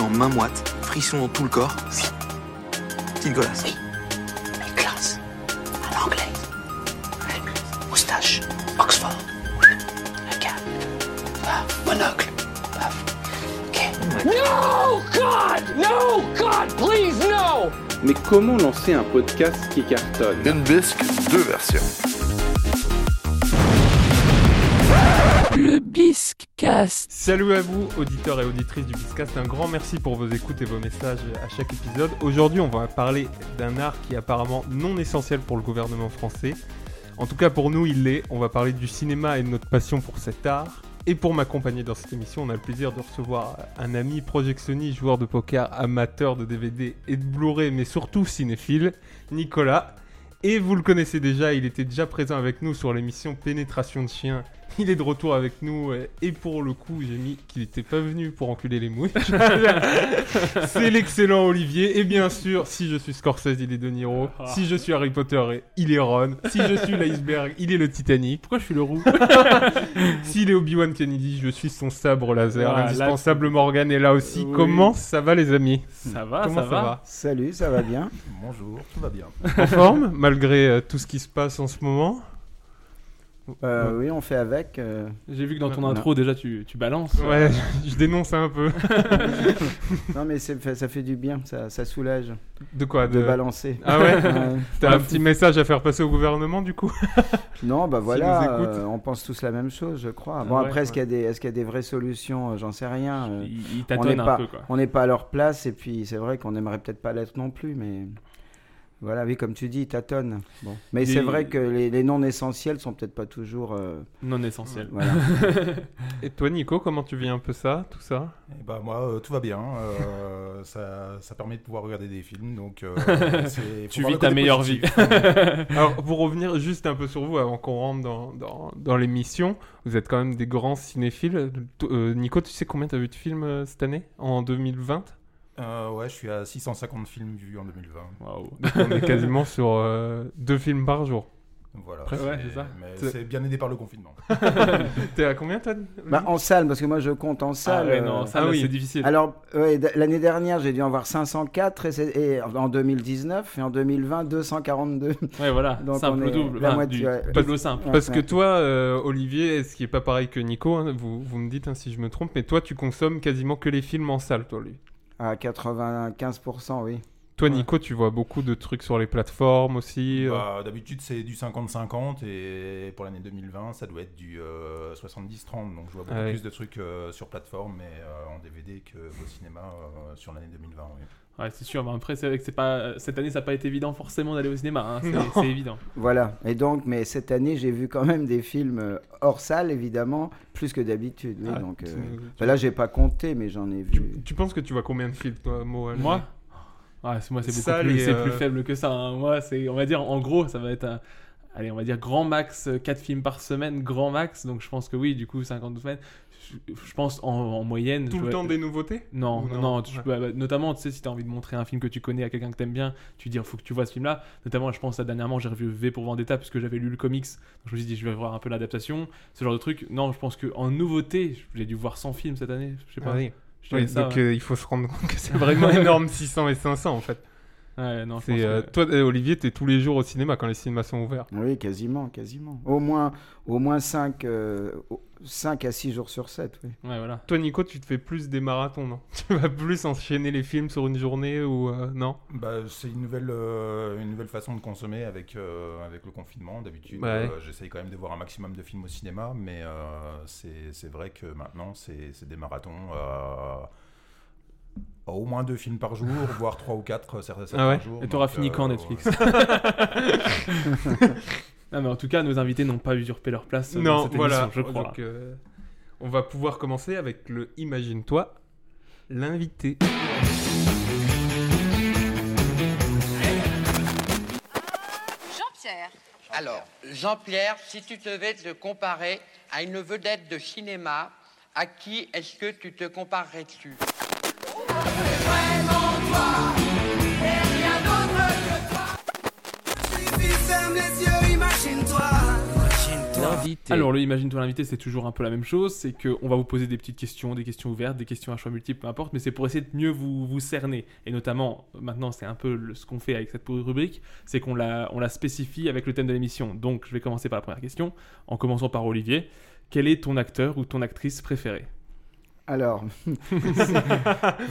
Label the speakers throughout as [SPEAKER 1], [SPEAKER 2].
[SPEAKER 1] en main moite, frisson dans tout le corps.
[SPEAKER 2] Oui.
[SPEAKER 1] Petite golasse.
[SPEAKER 2] Oui. Mais classe. À l'anglais. Moustache. Oxford. Un gars. Paf. Monocle. Paf. Ok.
[SPEAKER 3] No, God! No, God, please, no!
[SPEAKER 4] Mais comment lancer un podcast qui cartonne
[SPEAKER 5] Une bisque, deux versions.
[SPEAKER 6] Le Biscast.
[SPEAKER 7] Salut à vous, auditeurs et auditrices du Biscast. Un grand merci pour vos écoutes et vos messages à chaque épisode. Aujourd'hui, on va parler d'un art qui est apparemment non essentiel pour le gouvernement français. En tout cas, pour nous, il l'est. On va parler du cinéma et de notre passion pour cet art. Et pour m'accompagner dans cette émission, on a le plaisir de recevoir un ami projectionniste, joueur de poker, amateur de DVD et de Blu-ray, mais surtout cinéphile, Nicolas. Et vous le connaissez déjà, il était déjà présent avec nous sur l'émission Pénétration de chien. Il est de retour avec nous euh, et pour le coup, j'ai mis qu'il n'était pas venu pour enculer les mouches. C'est l'excellent Olivier. Et bien sûr, si je suis Scorsese, il est De Niro.
[SPEAKER 8] Ah.
[SPEAKER 7] Si je suis Harry Potter, il est Ron. Si je suis l'iceberg, il est le Titanic.
[SPEAKER 8] Pourquoi je suis le roux
[SPEAKER 7] S'il est Obi-Wan Kennedy, je suis son sabre laser.
[SPEAKER 8] Voilà,
[SPEAKER 7] Indispensable Morgan est là aussi.
[SPEAKER 8] Oui.
[SPEAKER 7] Comment ça va les amis
[SPEAKER 8] Ça va,
[SPEAKER 7] Comment
[SPEAKER 8] ça, va.
[SPEAKER 9] Salut, ça va bien
[SPEAKER 5] Bonjour, tout va bien.
[SPEAKER 7] En forme, malgré euh, tout ce qui se passe en ce moment
[SPEAKER 9] Euh, Oui, on fait avec. euh,
[SPEAKER 8] J'ai vu que dans ton
[SPEAKER 9] Non.
[SPEAKER 8] intro, déjà, tu, tu balances.
[SPEAKER 7] Ouais, je dénonce un peu.
[SPEAKER 9] Non, mais c'est- ça fait du bien, ça, ça soulage
[SPEAKER 7] De quoi
[SPEAKER 9] de balancer.
[SPEAKER 7] Ah ouais
[SPEAKER 9] Ouais.
[SPEAKER 7] T'as un petit message à faire passer au gouvernement du coup
[SPEAKER 9] Non, bah voilà,
[SPEAKER 7] nous écoute.
[SPEAKER 9] euh, on pense tous la même chose, je crois. Bon,
[SPEAKER 8] Ah Ouais,
[SPEAKER 9] après, est-ce qu'il y, a des- est-ce qu'il y a des vraies solutions Euh, J'en sais rien. euh,
[SPEAKER 8] Il, il
[SPEAKER 9] on n'est
[SPEAKER 8] tâtonne un
[SPEAKER 9] pas,
[SPEAKER 8] peu, quoi.
[SPEAKER 9] on n'est pas à leur place, et puis c'est vrai qu'on n'aimerait peut-être pas l'être non plus, mais voilà, oui, comme tu dis, tâtonne. Bon. Mais
[SPEAKER 8] Il-
[SPEAKER 9] c'est vrai que les, les non-essentiels sont peut-être pas toujours. euh,
[SPEAKER 8] Non essentiel.
[SPEAKER 9] voilà.
[SPEAKER 7] Et toi Nico, comment tu vis un peu ça, tout ça
[SPEAKER 5] Et bah moi, euh, tout va bien. euh, ça, ça permet de pouvoir regarder des films, donc euh, c'est- faut
[SPEAKER 8] Tu
[SPEAKER 5] voir
[SPEAKER 8] vis
[SPEAKER 5] le
[SPEAKER 8] ta
[SPEAKER 5] côté
[SPEAKER 8] meilleure
[SPEAKER 5] positif.
[SPEAKER 7] Alors pour revenir juste un peu sur vous avant qu'on rentre dans, dans, dans l'émission, vous êtes quand même des grands cinéphiles. T- euh, Nico, tu sais combien t'as vu de films euh, cette année En 2020
[SPEAKER 5] Euh, ouais, je suis à 650 films vus en 2020.
[SPEAKER 8] Waouh.
[SPEAKER 7] On est quasiment sur euh, deux films par jour.
[SPEAKER 5] Voilà.
[SPEAKER 7] Après, ouais,
[SPEAKER 5] mais-
[SPEAKER 7] c'est ça.
[SPEAKER 5] Mais
[SPEAKER 7] C'est-
[SPEAKER 5] c'est bien aidé par le confinement.
[SPEAKER 7] T'es à combien toi
[SPEAKER 9] Bah, en salle, parce que moi je compte en
[SPEAKER 8] Ah
[SPEAKER 9] salle.
[SPEAKER 8] ouais,
[SPEAKER 9] euh,
[SPEAKER 8] non, ça,
[SPEAKER 7] Ah
[SPEAKER 8] là,
[SPEAKER 7] oui.
[SPEAKER 8] c'est difficile.
[SPEAKER 9] Alors, ouais, d- l'année dernière, j'ai dû en voir 504 et c'est- et en 2019 et en 2020, 242.
[SPEAKER 8] Ouais, voilà.
[SPEAKER 9] Donc,
[SPEAKER 8] simple
[SPEAKER 9] on
[SPEAKER 8] ou
[SPEAKER 9] est
[SPEAKER 8] double.
[SPEAKER 9] la
[SPEAKER 8] Enfin,
[SPEAKER 9] moitié,
[SPEAKER 8] du
[SPEAKER 9] ouais.
[SPEAKER 8] double au simple.
[SPEAKER 7] Parce que
[SPEAKER 9] Ouais.
[SPEAKER 7] toi, euh, Olivier, ce qui est pas pareil que Nico, hein, vous, vous me dites hein, si je me trompe, mais toi tu consommes quasiment que les films en salle, toi lui.
[SPEAKER 9] À 95%, oui.
[SPEAKER 7] Toi,
[SPEAKER 8] Ouais.
[SPEAKER 7] Nico, tu vois beaucoup de trucs sur les plateformes aussi. euh.
[SPEAKER 5] Bah, D'habitude, c'est du 50-50 et pour l'année 2020, ça doit être du euh, 70-30. Donc, je vois beaucoup
[SPEAKER 7] Ah oui.
[SPEAKER 5] plus de trucs euh, sur plateforme et euh, en DVD qu'au cinéma euh, sur l'année 2020. oui.
[SPEAKER 8] Ouais, c'est sûr. mais après, c'est vrai que c'est pas... cette année, ça n'a pas été évident forcément d'aller au cinéma. hein,
[SPEAKER 7] Non.
[SPEAKER 8] C'est c'est évident.
[SPEAKER 9] Voilà. Et donc, mais cette année, j'ai vu quand même des films euh, hors salle, évidemment, plus que d'habitude. oui,
[SPEAKER 7] Ah,
[SPEAKER 9] donc, euh,
[SPEAKER 7] tu-
[SPEAKER 9] enfin, là, j'ai pas compté, mais j'en ai vu.
[SPEAKER 7] tu, tu penses que tu vois combien de films, toi, Mo à l'année
[SPEAKER 8] Moi Ouais, c'est- moi, c'est beaucoup
[SPEAKER 7] Sale
[SPEAKER 8] plus,
[SPEAKER 7] et,
[SPEAKER 8] c'est
[SPEAKER 7] euh,
[SPEAKER 8] plus faible que ça. hein. Moi, c'est, on va dire, en gros, ça va être un. Allez, on va dire grand max, 4 films par semaine, grand max. Donc, je pense que oui, du coup, 50 semaines. Je, je pense en, en moyenne.
[SPEAKER 7] Tout
[SPEAKER 8] je
[SPEAKER 7] le
[SPEAKER 8] vois-
[SPEAKER 7] temps des nouveautés
[SPEAKER 8] Non,
[SPEAKER 7] Ou
[SPEAKER 8] non,
[SPEAKER 7] non,
[SPEAKER 8] tu
[SPEAKER 7] ouais.
[SPEAKER 8] peux- bah, notamment, tu sais, si t'as envie de montrer un film que tu connais à quelqu'un que t'aimes bien, tu dis, il faut que tu vois ce film-là. Notamment, je pense, à dernièrement, j'ai revu V pour Vendetta, puisque j'avais lu le comics. Donc, je me suis dit, je vais voir un peu l'adaptation, ce genre de truc. Non, je pense que en nouveauté, j'ai dû voir 100 films cette année. Je sais pas. Je dirais
[SPEAKER 7] Ah Oui,
[SPEAKER 8] ça,
[SPEAKER 7] donc
[SPEAKER 8] ouais.
[SPEAKER 7] euh, il faut se rendre compte que c'est vraiment énorme, 600 et 500 en fait.
[SPEAKER 8] Ouais, non, je pense
[SPEAKER 7] C'est, euh,
[SPEAKER 8] que-
[SPEAKER 7] Toi, euh, Olivier, t'es tous les jours au cinéma quand les cinémas sont ouverts.
[SPEAKER 9] Oui, quasiment, quasiment. Au moins, au moins 5, à 6 jours sur 7, oui.
[SPEAKER 8] Ouais, voilà.
[SPEAKER 7] Toi, Nico, tu te fais plus des marathons, non Tu vas plus enchaîner les films sur une journée ou euh, non
[SPEAKER 5] Bah, c'est une nouvelle, euh, une nouvelle façon de consommer avec, euh, avec le confinement. D'habitude,
[SPEAKER 7] Ouais.
[SPEAKER 5] euh, j'essaye quand même de voir un maximum de films au cinéma, mais euh, c'est c'est vrai que maintenant, c'est c'est des marathons. euh, à au moins deux films par jour, voire trois ou quatre, euh, certains certains
[SPEAKER 7] ouais
[SPEAKER 5] jours.
[SPEAKER 8] Ah Et t'auras
[SPEAKER 5] Donc,
[SPEAKER 8] fini
[SPEAKER 5] euh,
[SPEAKER 8] quand
[SPEAKER 5] ouais.
[SPEAKER 8] Netflix Non mais en tout cas, nos invités n'ont pas usurpé leur place. euh, dans
[SPEAKER 7] Non,
[SPEAKER 8] cette
[SPEAKER 7] voilà.
[SPEAKER 8] émission, je crois.
[SPEAKER 7] Donc, euh, on va pouvoir commencer avec le Imagine-toi, l'invité.
[SPEAKER 10] Jean-Pierre.
[SPEAKER 11] Alors, Jean-Pierre, si tu devais te comparer à une vedette de cinéma, à qui est-ce que tu te comparerais-tu
[SPEAKER 10] Tu fermes les yeux, imagine-toi. Imagine-toi.
[SPEAKER 6] L'invité.
[SPEAKER 8] Alors, le Imagine-toi l'invité, c'est toujours un peu la même chose. C'est qu'on va vous poser des petites questions, des questions ouvertes, des questions à choix multiples, peu importe, mais c'est pour essayer de mieux vous, vous cerner. Et notamment, maintenant, c'est un peu le- ce qu'on fait avec cette rubrique, c'est qu'on la, on la spécifie avec le thème de l'émission. Donc, je vais commencer par la première question, en commençant par Olivier. Quel est ton acteur ou ton actrice préférée
[SPEAKER 9] Alors, c'est-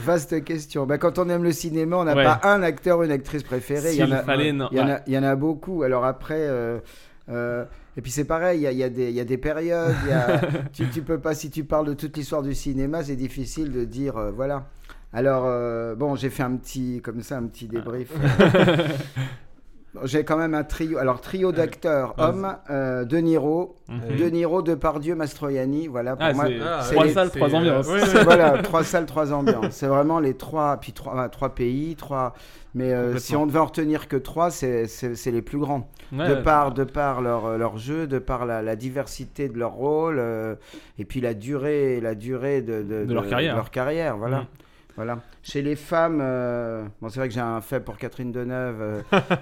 [SPEAKER 9] vaste question. Bah, quand on aime le cinéma, on n'a
[SPEAKER 8] Ouais.
[SPEAKER 9] pas un acteur ou une actrice préférée. Il y, en
[SPEAKER 8] S'il
[SPEAKER 9] a,
[SPEAKER 8] fallait,
[SPEAKER 9] il y
[SPEAKER 8] non.
[SPEAKER 9] en
[SPEAKER 8] Ouais.
[SPEAKER 9] a- il y en a beaucoup. Alors après, euh, euh, et puis c'est pareil, il y a, il y a des- il y a des périodes. il y a- tu, tu peux pas, si tu parles de toute l'histoire du cinéma, c'est difficile de dire, euh, voilà. Alors, euh, bon, j'ai fait un petit, comme ça, un petit débrief.
[SPEAKER 8] Ah.
[SPEAKER 9] Bon, J'ai quand même un trio, alors trio d'acteurs,
[SPEAKER 8] vas-y.
[SPEAKER 9] hommes, euh, De Niro,
[SPEAKER 8] Mhm.
[SPEAKER 9] De Niro, Depardieu, Mastroianni, voilà pour
[SPEAKER 8] Ah,
[SPEAKER 9] moi.
[SPEAKER 8] c'est
[SPEAKER 9] c'est euh,
[SPEAKER 8] trois
[SPEAKER 9] les-
[SPEAKER 8] salles, trois ambiances.
[SPEAKER 9] c'est- voilà, trois salles, trois ambiances. C'est vraiment les trois, puis trois, bah, trois pays, trois. Mais euh,
[SPEAKER 8] Complètement.
[SPEAKER 9] si on devait en retenir que trois, c'est- c'est c'est les plus grands.
[SPEAKER 8] Ouais.
[SPEAKER 9] De par, de par leur, euh, leur jeu, de par la, la diversité de leur rôle, euh, et puis la durée, la durée de,
[SPEAKER 8] De leur carrière.
[SPEAKER 9] leur carrière, voilà.
[SPEAKER 8] Mm.
[SPEAKER 9] Voilà. Chez les femmes, euh, bon, c'est vrai que j'ai un fait pour Catherine Deneuve, euh,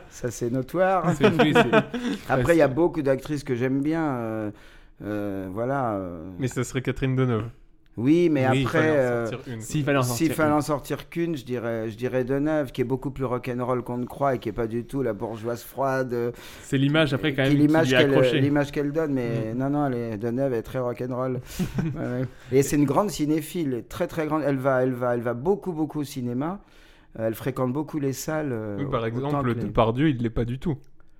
[SPEAKER 9] ça c'est notoire.
[SPEAKER 8] C'est- oui, c'est-
[SPEAKER 9] Après, il y a beaucoup d'actrices que j'aime bien. euh, euh, voilà. euh.
[SPEAKER 7] Mais ça serait Catherine Deneuve.
[SPEAKER 9] Oui, mais
[SPEAKER 7] Oui, il
[SPEAKER 9] après.
[SPEAKER 7] fallait en
[SPEAKER 9] euh,
[SPEAKER 7] sortir une.
[SPEAKER 8] S'il fallait en sortir.
[SPEAKER 9] S'il fallait en sortir qu'une, je dirais, je dirais Deneuve, qui est beaucoup plus rock'n'roll qu'on ne croit et qui est pas du tout la bourgeoise froide. euh,
[SPEAKER 8] C'est l'image après quand
[SPEAKER 9] qui-
[SPEAKER 8] même qui
[SPEAKER 9] l'image
[SPEAKER 8] lui est
[SPEAKER 9] qu'elle, euh,
[SPEAKER 8] accrochée. Mm.
[SPEAKER 9] l'image qu'elle donne, mais non, non, elle est, Deneuve est très rock'n'roll. Ouais, ouais. Et c'est une grande cinéphile, très très grande. Elle va, elle va, elle va beaucoup beaucoup au cinéma. Euh, Elle fréquente beaucoup les salles. euh,
[SPEAKER 7] Oui, par
[SPEAKER 9] autant
[SPEAKER 7] exemple,
[SPEAKER 9] que les-
[SPEAKER 7] Depardieu, il ne l'est pas du tout.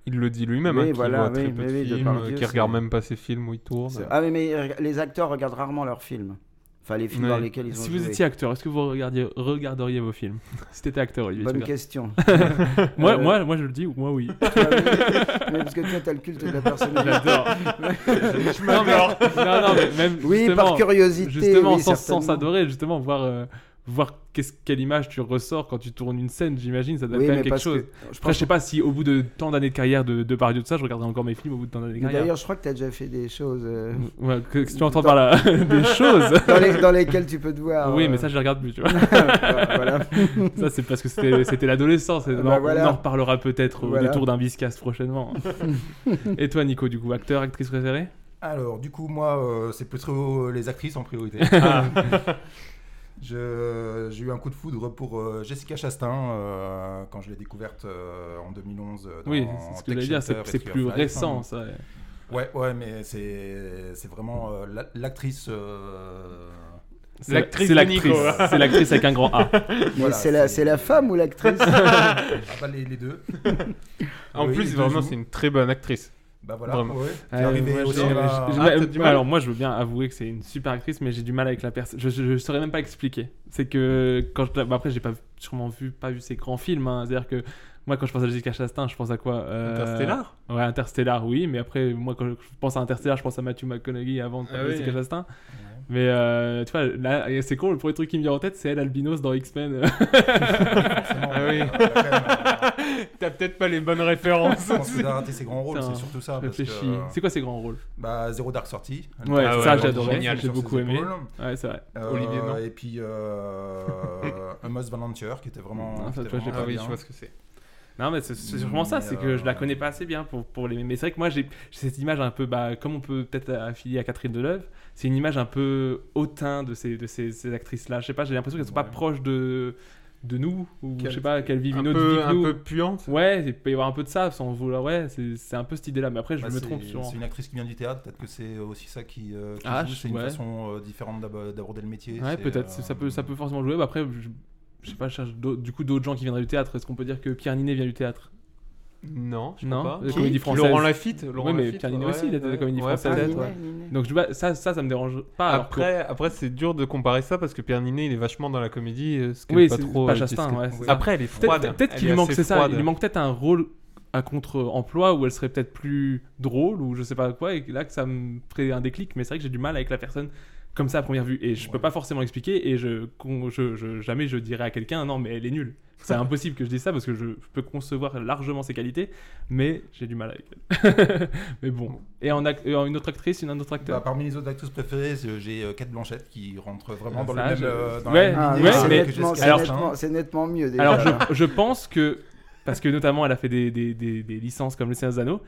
[SPEAKER 7] Il le dit lui-même,
[SPEAKER 9] Oui,
[SPEAKER 7] hein, qu'il
[SPEAKER 9] voilà,
[SPEAKER 7] voit
[SPEAKER 9] oui,
[SPEAKER 7] très
[SPEAKER 9] oui,
[SPEAKER 7] peu
[SPEAKER 9] oui,
[SPEAKER 7] de films,
[SPEAKER 9] Depardieu,
[SPEAKER 7] euh, qu'il
[SPEAKER 9] c'est-
[SPEAKER 7] regarde même pas ses films où il tourne.
[SPEAKER 9] Ah oui, mais euh, les acteurs regardent rarement leurs films. Enfin, les films
[SPEAKER 7] Ouais.
[SPEAKER 9] dans lesquels ils ont
[SPEAKER 8] Si vous
[SPEAKER 9] joué.
[SPEAKER 8] étiez acteur, est-ce que vous regardiez, regarderiez vos films Si t'étais acteur, Olivier. tu
[SPEAKER 9] Bonne
[SPEAKER 8] regardes.
[SPEAKER 9] question.
[SPEAKER 8] Moi,
[SPEAKER 9] Euh,
[SPEAKER 8] moi, moi, je le dis, ou moi, oui.
[SPEAKER 9] Toi, oui. Mais parce que toi, t'as le culte de la personnalité.
[SPEAKER 8] J'adore. je m'adore. Non, non, mais même.
[SPEAKER 9] Oui,
[SPEAKER 8] justement,
[SPEAKER 9] par curiosité.
[SPEAKER 8] Justement,
[SPEAKER 9] oui,
[SPEAKER 8] sans, sans
[SPEAKER 9] certainement.
[SPEAKER 8] s'adorer, justement, voir, euh, voir qu'est-ce, quelle image tu ressors quand tu tournes une scène, j'imagine, ça doit
[SPEAKER 9] Oui,
[SPEAKER 8] faire
[SPEAKER 9] mais
[SPEAKER 8] quelque
[SPEAKER 9] parce que
[SPEAKER 8] chose.
[SPEAKER 9] je
[SPEAKER 8] Après,
[SPEAKER 9] pense
[SPEAKER 8] je sais pas si au bout de tant d'années de carrière de, de Pardieu de ça, je regarderai encore mes films au bout de tant d'années de
[SPEAKER 9] Mais
[SPEAKER 8] carrière.
[SPEAKER 9] D'ailleurs, je crois que tu as déjà fait des choses euh,
[SPEAKER 8] Ouais, que, que tu entends par là des choses.
[SPEAKER 9] dans, les- dans lesquelles tu peux te voir.
[SPEAKER 8] oui,
[SPEAKER 9] euh,
[SPEAKER 8] mais ça, je les regarde plus, tu vois.
[SPEAKER 9] voilà.
[SPEAKER 8] Ça, c'est parce que c'était c'était l'adolescence. et
[SPEAKER 9] Bah
[SPEAKER 8] on en-
[SPEAKER 9] voilà.
[SPEAKER 8] On en reparlera peut-être au
[SPEAKER 9] Voilà.
[SPEAKER 8] détour d'un Viscast prochainement. et toi, Nico, du coup, acteur, actrice préférée
[SPEAKER 5] Alors, du coup, moi, euh, c'est plutôt les actrices en priorité.
[SPEAKER 8] Ah.
[SPEAKER 5] Je- J'ai eu un coup de foudre pour euh, Jessica Chastain euh, quand je l'ai découverte euh, en 2011. euh,
[SPEAKER 8] Oui,
[SPEAKER 5] dans
[SPEAKER 8] c'est ce que
[SPEAKER 5] Tech
[SPEAKER 8] j'allais dire, c'est
[SPEAKER 5] Shelter et
[SPEAKER 8] c'est
[SPEAKER 5] Tree
[SPEAKER 8] plus
[SPEAKER 5] of Life,
[SPEAKER 8] récent,
[SPEAKER 5] hein.
[SPEAKER 8] ça.
[SPEAKER 5] Ouais, ouais, mais c'est c'est vraiment euh, la- l'actrice. euh,
[SPEAKER 8] C'est
[SPEAKER 7] L'actrice
[SPEAKER 8] c'est
[SPEAKER 7] de Nico.
[SPEAKER 8] l'actrice. C'est l'actrice avec un grand A.
[SPEAKER 9] Mais
[SPEAKER 5] voilà,
[SPEAKER 9] c'est la, c'est la femme ou l'actrice
[SPEAKER 5] Ah bah, les, les deux.
[SPEAKER 7] En
[SPEAKER 5] Oui,
[SPEAKER 7] plus,
[SPEAKER 5] les deux
[SPEAKER 7] vraiment,
[SPEAKER 5] jouent.
[SPEAKER 7] c'est une très bonne actrice.
[SPEAKER 5] Bah voilà.
[SPEAKER 7] Vraiment.
[SPEAKER 5] ouais. T'es
[SPEAKER 8] Euh,
[SPEAKER 5] arrivé
[SPEAKER 8] moi,
[SPEAKER 5] au
[SPEAKER 8] j'ai-
[SPEAKER 5] cinéma-
[SPEAKER 8] j'ai- j'ai-
[SPEAKER 7] Ah, t'as du mal.
[SPEAKER 8] Alors moi, je veux bien avouer que c'est une super actrice, mais j'ai du mal avec la personne. Je, je, je saurais même pas expliquer. C'est que quand je, la- bah, après, j'ai pas sûrement vu, pas vu ses grands films. hein. C'est-à-dire que moi, quand je pense à Jessica Chastain, je pense à quoi Euh,
[SPEAKER 7] Interstellar
[SPEAKER 9] ah
[SPEAKER 8] Ouais, Interstellar, oui. Mais après, moi, quand je pense à Interstellar, je pense à Matthew McConaughey avant
[SPEAKER 7] Ah oui.
[SPEAKER 8] Jessica Chastain. Mais euh, tu vois, là, et c'est con. Le premier truc qui me vient en tête, c'est elle, albinos dans X-Men.
[SPEAKER 7] Ah oui.
[SPEAKER 5] Euh, quand même, euh,
[SPEAKER 7] T'as peut-être pas les bonnes références.
[SPEAKER 5] je pense qu'il a raté ses grands rôles,
[SPEAKER 8] Putain,
[SPEAKER 5] c'est surtout ça. Parce que,
[SPEAKER 8] Réfléchis.
[SPEAKER 5] euh,
[SPEAKER 8] C'est quoi ses grands rôles
[SPEAKER 5] bah, Zéro Dark Sortie.
[SPEAKER 8] Ouais,
[SPEAKER 7] Ah ouais,
[SPEAKER 8] ça,
[SPEAKER 7] ouais,
[SPEAKER 8] j'adorais.
[SPEAKER 7] génial,
[SPEAKER 8] J'ai
[SPEAKER 5] sur ses
[SPEAKER 8] beaucoup aimé.
[SPEAKER 5] épaules.
[SPEAKER 8] Ouais, c'est vrai.
[SPEAKER 5] Euh,
[SPEAKER 7] Olivier, non
[SPEAKER 5] Et puis euh, Amos Valentier qui était vraiment.
[SPEAKER 8] Ah, ça,
[SPEAKER 5] qui était
[SPEAKER 8] toi, je l'ai
[SPEAKER 5] vraiment
[SPEAKER 8] pas
[SPEAKER 7] Ah oui,
[SPEAKER 5] bien.
[SPEAKER 7] je vois ce que c'est.
[SPEAKER 8] Non, mais c'est c'est sûrement ça,
[SPEAKER 5] Mais,
[SPEAKER 8] c'est que
[SPEAKER 5] euh,
[SPEAKER 8] je la connais pas assez bien pour, pour les. Mais c'est vrai que moi, j'ai j'ai cette image un peu, bah, comme on peut peut-être affilier à Catherine Deleuve, c'est une image un peu hautain de ces, de ces, ces actrices-là. Je sais pas, j'ai l'impression qu'elles sont pas
[SPEAKER 5] Ouais.
[SPEAKER 8] proches de, de nous, ou je
[SPEAKER 7] Qu'elles-
[SPEAKER 8] sais pas, qu'elles vivent
[SPEAKER 7] Un
[SPEAKER 8] une autre vie
[SPEAKER 7] peu,
[SPEAKER 8] que
[SPEAKER 7] un
[SPEAKER 8] nous.
[SPEAKER 7] peu puante.
[SPEAKER 8] Ouais, il peut y avoir un peu de ça, sans vouloir. Ouais, c'est c'est un peu cette idée-là, mais après, je
[SPEAKER 5] Bah,
[SPEAKER 8] me
[SPEAKER 5] c'est-
[SPEAKER 8] trompe sûrement.
[SPEAKER 5] C'est une actrice qui vient du théâtre, peut-être que c'est aussi ça qui, euh, qui
[SPEAKER 8] Ah,
[SPEAKER 5] joue,
[SPEAKER 8] je-
[SPEAKER 5] c'est une
[SPEAKER 8] ouais.
[SPEAKER 5] façon euh, différente d'ab- d'aborder le métier.
[SPEAKER 8] Ouais,
[SPEAKER 5] c'est,
[SPEAKER 8] peut-être,
[SPEAKER 5] euh,
[SPEAKER 8] ça, peut, ça peut forcément jouer. Bah, après, je, je sais pas, je cherche d'autres- du coup d'autres gens qui viendraient du théâtre. Est-ce qu'on peut dire que Pierre Ninet vient du théâtre
[SPEAKER 7] Non, je
[SPEAKER 8] Non,
[SPEAKER 7] crois pas.
[SPEAKER 8] la comédie française.
[SPEAKER 7] Laurent Lafitte. Laurent
[SPEAKER 8] Oui, mais
[SPEAKER 7] Lafitte,
[SPEAKER 8] Pierre Ninet
[SPEAKER 7] ouais,
[SPEAKER 8] aussi, il était de la
[SPEAKER 7] ouais,
[SPEAKER 8] comédie
[SPEAKER 7] ouais,
[SPEAKER 8] française.
[SPEAKER 7] peut-être,
[SPEAKER 8] ouais.
[SPEAKER 7] ouais.
[SPEAKER 8] Donc, je, bah, ça, ça, ça me dérange pas.
[SPEAKER 5] Ah,
[SPEAKER 8] alors que-
[SPEAKER 7] Après, après c'est dur de comparer ça parce que Pierre Ninet, il est vachement dans la comédie. euh, Ce qui
[SPEAKER 8] Oui,
[SPEAKER 7] pas
[SPEAKER 8] c'est
[SPEAKER 7] trop.
[SPEAKER 8] pas
[SPEAKER 7] euh,
[SPEAKER 8] Chastain,
[SPEAKER 7] Jessica-
[SPEAKER 8] ouais, c'est ça.
[SPEAKER 7] Après, elle est froide.
[SPEAKER 8] Peut-être peut-être
[SPEAKER 7] Elle
[SPEAKER 8] qu'il
[SPEAKER 7] est
[SPEAKER 8] lui manque,
[SPEAKER 7] assez
[SPEAKER 8] c'est ça,
[SPEAKER 7] froide.
[SPEAKER 8] il lui manque peut-être un rôle à contre-emploi où elle serait peut-être plus drôle ou je sais pas quoi, et là que ça me ferait un déclic, mais c'est vrai que j'ai du mal avec la personne comme ça à première vue, et je peux
[SPEAKER 5] Ouais.
[SPEAKER 8] pas forcément expliquer, et je, con- je, je- jamais je dirais à quelqu'un non, mais elle est nulle. C'est impossible que je dise ça parce que je peux concevoir largement ses qualités, mais j'ai du mal avec elle. mais bon. Et en, ac- et en une autre actrice, une un autre
[SPEAKER 5] bah,
[SPEAKER 8] acteur
[SPEAKER 5] parmi les autres actrices préférées, c'est- j'ai euh, Kate Blanchett qui rentre vraiment dans
[SPEAKER 8] Ah, Ça,
[SPEAKER 5] le
[SPEAKER 8] je-
[SPEAKER 5] même. euh, dans
[SPEAKER 8] Ouais,
[SPEAKER 5] la
[SPEAKER 9] Ah,
[SPEAKER 5] même
[SPEAKER 9] oui,
[SPEAKER 5] lignée
[SPEAKER 9] c'est,
[SPEAKER 5] que
[SPEAKER 8] mais-
[SPEAKER 5] Jessica
[SPEAKER 9] nettement, c'est
[SPEAKER 8] alors-
[SPEAKER 5] Chastain.
[SPEAKER 9] nettement- c'est nettement mieux déjà.
[SPEAKER 8] Alors, je, je pense que, parce que notamment elle a fait des, des, des- des licences comme Les Seigneurs des Anneaux,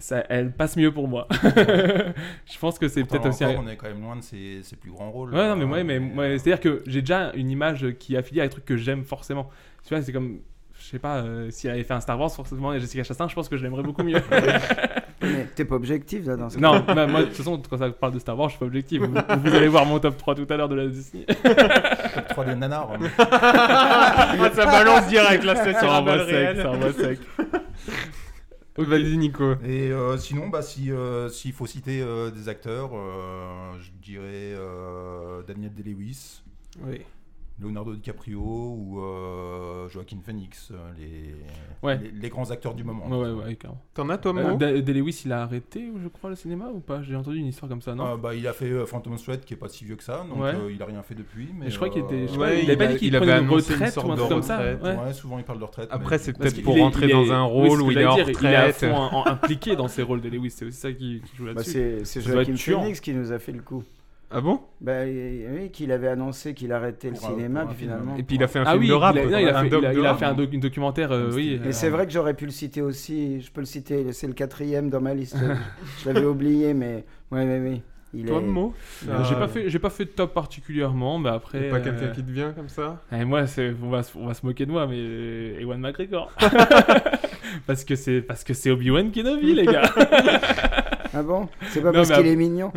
[SPEAKER 8] ça, elle passe mieux pour moi. je pense que c'est
[SPEAKER 5] Pourtant,
[SPEAKER 8] peut-être aussi.
[SPEAKER 5] encore,
[SPEAKER 8] un-
[SPEAKER 5] on est quand même loin de ses, ses plus grands rôles.
[SPEAKER 8] Ouais, non, mais ouais,
[SPEAKER 5] Euh,
[SPEAKER 8] mais ouais, c'est-à-dire que j'ai déjà une image qui est affiliée à des trucs que j'aime forcément. Tu vois, c'est comme. Je sais pas, euh, si elle avait fait un Star Wars, forcément, et Jessica Chastain, je pense que je l'aimerais beaucoup mieux.
[SPEAKER 9] Mais t'es pas objectif là, dans ce
[SPEAKER 8] non, bah, moi, de toute façon, quand ça parle de Star Wars, je suis pas objectif. Vous, vous allez voir mon top 3 tout à l'heure de la Disney.
[SPEAKER 5] top 3 des nanars. hein.
[SPEAKER 7] Ah, ça balance direct là, c'est sur
[SPEAKER 8] Ça
[SPEAKER 7] un
[SPEAKER 8] envoie
[SPEAKER 7] bol
[SPEAKER 8] sec,
[SPEAKER 7] réel.
[SPEAKER 8] ça envoie sec.
[SPEAKER 7] Donc, Vas-y Nico.
[SPEAKER 5] Et euh, sinon, bah, si, euh, s'il faut citer euh, des acteurs, euh, je dirais euh, Daniel Day-Lewis,
[SPEAKER 8] Oui.
[SPEAKER 5] Leonardo DiCaprio ou euh, Joaquin Phoenix, euh, les,
[SPEAKER 8] Ouais.
[SPEAKER 5] les, les grands acteurs du moment.
[SPEAKER 8] Ouais, ouais, ouais, carrément.
[SPEAKER 7] T'en as toi
[SPEAKER 8] Euh,
[SPEAKER 7] Mo
[SPEAKER 8] Da- Day-Lewis, il a arrêté, je crois, le cinéma ou pas J'ai entendu une histoire comme ça, non
[SPEAKER 7] Ah,
[SPEAKER 5] Euh, bah, il a fait euh, Phantom Thread qui est pas si vieux que ça, donc
[SPEAKER 8] Ouais.
[SPEAKER 5] euh, il a rien fait depuis. Mais
[SPEAKER 8] Mais je crois qu'il était. je
[SPEAKER 5] euh,
[SPEAKER 8] crois-
[SPEAKER 7] ouais,
[SPEAKER 8] il avait
[SPEAKER 7] il
[SPEAKER 8] pas
[SPEAKER 7] a-
[SPEAKER 8] dit qu'il
[SPEAKER 7] il avait
[SPEAKER 8] prenait une
[SPEAKER 7] annoncé une
[SPEAKER 8] retraite ou un
[SPEAKER 7] sorte
[SPEAKER 8] truc
[SPEAKER 7] de
[SPEAKER 8] comme ça.
[SPEAKER 7] retraite,
[SPEAKER 8] ouais.
[SPEAKER 5] ouais, souvent il parle de retraite.
[SPEAKER 7] Après,
[SPEAKER 5] mais-
[SPEAKER 7] c'est
[SPEAKER 8] Parce
[SPEAKER 7] peut-être
[SPEAKER 8] qu'il
[SPEAKER 7] pour
[SPEAKER 8] est-
[SPEAKER 7] rentrer
[SPEAKER 8] il est-
[SPEAKER 7] dans un
[SPEAKER 8] oui, c'est ce
[SPEAKER 7] rôle où
[SPEAKER 8] que
[SPEAKER 7] il est en
[SPEAKER 8] j'allais dire, Il est à
[SPEAKER 7] retraite.
[SPEAKER 8] fond en- en- impliqué dans ses rôles de Lewis, c'est aussi ça qui, qui joue
[SPEAKER 9] Bah,
[SPEAKER 8] là-dessus.
[SPEAKER 9] c'est c'est
[SPEAKER 8] Ça doit être
[SPEAKER 9] Joaquin
[SPEAKER 8] tuant.
[SPEAKER 9] Phoenix qui nous a fait le coup.
[SPEAKER 7] Ah bon
[SPEAKER 9] Bah, oui, qu'il avait annoncé qu'il arrêtait le
[SPEAKER 5] Pour un-
[SPEAKER 9] cinéma,
[SPEAKER 5] pour un
[SPEAKER 9] puis
[SPEAKER 5] film.
[SPEAKER 9] finalement.
[SPEAKER 7] Et puis il a fait un
[SPEAKER 8] ah
[SPEAKER 7] film
[SPEAKER 8] oui,
[SPEAKER 7] de rap.
[SPEAKER 8] il a, non, il a
[SPEAKER 7] un
[SPEAKER 8] fait,
[SPEAKER 7] doc
[SPEAKER 8] il a-
[SPEAKER 7] de
[SPEAKER 8] il a
[SPEAKER 7] rap.
[SPEAKER 8] fait un, doc- un documentaire, euh, oui.
[SPEAKER 9] Mais c'est vrai que j'aurais pu le citer aussi. Je peux le citer, c'est le quatrième dans ma liste. je l'avais oublié, mais. Oui, oui, oui. Il
[SPEAKER 7] Toi
[SPEAKER 9] est...
[SPEAKER 7] Mo
[SPEAKER 8] Euh, J'ai
[SPEAKER 7] Euh,
[SPEAKER 8] pas fait, j'ai pas fait de top particulièrement, mais
[SPEAKER 7] y
[SPEAKER 8] après.
[SPEAKER 7] a pas
[SPEAKER 8] euh,
[SPEAKER 7] quelqu'un qui te vient comme ça
[SPEAKER 8] eh, moi, c'est, on va, se- on va se moquer de moi, mais euh, Ewan McGregor. parce que c'est, parce que c'est Obi-Wan Kenobi, les gars.
[SPEAKER 9] Ah bon C'est pas
[SPEAKER 8] Non,
[SPEAKER 9] parce
[SPEAKER 8] mais
[SPEAKER 9] qu'il
[SPEAKER 8] à-
[SPEAKER 9] est mignon.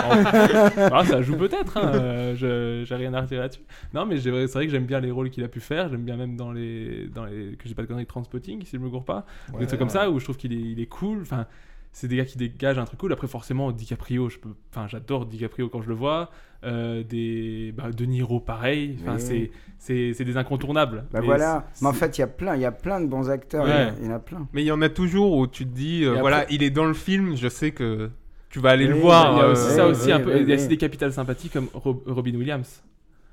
[SPEAKER 8] Ah, ça joue peut-être, hein, euh, je- j'ai rien à retirer là-dessus. Non, mais j'ai- c'est vrai que j'aime bien les rôles qu'il a pu faire, j'aime bien même dans les. Dans les que j'ai pas de conneries, Transpotting, si je me gourre pas.
[SPEAKER 5] Ouais,
[SPEAKER 8] des trucs comme ça où je trouve qu'il est, il est cool. Enfin, c'est des gars qui dégagent un truc cool. Après, forcément, DiCaprio, je peux, enfin, j'adore DiCaprio quand je le vois. Euh, des, bah, De Niro, pareil. Enfin,
[SPEAKER 9] Oui.
[SPEAKER 8] c'est, c'est, c'est des incontournables.
[SPEAKER 9] Bah
[SPEAKER 8] Mais
[SPEAKER 9] voilà.
[SPEAKER 8] c'est-
[SPEAKER 9] Mais en fait, il y a plein, il y a plein de bons acteurs.
[SPEAKER 8] Ouais.
[SPEAKER 9] il y en a- Il y en a plein.
[SPEAKER 7] Mais il y en a toujours où tu te dis, euh,
[SPEAKER 8] Et après-
[SPEAKER 7] voilà, il est dans le film, je sais que tu vas aller le
[SPEAKER 9] Oui,
[SPEAKER 7] voir.
[SPEAKER 8] Il y a
[SPEAKER 7] euh,
[SPEAKER 8] aussi ça
[SPEAKER 9] oui,
[SPEAKER 8] aussi hein.
[SPEAKER 9] oui,
[SPEAKER 8] un peu.
[SPEAKER 9] oui,
[SPEAKER 8] il y a
[SPEAKER 9] oui.
[SPEAKER 8] aussi des capitales sympathiques comme Rob- Robin Williams.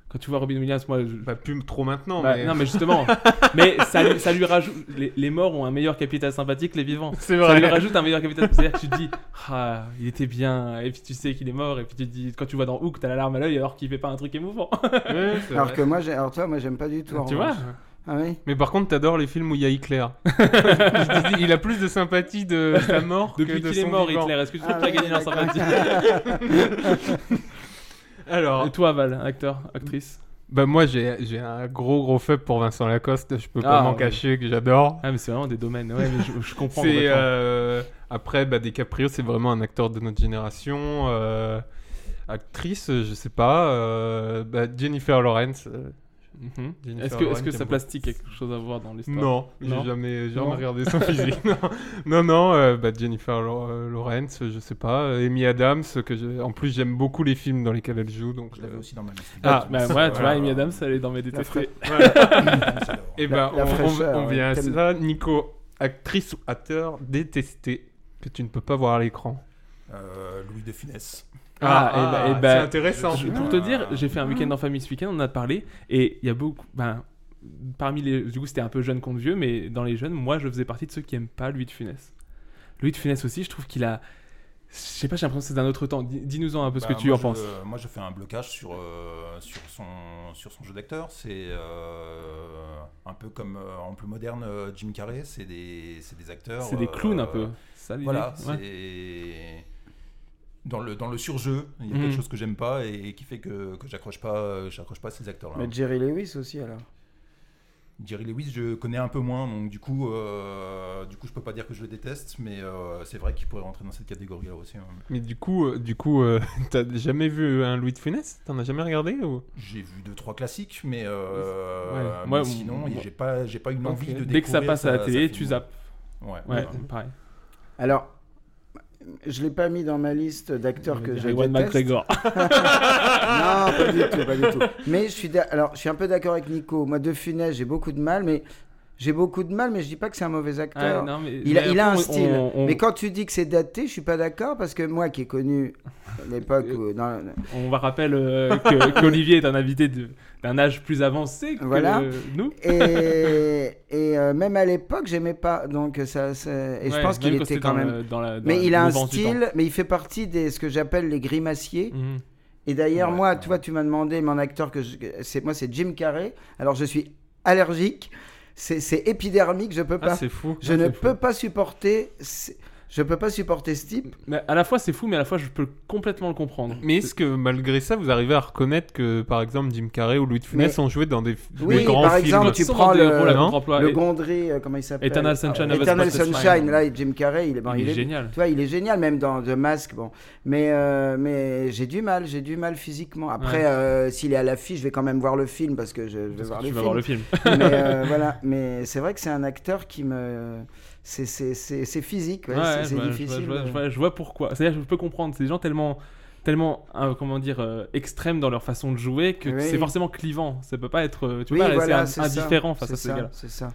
[SPEAKER 8] Quand tu vois Robin Williams, moi, je-
[SPEAKER 7] euh, Pas plus trop maintenant,
[SPEAKER 8] Bah,
[SPEAKER 7] mais.
[SPEAKER 8] non mais justement, mais ça, lui- ça lui rajoute. Les, les morts ont un meilleur capital sympathique que les vivants.
[SPEAKER 7] C'est
[SPEAKER 8] Ça
[SPEAKER 7] vrai.
[SPEAKER 8] lui rajoute un meilleur capital. C'est-à-dire que tu te dis, ah, il était bien, et puis tu sais qu'il est mort, et puis tu te dis, quand tu vois dans Hook, t'as la larme à l'œil alors qu'il fait pas un truc émouvant.
[SPEAKER 7] Ouais, c'est
[SPEAKER 9] Alors
[SPEAKER 7] vrai.
[SPEAKER 9] que moi, j'ai- alors toi, moi, j'aime pas du tout. en
[SPEAKER 8] tu vois
[SPEAKER 9] revanche. Ah oui.
[SPEAKER 7] Mais par contre, t'adores les films où il y a Hitler. Je dis, il a plus de sympathie de sa mort
[SPEAKER 8] Depuis
[SPEAKER 7] que de
[SPEAKER 8] qu'il est
[SPEAKER 7] son
[SPEAKER 8] mort,
[SPEAKER 7] vivant.
[SPEAKER 8] Hitler, est-ce que tu
[SPEAKER 9] Ah
[SPEAKER 8] trouves qu'il a
[SPEAKER 9] oui,
[SPEAKER 8] gagné en
[SPEAKER 9] d'accord.
[SPEAKER 8] sympathie
[SPEAKER 7] Alors,
[SPEAKER 8] Et toi, Val, acteur, actrice
[SPEAKER 7] bah moi j'ai j'ai un gros gros faible pour Vincent Lacoste, je peux pas
[SPEAKER 8] Ah,
[SPEAKER 7] m'en
[SPEAKER 8] ouais.
[SPEAKER 7] cacher que j'adore.
[SPEAKER 8] Ah, mais c'est vraiment des domaines, ouais, mais je, je comprends.
[SPEAKER 7] C'est
[SPEAKER 8] complètement.
[SPEAKER 7] euh, après bah, DiCaprio, c'est vraiment un acteur de notre génération. euh, actrice, je sais pas. euh, bah, Jennifer Lawrence. euh,
[SPEAKER 8] Mhm.
[SPEAKER 7] Jennifer
[SPEAKER 8] Est-ce que, est-ce
[SPEAKER 7] Lawrence,
[SPEAKER 8] que
[SPEAKER 7] j'aime
[SPEAKER 8] ça
[SPEAKER 7] beaucoup.
[SPEAKER 8] plastique a quelque chose à voir dans l'histoire
[SPEAKER 7] Non,
[SPEAKER 8] Non.
[SPEAKER 7] j'ai jamais, j'ai jamais
[SPEAKER 8] Non.
[SPEAKER 7] regardé son physique. Non, non, non, euh, bah, Jennifer Law- euh, Lawrence, je sais pas. euh, Amy Adams, que j'ai- en plus j'aime beaucoup les films dans lesquels elle joue. Donc,
[SPEAKER 5] Je l'avais
[SPEAKER 7] euh,
[SPEAKER 5] aussi dans ma liste.
[SPEAKER 7] Ah,
[SPEAKER 8] Bah, ouais, tu vois, Amy Adams, elle est dans mes détestés.
[SPEAKER 5] J'adore.
[SPEAKER 7] Et
[SPEAKER 9] La-
[SPEAKER 7] bah,
[SPEAKER 9] la
[SPEAKER 7] on, on-
[SPEAKER 9] fraîcheur,
[SPEAKER 7] on
[SPEAKER 9] ouais,
[SPEAKER 7] vient à
[SPEAKER 9] thème.
[SPEAKER 7] ça, Nico. Actrice ou acteur détesté que tu ne peux pas voir à l'écran.
[SPEAKER 5] Euh, Louis de Funès.
[SPEAKER 8] Ah, eh ben- eh ben,
[SPEAKER 7] c'est intéressant.
[SPEAKER 8] Je- pour te dire, j'ai fait un week-end en famille ce week-end, on en a parlé, et il y a beaucoup. Ben, parmi les. Du coup, c'était un peu jeune contre vieux, mais dans les jeunes, moi, je faisais partie de ceux qui aiment pas Louis de Funès. Louis de Funès aussi, je trouve qu'il a. Je sais pas, j'ai l'impression que c'est d'un autre temps. Di- Dis-nous en un peu ce
[SPEAKER 5] Bah,
[SPEAKER 8] que tu
[SPEAKER 5] moi,
[SPEAKER 8] en
[SPEAKER 5] je-
[SPEAKER 8] penses.
[SPEAKER 5] Moi, je fais un blocage sur, euh, sur, son, sur son jeu d'acteur. C'est euh, un peu comme euh, en plus moderne euh, Jim Carrey. C'est des, c'est des acteurs.
[SPEAKER 8] C'est des clowns
[SPEAKER 5] euh,
[SPEAKER 8] un peu. Ça, l'idée
[SPEAKER 5] Voilà.
[SPEAKER 8] Ouais.
[SPEAKER 5] c'est Dans le, dans le surjeu, il y a
[SPEAKER 8] Mhm.
[SPEAKER 5] quelque chose que j'aime pas et, et qui fait que, que j'accroche pas, euh, j'accroche pas à ces acteurs-là.
[SPEAKER 9] Mais Jerry Lewis aussi alors.
[SPEAKER 5] Jerry Lewis, je connais un peu moins, donc du coup, euh, du coup, je peux pas dire que je le déteste, mais euh, c'est vrai qu'il pourrait rentrer dans cette catégorie-là aussi. hein.
[SPEAKER 7] Mais du coup, euh, du coup, euh, t'as jamais vu un Louis de Funès T'en as jamais regardé ou
[SPEAKER 5] J'ai vu deux trois classiques, mais, euh,
[SPEAKER 8] Ouais.
[SPEAKER 5] mais
[SPEAKER 8] Moi,
[SPEAKER 5] sinon,
[SPEAKER 8] moi-
[SPEAKER 5] j'ai pas, j'ai pas une envie de
[SPEAKER 8] Dès que ça
[SPEAKER 5] découvrir
[SPEAKER 8] passe à la
[SPEAKER 5] sa-
[SPEAKER 8] télé,
[SPEAKER 5] sa
[SPEAKER 8] tu
[SPEAKER 5] film.
[SPEAKER 8] zappes.
[SPEAKER 5] Ouais. Ah bah,
[SPEAKER 8] Ouais,
[SPEAKER 5] voilà.
[SPEAKER 8] pareil.
[SPEAKER 9] Alors, je l'ai pas mis dans ma liste d'acteurs que je
[SPEAKER 8] Ewan
[SPEAKER 9] déteste.
[SPEAKER 8] McGregor.
[SPEAKER 9] Non, pas du tout, pas du tout. Mais je suis, d'a- alors, je suis un peu d'accord avec Nico. Moi, De Funès, j'ai beaucoup de mal, mais j'ai beaucoup de mal, mais je dis pas que c'est un mauvais
[SPEAKER 8] Ah,
[SPEAKER 9] acteur.
[SPEAKER 8] non, mais-
[SPEAKER 9] il, a,
[SPEAKER 8] mais
[SPEAKER 9] il a un
[SPEAKER 8] après, on-
[SPEAKER 9] style.
[SPEAKER 8] on- on-
[SPEAKER 9] Mais quand tu dis que c'est daté, je suis pas d'accord parce que moi, qui ai connu à l'époque où. dans-
[SPEAKER 8] On va rappeler euh, que- qu'Olivier est un invité de- d'un âge plus avancé que
[SPEAKER 9] Voilà.
[SPEAKER 8] euh, nous.
[SPEAKER 9] et et euh, même à l'époque, j'aimais pas. Donc ça, ça- et je
[SPEAKER 8] Ouais,
[SPEAKER 9] pense qu'il
[SPEAKER 8] même quand
[SPEAKER 9] était
[SPEAKER 8] c'était
[SPEAKER 9] quand
[SPEAKER 8] dans
[SPEAKER 9] même.
[SPEAKER 8] le- dans la- dans
[SPEAKER 9] Mais
[SPEAKER 8] la
[SPEAKER 9] il a un
[SPEAKER 8] mouvance du temps.
[SPEAKER 9] style, mais il fait partie des ce que j'appelle les grimaciers.
[SPEAKER 8] Mhm.
[SPEAKER 9] Et d'ailleurs,
[SPEAKER 5] Ouais,
[SPEAKER 9] moi,
[SPEAKER 5] ouais.
[SPEAKER 9] tu vois, tu m'as demandé mon acteur que je- que- c'est moi, c'est Jim Carrey. Alors je suis allergique, c'est c'est épidermique, je peux
[SPEAKER 8] Ah,
[SPEAKER 9] pas,
[SPEAKER 8] c'est fou.
[SPEAKER 9] je
[SPEAKER 8] Ah,
[SPEAKER 9] ne
[SPEAKER 8] c'est fou.
[SPEAKER 9] peux pas supporter. c'est- je peux pas supporter ce type.
[SPEAKER 8] Mais à la fois, c'est fou, mais à la fois, je peux complètement le comprendre.
[SPEAKER 7] Mais est-ce que malgré ça, vous arrivez à reconnaître que par exemple Jim Carrey ou Louis de Funès ont joué dans des,
[SPEAKER 9] Oui,
[SPEAKER 7] des grands
[SPEAKER 9] par
[SPEAKER 7] films
[SPEAKER 9] exemple, tu
[SPEAKER 8] Sans
[SPEAKER 9] prends
[SPEAKER 8] rendre
[SPEAKER 9] le-
[SPEAKER 8] rôle à
[SPEAKER 7] non,
[SPEAKER 8] contre-emploi.
[SPEAKER 9] Le
[SPEAKER 8] Bah, Et-
[SPEAKER 9] Gondry, euh, comment il s'appelle
[SPEAKER 8] Eternal Sunshine of the
[SPEAKER 9] Eternal
[SPEAKER 8] Spotless Mind.
[SPEAKER 9] Sunshine, là, et Jim Carrey, il est, bon,
[SPEAKER 8] Il
[SPEAKER 9] il
[SPEAKER 8] est
[SPEAKER 9] est-
[SPEAKER 8] génial.
[SPEAKER 9] Tu vois, il est génial, même dans The Mask. Bon. Mais, euh, mais j'ai du mal, j'ai du mal physiquement. Après,
[SPEAKER 8] Ouais.
[SPEAKER 9] euh, s'il est à l'affiche, je vais quand même voir le film parce que je, je vais
[SPEAKER 8] Parce
[SPEAKER 9] voir
[SPEAKER 8] que
[SPEAKER 9] le
[SPEAKER 8] tu vas
[SPEAKER 9] film.
[SPEAKER 8] voir le film.
[SPEAKER 9] mais euh, voilà, mais c'est vrai que c'est un acteur qui me. C'est c'est- c'est- c'est physique, ouais,
[SPEAKER 8] Ouais,
[SPEAKER 9] c'est-
[SPEAKER 8] ouais,
[SPEAKER 9] c'est
[SPEAKER 8] je vois- je vois-
[SPEAKER 9] difficile.
[SPEAKER 8] Je vois, je vois- je vois pourquoi. C'est-à-dire, que je peux comprendre. C'est des gens tellement, tellement, hein, comment dire, euh, extrêmes dans leur façon de jouer que
[SPEAKER 9] Oui.
[SPEAKER 8] c'est forcément clivant. Ça peut pas être, euh, tu
[SPEAKER 9] Oui,
[SPEAKER 8] vois,
[SPEAKER 9] voilà, c'est
[SPEAKER 8] c'est un-
[SPEAKER 9] ça,
[SPEAKER 8] indifférent face
[SPEAKER 9] c'est
[SPEAKER 8] à ces
[SPEAKER 9] ça,
[SPEAKER 8] gars-là.
[SPEAKER 9] C'est ça.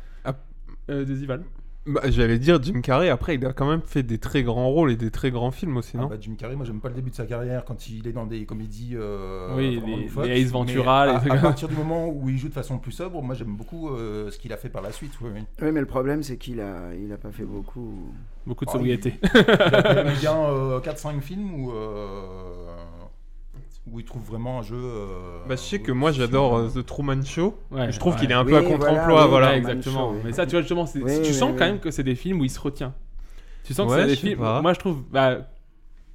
[SPEAKER 8] Euh, des Ival.
[SPEAKER 7] Bah, J'allais dire Jim Carrey. Après, il a quand même fait des très grands rôles et des très grands films aussi,
[SPEAKER 5] Ah
[SPEAKER 7] non
[SPEAKER 5] bah, Jim Carrey, moi j'aime pas le début de sa carrière quand il est dans des comédies. euh,
[SPEAKER 8] Oui,
[SPEAKER 5] vraiment
[SPEAKER 8] les-
[SPEAKER 5] loufoques.
[SPEAKER 8] les Ace
[SPEAKER 5] Mais
[SPEAKER 8] Ventura,
[SPEAKER 5] à-
[SPEAKER 8] les-
[SPEAKER 5] À, partir du moment où il joue de façon plus sobre, moi j'aime beaucoup euh, ce qu'il a fait par la suite. oui, oui.
[SPEAKER 9] Oui, mais le problème, c'est qu'il a, il a pas fait beaucoup.
[SPEAKER 8] Beaucoup de
[SPEAKER 5] Oh,
[SPEAKER 8] sobriété.
[SPEAKER 5] Il a quand même bien euh, 4-5 films où, euh, où il trouve vraiment un jeu. euh,
[SPEAKER 7] Bah, je sais
[SPEAKER 5] où
[SPEAKER 7] que
[SPEAKER 5] il
[SPEAKER 7] moi
[SPEAKER 5] se
[SPEAKER 7] j'adore
[SPEAKER 5] filme.
[SPEAKER 7] euh, The Truman Show.
[SPEAKER 8] Ouais.
[SPEAKER 7] je trouve
[SPEAKER 8] Ouais.
[SPEAKER 7] qu'il est un
[SPEAKER 9] Oui,
[SPEAKER 7] peu à
[SPEAKER 9] voilà,
[SPEAKER 7] contre-emploi,
[SPEAKER 9] oui,
[SPEAKER 7] voilà.
[SPEAKER 8] Ouais,
[SPEAKER 9] Man
[SPEAKER 8] exactement.
[SPEAKER 9] Show, oui.
[SPEAKER 8] Mais ça, tu vois, justement, c'est-
[SPEAKER 9] Oui,
[SPEAKER 8] tu
[SPEAKER 9] oui,
[SPEAKER 8] sens
[SPEAKER 9] oui.
[SPEAKER 8] quand même que c'est des films où il se retient. Tu sens
[SPEAKER 7] Ouais,
[SPEAKER 8] que c'est des
[SPEAKER 7] je sais
[SPEAKER 8] films.
[SPEAKER 7] pas.
[SPEAKER 8] Moi, je trouve. bah,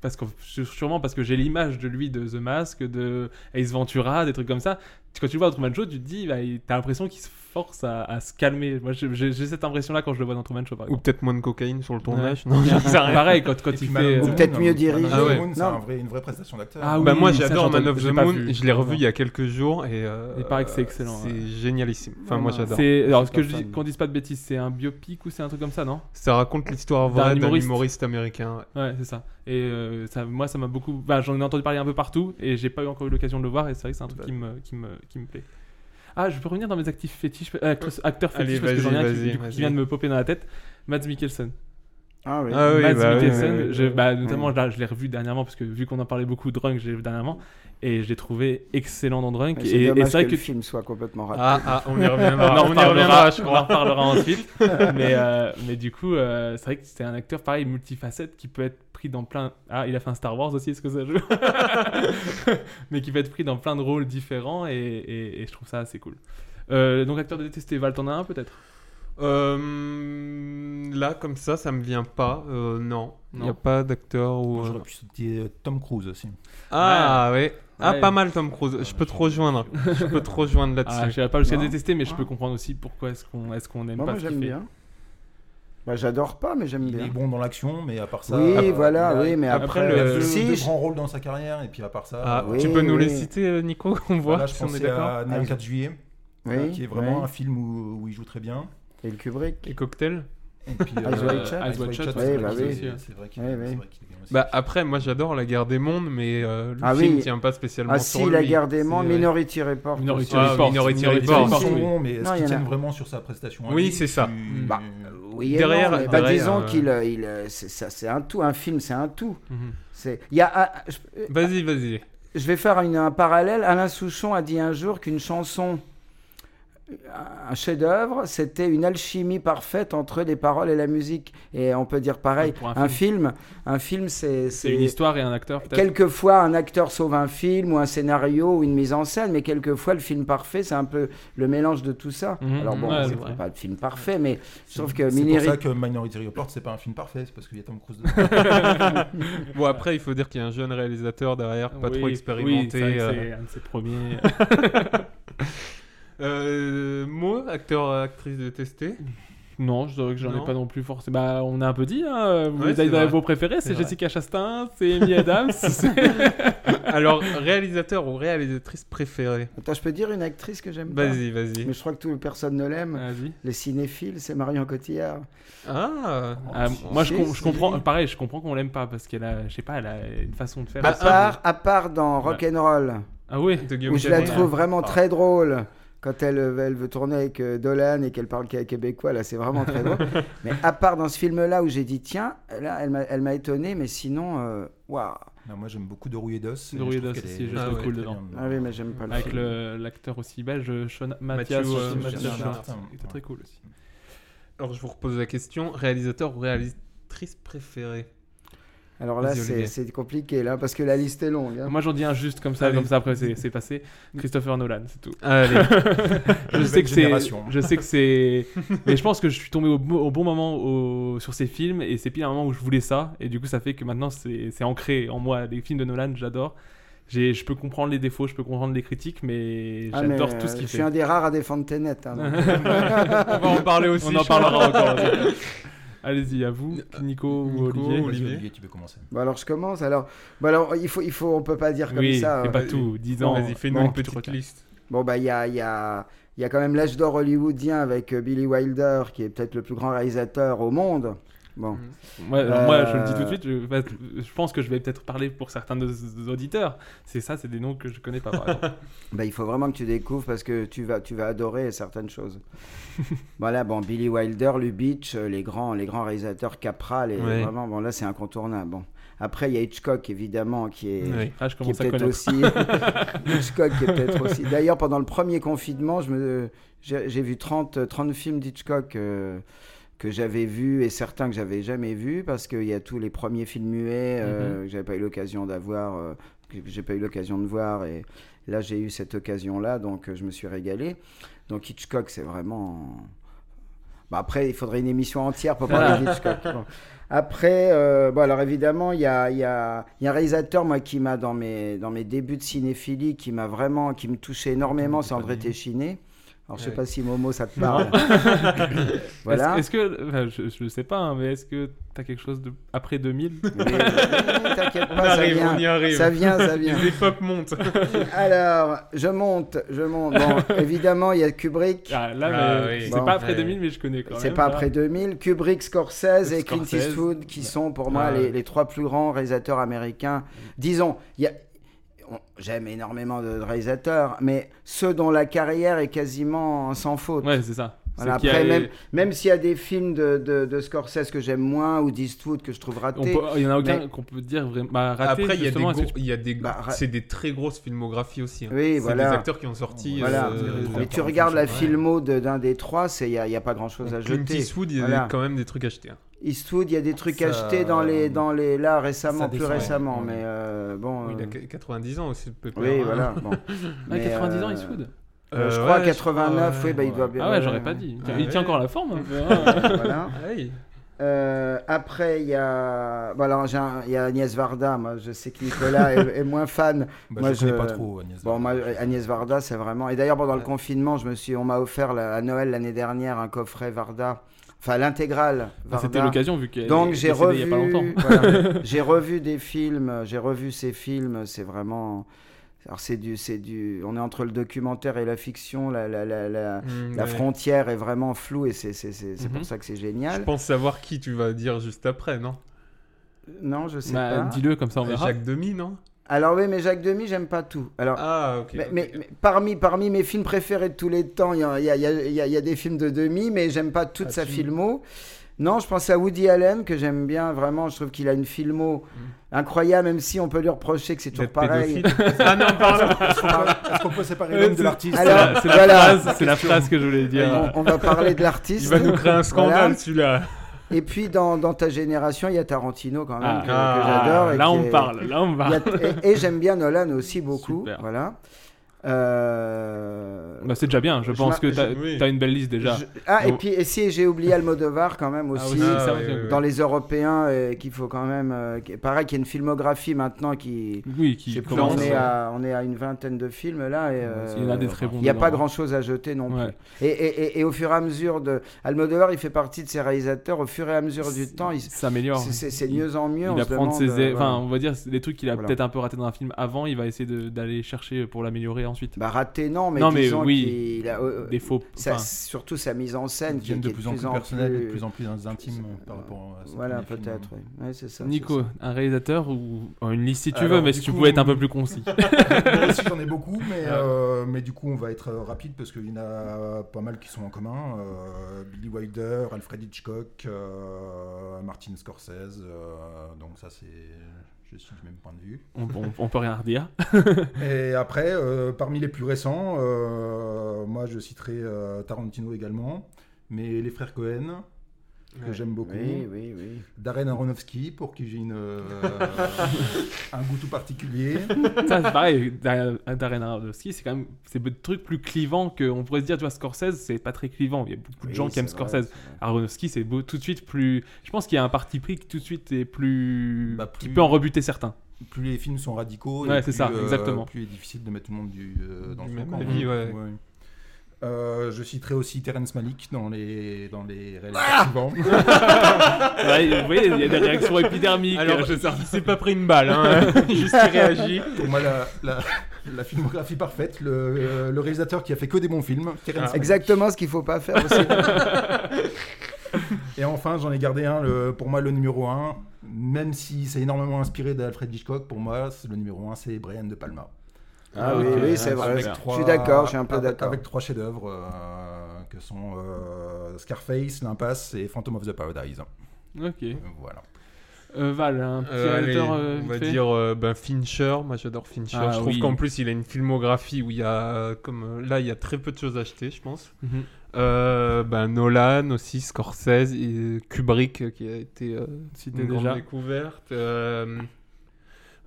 [SPEAKER 8] parce que, sûrement parce que j'ai l'image de lui de The Mask, de Ace Ventura, des trucs comme ça. Tu- Quand tu le vois dans Truman Show, tu te dis, bah, il- t'as l'impression qu'il se force à, à se calmer. Moi, j'ai j'ai- j'ai cette impression-là quand je le vois dans Truman Show, par
[SPEAKER 7] Ou
[SPEAKER 8] exemple.
[SPEAKER 7] peut-être moins de cocaïne sur le tournage.
[SPEAKER 8] Ouais.
[SPEAKER 7] Non, j'en sais rien.
[SPEAKER 8] Pareil, quand,
[SPEAKER 5] Et
[SPEAKER 8] quand
[SPEAKER 5] puis
[SPEAKER 8] il
[SPEAKER 5] Man
[SPEAKER 8] fait. euh,
[SPEAKER 5] of the
[SPEAKER 9] Ou peut-être
[SPEAKER 5] Moon,
[SPEAKER 9] mieux
[SPEAKER 5] Man of the
[SPEAKER 9] diriger.
[SPEAKER 5] Moon, C'est
[SPEAKER 9] Non.
[SPEAKER 5] un vrai- une vraie prestation d'acteur.
[SPEAKER 8] Ah oui.
[SPEAKER 7] Bah, moi
[SPEAKER 8] ça,
[SPEAKER 7] j'adore
[SPEAKER 8] j'entends-
[SPEAKER 7] Man of the
[SPEAKER 8] j'ai pas
[SPEAKER 7] Moon,
[SPEAKER 8] vu.
[SPEAKER 7] je l'ai revu il y a quelques jours et euh,
[SPEAKER 8] Il paraît que c'est excellent,
[SPEAKER 7] C'est
[SPEAKER 8] ouais.
[SPEAKER 7] génialissime. Enfin moi j'adore.
[SPEAKER 8] C'est- Alors,
[SPEAKER 9] suis
[SPEAKER 8] ce que
[SPEAKER 9] pas
[SPEAKER 8] je dis,
[SPEAKER 9] fan.
[SPEAKER 8] qu'on dise pas de bêtises, c'est un biopic ou c'est un truc comme ça, non
[SPEAKER 7] Ça raconte l'histoire
[SPEAKER 8] D'un
[SPEAKER 7] vraie d'un
[SPEAKER 8] humoriste.
[SPEAKER 7] humoriste. américain.
[SPEAKER 8] Ouais, c'est ça. Et euh, ça, moi, ça m'a beaucoup. bah, j'en ai entendu parler un peu partout et j'ai pas eu encore eu l'occasion de le voir. Et c'est vrai que c'est un truc qui me, qui, me, qui me plaît. Ah, je peux revenir dans mes actifs fétiches, euh, acteurs- acteurs fétiches,
[SPEAKER 7] Allez,
[SPEAKER 8] parce que
[SPEAKER 7] vas-y,
[SPEAKER 8] j'en ai un qui,
[SPEAKER 7] vas-y,
[SPEAKER 8] du coup, qui
[SPEAKER 7] vas-y.
[SPEAKER 8] vient de me popper dans la tête. Mads Mikkelsen.
[SPEAKER 9] Ah oui.
[SPEAKER 7] Ah oui,
[SPEAKER 8] Mads
[SPEAKER 7] bah oui,
[SPEAKER 8] Mikkelsen,
[SPEAKER 7] oui, oui. Mm.
[SPEAKER 8] je- bah, notamment, là, je l'ai revu dernièrement, parce que vu qu'on en parlait beaucoup, Drunk, j'ai vu dernièrement. Et je l'ai trouvé excellent dans Drunk.
[SPEAKER 9] Mais
[SPEAKER 8] Et,
[SPEAKER 9] C'est
[SPEAKER 8] et
[SPEAKER 9] dommage
[SPEAKER 8] c'est vrai
[SPEAKER 9] que,
[SPEAKER 8] que.
[SPEAKER 9] le film soit complètement raté.
[SPEAKER 7] Ah ah, on y reviendra.
[SPEAKER 8] Non, on, y reviendra,
[SPEAKER 7] je
[SPEAKER 8] on
[SPEAKER 7] crois.
[SPEAKER 8] en reparlera ensuite. mais, euh, mais du coup, euh, c'est vrai que c'est un acteur pareil, multifacette, qui peut être pris dans plein. Ah, il a fait un Star Wars aussi, est-ce que ça joue Mais qui peut être pris dans plein de rôles différents et, et- et je trouve ça assez cool. Euh, donc, acteur de détesté, Val, t'en as un peut-être
[SPEAKER 7] Euh, là comme ça, ça me vient pas. Euh, non, il
[SPEAKER 8] Non.
[SPEAKER 7] n'y a pas d'acteur ou. euh,
[SPEAKER 5] J'aurais pu citer Tom Cruise aussi.
[SPEAKER 7] Ah ouais. Ah
[SPEAKER 8] Ouais.
[SPEAKER 7] pas mal Tom Cruise. Je peux te rejoindre. Je peux te rejoindre
[SPEAKER 8] Ah,
[SPEAKER 7] là-dessus.
[SPEAKER 8] je ne pas jusqu'à
[SPEAKER 9] Non.
[SPEAKER 8] détester, mais je peux comprendre aussi pourquoi est-ce qu'on est qu'on aime
[SPEAKER 9] Moi,
[SPEAKER 8] pas
[SPEAKER 9] moi,
[SPEAKER 8] ce
[SPEAKER 9] j'aime
[SPEAKER 8] qu'il fait.
[SPEAKER 9] bien. Bah, j'adore pas, mais j'aime
[SPEAKER 5] Il est
[SPEAKER 9] bien.
[SPEAKER 5] bon dans l'action, mais à part ça.
[SPEAKER 9] Oui,
[SPEAKER 5] euh,
[SPEAKER 9] voilà,
[SPEAKER 5] il a-
[SPEAKER 9] oui, mais
[SPEAKER 7] après,
[SPEAKER 9] après. euh,
[SPEAKER 5] Il a
[SPEAKER 7] le-
[SPEAKER 5] deux,
[SPEAKER 9] si,
[SPEAKER 5] deux
[SPEAKER 9] je-
[SPEAKER 5] grands rôles dans sa carrière, et puis à part ça.
[SPEAKER 7] Ah,
[SPEAKER 5] euh,
[SPEAKER 7] tu
[SPEAKER 9] Oui,
[SPEAKER 7] peux nous les
[SPEAKER 9] oui. Bah,
[SPEAKER 7] citer, euh, Nico, qu'on voit
[SPEAKER 5] voilà, je
[SPEAKER 7] si on est
[SPEAKER 5] pensais
[SPEAKER 7] d'accord.
[SPEAKER 5] à Né le 4 juillet,
[SPEAKER 9] oui,
[SPEAKER 5] qui est vraiment
[SPEAKER 9] oui.
[SPEAKER 5] un film où, où il joue très bien.
[SPEAKER 9] Et le Kubrick.
[SPEAKER 7] Les cocktails.
[SPEAKER 5] Et puis,
[SPEAKER 9] Eyes Wide Shut.
[SPEAKER 5] Eyes Wide
[SPEAKER 8] Eyes Wide
[SPEAKER 5] Shut,
[SPEAKER 8] Shut,
[SPEAKER 5] c'est
[SPEAKER 9] oui,
[SPEAKER 5] vrai
[SPEAKER 9] bah
[SPEAKER 5] qu'il est-
[SPEAKER 9] oui.
[SPEAKER 5] c'est vrai qu'il est
[SPEAKER 9] Oui,
[SPEAKER 5] c'est
[SPEAKER 9] oui.
[SPEAKER 5] vrai qu'il est bien aussi.
[SPEAKER 7] Bah après, moi j'adore la guerre des mondes, mais euh, le
[SPEAKER 9] Ah
[SPEAKER 7] film
[SPEAKER 9] oui.
[SPEAKER 7] tient pas spécialement
[SPEAKER 9] Ah
[SPEAKER 7] sur
[SPEAKER 9] si,
[SPEAKER 7] lui.
[SPEAKER 9] la garde des
[SPEAKER 7] C'est,
[SPEAKER 9] mondes,
[SPEAKER 7] euh,
[SPEAKER 9] Minority Report.
[SPEAKER 8] Minority
[SPEAKER 7] Ah,
[SPEAKER 8] Report.
[SPEAKER 7] Minority Report.
[SPEAKER 5] Ils
[SPEAKER 9] oui.
[SPEAKER 5] sont, mais est-ce
[SPEAKER 9] Non, il y
[SPEAKER 5] qu'ils
[SPEAKER 9] en a.
[SPEAKER 5] tiennent vraiment sur sa prestation à
[SPEAKER 7] Oui,
[SPEAKER 5] lui Mmh.
[SPEAKER 7] c'est ça.
[SPEAKER 5] Tu-
[SPEAKER 7] Bah,
[SPEAKER 9] Oui et
[SPEAKER 7] Derrière-
[SPEAKER 9] non, mais bah,
[SPEAKER 7] derrière,
[SPEAKER 9] disons
[SPEAKER 7] euh,
[SPEAKER 9] qu'il euh, il, euh, c'est ça, c'est un tout, un film c'est un tout.
[SPEAKER 8] Mhm.
[SPEAKER 9] C'est il y a un- je, euh,
[SPEAKER 7] Vas-y, vas-y.
[SPEAKER 9] je vais faire une- un parallèle. Alain Souchon a dit un jour qu'une chanson, euh, un chef-d'œuvre, c'était une alchimie parfaite entre les paroles et la musique. Et on peut dire pareil.
[SPEAKER 8] Ouais, pour un
[SPEAKER 9] un, film, un film c'est
[SPEAKER 8] C'est une histoire et un acteur peut-être
[SPEAKER 9] Quelquefois, un acteur sauve un film ou un scénario ou une mise en scène, mais quelquefois, le film parfait, c'est un peu le mélange de tout ça.
[SPEAKER 8] Mhm.
[SPEAKER 9] Alors bon,
[SPEAKER 8] Ouais, c'est
[SPEAKER 9] c'est
[SPEAKER 8] vrai.
[SPEAKER 9] pas de film parfait, mais je trouve que
[SPEAKER 5] C'est pour
[SPEAKER 9] Mineri...
[SPEAKER 5] ça que Minority Report, c'est pas un film parfait, c'est parce qu'il y a Tom Cruise dedans.
[SPEAKER 7] Bon, après, il faut dire qu'il y a un jeune réalisateur derrière, pas
[SPEAKER 8] Oui,
[SPEAKER 7] trop
[SPEAKER 8] oui,
[SPEAKER 7] expérimenté.
[SPEAKER 8] c'est vrai que
[SPEAKER 7] euh,
[SPEAKER 8] c'est un de ses premiers.
[SPEAKER 7] euh, Mo, acteur, euh, actrice détestée.
[SPEAKER 8] Non, je dirais que j'en ai
[SPEAKER 7] Non.
[SPEAKER 8] pas non plus forcément. Bah, on a un peu dit, hein, vous
[SPEAKER 7] Ouais,
[SPEAKER 8] les avez
[SPEAKER 7] c'est
[SPEAKER 8] dans
[SPEAKER 7] vrai.
[SPEAKER 8] vos préférés, c'est
[SPEAKER 7] C'est vrai.
[SPEAKER 8] Jessica Chastain, c'est Amy Adams. c'est-
[SPEAKER 7] Alors, réalisateur ou réalisatrice préférée
[SPEAKER 9] Attends, je peux dire une actrice que j'aime pas
[SPEAKER 7] Vas-y, vas-y.
[SPEAKER 9] Bah. Mais je crois que tout, personne ne l'aime.
[SPEAKER 8] Vas-y.
[SPEAKER 9] Les cinéphiles, c'est Marion Cotillard.
[SPEAKER 7] Ah
[SPEAKER 8] Ah, moi, je,
[SPEAKER 9] si,
[SPEAKER 8] com- je
[SPEAKER 9] si.
[SPEAKER 8] comprends. Pareil, je comprends qu'on l'aime pas parce qu'elle a, je sais pas, elle a une façon de faire.
[SPEAKER 9] À part, à part dans
[SPEAKER 8] Ah Ouais.
[SPEAKER 9] Rock'n'Roll,
[SPEAKER 8] Ah ouais.
[SPEAKER 7] De Guillaume
[SPEAKER 9] où je la
[SPEAKER 7] Canet.
[SPEAKER 9] trouve vraiment
[SPEAKER 8] Ah.
[SPEAKER 9] très drôle. Quand elle, elle veut tourner avec euh, Dolan et qu'elle parle qué- québécois, là, c'est vraiment très drôle. mais à part dans ce film-là où j'ai dit, tiens, là, elle m'a- elle m'a étonné, mais sinon, euh, waouh.
[SPEAKER 5] Non, moi, j'aime beaucoup De Rouille et d'Os.
[SPEAKER 8] De
[SPEAKER 5] et je
[SPEAKER 8] Rouille et
[SPEAKER 5] trouve
[SPEAKER 8] d'Os
[SPEAKER 5] qu'elle
[SPEAKER 8] aussi,
[SPEAKER 5] est-
[SPEAKER 8] je
[SPEAKER 5] elle
[SPEAKER 7] trouve
[SPEAKER 5] est
[SPEAKER 7] cool
[SPEAKER 5] très
[SPEAKER 8] dedans.
[SPEAKER 5] bien.
[SPEAKER 9] Ah oui, mais j'aime pas le
[SPEAKER 8] Avec
[SPEAKER 9] film.
[SPEAKER 8] le- l'acteur aussi belge, Sean
[SPEAKER 7] Mathieu,
[SPEAKER 8] Mathias.
[SPEAKER 7] euh,
[SPEAKER 8] Mathias
[SPEAKER 7] Mathias
[SPEAKER 8] Schoenaert.
[SPEAKER 5] Schoenaert.
[SPEAKER 8] Il était très cool aussi.
[SPEAKER 7] Alors, je vous repose la question. Réalisateur ou réalisatrice préférée
[SPEAKER 9] Alors là,
[SPEAKER 7] Vas-y,
[SPEAKER 9] c'est
[SPEAKER 7] Olivier.
[SPEAKER 9] c'est compliqué, là, parce que la liste est longue. hein.
[SPEAKER 8] Moi j'en dis un juste comme ça,
[SPEAKER 7] Allez.
[SPEAKER 8] comme ça après c'est c'est passé. Christopher Nolan, c'est tout.
[SPEAKER 7] Allez,
[SPEAKER 8] je
[SPEAKER 5] Nouvelle
[SPEAKER 8] sais que c'est,
[SPEAKER 5] génération.
[SPEAKER 8] je sais que c'est, mais je pense que je suis tombé au, bo- au bon moment au- sur ces films et c'est pile un moment où je voulais ça et du coup ça fait que maintenant c'est c'est ancré en moi. Les films de Nolan, j'adore. J'ai, je peux comprendre les défauts, je peux comprendre les critiques, mais
[SPEAKER 9] Ah,
[SPEAKER 8] j'adore
[SPEAKER 9] mais,
[SPEAKER 8] tout ce
[SPEAKER 9] euh,
[SPEAKER 8] qu'il
[SPEAKER 9] Je suis
[SPEAKER 8] fait.
[SPEAKER 9] un des rares à défendre Tenet. hein, donc.
[SPEAKER 7] on va en parler aussi.
[SPEAKER 8] On en
[SPEAKER 7] je
[SPEAKER 8] parlera
[SPEAKER 7] crois.
[SPEAKER 8] encore. Allez-y, à vous, Nico,
[SPEAKER 7] Nico,
[SPEAKER 8] ou Olivier.
[SPEAKER 5] Vas-y,
[SPEAKER 7] Olivier.
[SPEAKER 5] Olivier, tu peux commencer.
[SPEAKER 9] bon, alors je commence. Alors, bon, alors il faut, il faut, on peut pas dire comme
[SPEAKER 8] oui,
[SPEAKER 9] ça.
[SPEAKER 8] mais
[SPEAKER 9] euh,
[SPEAKER 8] pas tout. Disons,
[SPEAKER 7] Non, vas-y, fais-nous
[SPEAKER 9] Bon,
[SPEAKER 7] une petite liste.
[SPEAKER 9] Bon, bah, il y a, il y, a, il y a quand même l'âge d'or hollywoodien avec euh, Billy Wilder, qui est peut-être le plus grand réalisateur au monde. Bon,
[SPEAKER 8] Moi, alors moi,
[SPEAKER 9] Euh,
[SPEAKER 8] je le dis tout de suite, je, bah, je pense que je vais peut-être parler pour certains de nos auditeurs. C'est ça, c'est des noms que je connais pas. par exemple.
[SPEAKER 9] bah, il faut vraiment que tu découvres parce que tu vas, tu vas adorer certaines choses. voilà, bon, Billy Wilder, Lubitsch, euh, les grands, les grands réalisateurs Capra, les,
[SPEAKER 7] Ouais.
[SPEAKER 9] vraiment, bon, là, c'est incontournable. Bon. Après, il y a Hitchcock, évidemment, qui est,
[SPEAKER 7] Ouais.
[SPEAKER 8] ah, je
[SPEAKER 9] qui est
[SPEAKER 8] commence à
[SPEAKER 9] peut-être aussi
[SPEAKER 8] connaître.
[SPEAKER 9] Hitchcock qui est peut-être aussi d'ailleurs pendant le premier confinement je me j'ai j'ai vu 30 30 films d'Hitchcock euh, que j'avais vus et certains que j'avais jamais vus parce qu'il y a tous les premiers films muets euh,
[SPEAKER 8] Mhm.
[SPEAKER 9] que j'avais pas eu l'occasion d'avoir euh, que j'ai pas eu l'occasion de voir et là j'ai eu cette occasion là donc euh, je me suis régalé donc Hitchcock c'est vraiment Bah, après, il faudrait une émission entière pour
[SPEAKER 7] Ah.
[SPEAKER 9] parler d'Hitchcock. Bon. Après, euh, bon, alors évidemment, il y a, il y a- il y a un réalisateur, moi, qui m'a, dans mes, dans mes débuts de cinéphilie, qui m'a vraiment, qui me touchait énormément, c'est André Téchiné. Alors, je sais
[SPEAKER 7] Ouais.
[SPEAKER 9] pas si Momo, ça te parle. voilà.
[SPEAKER 8] Est-ce- Est-ce que, enfin, je, je le sais pas, hein, mais est-ce que t'as quelque chose de après 2000
[SPEAKER 9] Mais- mais T'inquiète
[SPEAKER 7] On
[SPEAKER 9] pas, ça
[SPEAKER 7] arrive,
[SPEAKER 9] vient.
[SPEAKER 7] on y arrive.
[SPEAKER 9] Ça vient, ça vient.
[SPEAKER 7] Les pop montent.
[SPEAKER 9] Alors, je monte, je monte. Bon, évidemment, il y a Kubrick.
[SPEAKER 8] Ah, Là,
[SPEAKER 7] Ah,
[SPEAKER 8] mais
[SPEAKER 7] oui.
[SPEAKER 8] c'est
[SPEAKER 9] Bon.
[SPEAKER 8] pas après
[SPEAKER 7] Ouais.
[SPEAKER 8] 2000, mais je connais quand même.
[SPEAKER 9] C'est pas
[SPEAKER 8] là.
[SPEAKER 9] après 2000. Kubrick, Scorsese et Clint
[SPEAKER 8] Scorsese.
[SPEAKER 9] Eastwood qui sont pour moi
[SPEAKER 7] Ouais.
[SPEAKER 9] les, les trois plus grands réalisateurs américains. Disons, il y a- on- J'aime énormément de réalisateurs, mais ceux dont la carrière est quasiment sans faute.
[SPEAKER 8] Ouais, c'est ça. C'est
[SPEAKER 9] Voilà,
[SPEAKER 8] qu'il y a-
[SPEAKER 9] après, même, même s'il y a des films de, de, de Scorsese que j'aime moins ou d'Eastwood que je trouve
[SPEAKER 8] on
[SPEAKER 9] ratés,
[SPEAKER 8] peut- il y en a aucun
[SPEAKER 9] mais-
[SPEAKER 8] qu'on peut dire vraiment bah,
[SPEAKER 7] Après,
[SPEAKER 8] raté.
[SPEAKER 7] il y a des,
[SPEAKER 8] justement, est-ce que
[SPEAKER 7] gros- il y a des,
[SPEAKER 9] Bah, ra-
[SPEAKER 7] c'est des très grosses filmographies aussi. hein.
[SPEAKER 9] Oui,
[SPEAKER 7] c'est
[SPEAKER 9] voilà.
[SPEAKER 7] des acteurs qui ont sorti.
[SPEAKER 9] Voilà.
[SPEAKER 7] euh,
[SPEAKER 9] mais
[SPEAKER 5] Ouais,
[SPEAKER 9] tu
[SPEAKER 5] en
[SPEAKER 9] regardes la
[SPEAKER 5] fonction, ouais.
[SPEAKER 9] filmo de- d'un des trois, c'est- il n'y a, il y a pas grand-chose à
[SPEAKER 7] Clint
[SPEAKER 9] jeter.
[SPEAKER 7] Eastwood, il y a des-
[SPEAKER 9] Voilà.
[SPEAKER 7] quand même des trucs achetés. hein.
[SPEAKER 9] Eastwood, il y a des trucs
[SPEAKER 5] Ça-
[SPEAKER 9] achetés dans les, dans les, là récemment,
[SPEAKER 5] ça
[SPEAKER 9] plus
[SPEAKER 5] descend, ouais.
[SPEAKER 9] récemment,
[SPEAKER 5] Ouais.
[SPEAKER 9] mais euh, bon.
[SPEAKER 7] Il
[SPEAKER 9] euh,
[SPEAKER 7] a qu- 90 ans aussi, le Pepper.
[SPEAKER 9] Oui,
[SPEAKER 7] hein.
[SPEAKER 9] voilà. Bon.
[SPEAKER 8] Ah,
[SPEAKER 9] Mais,
[SPEAKER 8] 90 ans,
[SPEAKER 9] euh,
[SPEAKER 8] Eastwood.
[SPEAKER 9] euh, je
[SPEAKER 7] Euh,
[SPEAKER 9] crois
[SPEAKER 7] ouais,
[SPEAKER 9] 89,
[SPEAKER 7] ouais,
[SPEAKER 9] oui, bah, il doit bien.
[SPEAKER 8] Ah ouais, j'aurais pas dit. Il tient- Il
[SPEAKER 7] Ouais.
[SPEAKER 8] tient encore la forme un peu. hein.
[SPEAKER 9] Voilà.
[SPEAKER 8] Ah oui.
[SPEAKER 9] Euh, après, il y a. Bon, alors, j'ai un- il y a Agnès Varda. Moi, je sais que Nicolas est, est moins fan.
[SPEAKER 5] Bah,
[SPEAKER 9] Moi,
[SPEAKER 5] je connais
[SPEAKER 9] je- Bah,
[SPEAKER 5] pas trop Agnès.
[SPEAKER 9] Bon, moi, Agnès Varda, c'est vraiment. Et d'ailleurs, pendant le confinement, je me suis... on m'a offert la- à Noël l'année dernière un coffret Varda. Enfin, l'intégrale.
[SPEAKER 8] Enfin, Ah, C'était
[SPEAKER 9] Varda.
[SPEAKER 8] l'occasion vu qu'elle
[SPEAKER 9] Donc
[SPEAKER 8] est
[SPEAKER 9] j'ai
[SPEAKER 8] décédée
[SPEAKER 9] revu,
[SPEAKER 8] il y a pas longtemps.
[SPEAKER 9] voilà. j'ai revu des films, j'ai revu ces films, c'est vraiment, alors c'est du, c'est du, on est entre le documentaire et la fiction, la, la, la, la,
[SPEAKER 7] Mm,
[SPEAKER 9] la
[SPEAKER 7] ouais.
[SPEAKER 9] frontière est vraiment floue et c'est, c'est, c'est, c'est
[SPEAKER 8] Mhm.
[SPEAKER 9] pour ça que c'est
[SPEAKER 7] Je
[SPEAKER 9] génial.
[SPEAKER 7] pense savoir qui tu vas dire juste après, non
[SPEAKER 9] Non, je sais
[SPEAKER 8] Bah,
[SPEAKER 9] pas.
[SPEAKER 8] Dis-le comme ça, on verra.
[SPEAKER 7] Jacques Demi, non
[SPEAKER 9] Alors oui, mais Jacques Demy, j'aime pas tout. Alors.
[SPEAKER 7] Ah, ok.
[SPEAKER 9] mais,
[SPEAKER 7] ok.
[SPEAKER 9] mais- mais parmi, parmi mes films préférés de tous les temps, il y a, il y a- il y a- il y a- il y a des films de demi, mais j'aime pas toute
[SPEAKER 7] Ah,
[SPEAKER 9] sa
[SPEAKER 7] tu-
[SPEAKER 9] filmo. Non, je pense à Woody Allen, que j'aime bien vraiment. Je trouve qu'il a une filmo incroyable, même si on peut lui reprocher que c'est toujours
[SPEAKER 7] D'être
[SPEAKER 9] pareil.
[SPEAKER 7] Mm. pédophile. ah non, pardon.
[SPEAKER 5] Est-ce qu'on peut séparer l'homme de l'artiste
[SPEAKER 9] Alors,
[SPEAKER 8] C'est la
[SPEAKER 9] voilà,
[SPEAKER 8] phrase- c'est la phrase que je voulais dire.
[SPEAKER 9] on, on va parler de
[SPEAKER 7] Il
[SPEAKER 9] l'artiste.
[SPEAKER 7] va nous créer un scandale,
[SPEAKER 9] Voilà.
[SPEAKER 7] celui-là.
[SPEAKER 9] Et puis, dans, dans ta génération, il y a Tarantino quand même, que- que,
[SPEAKER 7] Ah,
[SPEAKER 9] j'adore. et
[SPEAKER 8] là,
[SPEAKER 9] qui
[SPEAKER 8] on
[SPEAKER 9] est-
[SPEAKER 8] parle. Là, on
[SPEAKER 9] il y
[SPEAKER 8] parle.
[SPEAKER 9] a- et et j'aime bien Nolan aussi beaucoup.
[SPEAKER 8] Super.
[SPEAKER 9] Voilà. Euh,
[SPEAKER 8] Bah, c'est déjà bien. Je
[SPEAKER 9] Je
[SPEAKER 8] pense
[SPEAKER 9] m'a-
[SPEAKER 8] que t'as
[SPEAKER 7] je- oui.
[SPEAKER 8] t'as une belle liste déjà.
[SPEAKER 9] Je- Ah, et
[SPEAKER 8] Donc-
[SPEAKER 9] puis, et si j'ai oublié Almodovar quand même
[SPEAKER 7] Ah,
[SPEAKER 9] aussi,
[SPEAKER 8] aussi, ça,
[SPEAKER 7] ouais,
[SPEAKER 8] c'est-
[SPEAKER 7] ouais,
[SPEAKER 9] dans
[SPEAKER 7] ouais.
[SPEAKER 9] les Européens, et qu'il faut quand même. euh, qui- pareil, qu'il y a une filmographie maintenant qui.
[SPEAKER 8] Oui, qui
[SPEAKER 9] je sais plus,
[SPEAKER 8] commence.
[SPEAKER 9] on, est à, on est à une vingtaine de films là. Et, euh,
[SPEAKER 8] Il y en a des très bons.
[SPEAKER 9] il n'y a pas
[SPEAKER 8] dedans. hein.
[SPEAKER 9] grand chose à jeter non
[SPEAKER 8] Ouais.
[SPEAKER 9] plus. Et, et- et- et au fur et à mesure de. Almodovar, il fait partie de ces réalisateurs, au fur et à mesure du temps, il-
[SPEAKER 8] Ça améliore.
[SPEAKER 9] c'est- c'est c'est de
[SPEAKER 8] Il-
[SPEAKER 9] mieux en mieux.
[SPEAKER 8] Il
[SPEAKER 9] on
[SPEAKER 8] va
[SPEAKER 9] se
[SPEAKER 8] prendre
[SPEAKER 9] demande,
[SPEAKER 8] ses.
[SPEAKER 9] euh,
[SPEAKER 8] Enfin,
[SPEAKER 9] voilà.
[SPEAKER 8] on va dire les trucs qu'il a
[SPEAKER 9] Voilà.
[SPEAKER 8] peut-être un peu raté dans un film avant, il va essayer de- d'aller chercher pour l'améliorer ensuite.
[SPEAKER 9] Bah, raté, non, mais,
[SPEAKER 8] Non, mais
[SPEAKER 9] disons
[SPEAKER 8] oui,
[SPEAKER 9] qu'il a, euh,
[SPEAKER 8] Des faux.
[SPEAKER 9] sa-
[SPEAKER 8] enfin,
[SPEAKER 9] surtout sa mise en
[SPEAKER 5] Ils
[SPEAKER 9] scène qui,
[SPEAKER 5] deviennent de
[SPEAKER 9] qui est
[SPEAKER 5] plus en plus personnels et de plus en plus intimes
[SPEAKER 9] euh,
[SPEAKER 5] par rapport à ce
[SPEAKER 9] Voilà,
[SPEAKER 5] premier film.
[SPEAKER 9] peut-être. oui. Ouais, c'est ça, c'est ça.
[SPEAKER 8] Nico, un réalisateur ou oh, une liste si tu
[SPEAKER 5] Alors,
[SPEAKER 8] veux, mais
[SPEAKER 5] du
[SPEAKER 8] si tu
[SPEAKER 5] coup,
[SPEAKER 8] pouvais être un peu plus concis.
[SPEAKER 5] Moi aussi, j'en ai beaucoup, mais, euh, mais du coup, on va être euh, rapide parce qu'il y en a pas mal qui sont en commun. Euh, Billy Wilder, Alfred Hitchcock, euh, Martin Scorsese. euh, donc, ça, c'est. Je suis du même point de vue.
[SPEAKER 8] on, on- on peut rien redire.
[SPEAKER 5] Et après, euh, parmi les plus récents, euh, moi, je citerai euh, Tarantino également, mais les frères Cohen. que j'aime beaucoup.
[SPEAKER 9] Oui, oui, oui.
[SPEAKER 5] Darren Aronofsky, pour qui j'ai une, euh, un goût tout particulier.
[SPEAKER 8] Ça, c'est pareil, Darren Darren Aronofsky, c'est quand même c'est des trucs plus clivants qu'on pourrait se dire, tu vois, Scorsese, c'est pas très clivant. Il y a beaucoup de
[SPEAKER 9] Oui,
[SPEAKER 8] gens qui aiment
[SPEAKER 9] c'est vrai,
[SPEAKER 8] Scorsese.
[SPEAKER 9] c'est vrai.
[SPEAKER 8] Aronofsky, c'est beau, tout de suite plus. Je pense qu'il y a un parti pris qui tout de suite est plus.
[SPEAKER 5] Bah,
[SPEAKER 8] qui
[SPEAKER 5] plus-
[SPEAKER 8] peut en rebuter certains.
[SPEAKER 5] Plus les films sont radicaux, et
[SPEAKER 8] Ouais, c'est
[SPEAKER 5] plus,
[SPEAKER 8] ça,
[SPEAKER 5] euh,
[SPEAKER 8] exactement.
[SPEAKER 5] plus il est difficile de mettre tout le monde du, euh, dans
[SPEAKER 7] Du
[SPEAKER 5] le
[SPEAKER 7] même
[SPEAKER 5] camp.
[SPEAKER 7] avis, ouais.
[SPEAKER 5] Euh, je citerai aussi Terence Malik dans les, dans les réalisateurs suivants.
[SPEAKER 8] Ouais, vous voyez, il y a des réactions épidermiques.
[SPEAKER 7] Alors,
[SPEAKER 8] euh,
[SPEAKER 7] je il s'est pas pris une balle, hein. juste il réagit.
[SPEAKER 5] Pour moi, la, la- la filmographie parfaite, le, euh, le réalisateur qui a fait que des bons films,
[SPEAKER 9] Ah.
[SPEAKER 5] Terrence Malick.
[SPEAKER 9] Exactement ce qu'il faut pas faire aussi.
[SPEAKER 5] Et enfin, j'en ai gardé un, le- pour moi, le numéro 1. Même si c'est énormément inspiré d'Alfred Hitchcock, pour moi, c'est- le numéro 1, c'est Brian De Palma.
[SPEAKER 9] ah oui,
[SPEAKER 8] ok,
[SPEAKER 9] oui, c'est
[SPEAKER 8] avec
[SPEAKER 9] vrai.
[SPEAKER 8] trois-
[SPEAKER 9] Je suis d'accord, je suis un peu
[SPEAKER 5] Euh, avec-
[SPEAKER 9] d'accord.
[SPEAKER 5] Avec trois chefs-d'œuvre euh, que sont euh, Scarface, L'Impasse et Phantom of the Paradise.
[SPEAKER 8] Ok.
[SPEAKER 5] Voilà.
[SPEAKER 8] Euh, Val, un petit
[SPEAKER 7] Euh, allez,
[SPEAKER 8] réalisateur, euh,
[SPEAKER 7] on
[SPEAKER 8] vite
[SPEAKER 7] va
[SPEAKER 8] fait
[SPEAKER 7] dire euh, ben, Fincher, moi j'adore Fincher.
[SPEAKER 8] Ah,
[SPEAKER 7] je trouve
[SPEAKER 8] oui.
[SPEAKER 7] qu'en plus il a une filmographie où il y a euh, comme euh, là il y a très peu de choses achetées, je pense.
[SPEAKER 8] Mhm.
[SPEAKER 7] Euh, ben, Nolan aussi, Scorsese, et euh, Kubrick euh, qui a été euh,
[SPEAKER 8] Cité
[SPEAKER 7] une grande
[SPEAKER 8] déjà.
[SPEAKER 7] découverte. Euh,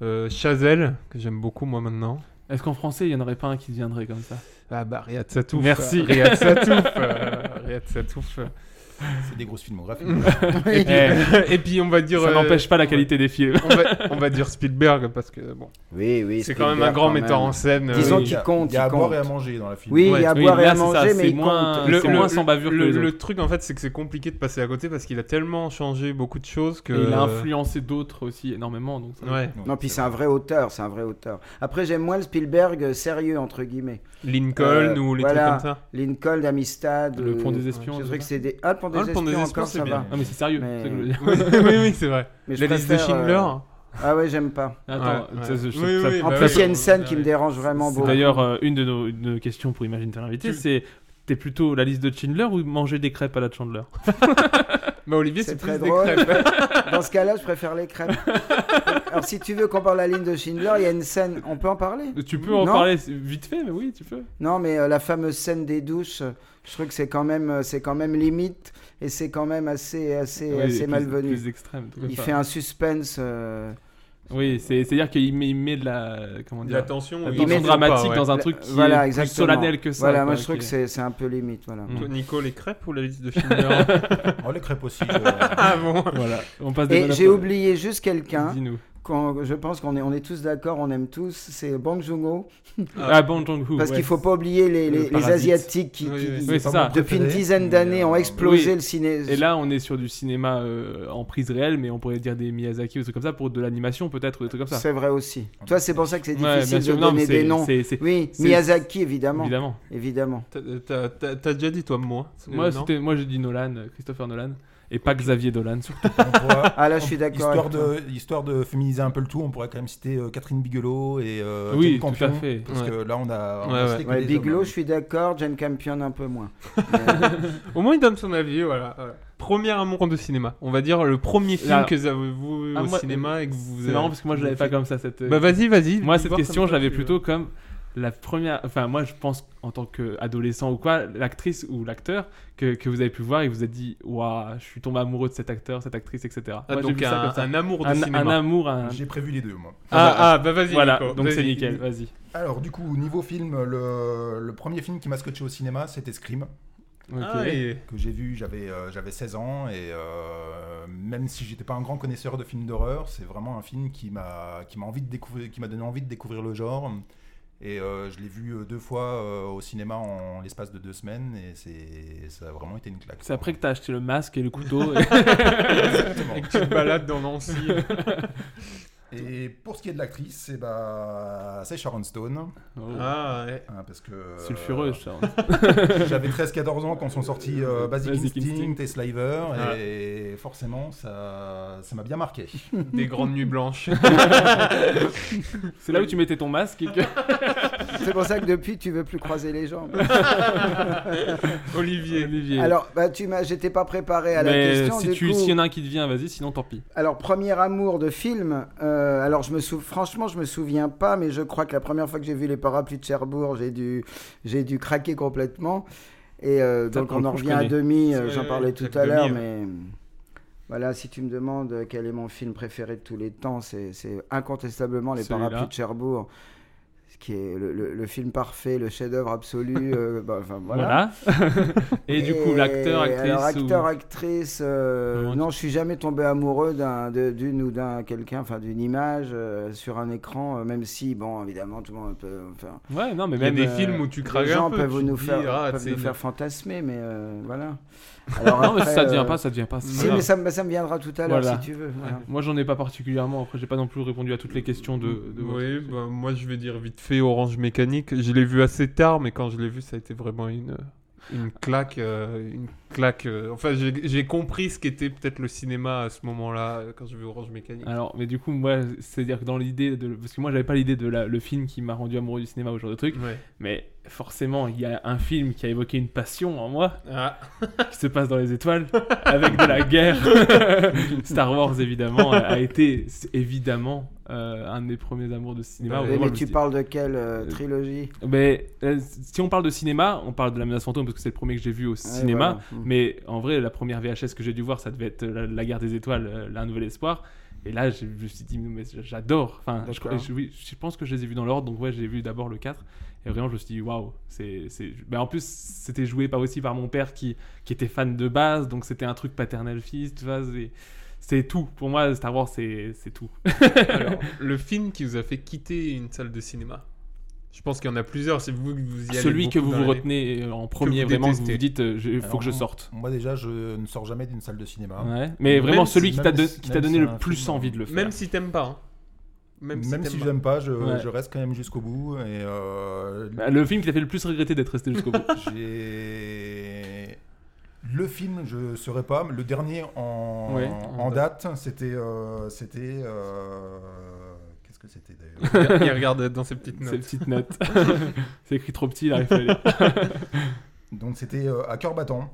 [SPEAKER 7] euh, Chazelle que j'aime beaucoup moi maintenant.
[SPEAKER 8] Est-ce qu'en français, il y en aurait pas un qui deviendrait comme ça
[SPEAKER 7] Ah bah Riyad Satouf.
[SPEAKER 8] Merci.
[SPEAKER 7] Euh, Riyad Satouf. euh, Riyad Satouf.
[SPEAKER 5] C'est des grosses filmographies. Euh,
[SPEAKER 7] Et, puis, et puis, on va dire.
[SPEAKER 8] Ça
[SPEAKER 7] euh,
[SPEAKER 8] n'empêche pas la qualité des films.
[SPEAKER 7] On va, on va dire Spielberg parce que bon,
[SPEAKER 9] Oui, oui.
[SPEAKER 7] c'est quand même un grand metteur en scène.
[SPEAKER 9] Disons
[SPEAKER 7] euh,
[SPEAKER 9] qu'il
[SPEAKER 5] Il y a-
[SPEAKER 9] compte,
[SPEAKER 5] Il y a
[SPEAKER 9] il
[SPEAKER 5] à boire
[SPEAKER 9] compte.
[SPEAKER 5] et à manger dans la film.
[SPEAKER 9] Oui, il y a à
[SPEAKER 8] Oui,
[SPEAKER 9] boire et
[SPEAKER 8] là,
[SPEAKER 9] à
[SPEAKER 8] c'est ça,
[SPEAKER 9] manger,
[SPEAKER 8] c'est
[SPEAKER 9] mais il
[SPEAKER 8] moins-
[SPEAKER 9] compte.
[SPEAKER 8] Le-
[SPEAKER 9] il
[SPEAKER 8] c'est
[SPEAKER 9] compte.
[SPEAKER 8] moins sans bavure
[SPEAKER 7] le,
[SPEAKER 8] que les
[SPEAKER 7] le
[SPEAKER 8] autres.
[SPEAKER 7] truc en fait c'est que c'est compliqué de passer à côté parce qu'il a tellement changé beaucoup de choses que
[SPEAKER 8] Et il a influencé d'autres aussi énormément. Donc ça-
[SPEAKER 7] ouais.
[SPEAKER 9] Non, puis c'est un vrai auteur, c'est un vrai auteur. Après, j'aime moins le Spielberg euh, sérieux, entre guillemets.
[SPEAKER 7] Lincoln
[SPEAKER 9] Euh,
[SPEAKER 7] ou les
[SPEAKER 9] voilà.
[SPEAKER 7] trucs comme ça
[SPEAKER 9] Lincoln, Amistad.
[SPEAKER 8] Le Pont
[SPEAKER 7] Euh,
[SPEAKER 8] des
[SPEAKER 9] C'est
[SPEAKER 8] Espions.
[SPEAKER 9] vrai que c'est des. Ah, le Pont des
[SPEAKER 7] Ah, le Pont des
[SPEAKER 9] Espions,
[SPEAKER 7] Espions,
[SPEAKER 9] encore,
[SPEAKER 7] c'est
[SPEAKER 9] ça
[SPEAKER 7] bien.
[SPEAKER 9] va.
[SPEAKER 8] Non mais c'est sérieux.
[SPEAKER 9] Mais-
[SPEAKER 8] c'est ça que je veux dire.
[SPEAKER 7] oui oui, oui, c'est vrai
[SPEAKER 9] Mais je
[SPEAKER 7] la liste de
[SPEAKER 9] préfère, euh,
[SPEAKER 7] Schindler
[SPEAKER 9] Ah ouais, j'aime pas.
[SPEAKER 8] Attends,
[SPEAKER 7] Ouais,
[SPEAKER 8] ça,
[SPEAKER 7] ouais.
[SPEAKER 8] je- je-
[SPEAKER 7] Oui,
[SPEAKER 8] ça-
[SPEAKER 7] oui,
[SPEAKER 9] En
[SPEAKER 7] bah
[SPEAKER 9] plus, il y a
[SPEAKER 7] oui.
[SPEAKER 9] une scène qui me dérange vraiment
[SPEAKER 8] C'est
[SPEAKER 9] beaucoup.
[SPEAKER 8] d'ailleurs euh, une de nos une de nos questions pour Imagine ton invité,
[SPEAKER 7] Tu-
[SPEAKER 8] c'est t'es plutôt la liste de Schindler ou manger des crêpes à la Chandler
[SPEAKER 7] mais Bah, Olivier
[SPEAKER 9] C'est
[SPEAKER 7] c'est
[SPEAKER 9] très
[SPEAKER 7] plus des
[SPEAKER 9] drôle.
[SPEAKER 7] crêpes
[SPEAKER 9] Dans ce cas-là, je préfère les crêpes. Alors, si tu veux qu'on parle de la ligne de Schindler, il y a une scène. On peut en parler
[SPEAKER 8] Tu peux en
[SPEAKER 9] Non.
[SPEAKER 8] parler c'est- vite fait, mais oui, tu peux.
[SPEAKER 9] Non, mais euh, la fameuse scène des douches, euh, je trouve que c'est quand même, euh, c'est quand même limite et c'est quand même assez, assez,
[SPEAKER 8] Oui,
[SPEAKER 9] assez
[SPEAKER 8] plus-
[SPEAKER 9] malvenu.
[SPEAKER 8] Plus extrême. tout comme
[SPEAKER 9] Il
[SPEAKER 8] ça.
[SPEAKER 9] fait un suspense. euh,
[SPEAKER 8] Oui, c'est à dire qu'il met, il met de la comment
[SPEAKER 7] de
[SPEAKER 8] dire.
[SPEAKER 7] la tension
[SPEAKER 8] la
[SPEAKER 7] euh,
[SPEAKER 9] il met-
[SPEAKER 8] tension dramatique dans un
[SPEAKER 9] la-
[SPEAKER 8] truc qui
[SPEAKER 9] voilà,
[SPEAKER 8] est plus
[SPEAKER 9] exactement.
[SPEAKER 8] solennel que ça.
[SPEAKER 9] voilà,
[SPEAKER 8] quoi,
[SPEAKER 9] moi je trouve
[SPEAKER 8] qui-
[SPEAKER 9] que c'est, c'est un peu limite. Voilà.
[SPEAKER 8] Mm.
[SPEAKER 7] Toi, Nico les crêpes ou la liste de Schindler
[SPEAKER 5] Oh, les crêpes aussi. euh, je-
[SPEAKER 7] ah bon
[SPEAKER 8] Voilà, on passe des
[SPEAKER 9] Et
[SPEAKER 8] bonnes
[SPEAKER 9] j'ai
[SPEAKER 8] à-
[SPEAKER 9] oublié juste quelqu'un,
[SPEAKER 8] Dis-nous.
[SPEAKER 9] qu'on- je pense qu'on est, on est tous d'accord, on aime tous, c'est Bang Joon-ho,
[SPEAKER 8] Ah, Bang Jong-ho.
[SPEAKER 9] parce
[SPEAKER 8] ouais.
[SPEAKER 9] qu'il faut pas oublier les,
[SPEAKER 8] Le
[SPEAKER 9] les- les
[SPEAKER 8] parasite.
[SPEAKER 9] Asiatiques qui,
[SPEAKER 7] Oui,
[SPEAKER 9] qui-
[SPEAKER 7] oui,
[SPEAKER 9] qui,
[SPEAKER 8] Oui, c'est
[SPEAKER 5] pas
[SPEAKER 8] ça.
[SPEAKER 5] mon
[SPEAKER 9] depuis une
[SPEAKER 5] préféré,
[SPEAKER 9] dizaine
[SPEAKER 5] mais,
[SPEAKER 9] d'années ont
[SPEAKER 5] euh,
[SPEAKER 9] explosé
[SPEAKER 8] oui.
[SPEAKER 9] le ciné.
[SPEAKER 8] Et là, on est sur du cinéma euh, en prise réelle, mais on pourrait dire des Miyazaki ou des trucs comme ça, pour de l'animation peut-être, ou des trucs comme ça. Ah, bah,
[SPEAKER 9] c'est vrai aussi. Toi, c'est pour ça que c'est
[SPEAKER 8] Ouais,
[SPEAKER 9] difficile
[SPEAKER 8] bien sûr,
[SPEAKER 9] de
[SPEAKER 8] non, mais
[SPEAKER 9] donner
[SPEAKER 8] c'est-
[SPEAKER 9] des noms.
[SPEAKER 8] c'est- c'est-
[SPEAKER 9] Oui,
[SPEAKER 8] c'est-
[SPEAKER 9] Miyazaki évidemment, évidemment.
[SPEAKER 8] Évidemment.
[SPEAKER 7] T'as- t'as- t'as t'as déjà dit toi moi euh,
[SPEAKER 8] Moi,
[SPEAKER 7] non
[SPEAKER 8] c'était- moi, j'ai dit Nolan, euh, Christopher Nolan, et pas Xavier Dolan. surtout.
[SPEAKER 5] on pourra-
[SPEAKER 9] Ah là, je suis d'accord.
[SPEAKER 5] Histoire
[SPEAKER 9] avec toi.
[SPEAKER 5] de, histoire de féminiser un peu le tout, on pourrait quand même citer euh, Catherine Bigelow et euh,
[SPEAKER 8] oui,
[SPEAKER 5] Jane
[SPEAKER 8] tout
[SPEAKER 5] Campion,
[SPEAKER 8] à fait.
[SPEAKER 5] Parce que là, on a. on
[SPEAKER 7] Ouais,
[SPEAKER 5] a
[SPEAKER 7] ouais.
[SPEAKER 5] cité que
[SPEAKER 9] Ouais,
[SPEAKER 5] des
[SPEAKER 9] Bigelow,
[SPEAKER 5] hommes.
[SPEAKER 9] je suis d'accord. Jane Campion, un peu moins.
[SPEAKER 7] au moins il donne son avis voilà, voilà. premier amour de cinéma on va dire le premier film
[SPEAKER 8] Là-
[SPEAKER 7] que vous avez vu
[SPEAKER 8] Ah,
[SPEAKER 7] au
[SPEAKER 8] moi-
[SPEAKER 7] cinéma et que vous
[SPEAKER 8] C'est
[SPEAKER 7] avez-
[SPEAKER 8] marrant parce que moi, je l'avais pas comme ça, cette. euh,
[SPEAKER 7] bah vas-y vas-y
[SPEAKER 8] Moi,
[SPEAKER 7] dis
[SPEAKER 8] cette
[SPEAKER 7] voir
[SPEAKER 8] question,
[SPEAKER 7] comme
[SPEAKER 8] je
[SPEAKER 7] ça,
[SPEAKER 8] l'avais
[SPEAKER 7] tu-
[SPEAKER 8] plutôt comme la première. Enfin, moi, je pense en tant qu'adolescent ou quoi, l'actrice ou l'acteur que, que vous avez pu voir et vous êtes dit, waouh, je suis tombé amoureux de cet acteur, cette actrice, etc.
[SPEAKER 7] Ah,
[SPEAKER 8] moi, j'ai
[SPEAKER 7] donc
[SPEAKER 8] vu ça
[SPEAKER 7] un,
[SPEAKER 8] comme ça.
[SPEAKER 7] un amour de
[SPEAKER 8] Un-
[SPEAKER 7] cinéma.
[SPEAKER 8] un amour, un.
[SPEAKER 5] J'ai prévu les deux, moi.
[SPEAKER 7] Ah, ah, bah vas-y.
[SPEAKER 8] Voilà,
[SPEAKER 7] Nico,
[SPEAKER 8] donc
[SPEAKER 7] vas-y.
[SPEAKER 8] c'est nickel, vas-y.
[SPEAKER 5] Alors, du coup, niveau film, le, le premier film qui m'a scotché au cinéma, c'était Scream,
[SPEAKER 7] Ah,
[SPEAKER 8] Ok.
[SPEAKER 7] et-
[SPEAKER 5] que j'ai vu, j'avais euh, j'avais 16 ans, et euh, même si j'étais pas un grand connaisseur de films d'horreur, c'est vraiment un film qui m'a qui m'a envie de découvrir, qui m'a donné envie de découvrir le genre. Et euh, je l'ai vu euh, deux fois euh, au cinéma en l'espace de deux semaines, et c'est ça a vraiment été une claque.
[SPEAKER 8] C'est après que t'as acheté le masque et le couteau.
[SPEAKER 7] Et que tu te balades dans Nancy.
[SPEAKER 5] Et pour ce qui est de l'actrice, c'est bah, c'est Sharon Stone.
[SPEAKER 7] ah, ouais.
[SPEAKER 5] hein, parce que,
[SPEAKER 8] Oh, Sulfureux,
[SPEAKER 5] euh, J'avais 13-14 ans quand sont sortis euh, Basic,
[SPEAKER 8] Basic
[SPEAKER 5] Instinct,
[SPEAKER 8] Instinct.
[SPEAKER 5] et Sliver.
[SPEAKER 7] Ah.
[SPEAKER 5] Et forcément, ça ça m'a bien marqué.
[SPEAKER 7] des grandes nuits blanches.
[SPEAKER 8] C'est là où tu mettais ton masque et que.
[SPEAKER 9] C'est pour ça que depuis, tu veux plus croiser les jambes.
[SPEAKER 7] Olivier.
[SPEAKER 8] Olivier.
[SPEAKER 9] Alors, bah, tu m'as, j'étais pas préparé à la
[SPEAKER 8] Mais
[SPEAKER 9] question.
[SPEAKER 8] si
[SPEAKER 9] du
[SPEAKER 8] tu,
[SPEAKER 9] coup.
[SPEAKER 8] s'il y en a un qui devient, vas-y, sinon tant pis.
[SPEAKER 9] Alors, premier amour de film. euh, alors, je me sou... franchement, je me souviens pas, mais je crois que la première fois que j'ai vu les parapluies de Cherbourg, j'ai dû, j'ai dû craquer complètement. Et euh,
[SPEAKER 7] Ça,
[SPEAKER 9] donc
[SPEAKER 7] pour
[SPEAKER 9] on
[SPEAKER 7] le
[SPEAKER 9] en
[SPEAKER 7] coup, je
[SPEAKER 9] revient
[SPEAKER 7] connais.
[SPEAKER 9] à demi, euh,
[SPEAKER 7] Ouais,
[SPEAKER 9] j'en
[SPEAKER 7] ouais,
[SPEAKER 9] parlais
[SPEAKER 7] ouais,
[SPEAKER 9] tout
[SPEAKER 7] Jack
[SPEAKER 9] à l'heure,
[SPEAKER 7] Demi,
[SPEAKER 9] mais voilà, si tu me demandes euh, quel est mon film préféré de tous les temps, c'est c'est incontestablement Les
[SPEAKER 8] Celui-là.
[SPEAKER 9] Parapluies de Cherbourg, ce qui est le, le- le film parfait, le chef-d'œuvre absolu. euh, bah, enfin, voilà.
[SPEAKER 8] Voilà. et du coup,
[SPEAKER 9] Et
[SPEAKER 8] l'acteur, actrice.
[SPEAKER 9] Alors,
[SPEAKER 8] ou-
[SPEAKER 9] acteur, actrice, euh,
[SPEAKER 8] Comment tu-
[SPEAKER 9] non, je suis jamais tombé amoureux d'un- de- d'une ou d'un quelqu'un, enfin d'une image euh, sur un écran, euh, même si, bon, évidemment, tout le monde peut. Enfin,
[SPEAKER 8] Ouais, non, mais
[SPEAKER 7] Il y a
[SPEAKER 8] même.
[SPEAKER 7] des
[SPEAKER 8] euh,
[SPEAKER 7] films où tu craques
[SPEAKER 9] les gens
[SPEAKER 7] un peu.
[SPEAKER 9] peuvent
[SPEAKER 7] tu
[SPEAKER 9] nous
[SPEAKER 7] te dis,
[SPEAKER 9] faire,
[SPEAKER 7] ah,
[SPEAKER 9] peuvent
[SPEAKER 7] c'est
[SPEAKER 9] nous
[SPEAKER 7] une-
[SPEAKER 9] faire fantasmer, mais euh, voilà. Alors
[SPEAKER 8] Non, mais
[SPEAKER 9] après,
[SPEAKER 8] ça devient
[SPEAKER 9] euh,
[SPEAKER 8] pas, ça devient pas.
[SPEAKER 9] Si,
[SPEAKER 8] Voilà.
[SPEAKER 9] mais ça, me- ça me viendra tout à l'heure
[SPEAKER 8] Voilà.
[SPEAKER 9] si tu veux. voilà.
[SPEAKER 8] Moi, j'en ai pas particulièrement. Après, j'ai pas non plus répondu à toutes les questions de. de votre-
[SPEAKER 7] Oui, bah, moi je vais dire vite fait Orange Mécanique. Je l'ai vu assez tard, mais quand je l'ai vu, ça a été vraiment une, une claque. euh, une claque euh, Enfin, j'ai j'ai compris ce qu'était peut-être le cinéma à ce moment-là, euh, quand j'ai vu Orange Mécanique.
[SPEAKER 8] Alors, mais du coup, moi, c'est-à-dire que dans l'idée de. Parce que moi, j'avais pas l'idée de la- le film qui m'a rendu amoureux du cinéma ou ce genre de truc.
[SPEAKER 7] Ouais.
[SPEAKER 8] Mais forcément, il y a un film qui a évoqué une passion en moi,
[SPEAKER 7] Ah,
[SPEAKER 8] qui se passe dans les étoiles, avec de la guerre. Star Wars, évidemment, a- a été c'est évidemment euh, un de mes premiers amours de cinéma.
[SPEAKER 7] Bah,
[SPEAKER 8] Au
[SPEAKER 7] oui,
[SPEAKER 9] Mais,
[SPEAKER 8] moment où je me
[SPEAKER 9] tu
[SPEAKER 8] suis-
[SPEAKER 9] parles de quelle euh, trilogie
[SPEAKER 8] Mais, euh, si on parle de cinéma, on parle de La menace fantôme parce que c'est le premier que j'ai vu au cinéma.
[SPEAKER 9] Ouais, voilà. Mm.
[SPEAKER 8] Mais en vrai, la première VHS que j'ai dû voir, ça devait être euh, La, la guerre des étoiles, euh, La Nouvel Espoir. Et là, je je me suis dit, mais j'adore. Enfin, je,
[SPEAKER 9] D'accord.
[SPEAKER 8] je- oui, je pense que je les ai vus dans l'ordre. Donc, ouais, j'ai vu d'abord le 4. Et vraiment, je me suis dit, waouh. c'est c'est- Ben, en plus, c'était joué par, aussi par mon père qui, qui était fan de base. Donc, c'était un truc paternel-fils. Tu vois, c'est- c'est tout. Pour moi, Star Wars, c'est c'est tout.
[SPEAKER 7] alors, le film qui vous a fait quitter une salle de cinéma Je pense qu'il y en a plusieurs, c'est vous que vous y allez.
[SPEAKER 8] Celui que
[SPEAKER 7] beaucoup
[SPEAKER 8] vous
[SPEAKER 7] dans
[SPEAKER 8] vous
[SPEAKER 7] l'année.
[SPEAKER 8] retenez euh, en premier,
[SPEAKER 7] vous
[SPEAKER 8] vraiment, que vous
[SPEAKER 7] détestez.
[SPEAKER 8] vous dites, il faut
[SPEAKER 5] Alors,
[SPEAKER 8] que je sorte.
[SPEAKER 5] Moi déjà, je ne sors jamais d'une salle de cinéma.
[SPEAKER 8] Ouais. Mais vraiment,
[SPEAKER 7] si-
[SPEAKER 8] celui qui t'a
[SPEAKER 5] même
[SPEAKER 8] don-
[SPEAKER 5] si-
[SPEAKER 8] qui t'a
[SPEAKER 5] même
[SPEAKER 8] donné
[SPEAKER 5] si
[SPEAKER 8] le
[SPEAKER 5] un
[SPEAKER 8] plus
[SPEAKER 5] film,
[SPEAKER 8] envie de le faire.
[SPEAKER 7] Même si t'aimes pas. hein. Même,
[SPEAKER 5] Même,
[SPEAKER 7] si,
[SPEAKER 5] si
[SPEAKER 7] t'aimes
[SPEAKER 5] je
[SPEAKER 7] pas.
[SPEAKER 5] n'aime pas, je,
[SPEAKER 8] Ouais.
[SPEAKER 5] je reste quand même jusqu'au bout. Et euh,
[SPEAKER 8] Bah, Le film qui t'a fait le plus regretter d'être resté jusqu'au bout.
[SPEAKER 5] j'ai le film, je ne saurais pas. mais Le dernier en,
[SPEAKER 8] Ouais,
[SPEAKER 5] en
[SPEAKER 8] en
[SPEAKER 5] date, c'était euh, c'était euh, qu'est-ce que c'était d'ailleurs
[SPEAKER 7] Il regarde dans ses petites
[SPEAKER 8] Ces
[SPEAKER 7] notes.
[SPEAKER 8] petites notes. c'est écrit trop petit, il arrive pas à lire.
[SPEAKER 5] Donc c'était euh, À cœur battant,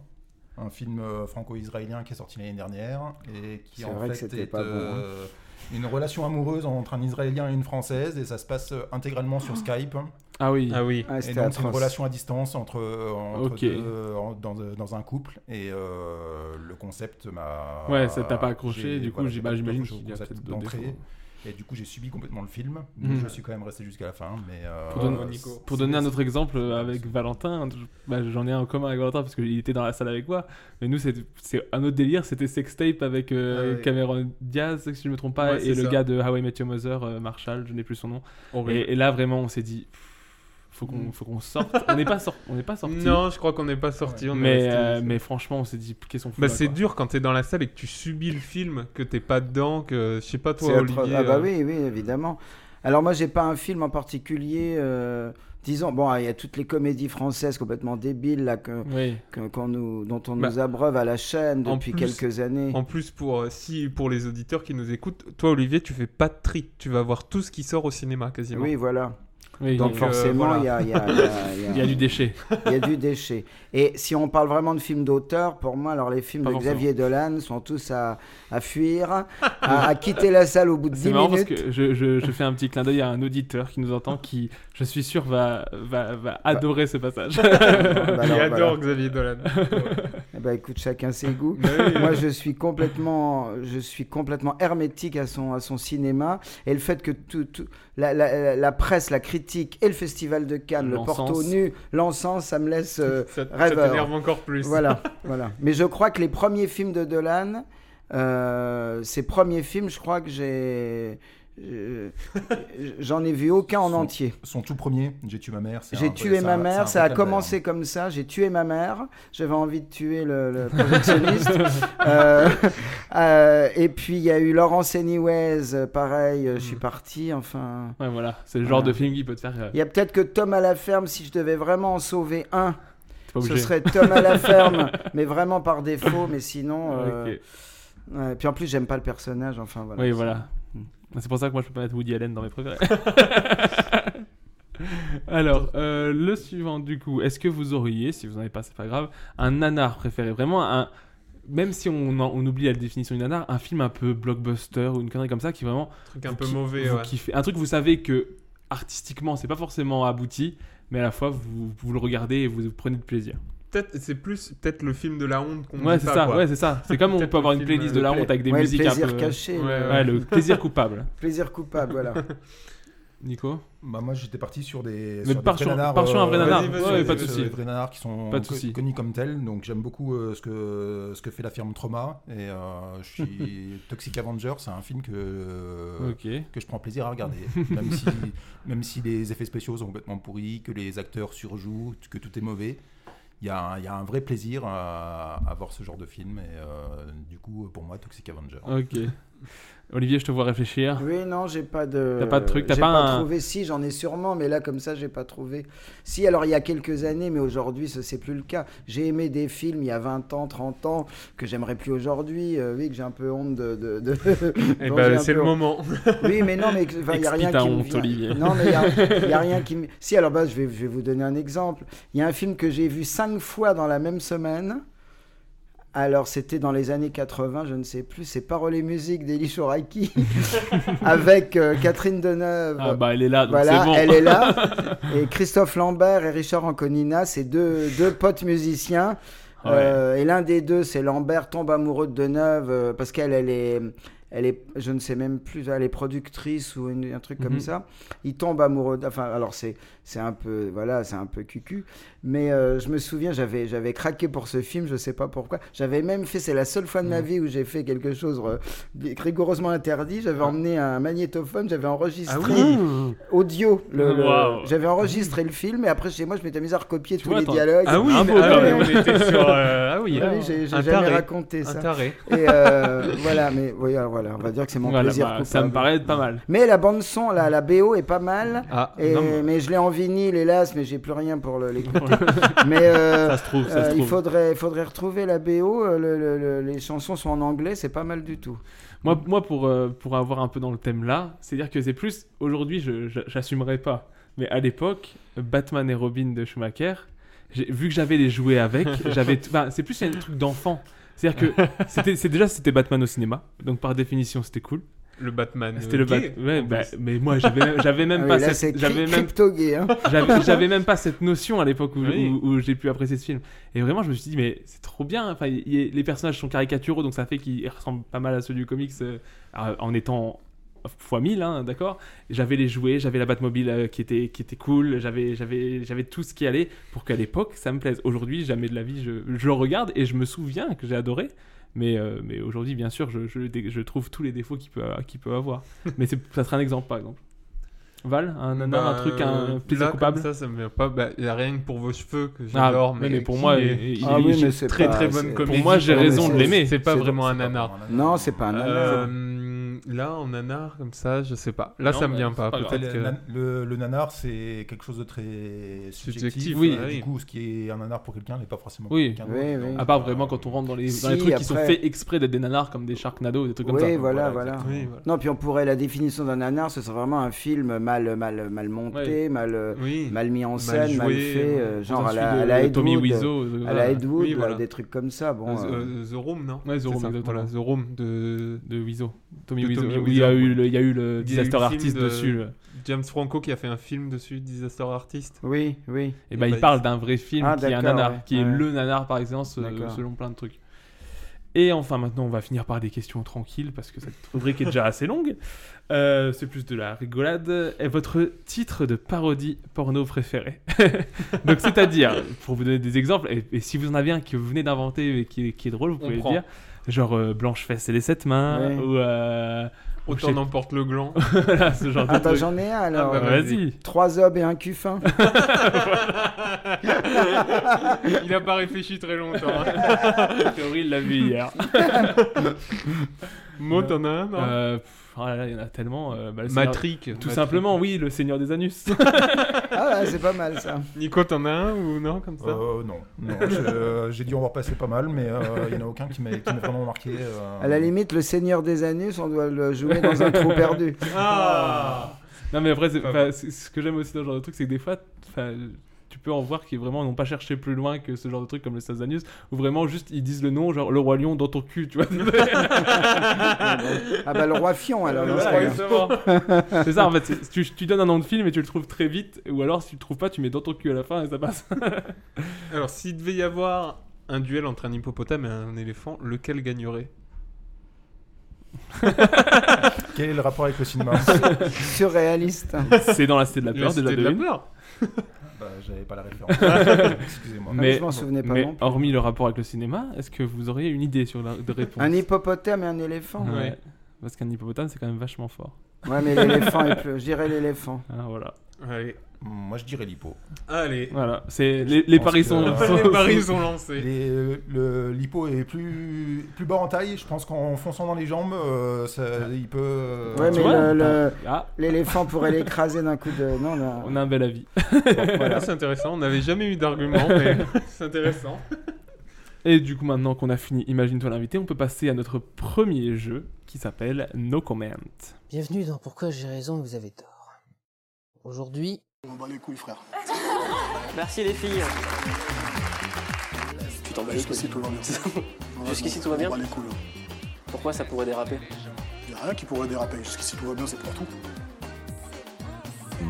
[SPEAKER 5] un film euh, franco-israélien qui est sorti l'année dernière et qui
[SPEAKER 9] C'est
[SPEAKER 5] en
[SPEAKER 9] vrai que
[SPEAKER 5] fait
[SPEAKER 9] c'était
[SPEAKER 5] est
[SPEAKER 9] pas bon, hein.
[SPEAKER 5] euh, une relation amoureuse entre un Israélien et une Française et ça se passe euh, intégralement sur Skype.
[SPEAKER 8] Ah oui.
[SPEAKER 7] Ah oui.
[SPEAKER 9] Ah,
[SPEAKER 5] Et
[SPEAKER 9] c'était
[SPEAKER 5] donc c'est une
[SPEAKER 9] atroce.
[SPEAKER 5] relation à distance entre, euh, entre
[SPEAKER 8] Ok.
[SPEAKER 5] deux- en- dans, dans un couple et euh, le concept m'a...
[SPEAKER 8] Ouais, ça t'a pas accroché,
[SPEAKER 5] j'ai-
[SPEAKER 8] du coup,
[SPEAKER 5] voilà,
[SPEAKER 8] j'ai-
[SPEAKER 5] j'ai
[SPEAKER 8] bah,
[SPEAKER 5] pas
[SPEAKER 8] j'imagine
[SPEAKER 5] accroché au
[SPEAKER 8] qu'il y a
[SPEAKER 5] concept
[SPEAKER 8] peut-être d'autres
[SPEAKER 5] d'entrée.
[SPEAKER 8] défauts.
[SPEAKER 5] Et du coup j'ai subi complètement le film, mais
[SPEAKER 8] Mhm.
[SPEAKER 5] je suis quand même resté jusqu'à la fin. Mais, euh,
[SPEAKER 8] Pour donner-
[SPEAKER 7] Oh, Nico.
[SPEAKER 8] Pour donner un autre exemple euh, avec Valentin, je- bah, j'en ai un en commun avec Valentin parce qu'il était dans la salle avec moi. Mais nous, c'est c'est un autre délire. C'était Sextape avec euh,
[SPEAKER 7] Ah oui.
[SPEAKER 8] Cameron Diaz, si je me trompe pas,
[SPEAKER 7] Ouais, c'est
[SPEAKER 8] et le
[SPEAKER 7] ça.
[SPEAKER 8] gars de How I Met Your Mother, euh, Marshall, je n'ai plus son nom.
[SPEAKER 7] Horrible.
[SPEAKER 8] Et, et là, vraiment, on s'est dit, pff, faut qu'on faut qu'on sorte. on n'est pas, sor- on n'est pas sorti.
[SPEAKER 7] Mm. Non, je crois qu'on n'est pas sorti. on est
[SPEAKER 8] mais,
[SPEAKER 7] resté-
[SPEAKER 8] euh, mais franchement, on s'est dit, qu'est-ce qu'on fout
[SPEAKER 7] Bah,
[SPEAKER 8] là,
[SPEAKER 7] c'est
[SPEAKER 8] quoi.
[SPEAKER 7] dur quand t'es dans la salle et que tu subis le film, que t'es pas dedans, que je sais pas
[SPEAKER 9] C'est
[SPEAKER 7] toi
[SPEAKER 9] atroce.
[SPEAKER 7] Olivier.
[SPEAKER 9] Ah bah
[SPEAKER 7] euh,
[SPEAKER 9] oui, oui, évidemment. Alors moi, j'ai pas un film en particulier. euh, disons, bon, il y a toutes les comédies françaises complètement débiles là, que-
[SPEAKER 8] Oui.
[SPEAKER 9] que- qu'on nous, dont on
[SPEAKER 7] Bah,
[SPEAKER 9] nous abreuve à la chaîne
[SPEAKER 7] en
[SPEAKER 9] depuis
[SPEAKER 7] plus-
[SPEAKER 9] quelques années.
[SPEAKER 7] En plus pour euh, si pour les auditeurs qui nous écoutent, toi Olivier, tu fais pas de tri, tu vas voir tout ce qui sort au cinéma quasiment.
[SPEAKER 9] Oui, voilà.
[SPEAKER 8] Oui,
[SPEAKER 9] Donc
[SPEAKER 7] euh,
[SPEAKER 9] forcément, il y a- il y a- il y a-
[SPEAKER 8] il y a du déchet.
[SPEAKER 9] Il y a du déchet. Et si on parle vraiment de films d'auteur, pour moi, alors les films
[SPEAKER 8] Pas
[SPEAKER 9] de
[SPEAKER 8] forcément.
[SPEAKER 9] Xavier Dolan sont tous à, à fuir, à, à quitter la salle au bout de 10
[SPEAKER 8] C'est marrant
[SPEAKER 9] minutes.
[SPEAKER 8] parce que je, je- je fais un petit clin d'œil à un auditeur qui nous entend qui, je suis sûr, va, va, va adorer ce passage.
[SPEAKER 9] Bah,
[SPEAKER 7] Il
[SPEAKER 9] alors,
[SPEAKER 7] adore
[SPEAKER 9] voilà.
[SPEAKER 7] Xavier Dolan.
[SPEAKER 9] Eh ben, écoute, chacun ses goûts.
[SPEAKER 7] Mais-
[SPEAKER 9] Moi, je suis complètement, je suis complètement hermétique à son, à son cinéma. Et le fait que tout, tout- la, la- la presse, la critique et le Festival de Cannes, le
[SPEAKER 8] L'encens.
[SPEAKER 9] porto nu, l'encens, ça me laisse euh,
[SPEAKER 7] ça ça
[SPEAKER 9] rêveur.
[SPEAKER 7] t'énerve encore plus.
[SPEAKER 9] Voilà, voilà. Mais je crois que les premiers films de Dolan, euh, ces premiers films, je crois que j'ai. je- J'en ai vu aucun en
[SPEAKER 5] Sont-
[SPEAKER 9] entier.
[SPEAKER 5] Son tout premier, J'ai tué ma mère. c'est un-
[SPEAKER 9] J'ai tué ma
[SPEAKER 5] c'est un- c'est un
[SPEAKER 9] mère, ça a
[SPEAKER 5] vrai calvaire.
[SPEAKER 9] commencé comme ça. J'ai tué ma mère, j'avais envie de tuer le, le projectionniste. Euh, euh, et puis il y a eu Laurence Anyways, euh, pareil, euh, je
[SPEAKER 8] Mm.
[SPEAKER 9] suis parti, enfin.
[SPEAKER 8] Ouais, voilà, c'est le genre
[SPEAKER 9] Voilà.
[SPEAKER 8] de film qui peut te faire. euh,
[SPEAKER 9] Il y a peut-être que Tom à la ferme, si je devais vraiment en sauver un,
[SPEAKER 8] t'es pas
[SPEAKER 9] ce
[SPEAKER 8] obligé.
[SPEAKER 9] serait Tom à la ferme, mais vraiment par défaut, mais sinon. euh,
[SPEAKER 8] Ok.
[SPEAKER 9] Ouais, et puis en plus, j'aime pas le personnage, enfin voilà.
[SPEAKER 8] oui, voilà. Bah,
[SPEAKER 9] Mm.
[SPEAKER 8] C'est pour ça que moi je peux pas mettre Woody Allen dans mes préférés. Alors, euh, le suivant du coup, est-ce que vous auriez, si vous n'en avez pas, c'est pas grave, un nanar préféré Vraiment un. Même si on, en- on oublie la définition du nanar, un film un peu blockbuster ou une connerie comme ça qui vraiment
[SPEAKER 7] Un truc un
[SPEAKER 8] vous
[SPEAKER 7] peu
[SPEAKER 8] ki-
[SPEAKER 7] mauvais.
[SPEAKER 8] vous
[SPEAKER 7] ouais.
[SPEAKER 8] kiffez. Un truc, vous savez que artistiquement, c'est pas forcément abouti, mais à la fois, vous, vous le regardez et vous, vous prenez de plaisir.
[SPEAKER 7] peut-être, c'est plus peut-être le film de la honte qu'on
[SPEAKER 8] Ouais,
[SPEAKER 7] dit
[SPEAKER 8] c'est
[SPEAKER 7] pas,
[SPEAKER 8] ça,
[SPEAKER 7] quoi.
[SPEAKER 8] ouais, c'est ça. C'est comme on
[SPEAKER 7] Peut-être
[SPEAKER 8] peut avoir
[SPEAKER 7] le
[SPEAKER 8] une
[SPEAKER 7] film,
[SPEAKER 8] playlist
[SPEAKER 7] euh,
[SPEAKER 8] de la
[SPEAKER 7] le Euh,
[SPEAKER 8] honte avec des
[SPEAKER 9] Ouais, le
[SPEAKER 8] musiques un
[SPEAKER 9] plaisir
[SPEAKER 8] peu. euh,
[SPEAKER 9] caché,
[SPEAKER 7] Ouais,
[SPEAKER 9] le
[SPEAKER 8] Ouais, le plaisir coupable.
[SPEAKER 9] plaisir coupable, voilà.
[SPEAKER 8] Nico
[SPEAKER 5] Bah moi j'étais parti sur des.
[SPEAKER 8] Mais
[SPEAKER 5] sur des
[SPEAKER 8] pars
[SPEAKER 5] vrais
[SPEAKER 8] sur-
[SPEAKER 5] nanars,
[SPEAKER 8] pars sur un vrai
[SPEAKER 5] euh,
[SPEAKER 7] nanar.
[SPEAKER 5] sur
[SPEAKER 7] Ouais,
[SPEAKER 5] des-
[SPEAKER 7] pas de
[SPEAKER 5] sur
[SPEAKER 8] souci.
[SPEAKER 5] Des vrais nanars qui sont
[SPEAKER 8] Pas de
[SPEAKER 5] co-
[SPEAKER 8] souci.
[SPEAKER 5] connus comme tels, donc j'aime beaucoup euh, ce que ce que fait la firme Trauma et euh, je suis Toxic Avenger, c'est un film que
[SPEAKER 9] Euh.
[SPEAKER 8] Ok.
[SPEAKER 5] que je prends plaisir à regarder, même si même si les effets spéciaux sont complètement pourris, que les acteurs surjouent, que tout est mauvais. Il y, a un- il y a un vrai plaisir à, à voir ce genre de film et euh, du coup pour moi Toxic Avenger.
[SPEAKER 8] Ok. Olivier, je te vois réfléchir.
[SPEAKER 9] Oui, non, j'ai pas de.
[SPEAKER 8] T'as pas de truc, t'as
[SPEAKER 9] j'ai
[SPEAKER 8] pas un-
[SPEAKER 9] trouvé. Si, j'en ai sûrement, mais là, comme ça, j'ai pas trouvé. Si, alors, il y a quelques années, mais aujourd'hui, ce c'est plus le cas. J'ai aimé des films il y a 20 ans, 30 ans, que j'aimerais plus aujourd'hui. euh, oui, que j'ai un peu honte de. de, de-
[SPEAKER 7] Eh
[SPEAKER 9] dont
[SPEAKER 7] ben,
[SPEAKER 9] j'ai un
[SPEAKER 7] c'est
[SPEAKER 9] peu
[SPEAKER 7] le
[SPEAKER 9] honte.
[SPEAKER 7] moment.
[SPEAKER 9] Oui, mais non, mais que- enfin, il y a
[SPEAKER 8] Expie
[SPEAKER 9] rien
[SPEAKER 8] ta
[SPEAKER 9] qui me
[SPEAKER 8] honte,
[SPEAKER 9] vient.
[SPEAKER 8] Olivier.
[SPEAKER 9] Non, mais il y a- il y, a rien qui me. Si, alors, bah, je, vais, je vais vous donner un exemple. Il y a un film que j'ai vu cinq fois dans la même semaine. Alors, c'était dans les années 80, je ne sais plus. C'est Paroles et musique d'Eli Chouraki avec euh, Catherine Deneuve.
[SPEAKER 8] Ah bah elle est là, donc
[SPEAKER 9] Voilà,
[SPEAKER 8] c'est bon.
[SPEAKER 9] elle est là. Et Christophe Lambert et Richard Anconina, c'est deux, deux potes musiciens. Euh, et l'un des deux, c'est Lambert, tombe amoureux de Deneuve, euh, parce qu'elle, elle est, elle est, je ne sais même plus, elle est productrice ou une- un truc comme
[SPEAKER 8] Mhm.
[SPEAKER 9] ça. Il tombe amoureux, d'- enfin, alors c'est, c'est un peu, voilà, c'est un peu cucu. Mais euh, je me souviens, j'avais, j'avais craqué pour ce film, je sais pas pourquoi. J'avais même fait, c'est la seule fois de
[SPEAKER 7] Mhm.
[SPEAKER 9] ma vie où j'ai fait quelque chose euh, rigoureusement interdit.
[SPEAKER 7] Ah.
[SPEAKER 9] J'avais emmené un magnétophone, j'avais enregistré Ah. audio. Le, le-
[SPEAKER 8] Waouh.
[SPEAKER 9] J'avais enregistré le film et après chez moi je m'étais mis à recopier
[SPEAKER 8] Tu
[SPEAKER 9] tous
[SPEAKER 8] vois,
[SPEAKER 9] les
[SPEAKER 8] attends.
[SPEAKER 9] dialogues.
[SPEAKER 7] Ah oui,
[SPEAKER 8] Un
[SPEAKER 7] mais-
[SPEAKER 8] beau,
[SPEAKER 7] ah
[SPEAKER 8] quand
[SPEAKER 7] oui,
[SPEAKER 8] même.
[SPEAKER 7] on était sur. euh, ah oui,
[SPEAKER 9] Ah oui, j'ai j'ai
[SPEAKER 7] un
[SPEAKER 9] jamais
[SPEAKER 7] taré.
[SPEAKER 9] raconté
[SPEAKER 7] un
[SPEAKER 9] ça.
[SPEAKER 7] taré.
[SPEAKER 9] Et euh, voilà, mais oui, alors voilà, on va dire que c'est mon
[SPEAKER 8] Voilà,
[SPEAKER 9] plaisir.
[SPEAKER 8] bah,
[SPEAKER 9] coupable.
[SPEAKER 8] ça me paraît être pas mal.
[SPEAKER 9] Mais la bande son, la, la BO est pas mal.
[SPEAKER 7] Ah,
[SPEAKER 9] Et,
[SPEAKER 7] non, mais
[SPEAKER 9] mais je l'ai en vinyle, hélas, mais j'ai plus rien pour le- l'écouter. mais euh,
[SPEAKER 7] ça se trouve, ça
[SPEAKER 9] euh,
[SPEAKER 7] se trouve.
[SPEAKER 9] il faudrait, faudrait retrouver la BO. euh, le- le- le- les chansons sont en anglais, c'est pas mal du tout.
[SPEAKER 8] Moi, moi pour, euh, pour avoir un peu dans le thème là, c'est-à-dire que c'est plus. Aujourd'hui, je je- j'assumerais pas. Mais à l'époque, Batman et Robin de Schumacher, j'ai- vu que j'avais les jouets avec, j'avais. t- enfin, c'est plus un truc d'enfant. C'est-à-dire que c'était c'est- déjà c'était Batman au cinéma, donc par définition c'était cool.
[SPEAKER 7] Le Batman.
[SPEAKER 8] C'était le Bat-
[SPEAKER 7] Batman.
[SPEAKER 8] ouais, bah, mais moi j'avais même- j'avais même
[SPEAKER 9] Ah oui,
[SPEAKER 8] pas
[SPEAKER 9] là, c'est
[SPEAKER 8] cette-
[SPEAKER 9] cri-
[SPEAKER 8] j'avais même
[SPEAKER 9] crypto-gay. hein.
[SPEAKER 8] J'avais j'avais même pas cette notion à l'époque où,
[SPEAKER 7] Oui.
[SPEAKER 8] où- où j'ai pu apprécier ce film. Et vraiment, je me suis dit, mais c'est trop bien. Enfin, il- il- les personnages sont caricaturaux, donc ça fait qu'ils ressemblent pas mal à ceux du comics euh, euh, en étant fois 1000, hein, d'accord J'avais les jouets, j'avais la Batmobile euh, qui, était, qui était cool, j'avais j'avais- j'avais tout ce qui allait pour qu'à l'époque, ça me plaise. Aujourd'hui, jamais de la vie, je, je le regarde et je me souviens que j'ai adoré. Mais, euh, mais aujourd'hui, bien sûr, je, je, dé- je trouve tous les défauts qu'il peut, qu'il peut avoir. mais c'est- ça serait un exemple, par exemple. Val, un, nanar, un
[SPEAKER 7] Bah,
[SPEAKER 8] truc, un
[SPEAKER 7] euh,
[SPEAKER 8] plaisir
[SPEAKER 7] là, comme
[SPEAKER 8] coupable
[SPEAKER 7] Ça, ça me vient pas. Bah, y a rien que pour vos cheveux que
[SPEAKER 8] Ah,
[SPEAKER 7] j'adore.
[SPEAKER 8] oui,
[SPEAKER 7] mais,
[SPEAKER 8] mais pour
[SPEAKER 7] qui
[SPEAKER 8] moi,
[SPEAKER 7] est-
[SPEAKER 8] il- il-
[SPEAKER 7] est
[SPEAKER 9] Ah oui, mais c'est
[SPEAKER 7] très
[SPEAKER 9] pas-
[SPEAKER 7] très
[SPEAKER 9] c'est-
[SPEAKER 7] bonne comédie.
[SPEAKER 8] Pour moi, j'ai
[SPEAKER 9] Non, mais
[SPEAKER 8] raison de
[SPEAKER 9] c'est-
[SPEAKER 8] l'aimer.
[SPEAKER 7] C'est pas
[SPEAKER 5] C'est-
[SPEAKER 7] vraiment un
[SPEAKER 5] c'est pas
[SPEAKER 7] nanar.
[SPEAKER 5] vraiment un
[SPEAKER 9] Non, c'est pas un nanar.
[SPEAKER 7] Euh, là, en nanar comme ça, je sais pas. Là,
[SPEAKER 8] Non,
[SPEAKER 7] ça me
[SPEAKER 8] bah,
[SPEAKER 7] vient
[SPEAKER 8] c'est
[SPEAKER 7] pas.
[SPEAKER 8] pas grave.
[SPEAKER 7] Peut-être
[SPEAKER 5] Le,
[SPEAKER 7] que.
[SPEAKER 5] nan- le- le nanar, c'est quelque chose de très subjectif.
[SPEAKER 7] Subjectif,
[SPEAKER 8] oui,
[SPEAKER 5] Euh,
[SPEAKER 7] oui.
[SPEAKER 5] Du coup, ce qui est un nanar pour quelqu'un n'est pas forcément
[SPEAKER 8] Oui.
[SPEAKER 5] pour quelqu'un
[SPEAKER 9] Oui,
[SPEAKER 5] d'autre.
[SPEAKER 9] oui.
[SPEAKER 5] Donc,
[SPEAKER 8] À part
[SPEAKER 5] euh,
[SPEAKER 8] vraiment quand on rentre dans les, dans
[SPEAKER 9] Si,
[SPEAKER 8] les trucs qui sont
[SPEAKER 9] après-
[SPEAKER 8] faits exprès d'être des nanars comme des Sharknado, des trucs comme ça.
[SPEAKER 9] Oui, voilà, voilà.
[SPEAKER 7] Oui, voilà.
[SPEAKER 9] Non, puis on pourrait la définition d'un nanar, ce serait vraiment un film mal, mal, mal monté, mal, euh,
[SPEAKER 7] Oui.
[SPEAKER 9] mal mis en scène, mal,
[SPEAKER 7] joué,
[SPEAKER 9] fait, euh,
[SPEAKER 7] euh,
[SPEAKER 9] genre à
[SPEAKER 8] Celui
[SPEAKER 9] la,
[SPEAKER 8] de-
[SPEAKER 9] à la
[SPEAKER 8] de
[SPEAKER 9] Ed
[SPEAKER 8] Tommy
[SPEAKER 9] Wood,
[SPEAKER 8] Wiseau. euh,
[SPEAKER 9] à la Ed Wood,
[SPEAKER 7] Oui, voilà.
[SPEAKER 9] euh, des trucs comme ça. Bon,
[SPEAKER 7] The,
[SPEAKER 9] euh,
[SPEAKER 7] euh, The Room, non
[SPEAKER 8] Ouais, The
[SPEAKER 7] C'est
[SPEAKER 8] Room,
[SPEAKER 7] ça,
[SPEAKER 8] exactement.
[SPEAKER 7] voilà, The Room de
[SPEAKER 8] de Wiseau. Tommy
[SPEAKER 7] De
[SPEAKER 8] Wiseau.
[SPEAKER 7] Tommy
[SPEAKER 8] oui, Il y a
[SPEAKER 7] Wiseau,
[SPEAKER 8] eu
[SPEAKER 7] ouais.
[SPEAKER 8] le, il y a eu le
[SPEAKER 7] Il y a eu
[SPEAKER 8] Disaster
[SPEAKER 7] le film
[SPEAKER 8] Artist
[SPEAKER 7] de-
[SPEAKER 8] dessus. là.
[SPEAKER 7] James Franco qui a fait un film dessus, Disaster Artist.
[SPEAKER 9] oui, oui.
[SPEAKER 8] Et bah,
[SPEAKER 7] bah,
[SPEAKER 8] il
[SPEAKER 7] il-
[SPEAKER 8] parle d'un vrai film
[SPEAKER 9] Ah,
[SPEAKER 8] qui est un
[SPEAKER 9] d'accord,
[SPEAKER 8] nanar,
[SPEAKER 9] ouais.
[SPEAKER 8] qui est
[SPEAKER 9] Ouais.
[SPEAKER 8] le nanar par excellence, euh,
[SPEAKER 9] D'accord.
[SPEAKER 8] selon plein de trucs. Et enfin, maintenant, on va finir par des questions tranquilles parce que cette rubrique est déjà assez longue. Euh, c'est plus de la rigolade. Et votre titre de parodie porno préféré Donc, c'est-à-dire, pour vous donner des exemples, et, et si vous en avez un que vous venez d'inventer et qui, est- qui est drôle, vous pouvez le
[SPEAKER 7] prend.
[SPEAKER 8] dire. Genre euh, Blanche Fesse et les Sept Mains,
[SPEAKER 9] Ouais.
[SPEAKER 8] ou euh, je
[SPEAKER 7] Autant
[SPEAKER 8] sais-
[SPEAKER 7] n'emporte le gland.
[SPEAKER 8] voilà, ce genre de
[SPEAKER 9] Attends,
[SPEAKER 8] truc.
[SPEAKER 9] j'en ai un alors. euh,
[SPEAKER 7] Ah, bah,
[SPEAKER 8] Vas-y.
[SPEAKER 9] Trois hommes et un cuffin.
[SPEAKER 7] Il a pas réfléchi très longtemps. hein.
[SPEAKER 8] théorie, il l'a vu hier.
[SPEAKER 7] Moi, t'en as un, non
[SPEAKER 8] Euh, pff, oh là là, il y en a tellement. euh, bah, le Seigneur-
[SPEAKER 7] Matrix.
[SPEAKER 8] Tout simplement, oui, le Seigneur des Anus.
[SPEAKER 9] Ah, ouais, c'est pas mal ça.
[SPEAKER 7] Nico, t'en as un ou non comme ça
[SPEAKER 5] Euh, non, non je- euh, j'ai dû en voir passer pas mal, mais euh, il n'y en a aucun qui m'a qui m'a vraiment marqué. euh.
[SPEAKER 9] À la limite, le Seigneur des anus, on doit le jouer dans un trou perdu.
[SPEAKER 7] Ah
[SPEAKER 8] non, mais après, c'est-
[SPEAKER 7] Pas
[SPEAKER 8] enfin, c'est- ce que j'aime aussi dans ce genre de truc, c'est que des fois, enfin, tu peux en voir qui vraiment n'ont pas cherché plus loin que ce genre de truc comme le Sazanius, où vraiment juste ils disent le nom, genre le roi lion dans ton cul, tu vois.
[SPEAKER 9] Ah bah le roi Fion alors. dans ce
[SPEAKER 8] Voilà,
[SPEAKER 9] cas-là.
[SPEAKER 8] exactement. c'est ça en fait, c'est- tu, tu donnes un nom de film et tu le trouves très vite, ou alors si tu le trouves pas, tu mets dans ton cul à la fin et ça passe.
[SPEAKER 7] Alors, s'il devait y avoir un duel entre un hippopotame et un éléphant, lequel gagnerait
[SPEAKER 5] Quel est le rapport avec le cinéma
[SPEAKER 9] Surréaliste.
[SPEAKER 8] c'est dans la Cité de la
[SPEAKER 7] La
[SPEAKER 8] Peur,
[SPEAKER 7] Cité
[SPEAKER 8] déjà
[SPEAKER 7] de la
[SPEAKER 8] devine.
[SPEAKER 7] peur.
[SPEAKER 5] Bah, j'avais pas la référence. Excusez-moi.
[SPEAKER 8] Mais-
[SPEAKER 9] Ah, je m'en souvenais pas
[SPEAKER 8] Mais
[SPEAKER 9] non plus.
[SPEAKER 8] hormis le rapport avec le cinéma, est-ce que vous auriez une idée sur la de réponse
[SPEAKER 9] Un hippopotame et un éléphant.
[SPEAKER 8] Ouais.
[SPEAKER 7] Ouais.
[SPEAKER 8] Parce qu'un hippopotame, c'est quand même vachement fort.
[SPEAKER 9] Ouais, mais l'éléphant est plus. Je dirais l'éléphant.
[SPEAKER 8] Ah, voilà.
[SPEAKER 7] Allez.
[SPEAKER 5] Moi, je dirais l'hippo.
[SPEAKER 7] Allez.
[SPEAKER 8] voilà. C'est, les, les
[SPEAKER 5] pense
[SPEAKER 8] paris
[SPEAKER 5] que-
[SPEAKER 8] sont. sont-
[SPEAKER 7] Les paris sont lancés.
[SPEAKER 5] Les- le- L'hippo est plus, plus bas en taille. Je pense qu'en fonçant dans les jambes, euh, ça- il peut. euh,
[SPEAKER 9] Ouais,
[SPEAKER 8] Ah. tu
[SPEAKER 9] mais
[SPEAKER 8] vois,
[SPEAKER 9] le- le-
[SPEAKER 8] Ah,
[SPEAKER 9] l'éléphant pourrait l'écraser d'un coup de. Non, non.
[SPEAKER 8] on a un bel avis.
[SPEAKER 7] Voilà, c'est intéressant. On n'avait jamais eu d'argument, mais c'est intéressant.
[SPEAKER 8] Et du coup, maintenant qu'on a fini Imagine-toi l'invité, on peut passer à notre premier jeu qui s'appelle No Comment.
[SPEAKER 10] Bienvenue dans Pourquoi j'ai raison et vous avez tort. Aujourd'hui,
[SPEAKER 2] Merci les filles. Jusqu'ici tout va bien. Jusqu'ici tout va bien. Pourquoi ça pourrait déraper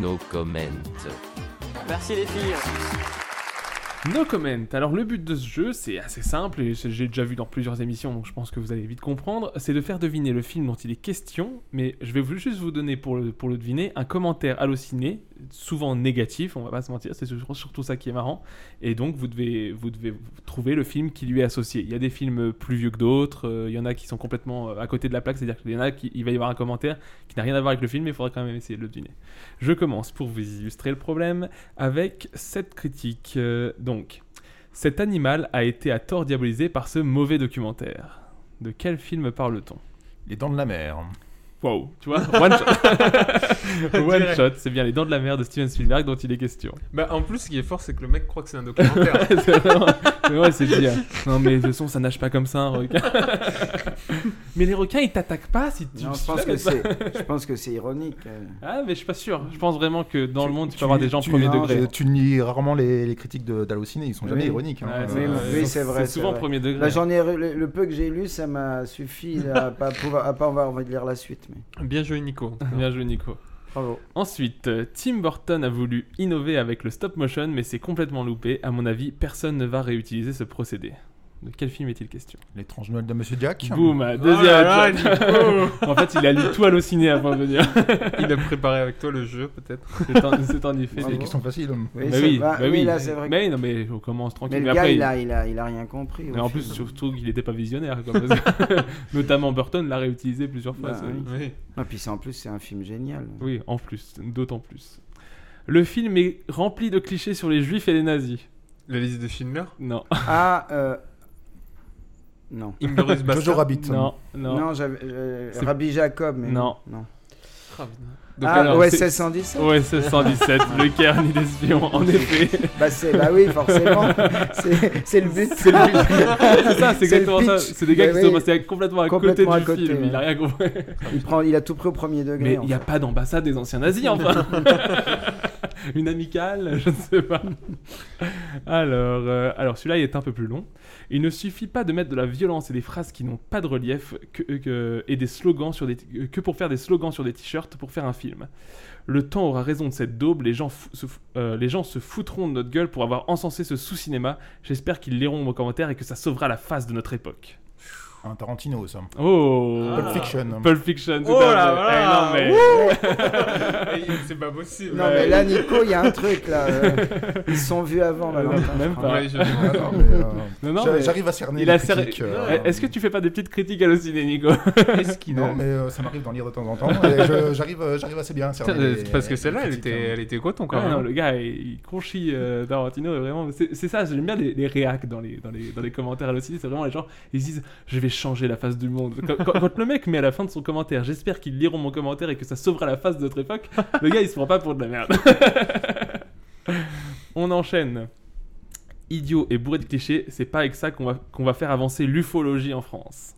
[SPEAKER 6] No comment.
[SPEAKER 2] Merci les filles.
[SPEAKER 8] No Comment. Alors, le but de ce jeu, c'est assez simple et c'est- j'ai déjà vu dans plusieurs émissions, donc je pense que vous allez vite comprendre. C'est de faire deviner le film dont il est question, mais je vais vous- juste vous donner pour le, pour le deviner un commentaire halluciné, souvent négatif, on va pas se mentir, c'est sur- surtout ça qui est marrant. Et donc, vous devez, vous devez trouver le film qui lui est associé. Il y a des films plus vieux que d'autres, euh, il y en a qui sont complètement euh, à côté de la plaque, c'est-à-dire qu'il y en a qui il va y avoir un commentaire qui n'a rien à voir avec le film, mais il faudra quand même essayer de le deviner. Je commence pour vous illustrer le problème avec cette critique. Euh, donc, cet animal a été à tort diabolisé par ce mauvais documentaire. De quel film parle-t-on
[SPEAKER 5] Les dents de la mer.
[SPEAKER 8] Waouh, tu vois, one shot. One shot, c'est bien Les Dents de la Mer de Steven Spielberg dont il est question.
[SPEAKER 7] Bah, en plus, ce qui est fort, c'est que le mec croit que c'est un documentaire.
[SPEAKER 8] c'est vraiment- mais ouais, c'est dit, euh, non mais de toute façon, ça nage pas comme ça un requin. mais les requins, ils t'attaquent pas si tu.
[SPEAKER 9] Non,
[SPEAKER 8] tu
[SPEAKER 9] je pense
[SPEAKER 8] savais
[SPEAKER 9] que
[SPEAKER 8] pas.
[SPEAKER 9] c'est. Je pense que c'est ironique. euh.
[SPEAKER 8] Ah, mais je suis pas sûr. Je pense vraiment que dans le monde, tu peux avoir des gens premier
[SPEAKER 9] non,
[SPEAKER 8] degré.
[SPEAKER 9] je-
[SPEAKER 5] Et Tu lis rarement les, les critiques de- d'Allociné, ils sont jamais
[SPEAKER 9] Oui.
[SPEAKER 5] ironiques. hein.
[SPEAKER 8] Ouais,
[SPEAKER 9] Oui,
[SPEAKER 8] Euh,
[SPEAKER 9] oui, c'est vrai.
[SPEAKER 8] C'est souvent
[SPEAKER 9] vrai.
[SPEAKER 8] premier degré.
[SPEAKER 9] Là, Bah, j'en ai re- le, le peu que j'ai lu, ça m'a suffi à pas pouvoir, à pas avoir envie de lire la suite. Mais
[SPEAKER 7] Bien joué, Nico.
[SPEAKER 8] Bien joué, Nico.
[SPEAKER 9] bravo.
[SPEAKER 8] Ensuite, euh, Tim Burton a voulu innover avec le stop motion, mais c'est complètement loupé. À mon avis, personne ne va réutiliser ce procédé. De quel film est-il question
[SPEAKER 5] L'étrange Noël de Monsieur Jack.
[SPEAKER 8] Boum,
[SPEAKER 7] Oh
[SPEAKER 8] deuxième.
[SPEAKER 7] là là,
[SPEAKER 8] shot.
[SPEAKER 7] Nico.
[SPEAKER 8] en fait, il a lu tout halluciné avant de venir.
[SPEAKER 7] Il a préparé avec toi le jeu, peut-être.
[SPEAKER 8] C'est en- C'est en effet.
[SPEAKER 5] C'est
[SPEAKER 8] des-
[SPEAKER 5] des questions faciles.
[SPEAKER 9] Oui,
[SPEAKER 8] Bah
[SPEAKER 9] c'est-
[SPEAKER 8] oui,
[SPEAKER 9] bah
[SPEAKER 8] bah
[SPEAKER 9] oui,
[SPEAKER 8] oui.
[SPEAKER 9] là, c'est vrai. que-
[SPEAKER 8] Mais non, mais on commence
[SPEAKER 9] Mais
[SPEAKER 8] tranquille.
[SPEAKER 9] le
[SPEAKER 8] Mais
[SPEAKER 9] gars,
[SPEAKER 8] après,
[SPEAKER 9] il, a, il, a, il a rien compris.
[SPEAKER 8] mais
[SPEAKER 9] au
[SPEAKER 8] en plus,
[SPEAKER 9] final.
[SPEAKER 8] surtout qu'il n'était pas visionnaire. quoi, parce que- Notamment Burton l'a réutilisé plusieurs fois.
[SPEAKER 9] Bah
[SPEAKER 8] ça.
[SPEAKER 9] oui.
[SPEAKER 7] Oui.
[SPEAKER 9] Ah, puis c'est- en plus, c'est un film génial.
[SPEAKER 8] Oui, en plus, d'autant plus. Le film est rempli de clichés sur les juifs et les nazis.
[SPEAKER 7] La liste de Schindler.
[SPEAKER 8] Non,
[SPEAKER 9] Ah, euh... non.
[SPEAKER 7] Inglourious
[SPEAKER 5] Jojo
[SPEAKER 7] Bastard.
[SPEAKER 5] Rabbit.
[SPEAKER 8] non, non.
[SPEAKER 9] hein. Non, j'avais euh,
[SPEAKER 8] C'est-
[SPEAKER 9] Rabbi Jacob, mais
[SPEAKER 8] Non.
[SPEAKER 9] non.
[SPEAKER 8] Donc,
[SPEAKER 9] ah,
[SPEAKER 8] alors, c'est-
[SPEAKER 9] OSS 117
[SPEAKER 8] OSS 117, le Cairn d'espion, en effet.
[SPEAKER 9] bah, c'est- bah oui, forcément. C'est- c'est le but.
[SPEAKER 8] C'est le but. C'est ça, c'est
[SPEAKER 9] C'est le
[SPEAKER 8] exactement ça.
[SPEAKER 9] pitch.
[SPEAKER 8] C'est des gars
[SPEAKER 9] Mais
[SPEAKER 8] qui
[SPEAKER 9] oui.
[SPEAKER 8] sont passés complètement à
[SPEAKER 9] Complètement
[SPEAKER 8] côté
[SPEAKER 9] à
[SPEAKER 8] du
[SPEAKER 9] côté,
[SPEAKER 8] film,
[SPEAKER 9] ouais.
[SPEAKER 8] il a rien compris.
[SPEAKER 9] Il, prend, il a tout pris au premier degré.
[SPEAKER 8] Mais
[SPEAKER 9] en
[SPEAKER 8] il n'y a
[SPEAKER 9] fait.
[SPEAKER 8] pas d'ambassade des anciens nazis, enfin Une amicale, je ne sais pas. Alors, euh, alors celui-là, il est un peu plus long. Il ne suffit pas de mettre de la violence et des phrases qui n'ont pas de relief que, euh, que- et des slogans sur des t- que pour faire des slogans sur des t-shirts pour faire un film. Le temps aura raison de cette daube, les gens, fou- se, fou- euh, les gens se foutront de notre gueule pour avoir encensé ce sous-cinéma. J'espère qu'ils liront vos commentaires et que ça sauvera la face de notre époque.
[SPEAKER 5] Un Tarantino, ça.
[SPEAKER 8] Oh
[SPEAKER 7] Ah.
[SPEAKER 5] Pulp Fiction.
[SPEAKER 8] Pulp Fiction, tout
[SPEAKER 7] Oh
[SPEAKER 8] à
[SPEAKER 7] là
[SPEAKER 8] fait.
[SPEAKER 7] là.
[SPEAKER 8] Eh non, mais-
[SPEAKER 7] c'est pas possible.
[SPEAKER 9] Non, mais là, Nico, il y a un truc, là. euh, Ils sont vus avant, Valentin.
[SPEAKER 8] Même pas.
[SPEAKER 7] Ouais, je-
[SPEAKER 5] Ah, non, mais, euh,
[SPEAKER 8] Non, non,
[SPEAKER 5] j'a-
[SPEAKER 8] mais-
[SPEAKER 5] J'arrive à cerner
[SPEAKER 8] Il
[SPEAKER 5] les
[SPEAKER 8] a serré-
[SPEAKER 5] critiques. euh,
[SPEAKER 8] Eh, Est-ce que tu fais pas des petites critiques à ciné, Nico
[SPEAKER 7] Qu'est-ce qu'il
[SPEAKER 5] Non, mais euh, ça m'arrive d'en lire de temps en temps. et je- J'arrive euh, j'arrive assez bien à cerner. les-
[SPEAKER 7] Parce que
[SPEAKER 5] les
[SPEAKER 7] celle-là, elle
[SPEAKER 5] critiques,
[SPEAKER 7] était,
[SPEAKER 5] hein.
[SPEAKER 7] elle était coton quand
[SPEAKER 8] Ah, non,
[SPEAKER 7] même.
[SPEAKER 8] le gars, il, il conchit euh, Tarantino, et vraiment. C'est c'est ça, j'aime bien les, les réacs dans les, dans, les, dans les commentaires à ciné. C'est vraiment les gens, ils se disent Je vais changer la face du monde. Quand, quand- quand le mec met à la fin de son commentaire J'espère qu'ils liront mon commentaire et que ça sauvera la face de notre époque, le gars, il se prend pas pour de la merde. On enchaîne. Idiot et bourré de clichés, c'est pas avec ça qu'on va, qu'on va faire avancer l'ufologie en France.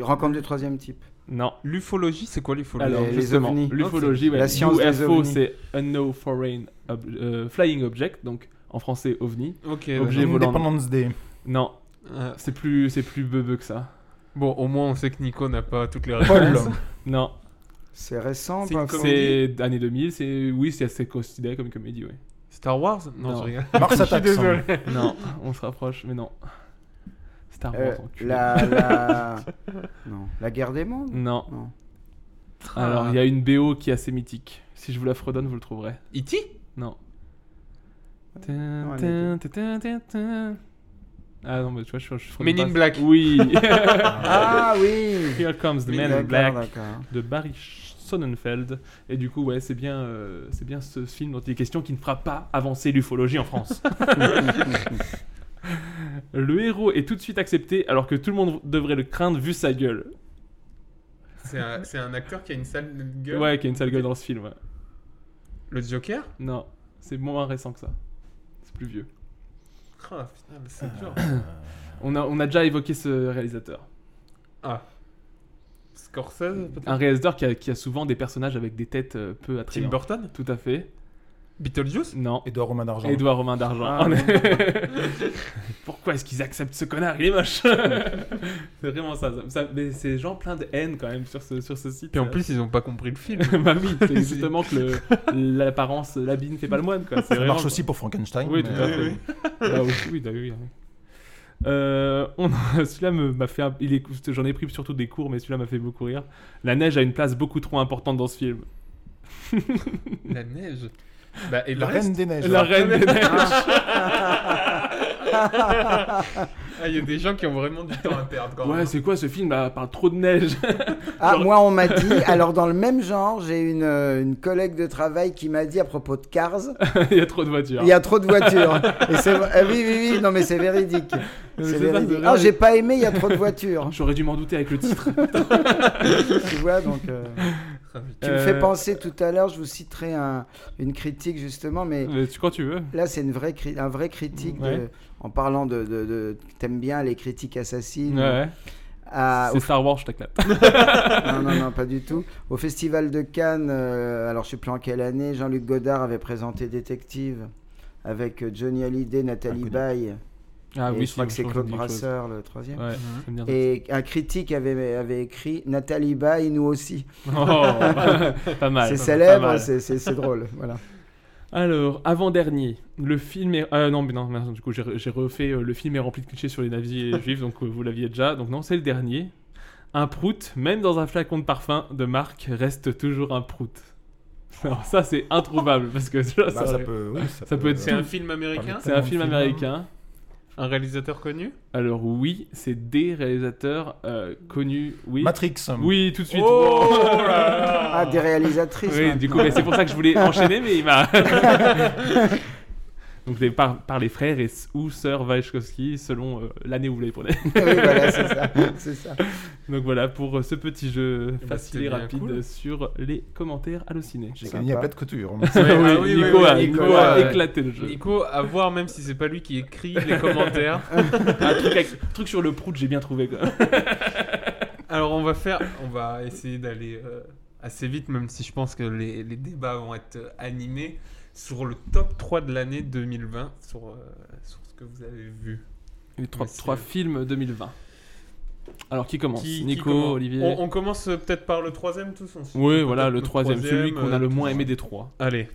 [SPEAKER 9] Rencontre du troisième type.
[SPEAKER 8] Non.
[SPEAKER 7] L'ufologie, c'est quoi l'ufologie
[SPEAKER 8] Alors,
[SPEAKER 9] les
[SPEAKER 8] justement,
[SPEAKER 9] ovnis.
[SPEAKER 8] l'ufologie,
[SPEAKER 9] La
[SPEAKER 8] ouais,
[SPEAKER 9] science des
[SPEAKER 8] UFO,
[SPEAKER 9] ovnis.
[SPEAKER 8] c'est Unknown Foreign Ob- euh, Flying Object, donc en français OVNI.
[SPEAKER 7] Ok,
[SPEAKER 8] objet
[SPEAKER 7] d'accord.
[SPEAKER 8] volant.
[SPEAKER 5] Independence Day.
[SPEAKER 8] Non,
[SPEAKER 7] Euh,
[SPEAKER 8] c'est plus c'est plus beubeux que ça.
[SPEAKER 7] Bon, au moins on sait que Nico n'a pas toutes les
[SPEAKER 5] Paul.
[SPEAKER 7] réponses.
[SPEAKER 8] Non,
[SPEAKER 9] C'est récent,
[SPEAKER 7] C'est une
[SPEAKER 9] pas
[SPEAKER 7] comédie.
[SPEAKER 8] c'est année 2000, c'est oui, c'est assez considéré comme une comédie, oui.
[SPEAKER 7] Star Wars Non,
[SPEAKER 8] Non.
[SPEAKER 7] je rigole.
[SPEAKER 5] Mars hein.
[SPEAKER 7] Je suis
[SPEAKER 5] Attack, ça.
[SPEAKER 7] désolé.
[SPEAKER 8] non, on se rapproche, mais non. Star Wars,
[SPEAKER 9] Euh,
[SPEAKER 8] enculé.
[SPEAKER 9] la, la... non. la guerre des mondes
[SPEAKER 8] Non.
[SPEAKER 9] Non.
[SPEAKER 8] Alors, il y a une BO qui est assez mythique. Si je vous la fredonne, vous le trouverez.
[SPEAKER 7] E.T.
[SPEAKER 8] Non.
[SPEAKER 9] on l'a
[SPEAKER 8] Ah non, mais tu vois, je, je fredonne
[SPEAKER 7] Men
[SPEAKER 8] pas.
[SPEAKER 7] in Black.
[SPEAKER 8] Oui.
[SPEAKER 9] Ah oui
[SPEAKER 8] Here comes the
[SPEAKER 7] Men
[SPEAKER 8] man in
[SPEAKER 9] D'accord,
[SPEAKER 8] black
[SPEAKER 9] d'accord.
[SPEAKER 8] de Barry Sonnenfeld. Et du coup, ouais, c'est bien, euh, c'est bien ce film dont il est question qui ne fera pas avancer l'ufologie en France. le héros est tout de suite accepté alors que tout le monde devrait le craindre vu sa gueule.
[SPEAKER 7] C'est un, c'est un acteur qui a une sale gueule.
[SPEAKER 8] Ouais, qui a une sale gueule dans ce film. ouais.
[SPEAKER 7] Le Joker
[SPEAKER 8] Non, c'est moins récent que ça. C'est plus vieux.
[SPEAKER 7] Ah, putain, mais c'est dur.
[SPEAKER 8] On a, on a déjà évoqué ce réalisateur.
[SPEAKER 7] Scorsese peut-être
[SPEAKER 8] Un réalisateur qui a, qui a souvent des personnages avec des têtes euh, peu
[SPEAKER 7] Tim
[SPEAKER 8] attrayantes.
[SPEAKER 7] Burton
[SPEAKER 8] Tout à fait.
[SPEAKER 7] Beetlejuice
[SPEAKER 8] Non.
[SPEAKER 5] Edouard Romain d'Argent.
[SPEAKER 8] Édouard Romain d'Argent.
[SPEAKER 9] Ah,
[SPEAKER 8] En effet. Pourquoi est-ce qu'ils acceptent ce connard Il est moche. c'est vraiment ça, ça- ça- Mais c'est gens plein de haine quand même sur ce, sur ce site. euh.
[SPEAKER 7] Puis en plus, ils ont pas compris le film.
[SPEAKER 8] bah oui, c'est justement que le- l'apparence, l'habit ne fait pas le moine. Quoi. C'est
[SPEAKER 5] Ça
[SPEAKER 8] vraiment-
[SPEAKER 5] marche aussi pour Frankenstein. Euh,
[SPEAKER 8] Oui,
[SPEAKER 5] mais-
[SPEAKER 8] tout à fait. Ah oui, oui, oui, oui, oui. Euh, on- celui-là me- m'a fait. un- il est- J'en ai pris surtout des cours, mais celui-là m'a fait beaucoup rire. La neige a une place beaucoup trop importante dans ce film.
[SPEAKER 7] La neige. Bah, et
[SPEAKER 5] La Reine des Neiges.
[SPEAKER 8] La reine des neiges.
[SPEAKER 7] Ah, il y a des gens qui ont vraiment du temps à perdre quand
[SPEAKER 8] Ouais,
[SPEAKER 7] même.
[SPEAKER 8] c'est quoi ce film là Parle trop de neige.
[SPEAKER 9] Ah,
[SPEAKER 8] Genre-
[SPEAKER 9] moi, on m'a dit, alors dans le même genre, j'ai une, euh, une collègue de travail qui m'a dit à propos de Cars,
[SPEAKER 8] il y a trop de voitures.
[SPEAKER 9] il y a trop de voitures. Et c'est vrai- ah oui, oui, oui, non, mais c'est véridique. C'est
[SPEAKER 8] Mais c'est ça,
[SPEAKER 9] véridique.
[SPEAKER 8] c'est
[SPEAKER 9] Ah,
[SPEAKER 8] vrai.
[SPEAKER 9] j'ai pas aimé, il y a trop de voitures.
[SPEAKER 8] J'aurais dû m'en douter avec le titre.
[SPEAKER 9] tu vois, donc. euh, Tu me
[SPEAKER 8] Euh,
[SPEAKER 9] fais penser tout à l'heure, je vous citerai un- une critique justement, mais
[SPEAKER 8] mais tu crois que tu veux
[SPEAKER 9] là, c'est une vraie cri- un vrai critique de-
[SPEAKER 8] Ouais.
[SPEAKER 9] en parlant de. de, de- T'aimes bien les critiques assassines
[SPEAKER 8] Ouais, ouais.
[SPEAKER 9] à- au
[SPEAKER 8] C'est Star Wars, je t'éclate.
[SPEAKER 9] non, non, non, pas du tout. Au Festival de Cannes, euh, alors je sais plus en quelle année, Jean-Luc Godard avait présenté Détective avec euh, Johnny Hallyday, Nathalie Baye.
[SPEAKER 8] Ah
[SPEAKER 9] et
[SPEAKER 8] oui,
[SPEAKER 9] je crois que c'est Claude
[SPEAKER 8] Claude Brasseur.
[SPEAKER 9] Brasseur, le troisième.
[SPEAKER 8] Ouais, ça me dit un truc.
[SPEAKER 9] Et un critique avait, avait écrit Nathalie Baye, nous aussi.
[SPEAKER 8] Oh, pas mal.
[SPEAKER 9] c'est
[SPEAKER 8] pas
[SPEAKER 9] célèbre,
[SPEAKER 8] mal.
[SPEAKER 9] c'est- c'est c'est drôle. Voilà.
[SPEAKER 8] Alors, avant-dernier, le film est. Ah non, mais non, merde, du coup, j'ai j'ai refait. euh, le film est rempli de clichés sur les navires juifs, donc euh, vous l'aviez déjà. Donc, non, c'est le dernier. Un prout, même dans un flacon de parfum de marque, reste toujours un prout. Alors, ça, c'est introuvable, parce que ça,
[SPEAKER 5] Bah,
[SPEAKER 8] ça-
[SPEAKER 5] ça peut, euh, oui, ça,
[SPEAKER 8] ça peut être-
[SPEAKER 7] C'est un film américain
[SPEAKER 8] c'est un film américain.
[SPEAKER 7] Un réalisateur connu
[SPEAKER 8] Alors, oui, c'est des réalisateurs euh, connus, oui.
[SPEAKER 5] Matrix.
[SPEAKER 8] Oui, tout de suite.
[SPEAKER 7] Oh
[SPEAKER 9] Ah, des réalisatrices.
[SPEAKER 8] Oui, du coup, mais c'est pour ça que je voulais enchaîner, mais il m'a. Donc, les- par, par les frères et, ou sœurs Wachowski, selon euh, l'année où vous les prenez.
[SPEAKER 9] maintenant. Oui, voilà, c'est ça. c'est ça.
[SPEAKER 8] Donc voilà pour euh, ce petit jeu
[SPEAKER 7] bah,
[SPEAKER 8] facile
[SPEAKER 7] c'était
[SPEAKER 8] et
[SPEAKER 7] bien
[SPEAKER 8] rapide
[SPEAKER 7] cool.
[SPEAKER 8] sur les commentaires hallucinés.
[SPEAKER 5] J'ai
[SPEAKER 9] Sympa.
[SPEAKER 5] gagné à plat de couture.
[SPEAKER 7] ah oui,
[SPEAKER 8] Nico,
[SPEAKER 7] oui,
[SPEAKER 8] a,
[SPEAKER 7] oui,
[SPEAKER 8] Nico
[SPEAKER 7] Nico
[SPEAKER 8] a
[SPEAKER 7] a-
[SPEAKER 8] éclaté le jeu.
[SPEAKER 7] Nico, à voir même si c'est pas lui qui écrit les commentaires.
[SPEAKER 8] Un truc, avec- truc sur le prout, j'ai bien trouvé. Quoi.
[SPEAKER 7] Alors on va faire, on va essayer d'aller euh, assez vite, même si je pense que les, les débats vont être euh, animés sur le top 3 de l'année 2020, sur, euh, sur ce que vous avez vu.
[SPEAKER 8] Les trois,
[SPEAKER 7] Monsieur.
[SPEAKER 8] trois films 2020. Alors qui commence
[SPEAKER 7] Qui- qui
[SPEAKER 8] Nico,
[SPEAKER 7] commence
[SPEAKER 8] Olivier
[SPEAKER 7] on, on commence euh, peut-être par le troisième tous ensemble.
[SPEAKER 8] Oui,
[SPEAKER 7] Peut-être
[SPEAKER 8] voilà, le
[SPEAKER 7] notre
[SPEAKER 8] troisième, celui qu'on a
[SPEAKER 7] euh,
[SPEAKER 8] le moins aimé des trois.
[SPEAKER 7] Allez.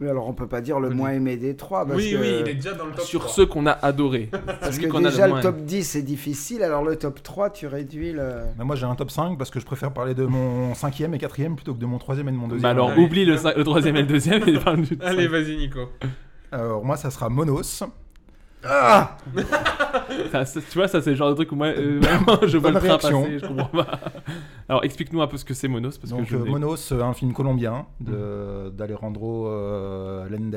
[SPEAKER 9] Mais alors, on peut pas dire le
[SPEAKER 7] Oui.
[SPEAKER 9] moins aimé des trois. Ah, Parce
[SPEAKER 7] Oui,
[SPEAKER 9] que...
[SPEAKER 7] oui, il est déjà dans le top
[SPEAKER 8] Sur
[SPEAKER 7] 3.
[SPEAKER 8] ceux qu'on a adorés.
[SPEAKER 9] Parce
[SPEAKER 8] Celui
[SPEAKER 9] que
[SPEAKER 8] qu'on a
[SPEAKER 9] déjà le
[SPEAKER 8] moins
[SPEAKER 9] top 10 c'est difficile, alors le top 3 tu réduis le.
[SPEAKER 5] Mais moi j'ai un top 5 parce que je préfère parler de mon cinquième et quatrième plutôt que de mon troisième et de mon deuxième.
[SPEAKER 8] Bah alors
[SPEAKER 7] Allez.
[SPEAKER 8] oublie le, cin- le troisième et le deuxième et parle du
[SPEAKER 7] Allez,
[SPEAKER 8] cinquième.
[SPEAKER 7] vas-y Nico.
[SPEAKER 5] Alors, moi ça sera Monos.
[SPEAKER 9] Ah
[SPEAKER 8] Ça, ça- tu vois, ça c'est le genre de truc où moi euh, vraiment, je vois
[SPEAKER 5] Bonne
[SPEAKER 8] le train
[SPEAKER 5] réaction.
[SPEAKER 8] passer, je comprends pas. Alors explique-nous un peu ce que c'est Monos parce
[SPEAKER 5] Donc
[SPEAKER 8] que je Mmh.
[SPEAKER 5] euh,
[SPEAKER 8] l'ai-
[SPEAKER 5] Monos, euh, un film colombien de- d'Alejandro euh, Lendes.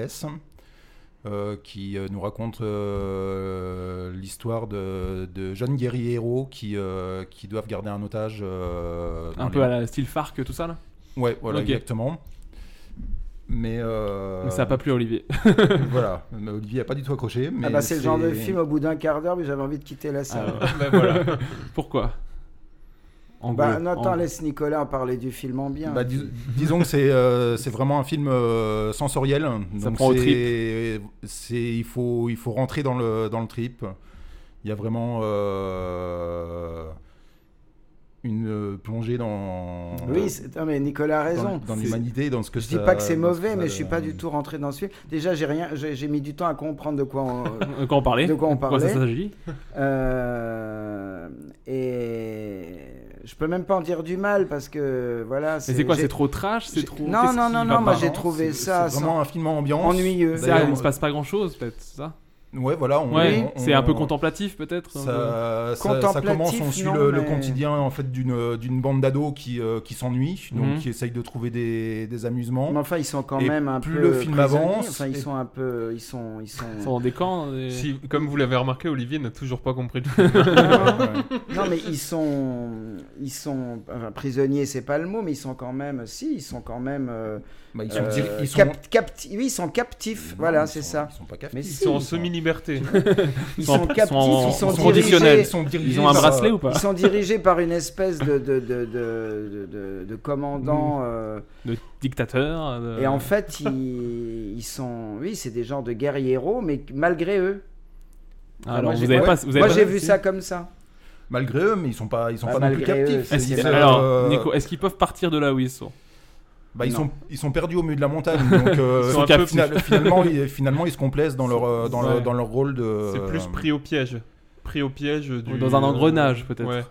[SPEAKER 5] euh, qui euh, nous raconte euh, l'histoire de, de jeunes guerriers héros qui, euh, qui doivent garder un otage. euh, dans
[SPEAKER 8] un
[SPEAKER 5] les-
[SPEAKER 8] peu à la style Farc tout ça là.
[SPEAKER 5] Ouais, voilà,
[SPEAKER 8] Ok.
[SPEAKER 5] exactement. Mais. euh,
[SPEAKER 8] Mais ça a pas plu à Olivier.
[SPEAKER 5] Voilà, Mais Olivier a pas du tout accroché. Mais Ah
[SPEAKER 9] ah bah c'est le genre
[SPEAKER 7] Ben,
[SPEAKER 9] de film au bout d'un quart d'heure, mais j'avais envie de quitter la salle.
[SPEAKER 8] Alors,
[SPEAKER 7] Bah, voilà.
[SPEAKER 8] Pourquoi En
[SPEAKER 9] Bah,
[SPEAKER 8] gros,
[SPEAKER 9] non,
[SPEAKER 8] en
[SPEAKER 9] attends,
[SPEAKER 8] gros.
[SPEAKER 9] laisse Nicolas parler du film en bien.
[SPEAKER 5] Bah, dis- disons que c'est euh, c'est vraiment un film euh, sensoriel.
[SPEAKER 8] Ça
[SPEAKER 5] Donc
[SPEAKER 8] prend au
[SPEAKER 5] c'est- c'est- il faut il faut rentrer dans le dans le trip. Il y a vraiment euh, une euh, plongée dans.
[SPEAKER 9] Oui, c'est- non, mais Nicolas a raison.
[SPEAKER 5] Dans, dans l'humanité, dans ce que
[SPEAKER 9] Je dis
[SPEAKER 5] ça-
[SPEAKER 9] pas que c'est
[SPEAKER 5] dans ce
[SPEAKER 9] mauvais,
[SPEAKER 5] ça euh,
[SPEAKER 9] mais je suis pas
[SPEAKER 5] donne.
[SPEAKER 9] du tout rentré dans ce film. Déjà, j'ai rien, j'ai j'ai mis du temps à comprendre de quoi on,
[SPEAKER 8] De quoi on parlait
[SPEAKER 9] De quoi on
[SPEAKER 8] De quoi
[SPEAKER 9] parlait.
[SPEAKER 8] ça s'agit
[SPEAKER 9] Euh, et je peux même pas en dire du mal parce que voilà.
[SPEAKER 8] Mais c'est quoi
[SPEAKER 9] j'ai-
[SPEAKER 8] C'est trop trash C'est
[SPEAKER 9] j'ai-
[SPEAKER 8] trop.
[SPEAKER 9] Non,
[SPEAKER 8] qu'est-ce
[SPEAKER 9] non,
[SPEAKER 8] qui
[SPEAKER 9] non,
[SPEAKER 8] va
[SPEAKER 9] non. Moi,
[SPEAKER 8] pas
[SPEAKER 9] j'ai trouvé
[SPEAKER 5] C'est-
[SPEAKER 9] ça
[SPEAKER 5] C'est vraiment
[SPEAKER 9] sans-
[SPEAKER 5] un film ambiance.
[SPEAKER 9] ennuyeux.
[SPEAKER 8] Ça,
[SPEAKER 5] D'ailleurs,
[SPEAKER 8] il ne se passe pas grand chose, peut-être, c'est ça
[SPEAKER 5] Ouais, voilà. Bah, on-
[SPEAKER 8] Ouais,
[SPEAKER 5] on-
[SPEAKER 8] c'est un peu
[SPEAKER 5] on-
[SPEAKER 8] contemplatif, peut-être un peu.
[SPEAKER 5] ça, ça- ça,
[SPEAKER 9] Contemplatif,
[SPEAKER 5] commence, on suit
[SPEAKER 9] non,
[SPEAKER 5] le, le
[SPEAKER 9] mais-
[SPEAKER 5] quotidien en fait d'une d'une bande d'ados qui, euh, qui s'ennuie, donc
[SPEAKER 8] Mhm.
[SPEAKER 5] qui essaye de trouver des, des amusements.
[SPEAKER 9] Mais enfin, ils sont quand
[SPEAKER 5] Et
[SPEAKER 9] même un
[SPEAKER 5] plus
[SPEAKER 9] peu.
[SPEAKER 5] le film
[SPEAKER 9] prisonniers,
[SPEAKER 5] avance,
[SPEAKER 9] Enfin, ils
[SPEAKER 5] et-
[SPEAKER 9] sont un peu. Ils sont. Ils sont.
[SPEAKER 8] Ils sont dans des camps. dans des-
[SPEAKER 7] Si- comme vous l'avez remarqué, Olivier n'a toujours pas compris le film.
[SPEAKER 9] non, mais ils sont. Ils sont. Enfin, prisonniers, c'est pas le mot, mais ils sont quand même. Si, ils sont quand même. euh,
[SPEAKER 5] Bah, ils sont,
[SPEAKER 9] euh,
[SPEAKER 5] diri- ils sont-
[SPEAKER 9] cap- capti- Oui, ils sont captifs.
[SPEAKER 5] Non,
[SPEAKER 9] voilà,
[SPEAKER 5] ils
[SPEAKER 9] c'est
[SPEAKER 5] sont-
[SPEAKER 9] ça.
[SPEAKER 5] Ils sont pas
[SPEAKER 9] Mais
[SPEAKER 5] captifs.
[SPEAKER 7] Ils
[SPEAKER 9] si,
[SPEAKER 7] sont en semi-liberté.
[SPEAKER 9] Ils
[SPEAKER 8] sont en-
[SPEAKER 9] sont captifs.
[SPEAKER 8] sont en-
[SPEAKER 9] Ils sont
[SPEAKER 8] sont
[SPEAKER 9] conditionnels.
[SPEAKER 8] conditionnels.
[SPEAKER 5] Ils sont dirigés
[SPEAKER 8] Ils ont un
[SPEAKER 5] par-
[SPEAKER 8] bracelet ou pas
[SPEAKER 9] Ils sont dirigés par une espèce de, de, de, de, de- de- de commandant.
[SPEAKER 8] Mm.
[SPEAKER 9] euh,
[SPEAKER 8] De dictateurs. de-
[SPEAKER 9] et en fait, ils, ils sont. Oui, c'est des genres de guerriers héros, mais malgré eux. Enfin,
[SPEAKER 8] Ah, Alors,
[SPEAKER 9] Ah, moi,
[SPEAKER 8] vous
[SPEAKER 9] j'ai-
[SPEAKER 8] avez
[SPEAKER 9] ouais.
[SPEAKER 8] pas. vous avez
[SPEAKER 9] Moi,
[SPEAKER 8] pas-
[SPEAKER 9] j'ai vu ça comme ça.
[SPEAKER 5] Malgré eux, mais ils sont pas, ils sont
[SPEAKER 9] Bah,
[SPEAKER 5] pas non plus
[SPEAKER 9] malgré eux,
[SPEAKER 5] captifs.
[SPEAKER 9] c'est-
[SPEAKER 8] Est-ce qu'ils-
[SPEAKER 5] C'est- euh,
[SPEAKER 8] Ah, Alors, Nico, est-ce qu'ils peuvent partir de là où ils sont
[SPEAKER 5] bah, ils
[SPEAKER 9] Non.
[SPEAKER 5] sont, ils sont perdus au milieu de la montagne. Donc, euh,
[SPEAKER 7] Ils sont
[SPEAKER 5] un peu
[SPEAKER 7] captifs.
[SPEAKER 5] final- finalement, ils, finalement, ils se complaisent dans leur, euh, dans,
[SPEAKER 7] Ouais.
[SPEAKER 5] leur, dans leur rôle de.
[SPEAKER 7] C'est plus pris au piège. Pris au piège du...
[SPEAKER 8] Euh, Dans un engrenage, peut-être.
[SPEAKER 7] Ouais.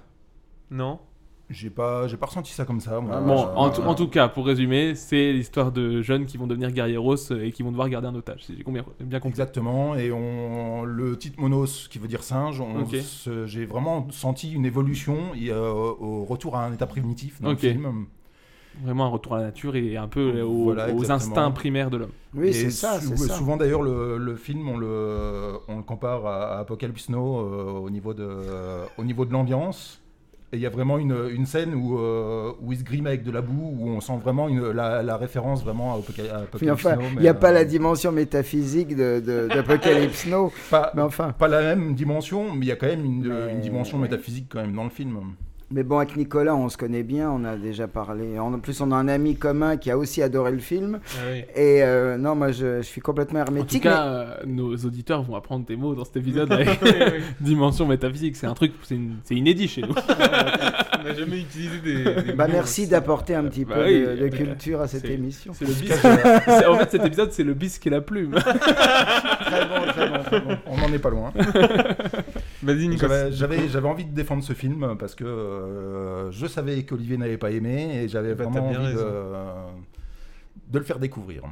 [SPEAKER 7] Non
[SPEAKER 5] J'ai pas, j'ai pas ressenti ça comme ça. Moi.
[SPEAKER 9] Ah,
[SPEAKER 8] Bon,
[SPEAKER 5] Euh,
[SPEAKER 8] en, tout- en tout cas, pour résumer, c'est l'histoire de jeunes qui vont devenir guerrieros euh, et qui vont devoir garder un otage. si J'ai combien- bien compris.
[SPEAKER 5] Exactement, et on, le titre monos qui veut dire singe, on
[SPEAKER 8] Ok.
[SPEAKER 5] se- j'ai vraiment senti une évolution et, euh, au retour à un état primitif dans
[SPEAKER 8] Ok.
[SPEAKER 5] le film.
[SPEAKER 8] Vraiment un retour à la nature et un peu euh, aux,
[SPEAKER 5] Voilà,
[SPEAKER 8] aux
[SPEAKER 5] exactement.
[SPEAKER 8] instincts primaires de l'homme.
[SPEAKER 9] Oui,
[SPEAKER 5] Et
[SPEAKER 9] c'est ça,
[SPEAKER 5] sou-
[SPEAKER 9] c'est ça.
[SPEAKER 5] Souvent d'ailleurs, le, le film, on le, on le compare à, à Apocalypse Now euh, au niveau de, au niveau de l'ambiance. Et il y a vraiment une, une scène où, euh, où il se grime avec de la boue, où on sent vraiment une- la, la référence vraiment à Apoca- à Apocalypse
[SPEAKER 9] Mais enfin,
[SPEAKER 5] Now.
[SPEAKER 9] il
[SPEAKER 5] mais,
[SPEAKER 9] n'y a
[SPEAKER 5] euh,
[SPEAKER 9] pas la dimension métaphysique de- de- d'Apocalypse Now.
[SPEAKER 5] pas-
[SPEAKER 9] Mais enfin.
[SPEAKER 5] pas la même dimension, mais il y a quand même une,
[SPEAKER 9] Mais-
[SPEAKER 5] une dimension
[SPEAKER 9] ouais.
[SPEAKER 5] métaphysique quand même dans le film.
[SPEAKER 9] Mais bon, avec Nicolas, on se connaît bien, on a déjà parlé. En plus, on a un ami commun qui a aussi adoré le film.
[SPEAKER 7] Ah
[SPEAKER 9] Et euh, non, moi, je, je suis complètement
[SPEAKER 8] En tout
[SPEAKER 9] hermétique.
[SPEAKER 8] cas, euh, nos auditeurs vont apprendre des mots dans cet épisode avec dimension métaphysique. C'est un truc, c'est une- c'est inédit chez nous.
[SPEAKER 7] On n'a jamais utilisé des...
[SPEAKER 9] mais-
[SPEAKER 7] des
[SPEAKER 9] bah,
[SPEAKER 7] mots.
[SPEAKER 9] merci d'apporter un petit
[SPEAKER 8] Bah
[SPEAKER 9] peu
[SPEAKER 8] oui,
[SPEAKER 9] de, de
[SPEAKER 8] euh,
[SPEAKER 9] culture à cette
[SPEAKER 8] c'est-
[SPEAKER 9] émission.
[SPEAKER 8] C'est le bis. C'est- en fait, cet épisode, c'est le bisque et la plume.
[SPEAKER 9] Très bon, très bon, très bon.
[SPEAKER 5] On n'en est pas loin.
[SPEAKER 7] Vas-y, Nicolas.
[SPEAKER 5] J'avais- J'avais j'avais envie de défendre ce film parce que euh, je savais qu'Olivier n'avait pas aimé et j'avais
[SPEAKER 7] Bah,
[SPEAKER 5] vraiment
[SPEAKER 7] t'as bien
[SPEAKER 5] envie de,
[SPEAKER 7] raison.
[SPEAKER 5] de le faire découvrir.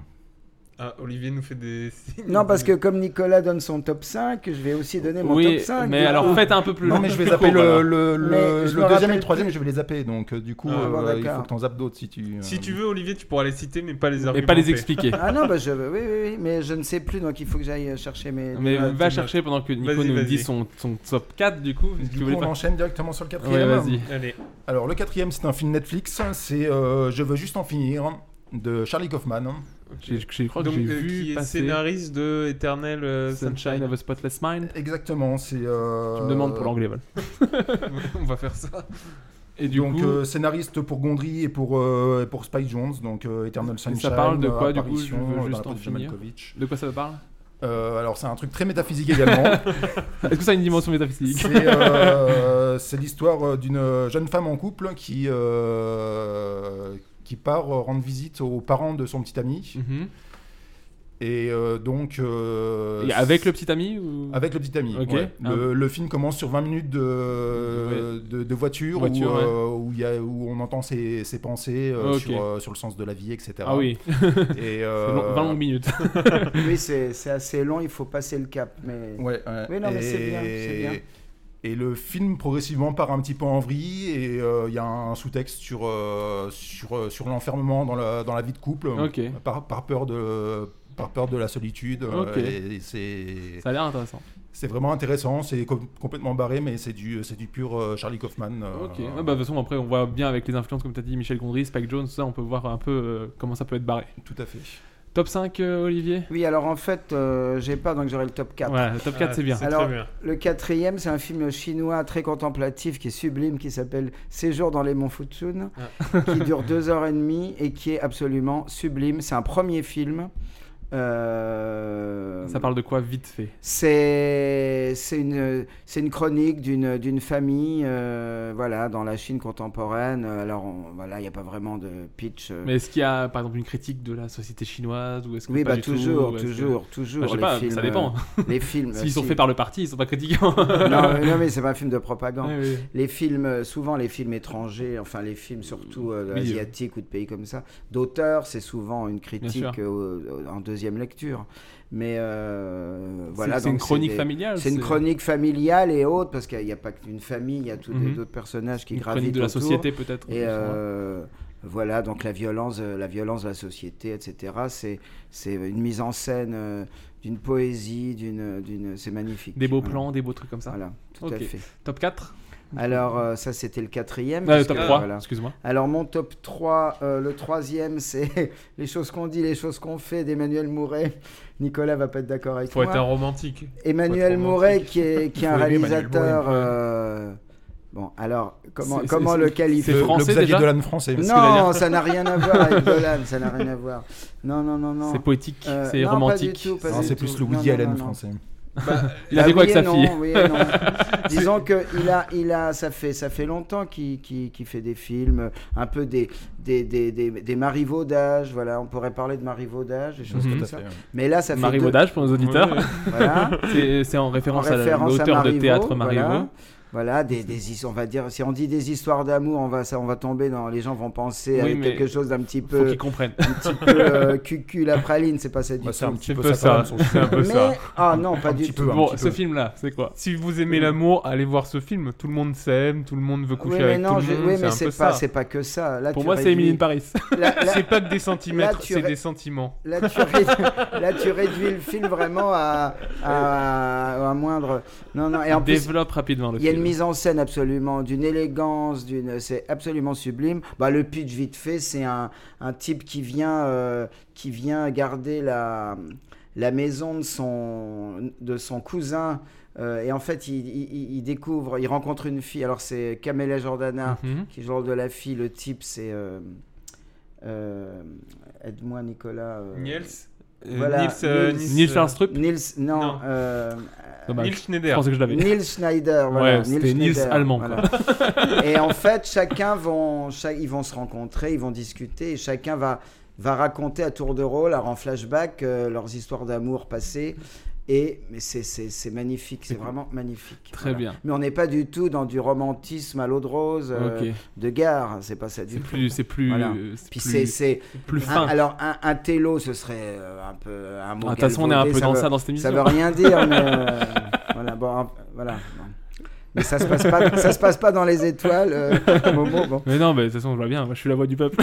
[SPEAKER 7] Ah, Olivier nous fait des signes.
[SPEAKER 9] Non, parce que comme Nicolas donne son top 5, je vais aussi donner mon
[SPEAKER 8] oui,
[SPEAKER 9] top 5.
[SPEAKER 8] mais
[SPEAKER 9] du
[SPEAKER 8] alors
[SPEAKER 9] coup.
[SPEAKER 8] faites un peu plus.
[SPEAKER 5] Non mais je vais
[SPEAKER 8] plus
[SPEAKER 5] zapper
[SPEAKER 8] court,
[SPEAKER 5] le,
[SPEAKER 8] alors.
[SPEAKER 5] le- le-
[SPEAKER 9] Mais je
[SPEAKER 5] le
[SPEAKER 9] me
[SPEAKER 5] deuxième et
[SPEAKER 9] rappelle
[SPEAKER 5] le troisième, je vais les zapper. Donc euh, du coup,
[SPEAKER 7] Ah,
[SPEAKER 9] bon,
[SPEAKER 5] euh, il
[SPEAKER 9] d'accord.
[SPEAKER 5] faut que t'en zappes d'autres si tu. euh,
[SPEAKER 7] Si tu veux, Olivier, tu pourras les citer, mais pas les
[SPEAKER 8] Mais
[SPEAKER 7] argumenter.
[SPEAKER 8] pas les expliquer.
[SPEAKER 9] Ah non, bah je, oui, oui, oui, mais je ne sais plus, donc il faut que j'aille chercher mes.
[SPEAKER 8] Mais
[SPEAKER 9] mes notes.
[SPEAKER 8] va chercher pendant que Nico
[SPEAKER 7] Vas-y,
[SPEAKER 8] nous
[SPEAKER 7] vas-y.
[SPEAKER 8] dit son, son top 4 du coup. si
[SPEAKER 5] Du
[SPEAKER 8] tu
[SPEAKER 5] coup,
[SPEAKER 8] voulais
[SPEAKER 5] on
[SPEAKER 8] pas-
[SPEAKER 5] enchaîne directement sur le
[SPEAKER 8] Ouais,
[SPEAKER 5] quatrième.
[SPEAKER 8] vas-y.
[SPEAKER 7] Allez.
[SPEAKER 5] Alors le quatrième, c'est un film Netflix. C'est euh, Je veux juste en finir de Charlie Kaufman.
[SPEAKER 8] J'ai- Je crois que
[SPEAKER 7] Donc,
[SPEAKER 8] j'ai
[SPEAKER 7] euh, qui
[SPEAKER 8] vu
[SPEAKER 7] est
[SPEAKER 8] passer
[SPEAKER 7] scénariste de Eternal euh,
[SPEAKER 8] Sunshine of a Spotless Mind.
[SPEAKER 5] Exactement. C'est. euh,
[SPEAKER 8] Tu me demandes pour l'anglais, voilà.
[SPEAKER 7] on va faire ça.
[SPEAKER 8] Et du
[SPEAKER 5] Donc
[SPEAKER 8] coup,
[SPEAKER 5] euh, scénariste pour Gondry et pour, euh, et pour Spike Jones, donc euh, Eternal Sunshine.
[SPEAKER 8] parle de quoi, du coup, je
[SPEAKER 5] Apparition,
[SPEAKER 8] veux
[SPEAKER 5] euh, dans
[SPEAKER 8] juste
[SPEAKER 5] la
[SPEAKER 8] en
[SPEAKER 5] peau de John
[SPEAKER 8] finir.
[SPEAKER 5] Malkovich.
[SPEAKER 8] de quoi ça parle
[SPEAKER 5] Euh, alors c'est un truc très métaphysique également.
[SPEAKER 8] Est-ce que ça a une dimension métaphysique
[SPEAKER 5] c'est euh, c'est l'histoire euh, d'une jeune femme en couple qui, euh, qui part euh, rendre visite aux parents de son petit ami.
[SPEAKER 8] Mhm.
[SPEAKER 5] Et euh, donc... euh,
[SPEAKER 8] Et Avec le petit ami ou...
[SPEAKER 5] avec le petit ami.
[SPEAKER 8] Ok. Ah.
[SPEAKER 5] ouais. Le, le film commence sur 20 minutes de, de, de voiture,
[SPEAKER 8] Voiture,
[SPEAKER 5] où, euh, où il y a- où on entend ses, ses pensées euh,
[SPEAKER 8] Ok.
[SPEAKER 5] sur, euh, sur le sens de la vie, etc.
[SPEAKER 8] Ah oui,
[SPEAKER 5] Et,
[SPEAKER 8] c'est
[SPEAKER 5] euh,
[SPEAKER 8] long- 20 longues minutes.
[SPEAKER 9] Oui, c'est c'est assez long, il faut passer le cap. Mais...
[SPEAKER 5] Ouais, ouais.
[SPEAKER 9] Oui, non, mais c'est
[SPEAKER 5] Et-
[SPEAKER 9] bien, c'est bien.
[SPEAKER 5] Et le film progressivement part un petit peu en vrille et euh, il y a un sous-texte sur, euh, sur, euh, sur l'enfermement dans la, dans la vie de couple
[SPEAKER 8] Ok.
[SPEAKER 5] par, par peur de, par peur de la solitude. euh,
[SPEAKER 8] Ok.
[SPEAKER 5] et c'est-
[SPEAKER 8] Ça a l'air intéressant.
[SPEAKER 5] c'est vraiment intéressant, c'est com- complètement barré mais c'est du, c'est du pur euh, Charlie Kaufman. euh,
[SPEAKER 8] Ok. Ouais, bah, de toute façon, après, on voit bien avec les influences, comme tu as dit, Michel Gondry, Spike Jones, ça, on peut voir un peu euh, comment ça peut être barré.
[SPEAKER 5] Tout à fait.
[SPEAKER 8] Top 5, euh, Olivier
[SPEAKER 9] Oui, alors en fait, euh, j'ai pas, donc j'aurai le top 4.
[SPEAKER 8] Ouais, le top 4, Ah, c'est bien. c'est
[SPEAKER 9] Alors,
[SPEAKER 8] très bien.
[SPEAKER 9] le quatrième, c'est un film chinois très contemplatif qui est sublime, qui s'appelle Séjour dans les monts Futsun,
[SPEAKER 8] Ah.
[SPEAKER 9] qui dure deux heures et demie et qui est absolument sublime. C'est un premier film. euh,
[SPEAKER 8] Ça parle de quoi vite fait
[SPEAKER 9] c'est c'est une c'est une chronique d'une d'une famille euh, voilà dans la Chine contemporaine. Alors on- voilà, il n'y a pas vraiment de pitch. euh,
[SPEAKER 8] Mais est-ce qu'il y a par exemple une critique de la société chinoise ou est-ce que
[SPEAKER 9] Oui,
[SPEAKER 8] pas
[SPEAKER 9] bah,
[SPEAKER 8] du tout,
[SPEAKER 9] toujours,
[SPEAKER 8] ou est-ce que-
[SPEAKER 9] toujours, toujours,
[SPEAKER 8] Bah, je sais
[SPEAKER 9] les
[SPEAKER 8] pas,
[SPEAKER 9] films,
[SPEAKER 8] ça dépend.
[SPEAKER 9] euh, les films,
[SPEAKER 8] S'ils sont
[SPEAKER 9] si.
[SPEAKER 8] faits par le parti, ils sont pas critiquants.
[SPEAKER 9] non, mais- non, mais c'est pas un film de propagande.
[SPEAKER 8] Oui, oui.
[SPEAKER 9] Les films, euh, souvent les films étrangers, enfin les films surtout euh,
[SPEAKER 8] Oui,
[SPEAKER 9] asiatiques ou de pays comme ça, d'auteur, c'est souvent une
[SPEAKER 8] sûr.
[SPEAKER 9] critique euh, euh, en deuxième lecture. Mais euh, voilà.
[SPEAKER 8] c'est une
[SPEAKER 9] donc
[SPEAKER 8] chronique
[SPEAKER 9] des-
[SPEAKER 8] familiale,
[SPEAKER 9] C'est une
[SPEAKER 8] c'est-
[SPEAKER 9] chronique familiale et autre, parce qu'il n'y a pas qu'une famille, il y a tous
[SPEAKER 8] Mhm.
[SPEAKER 9] les autres personnages qui
[SPEAKER 8] Une chronique
[SPEAKER 9] gravitent
[SPEAKER 8] de la
[SPEAKER 9] autour.
[SPEAKER 8] société, peut-être,
[SPEAKER 9] Et
[SPEAKER 8] plus, ouais.
[SPEAKER 9] euh, voilà, donc la violence, euh, la violence de la société, etc. C'est c'est une mise en scène euh, d'une poésie, d'une, d'une, c'est magnifique.
[SPEAKER 8] Des beaux
[SPEAKER 9] Voilà.
[SPEAKER 8] plans, des beaux trucs comme ça.
[SPEAKER 9] Voilà, tout à
[SPEAKER 8] Ok.
[SPEAKER 9] fait.
[SPEAKER 8] Top 4
[SPEAKER 9] Alors, euh, ça, c'était le quatrième.
[SPEAKER 8] Ah, le
[SPEAKER 9] puisque,
[SPEAKER 8] top trois, excuse-moi.
[SPEAKER 9] Alors, mon top 3, euh, le troisième, c'est Les choses qu'on dit, les choses qu'on fait d'Emmanuel Mouret. Nicolas va pas être d'accord avec
[SPEAKER 7] Faut
[SPEAKER 9] moi.
[SPEAKER 7] être un romantique. Faut
[SPEAKER 9] Emmanuel
[SPEAKER 7] être
[SPEAKER 9] Mouret,
[SPEAKER 7] romantique.
[SPEAKER 9] qui est, qui est un
[SPEAKER 7] Faut aimer Emmanuel
[SPEAKER 9] réalisateur.
[SPEAKER 7] Mouret.
[SPEAKER 9] euh, Bon, alors, comment,
[SPEAKER 5] C'est-
[SPEAKER 9] comment
[SPEAKER 5] c'est-
[SPEAKER 9] le
[SPEAKER 5] c'est
[SPEAKER 9] qualifier
[SPEAKER 5] français, Le Xavier déjà Dolan français. Parce que
[SPEAKER 9] Non,
[SPEAKER 5] d'ailleurs-
[SPEAKER 9] ça n'a rien à voir avec Dolan, ça n'a rien à voir. Non, non, non, non.
[SPEAKER 8] C'est poétique,
[SPEAKER 9] Euh,
[SPEAKER 8] c'est
[SPEAKER 9] non, pas du
[SPEAKER 8] romantique.
[SPEAKER 9] tout, pas
[SPEAKER 5] Non,
[SPEAKER 9] du
[SPEAKER 5] c'est
[SPEAKER 9] tout.
[SPEAKER 5] plus le
[SPEAKER 9] Non,
[SPEAKER 5] Woody
[SPEAKER 9] non,
[SPEAKER 5] Allen
[SPEAKER 9] non, non.
[SPEAKER 5] français.
[SPEAKER 8] Mhm. Il a fait quoi
[SPEAKER 9] Ah oui
[SPEAKER 8] avec sa
[SPEAKER 9] et non,
[SPEAKER 8] fille
[SPEAKER 9] oui et non. Disons que il a, il a, ça fait, ça fait longtemps qu'il qu'il- qu'il fait des films, un peu des, des, des, des, des marivaudages. Voilà, on pourrait parler de marivaudages, des choses
[SPEAKER 8] Mhm.
[SPEAKER 9] comme
[SPEAKER 8] Tout
[SPEAKER 9] ça.
[SPEAKER 8] à fait, ouais.
[SPEAKER 9] Mais là, ça fait
[SPEAKER 8] Marivaudage
[SPEAKER 9] deux-
[SPEAKER 8] pour nos auditeurs.
[SPEAKER 9] Ouais. Voilà.
[SPEAKER 8] C'est- c'est en référence à l'auteur de
[SPEAKER 9] Marivaux,
[SPEAKER 8] théâtre
[SPEAKER 9] voilà.
[SPEAKER 8] Marivaux.
[SPEAKER 9] Voilà, des, des his- on va dire, si on dit des histoires d'amour, on va, ça, on va tomber dans, les gens vont penser
[SPEAKER 8] Oui,
[SPEAKER 9] à
[SPEAKER 8] mais
[SPEAKER 9] quelque chose d'un petit peu,
[SPEAKER 8] qu'ils comprennent.
[SPEAKER 9] Euh, un petit peu euh, cucul la praline, c'est pas ça du
[SPEAKER 8] Bah,
[SPEAKER 9] tout.
[SPEAKER 8] c'est un petit C'est peu peu ça, ça, quand même, son c'est film. un peu
[SPEAKER 9] Mais-
[SPEAKER 8] ça.
[SPEAKER 9] Ah non, pas
[SPEAKER 8] Un
[SPEAKER 9] du
[SPEAKER 8] petit
[SPEAKER 9] tout.
[SPEAKER 8] peu, un Bon, petit ce peu. film-là, c'est quoi
[SPEAKER 7] Si vous aimez l'amour, allez voir ce film. Tout le monde s'aime, tout le monde veut coucher
[SPEAKER 9] Oui, mais
[SPEAKER 7] avec
[SPEAKER 9] non,
[SPEAKER 7] tout
[SPEAKER 9] je-
[SPEAKER 7] le monde.
[SPEAKER 9] oui, mais
[SPEAKER 7] un peu
[SPEAKER 9] c'est pas,
[SPEAKER 7] ça.
[SPEAKER 9] c'est pas que ça. Là,
[SPEAKER 7] Pour
[SPEAKER 9] tu
[SPEAKER 7] moi, c'est
[SPEAKER 9] réduis-
[SPEAKER 7] Emily in Paris.
[SPEAKER 9] Là- là-
[SPEAKER 7] C'est pas que des centimètres,
[SPEAKER 9] là, tu
[SPEAKER 7] c'est
[SPEAKER 9] ré-
[SPEAKER 7] des sentiments.
[SPEAKER 9] Là tu, ré- là, tu réduis le film vraiment à, à, à moindre. Non, non. Et en plus,
[SPEAKER 8] Développe rapidement le
[SPEAKER 9] Il y a une
[SPEAKER 8] film.
[SPEAKER 9] mise en scène absolument d'une élégance, d'une, c'est absolument sublime. Bah, le pitch vite fait, c'est un, un type qui vient, euh, qui vient garder la, la maison de son, de son cousin. euh, et en fait, il, il- il- il découvre, il rencontre une fille. Alors c'est Camélia Jordana
[SPEAKER 8] Mhm.
[SPEAKER 9] qui joue le rôle de la fille. Le type, c'est euh, euh, aide-moi Nicolas. euh,
[SPEAKER 7] Niels Euh, Niels, euh, Niels-
[SPEAKER 8] Niels Arstrup
[SPEAKER 9] Niels, non. euh,
[SPEAKER 8] Dommage. Niels Schneider. Je pensais que je l'avais.
[SPEAKER 9] Niels Schneider, voilà.
[SPEAKER 8] Ouais, c'était Niels
[SPEAKER 9] Schneider,
[SPEAKER 8] allemand,
[SPEAKER 9] voilà. et en fait, chacun vont, cha- ils vont se rencontrer, ils vont discuter, et chacun va, va raconter à tour de rôle, alors en flashback, euh, leurs histoires d'amour passées. Et mais c'est- c'est c'est magnifique, c'est vraiment magnifique.
[SPEAKER 8] Très bien.
[SPEAKER 9] Mais on n'est pas du tout dans du romantisme à l'eau de rose, euh,
[SPEAKER 8] Ok.
[SPEAKER 9] de gare, c'est pas ça du tout.
[SPEAKER 8] plus- c'est plus-
[SPEAKER 9] Voilà.
[SPEAKER 8] euh, c'est
[SPEAKER 9] Puis
[SPEAKER 8] plus-
[SPEAKER 9] c'est- c'est
[SPEAKER 8] c'est plus
[SPEAKER 9] un-
[SPEAKER 8] fin.
[SPEAKER 9] alors un, un télo, ce serait euh, un peu un mot.
[SPEAKER 8] Ah, de toute façon, on est un
[SPEAKER 9] galvaudé,
[SPEAKER 8] peu dans
[SPEAKER 9] veut-
[SPEAKER 8] ça dans cette
[SPEAKER 9] Ça
[SPEAKER 8] émission.
[SPEAKER 9] veut rien dire, mais euh, voilà. Bon, un- voilà. bon. Mais ça se passe pas, ça se passe pas dans les étoiles. euh, Momo, bon.
[SPEAKER 8] Mais non, mais de toute façon, je vois bien, moi je suis la voix du peuple.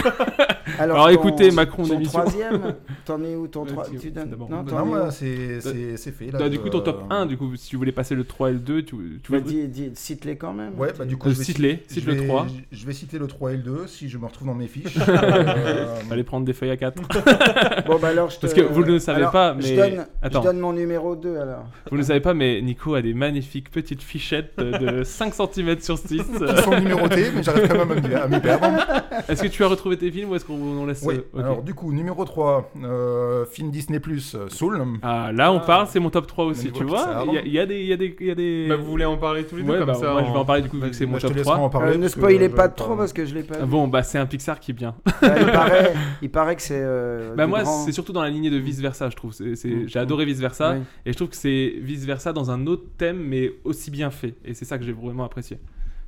[SPEAKER 8] Alors,
[SPEAKER 9] ton-
[SPEAKER 8] écoutez, Macron
[SPEAKER 9] ton
[SPEAKER 8] d'émission.
[SPEAKER 9] troisième, t'en es où ton
[SPEAKER 8] Ouais,
[SPEAKER 9] trois-
[SPEAKER 8] tu-
[SPEAKER 9] tu donnes-
[SPEAKER 8] d'abord.
[SPEAKER 9] non,
[SPEAKER 5] t'en Non, es moi, où
[SPEAKER 8] Euh,
[SPEAKER 5] c'est- c'est- c'est fait, là,
[SPEAKER 8] bah, du coup, ton top
[SPEAKER 5] euh,
[SPEAKER 8] 1, du coup, si tu voulais passer le 3 et le 2, tu, tu
[SPEAKER 9] Bah,
[SPEAKER 8] vas-
[SPEAKER 9] dis- dis- Cite-les quand même.
[SPEAKER 5] Ouais, bah du coup,
[SPEAKER 8] Euh,
[SPEAKER 5] je vais
[SPEAKER 8] cite-les,
[SPEAKER 5] citer-
[SPEAKER 8] cite
[SPEAKER 5] je
[SPEAKER 8] le
[SPEAKER 5] vais-
[SPEAKER 8] 3.
[SPEAKER 5] je- Je vais citer le 3 et le 2 si je me retrouve dans mes fiches. Euh,
[SPEAKER 8] Fallait prendre des feuilles à 4.
[SPEAKER 9] Bon, bah alors, je te-
[SPEAKER 8] Parce que vous ne le savez
[SPEAKER 9] alors,
[SPEAKER 8] pas,
[SPEAKER 9] Je
[SPEAKER 8] mais.
[SPEAKER 9] donne, je
[SPEAKER 8] Attends.
[SPEAKER 9] donne mon numéro 2 alors.
[SPEAKER 8] Vous ne le savez pas, mais Nico a des magnifiques petites fichettes de 5 cm sur 6.
[SPEAKER 5] Qui sont numérotées, mais j'arrive quand même à m'y- à m'y perdre.
[SPEAKER 8] Est-ce que tu as retrouvé tes films ou est-ce qu'on on laisse.
[SPEAKER 5] Oui,
[SPEAKER 8] euh, ok.
[SPEAKER 5] alors du coup, numéro 3, euh, film Disney Plus, Soul.
[SPEAKER 8] Ah, là, on parle, c'est mon top 3 aussi,
[SPEAKER 5] niveau
[SPEAKER 8] tu vois.
[SPEAKER 5] Pixar.
[SPEAKER 8] Il y a- il y, a des. il Y a des, il y a des...
[SPEAKER 7] Bah, vous voulez en parler tous les deux
[SPEAKER 8] Ouais,
[SPEAKER 7] comme
[SPEAKER 8] bah,
[SPEAKER 7] ça
[SPEAKER 8] Moi,
[SPEAKER 7] on-
[SPEAKER 8] je vais en parler du coup, vu
[SPEAKER 7] Vas-y,
[SPEAKER 8] que c'est
[SPEAKER 7] moi,
[SPEAKER 8] mon
[SPEAKER 7] je te
[SPEAKER 8] top
[SPEAKER 7] laisserai
[SPEAKER 8] 3.
[SPEAKER 7] en parler, Euh,
[SPEAKER 9] ne parce que spoilez je vais pas en trop, parler. parce que je l'ai pas vu.
[SPEAKER 8] Bon, bah, c'est un Pixar qui est bien.
[SPEAKER 9] Bah, il, paraît, il paraît que c'est. euh,
[SPEAKER 8] Bah
[SPEAKER 9] du
[SPEAKER 8] moi,
[SPEAKER 9] grand-
[SPEAKER 8] c'est surtout dans la lignée de vice versa, je trouve. C'est- c'est-
[SPEAKER 9] Mm.
[SPEAKER 8] J'ai adoré vice versa,
[SPEAKER 9] Oui.
[SPEAKER 8] et je trouve que c'est vice versa dans un autre thème, mais aussi bien fait. Et c'est ça que j'ai vraiment apprécié.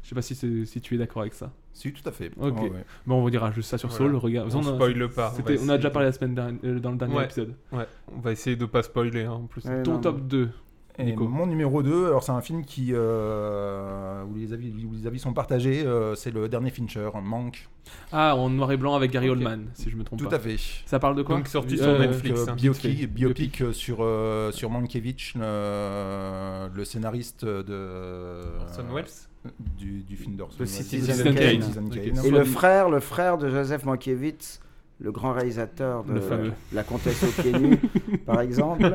[SPEAKER 8] Je sais pas si, c'est- si tu es d'accord avec ça.
[SPEAKER 5] Si, tout à fait.
[SPEAKER 8] Ok.
[SPEAKER 5] Ouais, ouais.
[SPEAKER 8] Bon, on vous dira juste ça sur
[SPEAKER 7] Voilà.
[SPEAKER 8] Soul. Regarde,
[SPEAKER 7] On
[SPEAKER 8] a-
[SPEAKER 7] spoile pas, on
[SPEAKER 8] c'était-
[SPEAKER 7] va
[SPEAKER 8] On, a déjà
[SPEAKER 7] essayer.
[SPEAKER 8] parlé la semaine dernière, euh, dans le dernier
[SPEAKER 7] Ouais.
[SPEAKER 8] épisode.
[SPEAKER 7] Ouais, on va essayer de pas spoiler hein, en plus.
[SPEAKER 8] Ton top 2.
[SPEAKER 5] Et mon numéro 2, alors c'est un film qui, euh, où, les avis, où les avis sont partagés, euh, c'est le dernier Fincher, Manque.
[SPEAKER 8] Ah, en noir et blanc avec Gary
[SPEAKER 5] Ok.
[SPEAKER 8] Oldman, si je me trompe
[SPEAKER 5] Tout
[SPEAKER 8] pas.
[SPEAKER 5] à fait.
[SPEAKER 8] Ça parle de quoi Euh,
[SPEAKER 5] Euh, Bah.
[SPEAKER 7] hein.
[SPEAKER 5] euh,
[SPEAKER 8] vite
[SPEAKER 5] biopic,
[SPEAKER 8] fait.
[SPEAKER 5] biopic, euh, sur, euh, sur Mankiewicz, euh, le scénariste de.
[SPEAKER 7] Orson Welles
[SPEAKER 5] du, du film d'Orson
[SPEAKER 9] de
[SPEAKER 5] Welles.
[SPEAKER 9] Citizen
[SPEAKER 5] Citizen
[SPEAKER 9] Kane.
[SPEAKER 5] Citizen Kane.
[SPEAKER 9] Et le frère, le frère de Joseph Mankiewicz, le grand réalisateur de
[SPEAKER 8] Le fameux.
[SPEAKER 9] La Comtesse aux pieds nus, par exemple.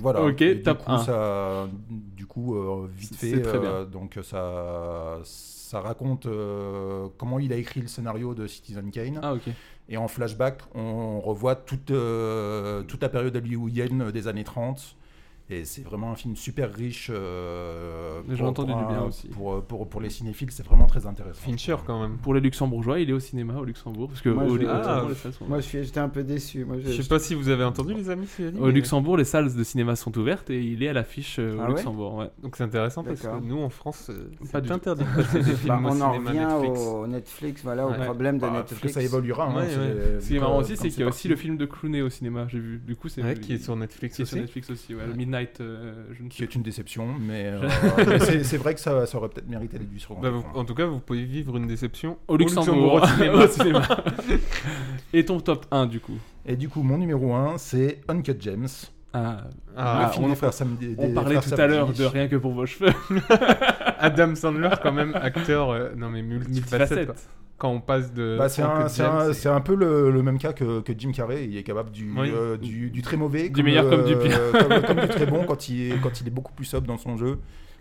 [SPEAKER 5] Voilà.
[SPEAKER 8] Ok,
[SPEAKER 5] Et du
[SPEAKER 8] top
[SPEAKER 5] coup,
[SPEAKER 8] un.
[SPEAKER 5] ça- du coup, euh, vite
[SPEAKER 8] C'est-
[SPEAKER 5] fait,
[SPEAKER 8] c'est très bien.
[SPEAKER 5] euh, donc ça, ça raconte euh, comment il a écrit le scénario de Citizen Kane.
[SPEAKER 8] Ah, ok.
[SPEAKER 5] Et en flashback, on revoit toute, euh, toute la période hollywoodienne des années 30. Et c'est vraiment un film super riche. euh,
[SPEAKER 8] J'ai
[SPEAKER 5] pour-
[SPEAKER 8] entendu
[SPEAKER 5] pour
[SPEAKER 8] du bien
[SPEAKER 5] un-
[SPEAKER 8] aussi.
[SPEAKER 5] Pour, pour- pour les cinéphiles, c'est vraiment très intéressant.
[SPEAKER 7] Fincher quand même.
[SPEAKER 8] Pour les Luxembourgeois, il est au cinéma au Luxembourg. Parce que
[SPEAKER 9] Moi,
[SPEAKER 8] au,
[SPEAKER 9] je-
[SPEAKER 8] au-
[SPEAKER 7] Ah.
[SPEAKER 8] au- les salles sont-
[SPEAKER 9] Moi, je suis- j'étais un peu déçu. Moi, je-
[SPEAKER 7] Je sais pas si vous avez entendu les amis. c'est dit,
[SPEAKER 8] au
[SPEAKER 7] mais-
[SPEAKER 8] Luxembourg, les salles de cinéma sont ouvertes et il est à l'affiche euh, au
[SPEAKER 9] Ah ouais
[SPEAKER 8] Luxembourg. Ouais.
[SPEAKER 7] Donc c'est intéressant parce que
[SPEAKER 9] D'accord.
[SPEAKER 7] nous en France, euh,
[SPEAKER 8] Pas du
[SPEAKER 7] c'est
[SPEAKER 8] tout.
[SPEAKER 7] interdit de passer des films
[SPEAKER 9] Bah,
[SPEAKER 7] au
[SPEAKER 9] on en
[SPEAKER 7] cinéma
[SPEAKER 9] revient
[SPEAKER 7] Netflix.
[SPEAKER 9] au Netflix, voilà,
[SPEAKER 7] Ouais.
[SPEAKER 9] au problème de
[SPEAKER 5] Bah, parce que
[SPEAKER 9] Netflix.
[SPEAKER 5] ça évoluera. hein,
[SPEAKER 7] Ouais,
[SPEAKER 5] c'est-
[SPEAKER 8] Ce qui est marrant
[SPEAKER 5] comme-
[SPEAKER 8] aussi,
[SPEAKER 5] comme
[SPEAKER 8] c'est qu'il y a
[SPEAKER 5] parti.
[SPEAKER 8] aussi le film de Clooney au cinéma, j'ai vu. Du coup, c'est
[SPEAKER 7] Ouais, qui est sur Netflix
[SPEAKER 8] qui est sur
[SPEAKER 7] aussi.
[SPEAKER 8] Netflix aussi. ouais, le Midnight, euh, je ne
[SPEAKER 5] qui
[SPEAKER 8] sais
[SPEAKER 5] est une déception, mais, euh, mais c'est- c'est vrai que ça, ça aurait peut-être mérité d'être vu sur un
[SPEAKER 7] Bah, vous-
[SPEAKER 5] écran.
[SPEAKER 7] en tout cas, vous pouvez vivre une déception
[SPEAKER 8] Au Luxembourg,
[SPEAKER 7] au cinéma.
[SPEAKER 8] au cinéma. Et ton top 1 du coup
[SPEAKER 5] Et du coup, mon numéro 1, c'est Uncut James.
[SPEAKER 8] ah,
[SPEAKER 7] Ah,
[SPEAKER 5] le film
[SPEAKER 8] on-
[SPEAKER 5] des frères Sam- des-
[SPEAKER 8] On
[SPEAKER 5] des
[SPEAKER 8] parlait
[SPEAKER 5] frères
[SPEAKER 8] tout à
[SPEAKER 5] Savage.
[SPEAKER 8] l'heure de rien que pour vos cheveux.
[SPEAKER 7] Adam Sandler quand même acteur, euh, non mais multifacette. quoi. Quand on passe de
[SPEAKER 5] Bah, c'est
[SPEAKER 7] Frank
[SPEAKER 5] un, c'est
[SPEAKER 7] James
[SPEAKER 5] un-
[SPEAKER 7] et-
[SPEAKER 5] c'est un peu le, le même cas que, que Jim Carrey. Il est capable du,
[SPEAKER 7] Oui.
[SPEAKER 5] euh, du, du très mauvais,
[SPEAKER 8] Du meilleur comme du
[SPEAKER 5] comme, comme du très bon quand il, est, quand il est beaucoup plus sobre dans son jeu.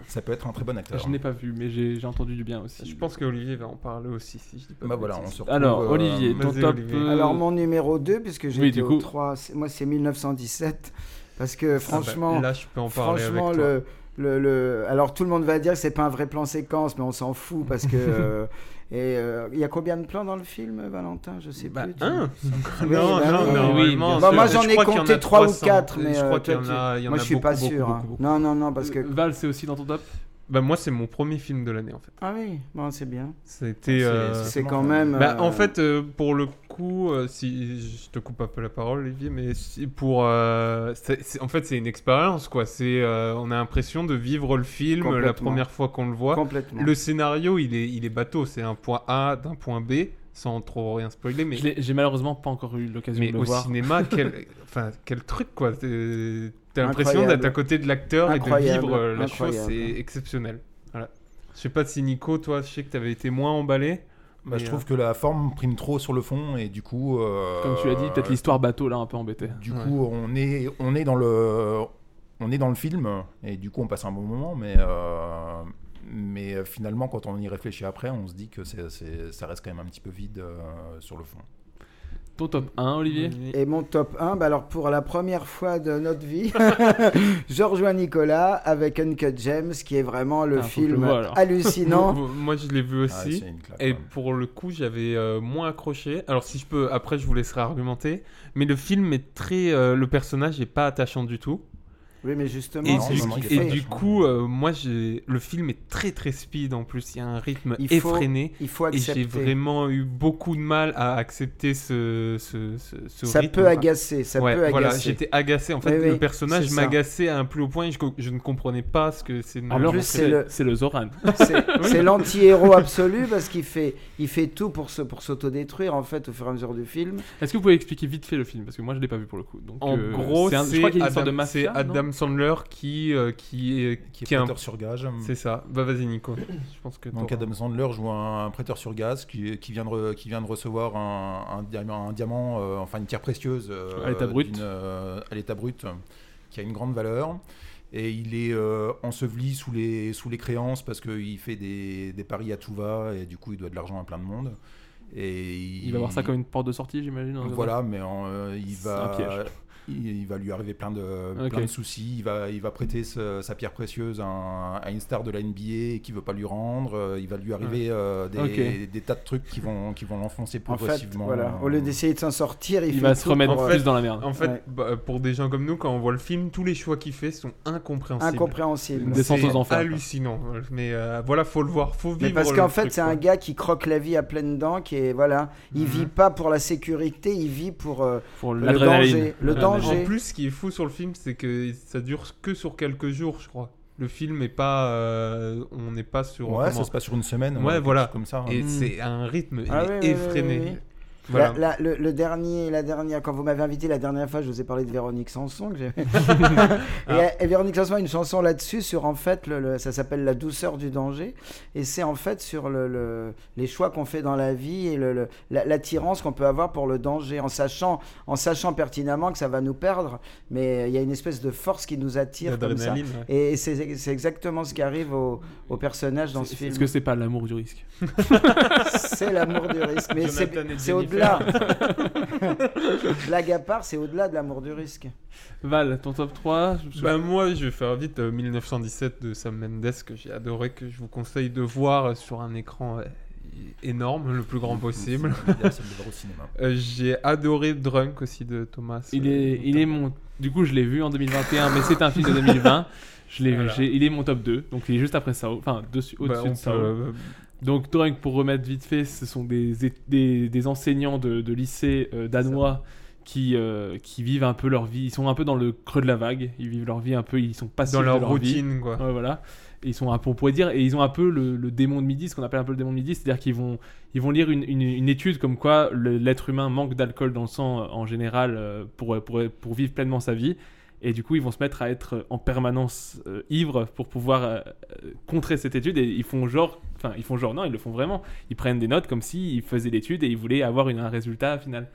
[SPEAKER 5] Ça peut être un très bon acteur.
[SPEAKER 8] Je n'ai pas vu, mais j'ai j'ai entendu du bien aussi.
[SPEAKER 7] Je pense que Olivier va en parler aussi si je dis pas.
[SPEAKER 5] Bah
[SPEAKER 7] de
[SPEAKER 5] voilà, on
[SPEAKER 7] bêtises.
[SPEAKER 5] se retrouve,
[SPEAKER 8] Alors,
[SPEAKER 5] euh,
[SPEAKER 8] Olivier, ton
[SPEAKER 7] vas-y,
[SPEAKER 8] top.
[SPEAKER 7] Olivier.
[SPEAKER 8] euh,
[SPEAKER 9] Alors, mon numéro 2, puisque j'ai
[SPEAKER 8] Oui,
[SPEAKER 9] été
[SPEAKER 8] du
[SPEAKER 9] au
[SPEAKER 8] coup.
[SPEAKER 9] 3, moi, c'est 1917. Parce que
[SPEAKER 7] Ah bah,
[SPEAKER 9] franchement,
[SPEAKER 7] là je peux en parler
[SPEAKER 9] franchement,
[SPEAKER 7] avec toi.
[SPEAKER 9] le, le, le- alors tout le monde va dire que c'est pas un vrai plan séquence, mais on s'en fout parce que. euh, et euh, il y a combien de plans dans le film, Valentin Je sais
[SPEAKER 7] Bah,
[SPEAKER 9] plus. tu-
[SPEAKER 7] un
[SPEAKER 9] Oui,
[SPEAKER 7] Non,
[SPEAKER 9] bah,
[SPEAKER 7] non,
[SPEAKER 9] oui,
[SPEAKER 7] non,
[SPEAKER 9] oui,
[SPEAKER 8] oui,
[SPEAKER 7] vraiment,
[SPEAKER 8] bien
[SPEAKER 9] Bah,
[SPEAKER 7] je-
[SPEAKER 9] moi
[SPEAKER 7] je
[SPEAKER 9] j'en ai
[SPEAKER 7] crois qu'il y en a
[SPEAKER 9] compté 3 ou
[SPEAKER 7] 300,
[SPEAKER 9] 4, mais
[SPEAKER 7] je
[SPEAKER 9] euh,
[SPEAKER 7] crois
[SPEAKER 9] toi,
[SPEAKER 7] qu'il y en
[SPEAKER 9] tu-
[SPEAKER 7] a, il y en
[SPEAKER 9] moi
[SPEAKER 7] a
[SPEAKER 9] je suis
[SPEAKER 7] beaucoup,
[SPEAKER 9] pas
[SPEAKER 7] beaucoup,
[SPEAKER 9] sûr. hein.
[SPEAKER 7] beaucoup, beaucoup.
[SPEAKER 9] Non, non, non, parce que.
[SPEAKER 8] Val, c'est aussi dans ton top
[SPEAKER 7] Bah moi c'est mon premier film de l'année en fait.
[SPEAKER 9] Ah oui, bon, c'est bien.
[SPEAKER 7] C'était.
[SPEAKER 5] C'est-
[SPEAKER 7] euh,
[SPEAKER 9] Ah, C'est quand même.
[SPEAKER 7] Bah,
[SPEAKER 9] euh,
[SPEAKER 7] en fait, euh, pour le coup, euh, si je te coupe un peu la parole, Olivier, mais si- pour, euh, c'est- c'est- en fait, c'est une expérience, quoi. C'est, euh, on a l'impression de vivre le film la
[SPEAKER 9] Complètement.
[SPEAKER 7] première fois qu'on le voit.
[SPEAKER 9] complètement.
[SPEAKER 7] Le scénario, il est, il est bateau. C'est un point A d'un point B, sans trop rien spoiler, mais,
[SPEAKER 8] Je l'ai- J'ai malheureusement pas encore eu l'occasion
[SPEAKER 7] mais
[SPEAKER 8] de le
[SPEAKER 7] au
[SPEAKER 8] voir.
[SPEAKER 7] cinéma, quel, enfin, quel truc, quoi. T'es- T'as l'impression
[SPEAKER 9] Incroyable.
[SPEAKER 7] d'être à côté de l'acteur et de
[SPEAKER 9] Incroyable.
[SPEAKER 7] vivre euh, la chose.
[SPEAKER 9] Incroyable.
[SPEAKER 7] C'est exceptionnel. Voilà. Je sais pas si Nico, toi, je sais que t'avais été moins emballé.
[SPEAKER 5] bah, je
[SPEAKER 7] mais,
[SPEAKER 5] trouve que la forme prime trop sur le fond et du coup. euh,
[SPEAKER 8] euh, Comme tu l'as dit, peut-être l'histoire bateau là un peu embêtée.
[SPEAKER 5] Du coup, on est, on est dans le, on est dans le film et du coup, on passe un bon moment, mais. euh, Mais finalement, quand on y réfléchit après, on se dit que c'est- c'est- ça reste quand même un petit peu vide euh, sur le fond.
[SPEAKER 8] Ton top 1, Olivier
[SPEAKER 9] Et mon top 1, bah alors pour la première fois de notre vie, je rejoins Nicolas avec Uncut James, qui est vraiment le
[SPEAKER 8] Ah, faut que je
[SPEAKER 9] film
[SPEAKER 8] le voie, alors.
[SPEAKER 9] hallucinant.
[SPEAKER 7] Moi, je l'ai vu
[SPEAKER 5] Ah,
[SPEAKER 7] aussi.
[SPEAKER 5] c'est une claque,
[SPEAKER 7] Et
[SPEAKER 5] ouais.
[SPEAKER 7] pour le coup, j'avais euh, moins accroché. Alors, si je peux, après, je vous laisserai argumenter. Mais le film est très. euh, le personnage est pas attachant du tout.
[SPEAKER 9] oui, mais justement,
[SPEAKER 7] Et,
[SPEAKER 5] c'est
[SPEAKER 7] du,
[SPEAKER 5] ce qu'il
[SPEAKER 7] et
[SPEAKER 5] fait.
[SPEAKER 9] hein.
[SPEAKER 7] du coup, euh, moi, j'ai- le film est très très speed en plus. Il y a un rythme
[SPEAKER 9] Il faut
[SPEAKER 7] effréné.
[SPEAKER 9] il faut
[SPEAKER 7] Et j'ai
[SPEAKER 9] accepter.
[SPEAKER 7] vraiment eu beaucoup de mal à accepter ce, ce, ce, ce
[SPEAKER 9] Ça
[SPEAKER 7] rythme.
[SPEAKER 9] peut agacer, ça
[SPEAKER 7] Ouais,
[SPEAKER 9] peut agacer.
[SPEAKER 7] voilà, j'étais agacé. En fait,
[SPEAKER 9] Oui, oui,
[SPEAKER 7] le personnage
[SPEAKER 9] c'est ça.
[SPEAKER 7] m'agaçait à un plus haut point et je, co- je ne comprenais pas ce que c'est. de
[SPEAKER 8] Alors,
[SPEAKER 7] montrer.
[SPEAKER 9] plus,
[SPEAKER 8] c'est
[SPEAKER 9] c'est
[SPEAKER 8] le...
[SPEAKER 9] le-
[SPEAKER 8] c'est le Zoran.
[SPEAKER 9] C'est c'est l'anti-héros absolu parce qu'il fait, il fait tout pour se- pour s'autodétruire en fait au fur et à mesure du film.
[SPEAKER 8] Est-ce que vous pouvez expliquer vite fait le film Parce que moi, je l'ai pas vu pour le coup. Donc,
[SPEAKER 7] En
[SPEAKER 8] euh,
[SPEAKER 7] gros, c'est
[SPEAKER 8] un- je crois qu'il y a une sorte de
[SPEAKER 7] Adam, c'est
[SPEAKER 8] mafia. non
[SPEAKER 7] Adam Sandler qui, euh, qui, est,
[SPEAKER 5] qui est
[SPEAKER 7] qui est un-
[SPEAKER 5] prêteur sur gage.
[SPEAKER 7] C'est ça. Bah vas-y Nico. Je pense que
[SPEAKER 5] Donc
[SPEAKER 7] t'auras-
[SPEAKER 5] Adam Sandler joue un, un prêteur sur gaz qui, qui vient, de re- qui vient de recevoir un, un diamant, un diamant, euh, enfin une pierre précieuse euh,
[SPEAKER 8] À l'état brut.
[SPEAKER 5] d'une, euh, à l'état brut, qui a une grande valeur. Et il est euh, enseveli sous les, sous les créances parce qu'il fait des, des paris à tout va et du coup il doit de l'argent à plein de monde. Et
[SPEAKER 8] Il va voir ça comme une porte de sortie, j'imagine. dans-
[SPEAKER 5] Voilà, mais en, euh, il
[SPEAKER 8] C'est
[SPEAKER 5] va.
[SPEAKER 8] un piège.
[SPEAKER 5] Il, il va lui arriver plein de,
[SPEAKER 8] Ok.
[SPEAKER 5] plein de soucis. Il va, il va prêter ce- sa pierre précieuse à, un- à une star de la NBA qui veut pas lui rendre. Euh, Il va lui arriver euh, des,
[SPEAKER 8] Ok.
[SPEAKER 5] des tas de trucs qui vont, qui vont l'enfoncer
[SPEAKER 9] En fait,
[SPEAKER 5] progressivement.
[SPEAKER 9] voilà,
[SPEAKER 5] Euh,
[SPEAKER 9] au lieu d'essayer de s'en sortir, il,
[SPEAKER 8] Il
[SPEAKER 9] fait
[SPEAKER 8] va se
[SPEAKER 9] tout
[SPEAKER 8] remettre
[SPEAKER 9] pour,
[SPEAKER 7] en
[SPEAKER 9] euh,
[SPEAKER 8] plus dans la merde.
[SPEAKER 7] En fait,
[SPEAKER 9] Ouais.
[SPEAKER 7] bah, pour des gens comme nous, quand on voit le film, tous les choix qu'il fait sont incompréhensibles.
[SPEAKER 9] incompréhensible.
[SPEAKER 8] Des descente
[SPEAKER 7] C'est
[SPEAKER 8] aux enfers.
[SPEAKER 7] Hallucinant. Mais euh, voilà, faut le voir, faut vivre.
[SPEAKER 9] Mais parce
[SPEAKER 7] le
[SPEAKER 9] qu'en fait,
[SPEAKER 7] truc,
[SPEAKER 9] c'est
[SPEAKER 7] quoi.
[SPEAKER 9] un gars qui croque la vie à pleines dents, qui est voilà, il
[SPEAKER 7] Mhm.
[SPEAKER 9] vit pas pour la sécurité, il vit pour euh,
[SPEAKER 8] Pour
[SPEAKER 9] le
[SPEAKER 8] l'adrénaline.
[SPEAKER 9] danger, le
[SPEAKER 8] L'adrénaline.
[SPEAKER 9] danger.
[SPEAKER 7] Ah, En plus, ce qui est fou sur le film, c'est que ça dure que sur quelques jours, je crois. Le film est pas, euh, on n'est pas sur.
[SPEAKER 5] Ouais,
[SPEAKER 7] comment-
[SPEAKER 5] ça se passe sur une semaine.
[SPEAKER 7] Ouais,
[SPEAKER 5] quelque
[SPEAKER 7] voilà.
[SPEAKER 5] chose Comme ça. hein.
[SPEAKER 7] Et
[SPEAKER 9] Mm.
[SPEAKER 7] c'est un rythme il est
[SPEAKER 9] Ah ouais, ouais, ouais,
[SPEAKER 7] effréné.
[SPEAKER 9] ouais, ouais.
[SPEAKER 7] Voilà.
[SPEAKER 9] La- la- le, le dernier, la dernière, quand vous m'avez invité la dernière fois, je vous ai parlé de Véronique Sanson. Que j'avais-
[SPEAKER 7] Ah.
[SPEAKER 9] et, et Véronique Sanson a une chanson là-dessus sur en fait, le- le- ça s'appelle La douceur du danger, et c'est en fait sur le, le- les choix qu'on fait dans la vie et le- le- la- l'attirance qu'on peut avoir pour le danger, en sachant, en sachant pertinemment que ça va nous perdre, mais il y a une espèce de force qui nous attire comme ça.
[SPEAKER 7] L'adrénaline, ouais.
[SPEAKER 9] Et c'est c'est exactement ce qui arrive au, au personnage dans ce film.
[SPEAKER 8] Est-ce que c'est pas l'amour du risque
[SPEAKER 9] C'est l'amour du risque, mais c'est
[SPEAKER 7] Jonathan et
[SPEAKER 9] c'est
[SPEAKER 7] Jennifer.
[SPEAKER 9] au-delà. Blague à part, c'est au-delà de l'amour du risque.
[SPEAKER 8] Val, ton top 3 je-
[SPEAKER 7] Bah, moi, je vais faire vite euh, 1917 de Sam Mendes que j'ai adoré, que je vous conseille de voir euh, sur un écran euh, énorme, le plus grand possible.
[SPEAKER 5] C'est formidable, ça, de le voir au cinéma.
[SPEAKER 7] Euh, j'ai adoré Drunk aussi de Thomas.
[SPEAKER 8] Il
[SPEAKER 7] euh,
[SPEAKER 8] est, il est mon. Du coup, je l'ai vu en 2021, mais c'est un film de 2020. Je l'ai,
[SPEAKER 7] Voilà.
[SPEAKER 8] j'ai- il est mon top 2, donc il est juste après Sao, enfin dessus-
[SPEAKER 7] Bah,
[SPEAKER 8] au-dessus
[SPEAKER 7] on
[SPEAKER 8] de Sao.
[SPEAKER 5] hein.
[SPEAKER 7] peut, euh,
[SPEAKER 8] Donc Drunk, pour remettre vite fait, ce sont des, é- des, des enseignants de, de lycée euh, danois qui, euh, qui vivent un peu leur vie. Ils sont un peu dans le creux de la vague. Ils vivent leur vie un peu. Ils sont passifs
[SPEAKER 7] dans
[SPEAKER 8] de
[SPEAKER 7] leur,
[SPEAKER 8] vie.
[SPEAKER 7] routine, quoi.
[SPEAKER 8] Ouais, voilà. Et ils sont un peu, on pourrait dire, et ils ont un peu le, le démon de midi, ce qu'on appelle un peu le démon de midi, c'est-à-dire qu'ils vont, ils vont lire une, une- une étude comme quoi le- l'être humain manque d'alcool dans le sang euh, en général euh, pour, pour, pour vivre pleinement sa vie. Et du coup, ils vont se mettre à être en permanence euh, ivres pour pouvoir euh, euh, contrer cette étude. Et ils font genre, enfin, ils font genre, non, ils le font vraiment. Ils prennent des notes comme s'ils faisaient l'étude et ils voulaient avoir une- un résultat final.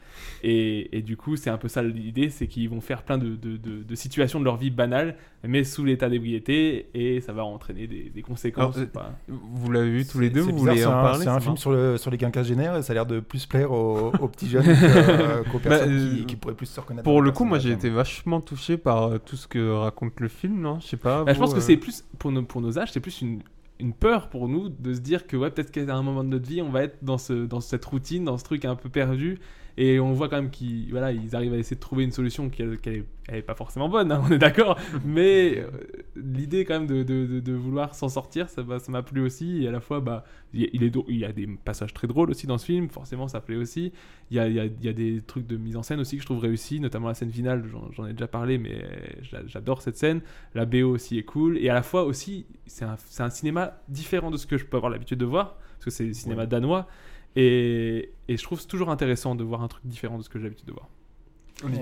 [SPEAKER 8] Et, et du coup, c'est un peu ça l'idée, c'est qu'ils vont faire plein de- de- de- de situations de leur vie banale mais sous l'état d'ébriété et ça va entraîner des, des conséquences.
[SPEAKER 7] Alors,
[SPEAKER 8] ou pas.
[SPEAKER 7] Vous l'avez vu tous les
[SPEAKER 5] C'est
[SPEAKER 7] deux, vous
[SPEAKER 5] bizarre,
[SPEAKER 7] voulez
[SPEAKER 5] c'est
[SPEAKER 7] en
[SPEAKER 5] un-
[SPEAKER 7] parler
[SPEAKER 5] C'est
[SPEAKER 7] ça
[SPEAKER 5] un film
[SPEAKER 7] marche
[SPEAKER 5] sur, le, sur les quinquagénaires et ça a l'air de plus plaire aux, aux petits jeunes que- qu'aux
[SPEAKER 7] Bah,
[SPEAKER 5] personnes
[SPEAKER 7] euh,
[SPEAKER 5] qui, qui pourraient plus se reconnaître. dans
[SPEAKER 7] Pour
[SPEAKER 5] le
[SPEAKER 7] le coup, moi, j'ai été
[SPEAKER 5] personnage.
[SPEAKER 7] vachement touché par euh, tout ce que raconte le film, non Je sais pas.
[SPEAKER 8] Bah, je
[SPEAKER 7] vous,
[SPEAKER 8] pense que
[SPEAKER 7] euh,
[SPEAKER 8] c'est plus pour nos, pour nos âges, c'est plus une, une peur pour nous de se dire que ouais, peut-être qu'à un moment de notre vie, on va être dans, ce, dans cette routine, dans ce truc un peu perdu. Et on voit quand même qu'ils voilà, ils arrivent à essayer de trouver une solution qui n'est pas forcément bonne, hein, on est d'accord. Mais euh, l'idée quand même de, de- de- de vouloir s'en sortir, ça m'a ça m'a plu aussi. Et à la fois, bah, il y a- il, est, drô- il y a des passages très drôles aussi dans ce film, forcément ça plaît aussi. Il y a, il y a- il y a des trucs de mise en scène aussi que je trouve réussis, notamment la scène finale, j'en- j'en ai déjà parlé, mais euh, j'a- j'adore cette scène. La BO aussi est cool. Et à la fois aussi, c'est un, c'est un cinéma différent de ce que je peux avoir l'habitude de voir, parce que c'est le cinéma danois. Et, et je trouve c'est toujours intéressant de voir un truc différent de ce que j'ai l'habitude de voir.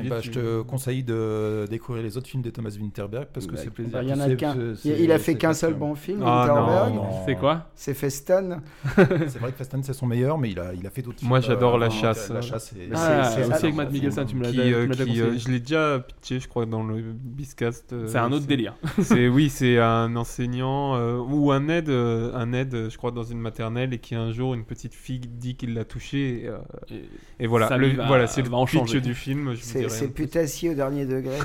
[SPEAKER 5] Eh bah, je te conseille de découvrir les autres films de Thomas Winterberg parce que
[SPEAKER 8] Bah,
[SPEAKER 5] c'est
[SPEAKER 8] avec plaisir.
[SPEAKER 9] Il y en a
[SPEAKER 5] c'est-
[SPEAKER 9] qu'un.
[SPEAKER 5] c'est-
[SPEAKER 9] Il, il a
[SPEAKER 5] c'est-
[SPEAKER 9] fait
[SPEAKER 5] c'est
[SPEAKER 9] qu'un seul
[SPEAKER 5] pas-
[SPEAKER 9] bon film,
[SPEAKER 7] Ah, non,
[SPEAKER 9] Winterberg.
[SPEAKER 5] non.
[SPEAKER 8] C'est quoi
[SPEAKER 9] C'est Feston.
[SPEAKER 5] C'est vrai que Fast and c'est son meilleur, mais il a, il a fait d'autres
[SPEAKER 7] Moi,
[SPEAKER 5] films,
[SPEAKER 7] j'adore La
[SPEAKER 5] avant,
[SPEAKER 7] Chasse.
[SPEAKER 5] La chasse et-
[SPEAKER 8] Ah,
[SPEAKER 9] Bah, c'est-
[SPEAKER 8] aussi
[SPEAKER 9] c'est-
[SPEAKER 8] avec Matt Mikkelsen, tu me l'as
[SPEAKER 7] Qui,
[SPEAKER 8] tu me
[SPEAKER 7] euh,
[SPEAKER 8] l'as déjà
[SPEAKER 7] qui, euh,
[SPEAKER 8] conseillé.
[SPEAKER 7] je l'ai déjà pitché, je crois, dans le Biscast. euh,
[SPEAKER 8] C'est un autre délire.
[SPEAKER 7] C'est oui, c'est un enseignant euh, ou un aide, euh, un aide, euh, je crois, dans une maternelle et qui un jour une petite fille dit qu'il l'a touché. Et, euh, et voilà,
[SPEAKER 8] ça
[SPEAKER 7] le,
[SPEAKER 8] lui va-
[SPEAKER 7] voilà, c'est
[SPEAKER 8] va
[SPEAKER 7] le
[SPEAKER 8] en
[SPEAKER 7] pitch
[SPEAKER 8] changer.
[SPEAKER 7] du film. Je vous
[SPEAKER 9] C'est
[SPEAKER 7] dirai.
[SPEAKER 9] c'est putassier au dernier degré.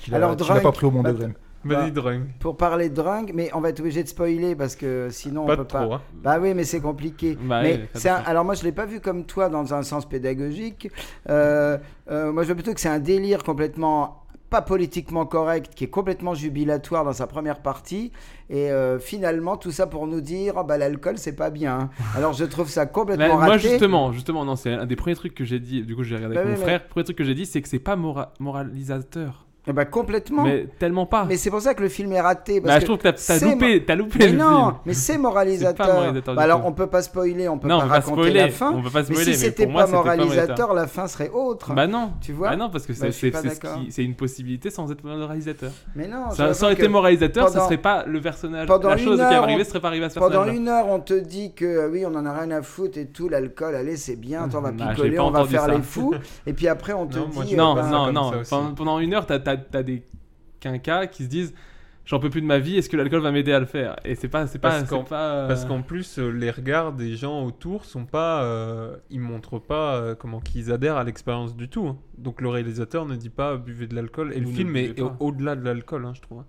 [SPEAKER 5] Tu l'as-
[SPEAKER 9] Alors,
[SPEAKER 5] tu l'as
[SPEAKER 9] Drunk,
[SPEAKER 5] pas pris au bon
[SPEAKER 9] bah,
[SPEAKER 5] degré.
[SPEAKER 7] Vas-y, Drunk.
[SPEAKER 9] Pour parler de drunk, mais on va être obligé de spoiler parce que sinon
[SPEAKER 7] Pas
[SPEAKER 9] on peut pas.
[SPEAKER 7] trop. hein.
[SPEAKER 9] Bah oui, mais c'est compliqué.
[SPEAKER 8] Bah
[SPEAKER 9] mais
[SPEAKER 8] oui, ça
[SPEAKER 9] c'est un-
[SPEAKER 8] dépend.
[SPEAKER 9] alors moi, je l'ai pas vu comme toi dans un sens pédagogique. Euh, euh, moi, je veux plutôt que c'est un délire complètement pas politiquement correct, qui est complètement jubilatoire dans sa première partie. Et euh, finalement, tout ça pour nous dire, oh, bah l'alcool, c'est pas bien. hein. Alors je trouve ça complètement
[SPEAKER 8] Bah, moi
[SPEAKER 9] raté.
[SPEAKER 8] justement, justement, non, c'est un des premiers trucs que j'ai dit. Du coup, j'ai regardé
[SPEAKER 9] Bah
[SPEAKER 8] avec
[SPEAKER 9] oui, mais-
[SPEAKER 8] mon frère. Le premier truc que j'ai dit, c'est que c'est pas mora- moralisateur,
[SPEAKER 9] Eh bah, complètement. Mais,
[SPEAKER 8] mais tellement pas.
[SPEAKER 9] c'est pour ça que le film est raté. Parce
[SPEAKER 8] Bah,
[SPEAKER 9] que
[SPEAKER 8] je trouve que t'as- t'as
[SPEAKER 9] c'est
[SPEAKER 8] loupé, t'as loupé
[SPEAKER 9] Mais
[SPEAKER 8] le
[SPEAKER 9] non,
[SPEAKER 8] film.
[SPEAKER 9] mais c'est
[SPEAKER 8] C'est
[SPEAKER 9] moralisateur.
[SPEAKER 8] pas moralisateur
[SPEAKER 9] Bah
[SPEAKER 8] du
[SPEAKER 9] alors
[SPEAKER 8] tout.
[SPEAKER 9] on peut pas spoiler, on peut
[SPEAKER 8] Non,
[SPEAKER 9] pas
[SPEAKER 8] on va
[SPEAKER 9] raconter
[SPEAKER 8] spoiler.
[SPEAKER 9] la fin.
[SPEAKER 8] On peut pas
[SPEAKER 9] mais si
[SPEAKER 8] spoiler.
[SPEAKER 9] c'était
[SPEAKER 8] pour moi,
[SPEAKER 9] pas
[SPEAKER 8] c'était pas
[SPEAKER 9] moralisateur, la fin serait autre.
[SPEAKER 8] Bah non.
[SPEAKER 9] Tu vois
[SPEAKER 8] Bah non, parce que c'est
[SPEAKER 9] Bah, je suis
[SPEAKER 8] c'est-
[SPEAKER 9] pas
[SPEAKER 8] c'est ce
[SPEAKER 9] d'accord.
[SPEAKER 8] qui- c'est une possibilité sans être moralisateur.
[SPEAKER 9] mais non,
[SPEAKER 8] Ça,
[SPEAKER 9] je
[SPEAKER 8] ça aurait
[SPEAKER 9] vois
[SPEAKER 8] été
[SPEAKER 9] que
[SPEAKER 8] moralisateur, ça
[SPEAKER 9] pendant-
[SPEAKER 8] serait pas le personnage.
[SPEAKER 9] pendant
[SPEAKER 8] La chose
[SPEAKER 9] une
[SPEAKER 8] qui est
[SPEAKER 9] heure,
[SPEAKER 8] arrivée
[SPEAKER 9] on-
[SPEAKER 8] serait pas arrivée à ce
[SPEAKER 9] Pendant
[SPEAKER 8] personnage.
[SPEAKER 9] une heure, on te dit que euh, oui, on en a rien à foutre et tout, l'alcool, allez, c'est bien, attends, on va
[SPEAKER 8] Bah, j'ai
[SPEAKER 9] picoler,
[SPEAKER 8] pas
[SPEAKER 9] on va
[SPEAKER 8] entendu
[SPEAKER 9] faire
[SPEAKER 8] ça.
[SPEAKER 9] les fous. Et puis après, on te
[SPEAKER 7] Non, moi,
[SPEAKER 9] dit.
[SPEAKER 7] je-
[SPEAKER 9] euh,
[SPEAKER 8] Non,
[SPEAKER 9] bah,
[SPEAKER 8] non,
[SPEAKER 7] comme
[SPEAKER 8] non.
[SPEAKER 7] ça aussi.
[SPEAKER 8] Pendant, pendant une heure, t'as as, des quinquas qui se disent J'en peux plus de ma vie, est-ce que l'alcool va m'aider à le faire Et c'est pas. c'est pas,
[SPEAKER 7] Parce qu'en-
[SPEAKER 8] c'est pas, euh,
[SPEAKER 7] Parce qu'en plus, euh, les regards des gens autour sont pas, euh, ils montrent pas euh, comment qu'ils adhèrent à l'expérience du tout. hein. Donc le réalisateur ne dit pas euh, buvez de l'alcool. Et le
[SPEAKER 8] Vous ne
[SPEAKER 7] film est,
[SPEAKER 8] buvez
[SPEAKER 7] est
[SPEAKER 8] pas.
[SPEAKER 7] au-delà de l'alcool, hein, je trouve. hein.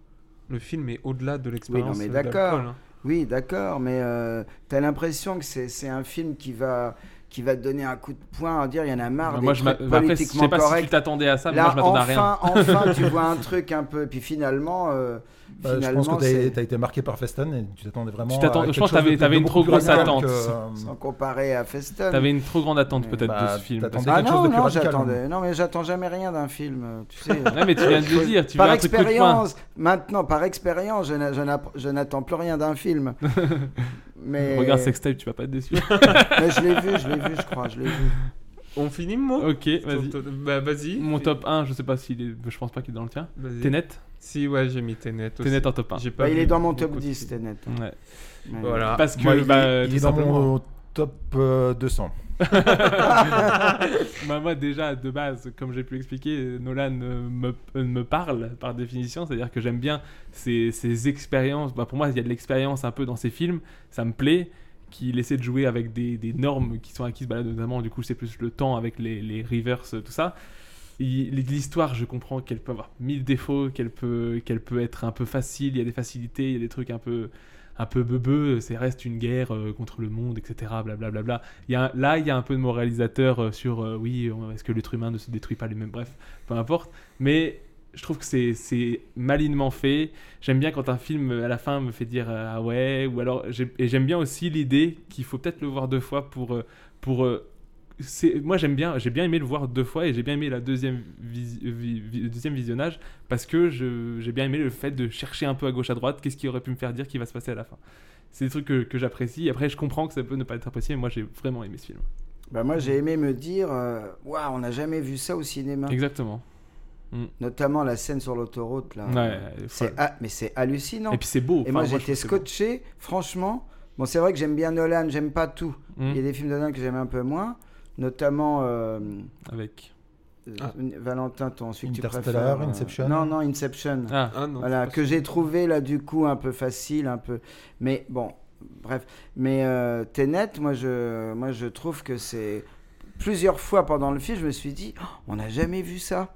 [SPEAKER 7] Le film est au-delà de l'expérience.
[SPEAKER 9] mais
[SPEAKER 7] euh,
[SPEAKER 9] d'accord.
[SPEAKER 7] d'alcool, hein.
[SPEAKER 9] Oui, d'accord, mais euh, t'as l'impression que c'est c'est un film qui va qui va te donner un coup de poing, à dire il y en a marre
[SPEAKER 8] bah,
[SPEAKER 9] des
[SPEAKER 8] moi, je m'a-
[SPEAKER 9] trucs
[SPEAKER 8] bah, après, je
[SPEAKER 9] politiquement
[SPEAKER 8] sais pas si
[SPEAKER 9] corrects.
[SPEAKER 8] tu t'attendais à ça, mais moi,
[SPEAKER 9] Là,
[SPEAKER 8] je m'attendais à rien.
[SPEAKER 9] enfin, enfin, tu vois un truc un peu. Puis finalement, euh,
[SPEAKER 5] Bah, je
[SPEAKER 9] finalement,
[SPEAKER 5] pense que
[SPEAKER 9] c'est-
[SPEAKER 5] t'as- t'as été marqué par Feston et tu t'attendais vraiment.
[SPEAKER 8] Tu t'attends-
[SPEAKER 5] à
[SPEAKER 8] je
[SPEAKER 5] quelque
[SPEAKER 8] pense que
[SPEAKER 5] chose
[SPEAKER 8] t'avais-
[SPEAKER 5] de- de
[SPEAKER 8] t'avais une
[SPEAKER 5] beaucoup
[SPEAKER 8] trop
[SPEAKER 5] plus
[SPEAKER 8] grosse
[SPEAKER 5] radical
[SPEAKER 8] attente.
[SPEAKER 5] que, euh,
[SPEAKER 9] sans comparer à Feston.
[SPEAKER 8] T'avais une trop grande attente peut-être
[SPEAKER 5] bah,
[SPEAKER 8] de ce film.
[SPEAKER 5] t'attendais
[SPEAKER 8] parce que-
[SPEAKER 9] Ah
[SPEAKER 5] quelque chose
[SPEAKER 9] non,
[SPEAKER 5] de plus
[SPEAKER 9] non,
[SPEAKER 5] radical,
[SPEAKER 9] j'attendais. Non, mais j'attends jamais rien d'un film, euh, tu sais.
[SPEAKER 8] Ouais, mais tu viens de le dire, tu veux
[SPEAKER 9] par
[SPEAKER 8] un truc coup de poing.
[SPEAKER 9] expérience, maintenant, par expérience, je n'a- je n'app- je n'attends plus rien d'un film. Mais...
[SPEAKER 8] Regarde Sextape, tu vas pas être déçu.
[SPEAKER 9] Mais je l'ai vu, je l'ai vu, je crois, je l'ai vu.
[SPEAKER 7] On finit, moi
[SPEAKER 8] Ok, vas-y. Mmh.
[SPEAKER 7] Ton- ton- Bah, vas-y.
[SPEAKER 8] Mon top 1, je sais pas s'il est. Je pense pas qu'il est dans le tien.
[SPEAKER 7] Vas-y.
[SPEAKER 8] Ténet
[SPEAKER 7] Si, ouais, j'ai mis Tenet aussi.
[SPEAKER 8] Tenet en top 1.
[SPEAKER 7] J'ai pas
[SPEAKER 9] Bah, il
[SPEAKER 7] vu
[SPEAKER 9] est dans mon top
[SPEAKER 7] beaucoup de
[SPEAKER 9] 10,
[SPEAKER 7] films.
[SPEAKER 9] Tenet.
[SPEAKER 8] Ouais.
[SPEAKER 9] Ouais.
[SPEAKER 7] Voilà.
[SPEAKER 8] Parce que.
[SPEAKER 5] Moi, Ah, il,
[SPEAKER 8] bah,
[SPEAKER 5] est, il
[SPEAKER 8] tout
[SPEAKER 5] est dans
[SPEAKER 8] simplement.
[SPEAKER 5] mon top euh, 200.
[SPEAKER 8] Bah, moi déjà de base, comme j'ai pu l'expliquer, euh, Nolan euh, me, euh, me parle par définition, c'est-à-dire que j'aime bien ses, ses expériences. Bah, pour moi, il y a de l'expérience un peu dans ses films, ça me plaît. Qu'il essaie de jouer avec des, des normes qui sont acquises, bah, là, notamment du coup c'est plus le temps avec les, les reverse, tout ça. Il- L'histoire, je comprends qu'elle peut avoir mille défauts, qu'elle peut, qu'elle peut être un peu facile, il y a des facilités, il y a des trucs un peu un peu beubeux, c'est reste une guerre euh, contre le monde, etc. Blablabla. Il y a, un- là, il y a un peu de moralisateur euh, sur euh, oui, euh, est-ce que l'être humain ne se détruit pas lui-même Bref, peu importe. Mais je trouve que c'est- c'est malignement fait. J'aime bien quand un film euh, à la fin me fait dire euh, ah ouais, ou alors j'ai- et j'aime bien aussi l'idée qu'il faut peut-être le voir deux fois pour euh, pour euh, c'est- moi j'aime bien j'ai bien aimé le voir deux fois et j'ai bien aimé la deuxième visi- vi- vi- le deuxième visionnage parce que je- j'ai bien aimé le fait de chercher un peu à gauche à droite qu'est-ce qui aurait pu me faire dire qui va se passer à la fin c'est des trucs que, que j'apprécie après je comprends que ça peut ne pas être apprécié mais moi j'ai vraiment aimé ce film
[SPEAKER 9] Bah, moi, j'ai aimé me dire euh, Waouh, on n'a jamais vu ça au cinéma.
[SPEAKER 8] exactement
[SPEAKER 9] Notamment la scène sur l'autoroute, là.
[SPEAKER 8] Ouais,
[SPEAKER 9] C'est
[SPEAKER 8] folle.
[SPEAKER 9] ha- Mais c'est hallucinant.
[SPEAKER 8] et puis c'est beau
[SPEAKER 9] Ah. Et
[SPEAKER 8] Enfin,
[SPEAKER 9] moi,
[SPEAKER 8] je
[SPEAKER 9] j'étais
[SPEAKER 8] trouve que
[SPEAKER 9] scotché, franchement. Bon, c'est vrai que j'aime bien Nolan, j'aime pas tout.
[SPEAKER 8] c'est beau.
[SPEAKER 9] Il y a
[SPEAKER 8] Mm.
[SPEAKER 9] des films de Nolan que j'aime un peu moins, notamment euh,
[SPEAKER 8] avec
[SPEAKER 9] euh,
[SPEAKER 8] Ah.
[SPEAKER 9] Valentin, ton celui que tu
[SPEAKER 5] Interstellar,
[SPEAKER 9] préfères. euh,
[SPEAKER 5] Inception.
[SPEAKER 9] Non, non, Inception.
[SPEAKER 8] ah
[SPEAKER 7] Ah non.
[SPEAKER 9] voilà, que j'ai trouvé là du coup un peu facile, un peu. Mais bon, bref. Mais euh, Tenet, moi je, moi je trouve que c'est. Plusieurs fois pendant le film, je me suis dit, Oh, on n'a jamais vu ça.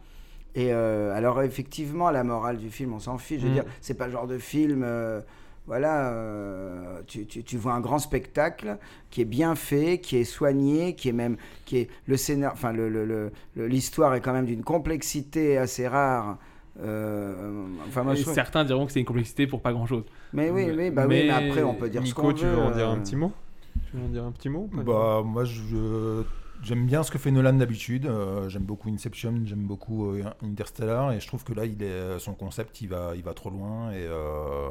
[SPEAKER 9] Et euh, alors, effectivement, la morale du film, on s'en fiche. Je veux
[SPEAKER 8] Mm.
[SPEAKER 9] dire, c'est pas le genre de film. euh, voilà, euh, tu, tu- tu vois un grand spectacle qui est bien fait, qui est soigné, qui est même, qui est le scénar, enfin le- le- le- le- l'histoire est quand même d'une complexité assez rare. Euh, enfin, moi,
[SPEAKER 8] Et
[SPEAKER 9] je trouve-
[SPEAKER 8] certains diront que c'est une complexité pour pas grand chose
[SPEAKER 9] mais oui, oui, bah oui, mais après on peut dire ce
[SPEAKER 7] Nico,
[SPEAKER 9] qu'on euh,
[SPEAKER 7] tu veux en dire un petit mot Tu veux en dire un petit mot ou pas
[SPEAKER 5] Bah, moi, je- j'aime bien ce que fait Nolan d'habitude. Euh, j'aime beaucoup Inception, j'aime beaucoup euh, Interstellar, et je trouve que là, il est, son concept, il va, il va trop loin. Et euh,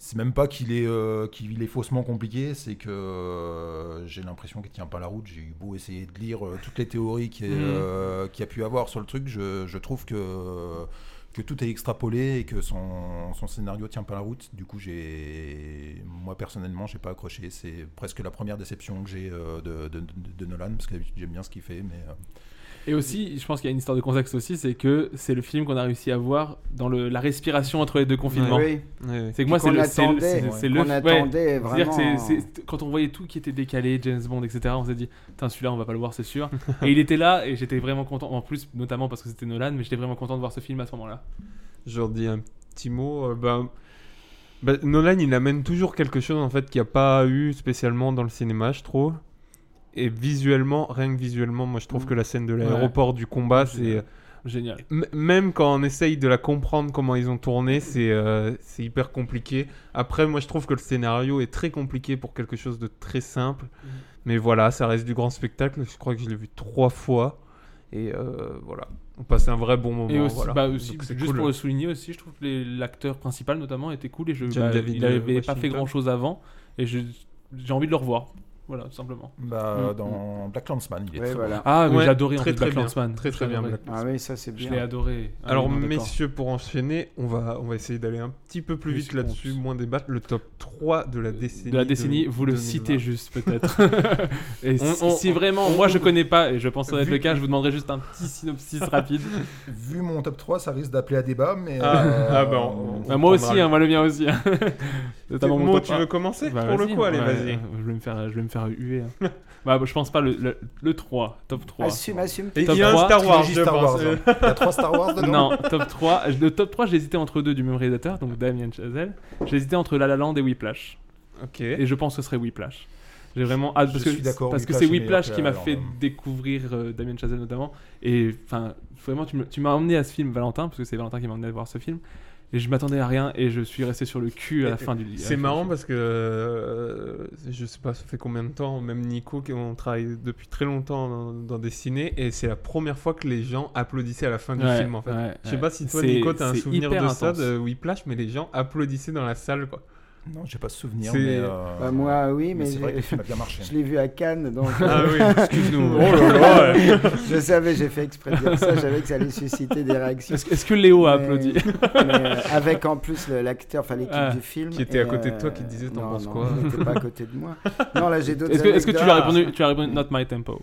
[SPEAKER 5] c'est même pas qu'il est, euh, qu'il est faussement compliqué, c'est que euh, j'ai l'impression qu'il tient pas la route. J'ai eu beau essayer de lire euh, toutes les théories
[SPEAKER 7] Mm.
[SPEAKER 5] qu'il y a-
[SPEAKER 8] Mhm.
[SPEAKER 5] euh, qu'il y a pu avoir sur le truc, je, je trouve que que tout est extrapolé et que son, son scénario tient pas la route. Du coup, j'ai, moi personnellement, j'ai pas accroché. C'est presque la première déception que j'ai euh, de, de- de- de Nolan parce que d'habitude, j'aime bien ce qu'il fait, mais euh,
[SPEAKER 8] Et aussi, je pense qu'il y a une histoire de contexte aussi, c'est que c'est le film qu'on a réussi à voir dans le, la respiration entre les deux confinements.
[SPEAKER 9] Oui,
[SPEAKER 7] Ouais, ouais.
[SPEAKER 8] C'est que moi, c'est
[SPEAKER 9] qu'on
[SPEAKER 8] le c'est le-
[SPEAKER 9] attendait,
[SPEAKER 8] c'est le- c'est le-
[SPEAKER 9] qu'on
[SPEAKER 8] ouais.
[SPEAKER 9] attendait
[SPEAKER 8] C'est-à-dire
[SPEAKER 9] vraiment.
[SPEAKER 8] que c'est- c'est- quand on voyait tout qui était décalé, James Bond, etc., on s'est dit, putain, celui-là, on va pas le voir, c'est sûr. et il était là, et j'étais vraiment content, en plus, notamment parce que c'était Nolan, mais j'étais vraiment content de voir ce film à ce moment-là.
[SPEAKER 7] Je leur dis un petit mot. euh, bah, bah, Nolan, il amène toujours quelque chose en fait qu'il n'y a pas eu spécialement dans le cinéma, je trouve. Et visuellement, rien que visuellement, moi je trouve
[SPEAKER 8] Mm.
[SPEAKER 7] que la scène de l'aéroport du combat, c'est euh,
[SPEAKER 8] Génial.
[SPEAKER 7] M- même quand on essaye de la comprendre comment ils ont tourné, c'est euh, c'est hyper compliqué. Après, moi je trouve que le scénario est très compliqué pour quelque chose de très simple.
[SPEAKER 8] Mm.
[SPEAKER 7] Mais voilà, ça reste du grand spectacle. Je crois que je l'ai vu trois fois. Et euh, voilà, on passe un vrai bon moment.
[SPEAKER 8] Et aussi,
[SPEAKER 7] voilà.
[SPEAKER 8] bah aussi,
[SPEAKER 7] Donc, c'est
[SPEAKER 8] juste
[SPEAKER 7] cool.
[SPEAKER 8] pour le souligner aussi, je trouve que les- l'acteur principal notamment était cool et je,
[SPEAKER 7] John
[SPEAKER 8] bah,
[SPEAKER 7] David euh,
[SPEAKER 8] il avait pas
[SPEAKER 7] Washington.
[SPEAKER 8] fait grand-chose avant et je- j'ai envie de le revoir. Voilà, tout simplement.
[SPEAKER 5] bah,
[SPEAKER 8] Mhm.
[SPEAKER 5] dans Black Landsman, il est
[SPEAKER 9] Oui,
[SPEAKER 5] très
[SPEAKER 9] voilà.
[SPEAKER 8] Ah, mais
[SPEAKER 7] Mm. Ouais,
[SPEAKER 8] j'adorais en
[SPEAKER 7] très,
[SPEAKER 8] fait
[SPEAKER 7] très
[SPEAKER 8] Black
[SPEAKER 7] bien.
[SPEAKER 8] Landsman.
[SPEAKER 7] Très, très bien,
[SPEAKER 8] J'adorais.
[SPEAKER 7] Black
[SPEAKER 9] Ah oui, ça c'est
[SPEAKER 8] Je l'ai
[SPEAKER 9] bien.
[SPEAKER 8] adoré. Ah
[SPEAKER 7] Alors,
[SPEAKER 8] oui, non, d'accord.
[SPEAKER 7] messieurs, pour enchaîner, on va, on va essayer d'aller un petit peu plus
[SPEAKER 8] Plus
[SPEAKER 7] vite là-dessus, moins débattre. Le top 3 de la décennie.
[SPEAKER 8] Euh, de la décennie, vous le
[SPEAKER 7] 2020.
[SPEAKER 8] citez juste peut-être. et si-
[SPEAKER 7] on-
[SPEAKER 8] si vraiment,
[SPEAKER 7] on-
[SPEAKER 8] moi je connais pas, et je pense que ça va être
[SPEAKER 7] Vu-
[SPEAKER 8] le cas, je vous demanderai juste un petit synopsis rapide.
[SPEAKER 5] fort. Vu mon top 3, ça risque d'appeler à débat, mais
[SPEAKER 7] Ah,
[SPEAKER 5] euh,
[SPEAKER 7] ah, bah, on-
[SPEAKER 8] Bah,
[SPEAKER 7] prendra
[SPEAKER 8] moi aussi,
[SPEAKER 7] le-
[SPEAKER 8] hein, moi le mien aussi. hein. Notamment mon
[SPEAKER 7] Mo,
[SPEAKER 8] top
[SPEAKER 7] tu
[SPEAKER 8] un.
[SPEAKER 7] veux commencer
[SPEAKER 8] Bah,
[SPEAKER 7] Pour le
[SPEAKER 8] vas-y,
[SPEAKER 7] coup, allez,
[SPEAKER 8] ouais,
[SPEAKER 7] vas-y.
[SPEAKER 8] Je vais me faire, je vais me faire huer. hein. bah, je pense pas le, le, le 3, top 3.
[SPEAKER 7] Ah,
[SPEAKER 9] Assume, assume.
[SPEAKER 7] Et
[SPEAKER 8] Top
[SPEAKER 7] il y a un
[SPEAKER 8] trois,
[SPEAKER 7] Star Wars,
[SPEAKER 5] trilogie
[SPEAKER 7] je
[SPEAKER 5] Star
[SPEAKER 7] pense. Euh,
[SPEAKER 5] Wars. hein. Il y a trois Star Wars dedans.
[SPEAKER 8] Non, top 3. Le top 3, j'hésitais entre deux du même réalisateur, donc Damien Chazelle. J'hésitais entre La La Land et Whiplash.
[SPEAKER 7] Ok.
[SPEAKER 8] Et je pense que ce serait Whiplash. J'ai vraiment hâte parce
[SPEAKER 5] Je
[SPEAKER 8] que
[SPEAKER 5] suis d'accord,
[SPEAKER 8] parce que
[SPEAKER 5] Whiplash
[SPEAKER 8] c'est
[SPEAKER 5] est meilleur
[SPEAKER 8] Whiplash
[SPEAKER 5] que
[SPEAKER 8] qui
[SPEAKER 5] La
[SPEAKER 8] m'a
[SPEAKER 5] La
[SPEAKER 8] fait
[SPEAKER 5] Land.
[SPEAKER 8] découvrir euh, Damien Chazelle notamment et enfin vraiment tu me- tu m'as emmené à ce film Valentin parce que c'est Valentin qui m'a emmené à voir ce film et je m'attendais à rien et je suis resté sur le cul à la
[SPEAKER 7] Et-
[SPEAKER 8] fin du
[SPEAKER 7] C'est marrant parce que euh, je sais pas, ça fait combien de temps, même Nico, qu'on travaille depuis très longtemps dans, dans des ciné, et c'est la première fois que les gens applaudissaient à la fin du
[SPEAKER 8] Ouais,
[SPEAKER 7] film en fait.
[SPEAKER 8] ouais,
[SPEAKER 7] je sais
[SPEAKER 8] ouais.
[SPEAKER 7] pas si toi,
[SPEAKER 8] C'est-
[SPEAKER 7] Nico, t'as un
[SPEAKER 8] c'est
[SPEAKER 7] souvenir de
[SPEAKER 8] hyper
[SPEAKER 7] ça,
[SPEAKER 8] intense.
[SPEAKER 7] de Whiplash, mais les gens applaudissaient dans la salle quoi.
[SPEAKER 5] Non, j'ai pas ce souvenir.
[SPEAKER 7] C'est-
[SPEAKER 5] mais, euh,
[SPEAKER 9] Bah, moi, oui, mais,
[SPEAKER 5] c'est vrai
[SPEAKER 9] j'ai-
[SPEAKER 5] que le film a bien marché.
[SPEAKER 9] je l'ai vu à Cannes, donc.
[SPEAKER 7] Ah oui, excuse-nous.
[SPEAKER 9] Ouais.
[SPEAKER 7] Oh là là, ouais.
[SPEAKER 9] Je savais, j'ai fait exprès de dire ça, je savais que ça allait susciter des réactions.
[SPEAKER 8] Est-ce est-ce que Léo a
[SPEAKER 9] Mais-
[SPEAKER 8] applaudi
[SPEAKER 9] mais, euh, avec en plus le- l'acteur, enfin l'équipe
[SPEAKER 8] Ah,
[SPEAKER 9] du film.
[SPEAKER 7] qui était à
[SPEAKER 9] et, euh,
[SPEAKER 7] côté de toi, qui te disait, t'en
[SPEAKER 9] non,
[SPEAKER 7] penses
[SPEAKER 9] non,
[SPEAKER 7] quoi
[SPEAKER 9] Il n'était pas à côté de moi. Non, là j'ai d'autres.
[SPEAKER 8] Est-ce que, est-ce que tu lui as
[SPEAKER 9] anecdotes,
[SPEAKER 8] répondu Tu as répondu Not my tempo.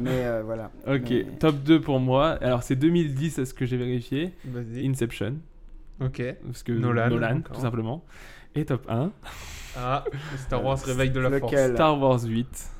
[SPEAKER 9] Mais euh, voilà.
[SPEAKER 8] Ok,
[SPEAKER 9] Mais-
[SPEAKER 8] top 2 pour moi. Alors c'est 2010 à ce que j'ai vérifié.
[SPEAKER 7] Vas-y.
[SPEAKER 8] Inception,
[SPEAKER 7] Ok.
[SPEAKER 8] parce que
[SPEAKER 7] Nolan,
[SPEAKER 8] Nolan,
[SPEAKER 7] encore.
[SPEAKER 8] tout simplement. Et top 1,
[SPEAKER 7] Ah, Star Wars réveille de la force.
[SPEAKER 9] Lequel
[SPEAKER 8] Star Wars 8,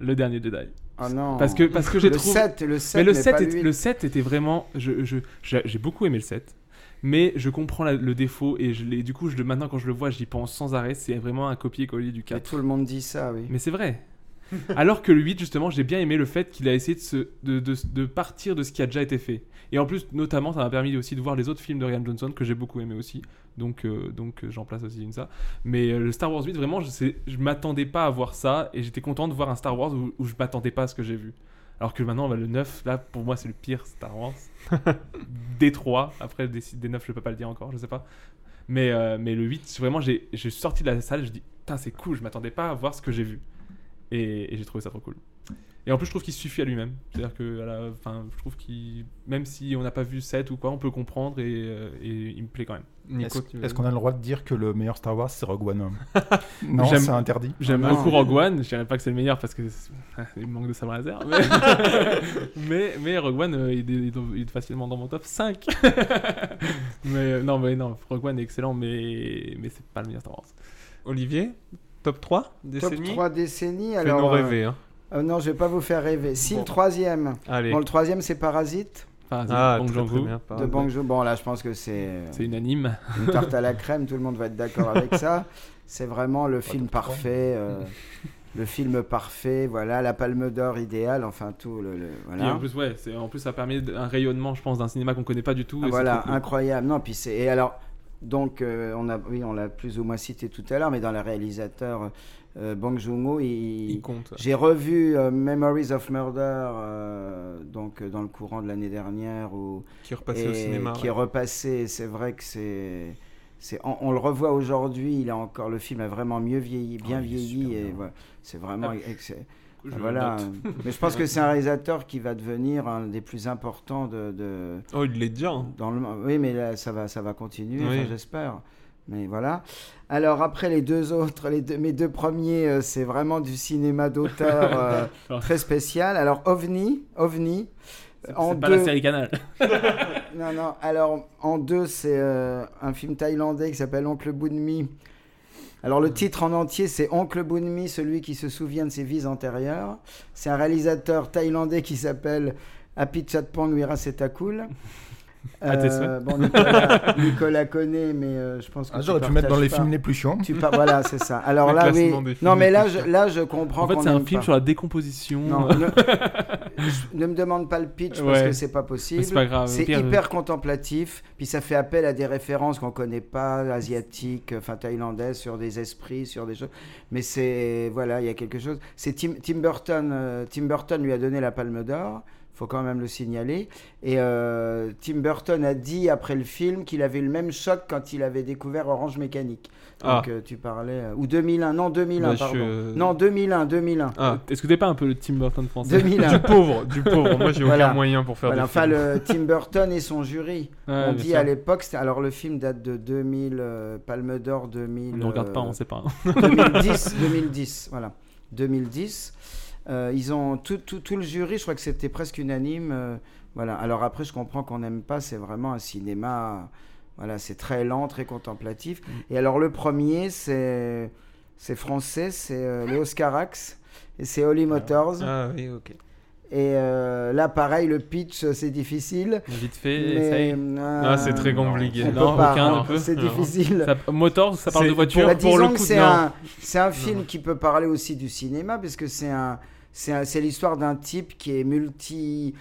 [SPEAKER 8] le dernier Jedi.
[SPEAKER 9] Ah non.
[SPEAKER 8] Parce que parce que j'ai
[SPEAKER 9] le
[SPEAKER 8] trouvé
[SPEAKER 9] 7, le 7,
[SPEAKER 8] mais le
[SPEAKER 9] mais
[SPEAKER 8] 7,
[SPEAKER 9] pas
[SPEAKER 8] est-
[SPEAKER 9] lui.
[SPEAKER 8] le 7 était vraiment. je- je- J'ai j'ai beaucoup aimé le 7. Mais je comprends la- le défaut et je l'ai- du coup, je, le- maintenant quand je le vois, j'y pense sans arrêt. C'est vraiment un copier-coller du
[SPEAKER 9] Mais
[SPEAKER 8] 4.
[SPEAKER 9] Tout le monde dit ça, oui.
[SPEAKER 8] Mais c'est vrai. Alors que le 8, justement, j'ai bien aimé le fait qu'il a essayé de, se, de, de- de partir de ce qui a déjà été fait. Et en plus, notamment, ça m'a permis aussi de voir les autres films de Ryan Johnson que j'ai beaucoup aimé aussi. Donc, euh, donc euh, j'en place aussi une ça. Mais euh, le Star Wars 8, vraiment, je, sais- je m'attendais pas à voir ça. Et j'étais content de voir un Star Wars où, où je m'attendais pas à ce que j'ai vu. Alors que maintenant, bah, le 9, là, pour moi, c'est le pire Star Wars. des 3. Après, des, six- des 9, je peux pas le dire encore, je sais pas. Mais, euh, mais le 8, vraiment, j'ai je suis sorti de la salle, je dis, putain, c'est cool, je m'attendais pas à voir ce que j'ai vu et, et j'ai trouvé ça trop cool. Et en plus, je trouve qu'il suffit à lui-même. C'est-à-dire que, à la- enfin, je trouve qu'il, même si on n'a pas vu 7 ou quoi, on peut comprendre et, euh, et il me plaît quand même.
[SPEAKER 7] Nico,
[SPEAKER 5] Est-ce
[SPEAKER 7] tu veux-
[SPEAKER 5] est-ce qu'on a le droit de dire que le meilleur Star Wars, c'est Rogue One Non,
[SPEAKER 8] J'aime-
[SPEAKER 5] c'est interdit.
[SPEAKER 8] J'aime
[SPEAKER 9] Ah non.
[SPEAKER 8] beaucoup Rogue One. Je dirais pas que c'est le meilleur parce que c'est- il manque de sabre laser. Mais, mais, mais Rogue One, euh, il, est, il est dans- il est facilement dans mon top 5. mais euh, non, mais non, Rogue One est excellent, mais mais c'est pas le meilleur Star Wars.
[SPEAKER 7] Olivier, top 3
[SPEAKER 9] Top
[SPEAKER 7] décennie
[SPEAKER 9] 3 décennies,
[SPEAKER 7] Fais-nous
[SPEAKER 9] alors. euh,
[SPEAKER 7] rêver. Hein.
[SPEAKER 9] euh, non, je vais pas vous faire rêver. Si,
[SPEAKER 7] Bon.
[SPEAKER 9] le troisième.
[SPEAKER 7] Allez.
[SPEAKER 9] Bon, le troisième, c'est Parasite
[SPEAKER 8] Enfin, c'est
[SPEAKER 7] ah,
[SPEAKER 8] Bong
[SPEAKER 7] très,
[SPEAKER 8] Joon-ho,
[SPEAKER 7] très bien, par-
[SPEAKER 9] de Bang Jo. Bon, là, je pense que c'est euh,
[SPEAKER 8] c'est unanime.
[SPEAKER 9] une tarte à la crème, tout le monde va être d'accord avec ça. C'est vraiment le film
[SPEAKER 5] top trois.
[SPEAKER 9] parfait. euh, le film parfait, voilà, la palme d'or idéale, enfin tout. Le, le- voilà.
[SPEAKER 8] Et en plus, ouais, c'est- en plus, ça permet d- un rayonnement, je pense, d'un cinéma qu'on connaît pas du tout.
[SPEAKER 9] Ah,
[SPEAKER 8] et c'est
[SPEAKER 9] voilà,
[SPEAKER 8] trop cool.
[SPEAKER 9] incroyable. Non, puis c'est et alors donc euh, on a oui, on l'a plus ou moins cité tout à l'heure, mais dans le réalisateur euh, Bang Joon-ho, il-
[SPEAKER 7] Il compte.
[SPEAKER 9] j'ai revu euh, Memories of Murder euh, donc euh, dans le courant de l'année dernière où
[SPEAKER 7] Qui est repassé au
[SPEAKER 9] et
[SPEAKER 7] cinéma.
[SPEAKER 9] qui est repassé. et C'est vrai que c'est c'est on, on le revoit aujourd'hui. Il a encore le film a vraiment mieux vieilli, bien
[SPEAKER 5] Ah, il est
[SPEAKER 9] vieilli
[SPEAKER 5] super
[SPEAKER 9] et
[SPEAKER 5] bien.
[SPEAKER 9] voilà, c'est vraiment
[SPEAKER 8] Ah,
[SPEAKER 9] ex-
[SPEAKER 8] Je
[SPEAKER 9] voilà.
[SPEAKER 8] note.
[SPEAKER 9] Mais je pense que c'est un réalisateur qui va devenir un des plus importants de- de
[SPEAKER 7] Oh, il l'est déjà. hein.
[SPEAKER 9] dans le monde. Oui, mais là, ça va, ça va continuer,
[SPEAKER 7] Oui.
[SPEAKER 9] enfin, j'espère. Mais voilà. Alors après les deux autres, les deux, mes deux premiers, euh, c'est vraiment du cinéma d'auteur euh,
[SPEAKER 8] Alors-
[SPEAKER 9] très spécial. Alors OVNI, OVNI.
[SPEAKER 8] C'est
[SPEAKER 9] En
[SPEAKER 8] c'est pas
[SPEAKER 9] deux-
[SPEAKER 8] la série Canal.
[SPEAKER 9] Non, non. Alors en deux, c'est euh, un film thaïlandais qui s'appelle Oncle Bunmi. Alors le titre en entier, c'est Oncle Bunmi, celui qui se souvient de ses vies antérieures. C'est un réalisateur thaïlandais qui s'appelle Apichatpong Wirasetakul.
[SPEAKER 8] À tes souhaits.
[SPEAKER 9] Euh, bon, Nicolas, Nicolas connaît, mais euh, je pense que
[SPEAKER 5] Ah,
[SPEAKER 9] tu
[SPEAKER 5] J'aurais pu mettre dans les
[SPEAKER 9] partages
[SPEAKER 5] films
[SPEAKER 9] pas.
[SPEAKER 5] les plus chiants.
[SPEAKER 9] Tu par- Voilà, c'est ça. Alors
[SPEAKER 7] Le
[SPEAKER 9] là, oui.
[SPEAKER 7] classement des films
[SPEAKER 9] Non, mais
[SPEAKER 7] les
[SPEAKER 9] là,
[SPEAKER 7] plus
[SPEAKER 9] je,
[SPEAKER 7] chers.
[SPEAKER 9] là, je comprends.
[SPEAKER 8] En fait,
[SPEAKER 9] qu'on
[SPEAKER 8] c'est un
[SPEAKER 9] aime
[SPEAKER 8] film
[SPEAKER 9] pas.
[SPEAKER 8] sur la décomposition.
[SPEAKER 9] Non, ne... je- ne me demande pas le pitch parce
[SPEAKER 8] Ouais.
[SPEAKER 9] que c'est pas possible.
[SPEAKER 8] Mais c'est pas grave.
[SPEAKER 9] C'est
[SPEAKER 8] Au pire,
[SPEAKER 9] hyper contemplatif, puis ça fait appel à des références qu'on connaît pas, asiatiques, enfin thaïlandaises, sur des esprits, sur des choses. Mais c'est voilà, il y a quelque chose. C'est Tim, Tim Burton. euh, Tim Burton lui a donné la Palme d'Or. Faut quand même le signaler. Et euh, Tim Burton a dit après le film qu'il avait eu le même choc quand il avait découvert Orange Mécanique.
[SPEAKER 7] Ah.
[SPEAKER 9] Donc euh, tu parlais euh, ou 2001, non 2001
[SPEAKER 7] Bah, je
[SPEAKER 9] pardon,
[SPEAKER 7] suis, euh,
[SPEAKER 9] non 2001, 2001,
[SPEAKER 7] Ah,
[SPEAKER 8] Est-ce que t'es pas un peu le Tim Burton français
[SPEAKER 9] 2001.
[SPEAKER 7] du pauvre, du pauvre. Moi, j'ai
[SPEAKER 9] Voilà.
[SPEAKER 7] aucun moyen pour faire
[SPEAKER 9] Voilà,
[SPEAKER 7] des
[SPEAKER 9] enfin
[SPEAKER 7] films.
[SPEAKER 9] le Tim Burton et son jury.
[SPEAKER 8] Ouais,
[SPEAKER 9] on
[SPEAKER 8] bien
[SPEAKER 9] dit
[SPEAKER 8] sûr.
[SPEAKER 9] à l'époque, c'était- alors le film date de 2000, euh, Palme d'Or 2000.
[SPEAKER 8] On ne regarde pas,
[SPEAKER 9] euh,
[SPEAKER 8] on sait pas.
[SPEAKER 9] 2010, 2010, voilà. 2010. Euh, ils ont tout, tout, tout le jury, je crois que c'était presque unanime. euh, voilà. Alors après, je comprends qu'on n'aime pas, c'est vraiment un cinéma. Voilà, c'est très lent, très contemplatif.
[SPEAKER 8] Mm.
[SPEAKER 9] Et alors le premier, c'est c'est français, c'est euh, Léo Scarax et c'est Holly Motors.
[SPEAKER 7] Ah oui, ok.
[SPEAKER 9] Et euh, là, pareil, le pitch, euh, c'est difficile.
[SPEAKER 8] Vite fait,
[SPEAKER 9] Mais,
[SPEAKER 8] essaye.
[SPEAKER 9] euh,
[SPEAKER 7] Ah, c'est très
[SPEAKER 5] non,
[SPEAKER 7] compliqué.
[SPEAKER 9] on peut
[SPEAKER 8] Non,
[SPEAKER 9] pas,
[SPEAKER 8] aucun
[SPEAKER 9] hein,
[SPEAKER 8] ne peut.
[SPEAKER 9] C'est
[SPEAKER 7] Non.
[SPEAKER 9] difficile.
[SPEAKER 8] Ça- Motor, ça parle
[SPEAKER 7] C'est-
[SPEAKER 8] de voiture.
[SPEAKER 9] Bah,
[SPEAKER 7] pour- pour le
[SPEAKER 9] disons que
[SPEAKER 7] coup,
[SPEAKER 9] c'est
[SPEAKER 7] non.
[SPEAKER 9] un, c'est un film qui peut parler aussi du cinéma, parce que c'est un, c'est un- c'est l'histoire d'un type qui est multi,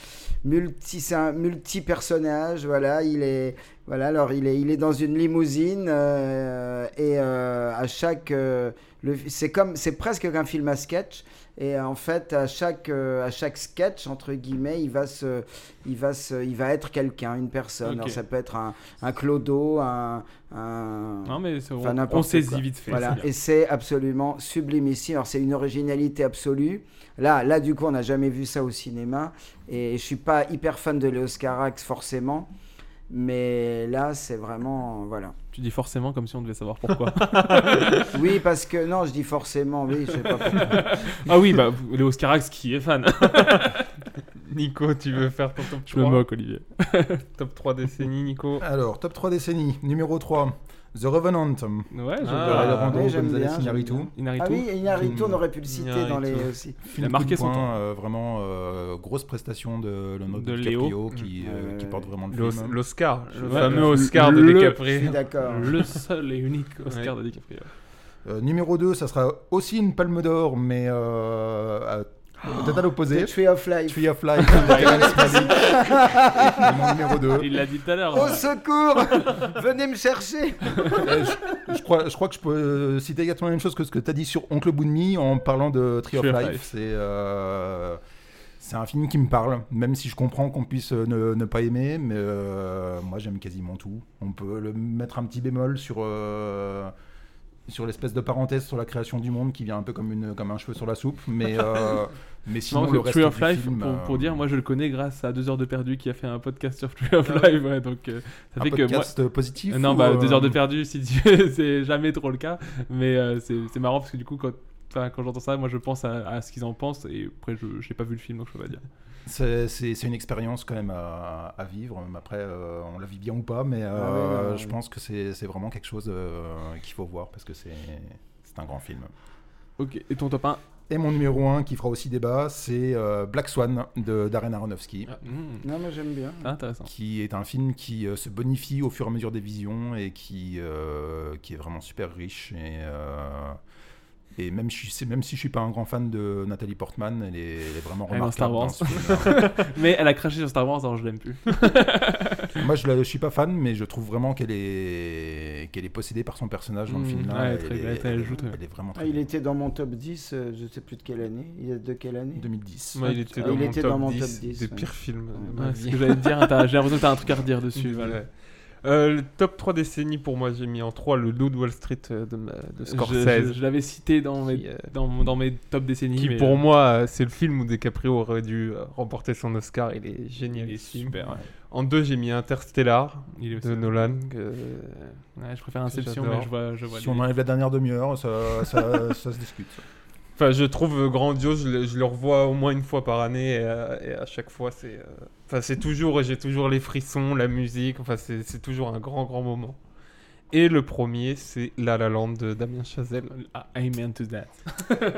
[SPEAKER 9] multi, c'est un multi personnage. Voilà, il est, voilà, alors il est, il est dans une limousine euh, et euh, à à chaque, euh, le- c'est comme, c'est presque qu'un film à sketch. Et euh, en fait, à chaque, euh, à chaque sketch entre guillemets, il va se, il va se, il va être quelqu'un, une personne.
[SPEAKER 8] Ok.
[SPEAKER 9] Alors, ça peut être un, un clodo,
[SPEAKER 7] Hein
[SPEAKER 9] un, un-
[SPEAKER 8] Non, mais c'est-
[SPEAKER 9] enfin,
[SPEAKER 8] on-
[SPEAKER 9] n'importe
[SPEAKER 8] on saisit
[SPEAKER 9] quoi.
[SPEAKER 8] vite fait,
[SPEAKER 9] Voilà.
[SPEAKER 8] c'est bien.
[SPEAKER 9] Et c'est absolument sublime ici. Alors c'est une originalité absolue. Là, là du coup, on n'a jamais vu ça au cinéma. Et je suis pas hyper fan de Léos Carax forcément, mais là, c'est vraiment voilà.
[SPEAKER 8] Tu dis forcément comme si on devait savoir pourquoi.
[SPEAKER 9] oui, parce que non, je dis forcément, oui, je sais pas.
[SPEAKER 8] ah oui, bah, vous- Léo Scarax qui est fan.
[SPEAKER 7] Nico, tu veux faire ton top 3
[SPEAKER 8] Je me moque, Olivier.
[SPEAKER 7] top 3 décennies, Nico.
[SPEAKER 5] Alors, top 3 décennies. Numéro 3, The Revenant.
[SPEAKER 8] Ouais, j'aime
[SPEAKER 7] Ah,
[SPEAKER 8] bien.
[SPEAKER 7] ouais,
[SPEAKER 5] Rando,
[SPEAKER 9] j'aime
[SPEAKER 5] Gonzalez,
[SPEAKER 9] bien, j'aime
[SPEAKER 5] Iñárritu.
[SPEAKER 8] bien. Iñárritu.
[SPEAKER 9] Ah oui, Inarito, on aurait pu le citer dans les
[SPEAKER 7] Iñárritu.
[SPEAKER 9] aussi.
[SPEAKER 5] Film
[SPEAKER 8] a marqué
[SPEAKER 5] coup de
[SPEAKER 8] son
[SPEAKER 5] poing,
[SPEAKER 8] temps.
[SPEAKER 5] euh, vraiment euh, grosse prestation de Leonardo
[SPEAKER 8] De Léo.
[SPEAKER 5] DiCaprio qui, euh,
[SPEAKER 9] Ouais,
[SPEAKER 5] qui
[SPEAKER 9] Mm. ouais,
[SPEAKER 5] porte vraiment le
[SPEAKER 7] Le-
[SPEAKER 5] film.
[SPEAKER 7] L'Oscar, le
[SPEAKER 8] Ouais,
[SPEAKER 7] fameux
[SPEAKER 8] le-
[SPEAKER 7] Oscar de
[SPEAKER 8] le-
[SPEAKER 9] Je suis
[SPEAKER 7] DiCaprio.
[SPEAKER 9] d'accord.
[SPEAKER 8] Le seul et unique Oscar de DiCaprio.
[SPEAKER 5] Euh, numéro 2, ça sera aussi une Palme d'Or, mais euh, à-
[SPEAKER 8] Ah.
[SPEAKER 5] peut-être à l'opposé.
[SPEAKER 9] The Tree of Life.
[SPEAKER 5] Tree of Life. de Terrence Malick. Et mon numéro 2.
[SPEAKER 8] Il l'a dit tout à l'heure.
[SPEAKER 9] Au secours Venez me chercher
[SPEAKER 5] Euh, Je crois, je crois que je peux euh, citer exactement la même chose que ce que tu as dit sur Oncle Bunmi en parlant de Tree of
[SPEAKER 8] Tree of
[SPEAKER 5] Life.
[SPEAKER 8] Life.
[SPEAKER 5] C'est euh, c'est un film qui me parle, même si je comprends qu'on puisse euh, ne, ne pas aimer, mais euh, moi j'aime quasiment tout. On peut le mettre un petit bémol sur, euh, sur l'espèce de parenthèse sur la création du monde qui vient un peu comme, une, comme un cheveu sur la soupe, mais, euh, mais sinon
[SPEAKER 8] Non,
[SPEAKER 5] le
[SPEAKER 8] c'est
[SPEAKER 5] reste
[SPEAKER 8] Tree of
[SPEAKER 5] du
[SPEAKER 8] Life,
[SPEAKER 5] film,
[SPEAKER 8] pour,
[SPEAKER 5] euh,
[SPEAKER 8] pour dire, moi je le connais grâce à 2 heures de perdu qui a fait un podcast sur Tree
[SPEAKER 9] Ah
[SPEAKER 8] of Life. ouais, donc euh, ça
[SPEAKER 5] un
[SPEAKER 8] fait que moi.
[SPEAKER 5] podcast positif
[SPEAKER 8] non,
[SPEAKER 5] ou,
[SPEAKER 8] bah, 2
[SPEAKER 5] euh,
[SPEAKER 8] heures de perdu, si tu- c'est jamais trop le cas. Mais euh, c'est c'est marrant parce que du coup, quand, enfin, quand j'entends ça, moi je pense à, à ce qu'ils en pensent. Et après, je j'ai pas vu le film, donc je peux pas dire.
[SPEAKER 5] C'est c'est- c'est une expérience quand même à, à vivre. Mais Après, euh, on la vit bien ou pas, mais euh,
[SPEAKER 9] Ah oui, oui, oui.
[SPEAKER 5] je pense que c'est c'est vraiment quelque chose euh, qu'il faut voir parce que c'est c'est un grand film.
[SPEAKER 8] Ok, et ton top 1
[SPEAKER 5] Et mon numéro 1 qui fera aussi débat, c'est euh, Black Swan de Darren Aronofsky,
[SPEAKER 7] Ah, hmm.
[SPEAKER 9] Non, mais j'aime bien.
[SPEAKER 8] Ah, Intéressant.
[SPEAKER 5] qui est un film qui euh, se bonifie au fur et à mesure des visions et qui, euh, qui est vraiment super riche. Et, euh, et même, si, c'est- même si je suis pas un grand fan de Nathalie Portman, elle est, elle est vraiment
[SPEAKER 8] Elle est dans
[SPEAKER 5] remarquable.
[SPEAKER 8] Star Wars.
[SPEAKER 5] dans ce film-là.
[SPEAKER 8] Mais elle a craché sur Star Wars, alors je l'aime plus.
[SPEAKER 5] Moi, je ne suis pas fan, mais je trouve vraiment qu'elle est... qu'elle est possédée par son personnage dans le
[SPEAKER 8] Mm,
[SPEAKER 5] film.
[SPEAKER 8] ouais,
[SPEAKER 5] Là,
[SPEAKER 8] très
[SPEAKER 5] elle,
[SPEAKER 8] bien,
[SPEAKER 5] est...
[SPEAKER 8] elle joue très bien.
[SPEAKER 5] elle est vraiment
[SPEAKER 9] Ah,
[SPEAKER 5] très
[SPEAKER 9] il
[SPEAKER 5] bien.
[SPEAKER 9] était dans mon top 10, euh, je sais plus de quelle année. Il est de quelle année
[SPEAKER 5] 2010.
[SPEAKER 7] Moi, il était
[SPEAKER 9] Ah,
[SPEAKER 7] dans,
[SPEAKER 9] il
[SPEAKER 7] mon,
[SPEAKER 9] était
[SPEAKER 7] top
[SPEAKER 9] dans mon
[SPEAKER 7] 10
[SPEAKER 9] top 10,
[SPEAKER 7] des
[SPEAKER 9] ouais.
[SPEAKER 7] pires films de ma
[SPEAKER 8] Ouais, c'est ce
[SPEAKER 7] vie.
[SPEAKER 8] que j'allais te dire, t'as- j'ai l'impression que t'as un truc à redire dessus.
[SPEAKER 7] Ouais.
[SPEAKER 8] voilà.
[SPEAKER 7] Euh, le top 3 décennies pour moi, j'ai mis en 3 le Loup de Wall Street euh, de, ma- de Scorsese.
[SPEAKER 8] Je, je- je l'avais cité dans mes,
[SPEAKER 7] Qui, euh,
[SPEAKER 8] dans, mon- dans mes top décennies.
[SPEAKER 7] Qui
[SPEAKER 8] mais,
[SPEAKER 7] pour
[SPEAKER 8] euh,
[SPEAKER 7] moi, euh, c'est le film où DiCaprio aurait dû euh, remporter son Oscar. Il est génial.
[SPEAKER 8] il est super. ouais.
[SPEAKER 7] En 2, j'ai mis Interstellar
[SPEAKER 8] Il est aussi-
[SPEAKER 7] de Nolan. que-
[SPEAKER 8] Ouais, je préfère Inception,
[SPEAKER 7] J'adore.
[SPEAKER 8] mais je vois. Je vois
[SPEAKER 5] Si
[SPEAKER 8] les-
[SPEAKER 5] on enlève la dernière demi-heure, ça, ça, ça se discute.
[SPEAKER 7] Enfin, je trouve grandiose. Je le, je le revois au moins une fois par année et, euh, et à chaque fois, c'est. euh, Enfin, c'est toujours. J'ai toujours les frissons, la musique. Enfin, c'est c'est toujours un grand, grand moment. Et le premier, c'est La La Land de Damien Chazelle.
[SPEAKER 8] Ah, Amen to that.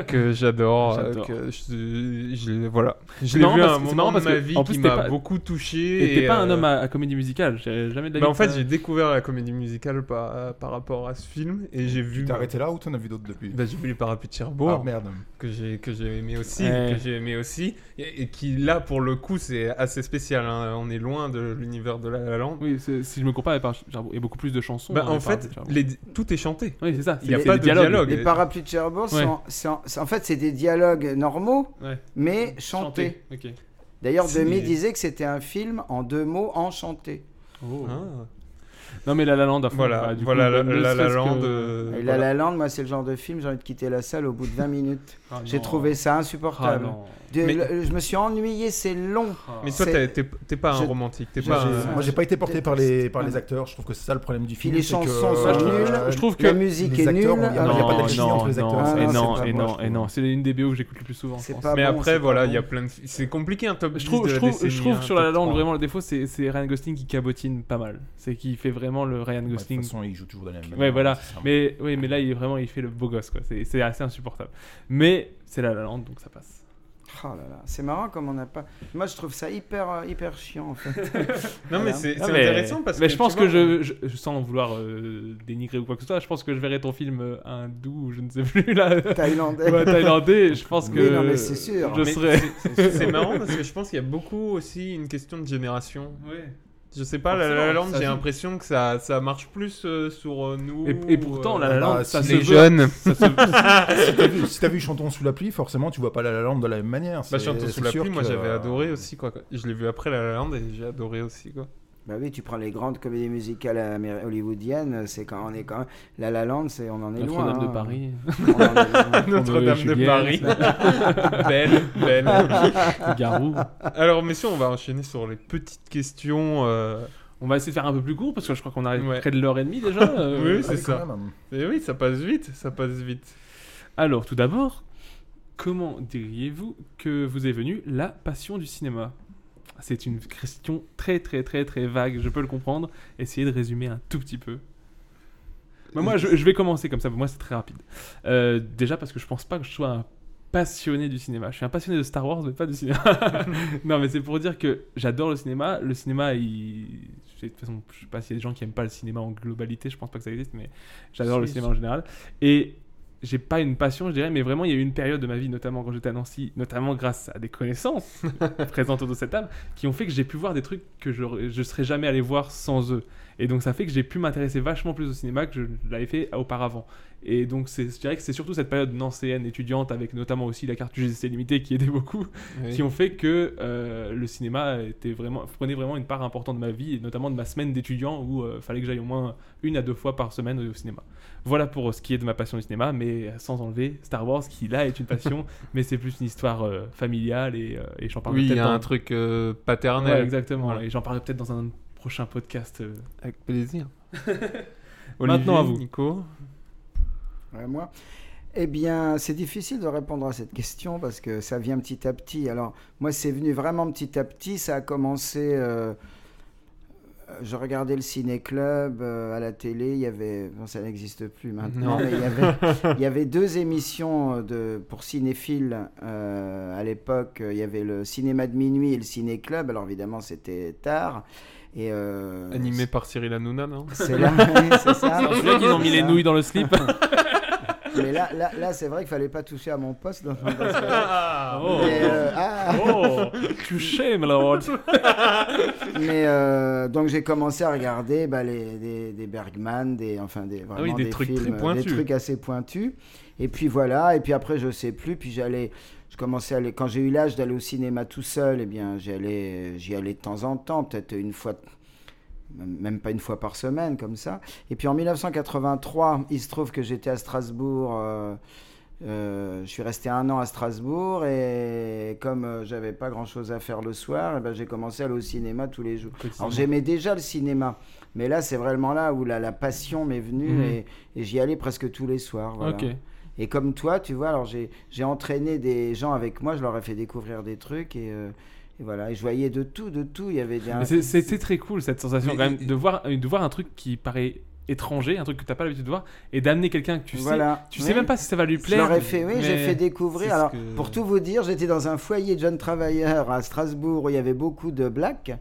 [SPEAKER 7] que j'adore, euh,
[SPEAKER 8] J'adore.
[SPEAKER 7] que je, je- voilà. Je
[SPEAKER 8] C'est
[SPEAKER 7] l'ai
[SPEAKER 8] marrant
[SPEAKER 7] vu à
[SPEAKER 8] parce
[SPEAKER 7] un
[SPEAKER 8] que- c'est
[SPEAKER 7] moment
[SPEAKER 8] marrant
[SPEAKER 7] de
[SPEAKER 8] parce
[SPEAKER 7] ma
[SPEAKER 8] que,
[SPEAKER 7] vie
[SPEAKER 8] en
[SPEAKER 7] qui
[SPEAKER 8] plus, t'es
[SPEAKER 7] m'a
[SPEAKER 8] pas-
[SPEAKER 7] beaucoup touché.
[SPEAKER 8] Et t'es pas
[SPEAKER 7] euh,
[SPEAKER 8] un homme à, à comédie musicale, j'ai jamais de la
[SPEAKER 7] bah,
[SPEAKER 8] vie
[SPEAKER 7] en fait,
[SPEAKER 8] que-
[SPEAKER 7] j'ai découvert la comédie musicale par, euh, par rapport à ce film et j'ai vu.
[SPEAKER 5] Tu t'es arrêté là ou t'en as vu d'autres depuis
[SPEAKER 7] Bah, j'ai vu les parapluies de Cherbourg
[SPEAKER 5] Ah merde.
[SPEAKER 7] que j'ai que j'ai aimé aussi
[SPEAKER 8] Ouais.
[SPEAKER 7] que j'ai aimé aussi et, et qui là pour le coup c'est assez spécial hein. on est loin de l'univers de La La Land
[SPEAKER 8] Oui, c'est- si je me compare, il y a beaucoup plus de chansons.
[SPEAKER 7] bah, en
[SPEAKER 8] dans les
[SPEAKER 7] fait
[SPEAKER 8] paroles de Charles.
[SPEAKER 7] les- tout est chanté
[SPEAKER 8] Oui, c'est ça.
[SPEAKER 7] il y a
[SPEAKER 8] c'est
[SPEAKER 7] pas
[SPEAKER 8] des
[SPEAKER 7] de
[SPEAKER 8] dialogues.
[SPEAKER 7] dialogue.
[SPEAKER 9] Les parapluies de Cherbourg, sont-
[SPEAKER 8] Ouais.
[SPEAKER 9] c'est en- c'est- en fait, c'est des dialogues normaux,
[SPEAKER 8] Ouais.
[SPEAKER 9] mais chantés.
[SPEAKER 8] Chanté. Ok.
[SPEAKER 9] D'ailleurs,
[SPEAKER 7] C'est-
[SPEAKER 9] Demi disait que c'était un film en deux mots enchanté.
[SPEAKER 7] Ah.
[SPEAKER 8] Oh. Non, mais La La Land, à fond,
[SPEAKER 7] voilà
[SPEAKER 8] bah, du coup,
[SPEAKER 7] voilà La-
[SPEAKER 8] ne
[SPEAKER 7] La La
[SPEAKER 8] serait-ce que-
[SPEAKER 7] Land euh,
[SPEAKER 9] Et La
[SPEAKER 7] voilà.
[SPEAKER 9] La Land, moi, c'est le genre de film, j'ai envie de quitter la salle au bout de 20 minutes.
[SPEAKER 8] Ah,
[SPEAKER 9] J'ai
[SPEAKER 8] non.
[SPEAKER 9] trouvé ça
[SPEAKER 8] Ah,
[SPEAKER 9] insupportable.
[SPEAKER 8] non.
[SPEAKER 9] De-
[SPEAKER 7] Mais-
[SPEAKER 9] le- je me suis ennuyé, c'est long.
[SPEAKER 8] Ah.
[SPEAKER 7] mais toi
[SPEAKER 9] C'est-
[SPEAKER 7] t'es- t'es t'es pas un
[SPEAKER 9] je-
[SPEAKER 7] romantique t'es
[SPEAKER 5] J'ai-
[SPEAKER 7] pas un-
[SPEAKER 5] j'ai- Moi, j'ai pas été porté par les, par les
[SPEAKER 9] Ah.
[SPEAKER 5] acteurs. Je trouve que c'est ça le problème du film.
[SPEAKER 9] les
[SPEAKER 5] c'est que,
[SPEAKER 9] chansons sont
[SPEAKER 5] euh,
[SPEAKER 9] nulles.
[SPEAKER 8] Je trouve que.
[SPEAKER 9] La musique
[SPEAKER 5] les
[SPEAKER 9] est
[SPEAKER 5] acteurs,
[SPEAKER 9] nulle.
[SPEAKER 5] on- il y
[SPEAKER 9] Ah,
[SPEAKER 5] a
[SPEAKER 9] non,
[SPEAKER 5] pas d'alchimie
[SPEAKER 8] non,
[SPEAKER 5] entre les acteurs.
[SPEAKER 8] non,
[SPEAKER 9] Ah,
[SPEAKER 8] et
[SPEAKER 9] non,
[SPEAKER 8] non,
[SPEAKER 9] c'est pas
[SPEAKER 8] et
[SPEAKER 9] moi,
[SPEAKER 8] non,
[SPEAKER 5] je
[SPEAKER 8] et
[SPEAKER 5] trouve.
[SPEAKER 8] non. C'est une des BO que j'écoute le plus souvent. je
[SPEAKER 9] C'est
[SPEAKER 8] pense.
[SPEAKER 9] pas
[SPEAKER 7] mais
[SPEAKER 9] Ah bon,
[SPEAKER 7] après
[SPEAKER 9] c'est
[SPEAKER 7] voilà
[SPEAKER 9] pas
[SPEAKER 7] il y a
[SPEAKER 9] bon.
[SPEAKER 7] plein de fi- c'est compliqué un top
[SPEAKER 8] Je trouve,
[SPEAKER 7] 10
[SPEAKER 8] je
[SPEAKER 7] de
[SPEAKER 8] trouve,
[SPEAKER 7] décennie,
[SPEAKER 8] je trouve
[SPEAKER 7] hein,
[SPEAKER 8] sur La La
[SPEAKER 7] top
[SPEAKER 8] Land,
[SPEAKER 7] 3.
[SPEAKER 8] vraiment, le défaut, c'est c'est Ryan Gosling qui cabotine pas mal. C'est qu'il fait vraiment le Ryan
[SPEAKER 5] Ouais, De toute
[SPEAKER 8] Gosling
[SPEAKER 5] façon, ils jouent toujours de la même
[SPEAKER 8] Ouais,
[SPEAKER 5] manière,
[SPEAKER 8] voilà.
[SPEAKER 5] c'est ça.
[SPEAKER 8] Mais oui, mais là, il est vraiment, il fait le beau gosse, quoi. C'est c'est assez insupportable. Mais c'est la la lande, donc ça passe.
[SPEAKER 9] Oh là là, c'est marrant comme on n'a pas. Moi, je trouve ça hyper, euh, hyper chiant en fait.
[SPEAKER 7] non mais
[SPEAKER 9] Voilà.
[SPEAKER 7] c'est c'est
[SPEAKER 8] Non, Ah, mais-
[SPEAKER 7] intéressant parce
[SPEAKER 8] mais
[SPEAKER 7] que
[SPEAKER 8] je pense
[SPEAKER 7] tu vois,
[SPEAKER 8] que je, je- je- sans vouloir euh, dénigrer ou quoi que ce soit, je pense que je verrai ton film euh, hindou ou je ne sais plus là,
[SPEAKER 9] Thaïlandais.
[SPEAKER 8] ou un thaïlandais. Je pense
[SPEAKER 9] Oui,
[SPEAKER 8] que
[SPEAKER 9] non, mais c'est sûr.
[SPEAKER 8] je
[SPEAKER 7] Mais
[SPEAKER 8] serai.
[SPEAKER 7] C'est marrant parce que je pense qu'il y a beaucoup aussi une question de génération. Je sais pas, La
[SPEAKER 8] Forcément,
[SPEAKER 7] La Land,
[SPEAKER 8] ça
[SPEAKER 7] j'ai
[SPEAKER 8] joue.
[SPEAKER 7] l'impression que ça, ça marche plus euh, sur euh, nous.
[SPEAKER 8] Et- et pourtant,
[SPEAKER 7] euh,
[SPEAKER 8] La La Land,
[SPEAKER 9] Ah,
[SPEAKER 8] Bah, ça
[SPEAKER 7] les
[SPEAKER 8] si- se veut-
[SPEAKER 7] jeunes.
[SPEAKER 8] ça se-
[SPEAKER 5] si t'as vu, si t'as vu Chantons sous la pluie, forcément tu vois pas la la lampe de la même manière.
[SPEAKER 7] Bah,
[SPEAKER 5] C'est-
[SPEAKER 7] surtout
[SPEAKER 5] c'est
[SPEAKER 7] sous la
[SPEAKER 5] sûr
[SPEAKER 7] pluie, moi
[SPEAKER 5] que- euh,
[SPEAKER 7] j'avais adoré aussi quoi. Je l'ai vu après La La Land et j'ai adoré aussi quoi.
[SPEAKER 9] Bah oui, tu prends les grandes comédies musicales améri- hollywoodiennes, c'est quand on est quand même. La La Land, c'est on en est loin.
[SPEAKER 8] Notre-Dame de
[SPEAKER 9] hein.
[SPEAKER 8] Paris.
[SPEAKER 9] On en est loin.
[SPEAKER 8] euh,
[SPEAKER 7] Notre-Dame de
[SPEAKER 8] Juliette.
[SPEAKER 7] Paris. belle, belle.
[SPEAKER 8] Garou.
[SPEAKER 7] Alors messieurs, on va enchaîner sur les petites questions. euh,
[SPEAKER 8] On va essayer de faire un peu plus court parce que je crois qu'on arrive
[SPEAKER 7] Ouais.
[SPEAKER 8] près de l'heure et demie déjà. euh,
[SPEAKER 7] oui, c'est
[SPEAKER 5] allez, Ah, quand
[SPEAKER 7] ça.
[SPEAKER 5] même.
[SPEAKER 7] Et oui, ça passe vite, ça passe vite.
[SPEAKER 8] Alors, tout d'abord, comment diriez-vous que vous est venue la passion du cinéma C'est une question très très très très vague, je peux le comprendre. Essayez de résumer un tout petit peu. Bah, moi, je, je vais commencer comme ça, pour moi c'est très rapide. Euh, déjà parce que je pense pas que je sois un passionné du cinéma. Je suis un passionné de Star Wars, mais pas de cinéma. non, mais c'est pour dire que j'adore le cinéma. Le cinéma, il... je sais- de toute façon, je sais pas s'il y a des gens qui aiment pas le cinéma en globalité, je pense pas que ça existe, mais j'adore le
[SPEAKER 7] Si,
[SPEAKER 8] cinéma
[SPEAKER 7] si.
[SPEAKER 8] en général. Et j'ai pas une passion, je dirais, mais vraiment, il y a eu une période de ma vie, notamment quand j'étais à Nancy, notamment grâce à des connaissances présentes autour de cette table, qui ont fait que j'ai pu voir des trucs que je, je serais jamais allé voir sans eux. Et donc, ça fait que j'ai pu m'intéresser vachement plus au cinéma que je l'avais fait auparavant. Et donc, c'est- je dirais que c'est surtout cette période nancéenne étudiante, avec notamment aussi la carte UGC limitée qui aidait beaucoup, qui ont fait que euh, le cinéma était vraiment, prenait vraiment une part importante de ma vie, et notamment de ma semaine d'étudiant où il fallait que j'aille au moins une à deux fois par semaine au cinéma. Voilà pour euh, ce qui est de ma passion du cinéma, mais euh, sans enlever Star Wars qui là est une passion, mais c'est plus une histoire euh, familiale et, euh, et j'en parle
[SPEAKER 7] Oui, il
[SPEAKER 8] peut-être
[SPEAKER 7] y a
[SPEAKER 8] dans-
[SPEAKER 7] un truc euh,
[SPEAKER 8] Ouais,
[SPEAKER 7] paternel.
[SPEAKER 8] exactement,
[SPEAKER 7] Voilà.
[SPEAKER 8] et j'en parlerai peut-être dans un prochain podcast. euh.
[SPEAKER 7] Avec plaisir.
[SPEAKER 8] Maintenant à vous.
[SPEAKER 7] Nico.
[SPEAKER 9] Ouais, moi Eh bien, c'est difficile de répondre à cette question parce que ça vient petit à petit. Alors, moi, c'est venu vraiment petit à petit. Ça a commencé. euh, je regardais le ciné-club euh, à la télé. Il y avait. Bon, ça n'existe plus maintenant,
[SPEAKER 7] Non.
[SPEAKER 9] mais il y avait. Il y avait deux émissions euh, de, pour cinéphiles euh, à l'époque. Il y avait le cinéma de minuit et le ciné-club. Alors évidemment, c'était tard. Et,
[SPEAKER 8] Bah,
[SPEAKER 9] euh,
[SPEAKER 7] Animé par Cyril Hanouna, non
[SPEAKER 9] C'est là, oui, c'est ça.
[SPEAKER 8] C'est là qu'ils ont mis les nouilles dans le slip.
[SPEAKER 9] Mais là, là, là c'est vrai qu'il fallait pas toucher à mon poste. dans- dans ce-
[SPEAKER 7] Ah,
[SPEAKER 8] oh.
[SPEAKER 9] Mais, euh, ah.
[SPEAKER 8] Oh, tu shame, Lord.
[SPEAKER 9] Mais, euh, donc j'ai commencé à regarder bah, les, des, des Bergman, des, enfin des, vraiment
[SPEAKER 7] Ah oui, des
[SPEAKER 9] des,
[SPEAKER 7] trucs
[SPEAKER 9] films,
[SPEAKER 7] très pointus.
[SPEAKER 9] des trucs assez pointus. Et puis voilà, et puis après je sais plus, puis j'allais, je commençais à aller, quand j'ai eu l'âge d'aller au cinéma tout seul, eh bien j'y allais, j'y allais de temps en temps, peut-être une fois, même pas une fois par semaine comme ça. Et puis en 1983, il se trouve que j'étais à Strasbourg. euh, euh, je suis resté un an à Strasbourg et comme euh, j'avais pas grand chose à faire le soir, eh ben, j'ai commencé à aller au cinéma tous les jours. Alors j'aimais déjà le cinéma, mais là c'est vraiment là où la, la passion m'est venue
[SPEAKER 8] Mhm.
[SPEAKER 9] et, et j'y allais presque tous les soirs. voilà.
[SPEAKER 8] Ok.
[SPEAKER 9] Et comme toi, tu vois, alors j'ai j'ai entraîné des gens avec moi, je leur ai fait découvrir des trucs et, euh, et voilà. Et je voyais de tout, de tout. Il y avait des.
[SPEAKER 8] Mais c'est- C'était très cool cette sensation
[SPEAKER 5] Mais-
[SPEAKER 8] quand même de voir, de voir un truc qui paraît étranger, un truc que t'as pas l'habitude de voir, et d'amener quelqu'un que tu
[SPEAKER 9] Voilà.
[SPEAKER 8] sais, tu
[SPEAKER 9] Oui.
[SPEAKER 8] sais même pas si ça va lui
[SPEAKER 9] Je
[SPEAKER 8] plaire.
[SPEAKER 9] leur ai fait, oui, j'ai
[SPEAKER 7] mais
[SPEAKER 9] fait
[SPEAKER 7] c'est
[SPEAKER 9] découvrir.
[SPEAKER 7] ce
[SPEAKER 9] Alors,
[SPEAKER 7] que-
[SPEAKER 9] pour tout vous dire, j'étais dans un foyer de jeunes travailleurs à Strasbourg où il y avait beaucoup de blacks,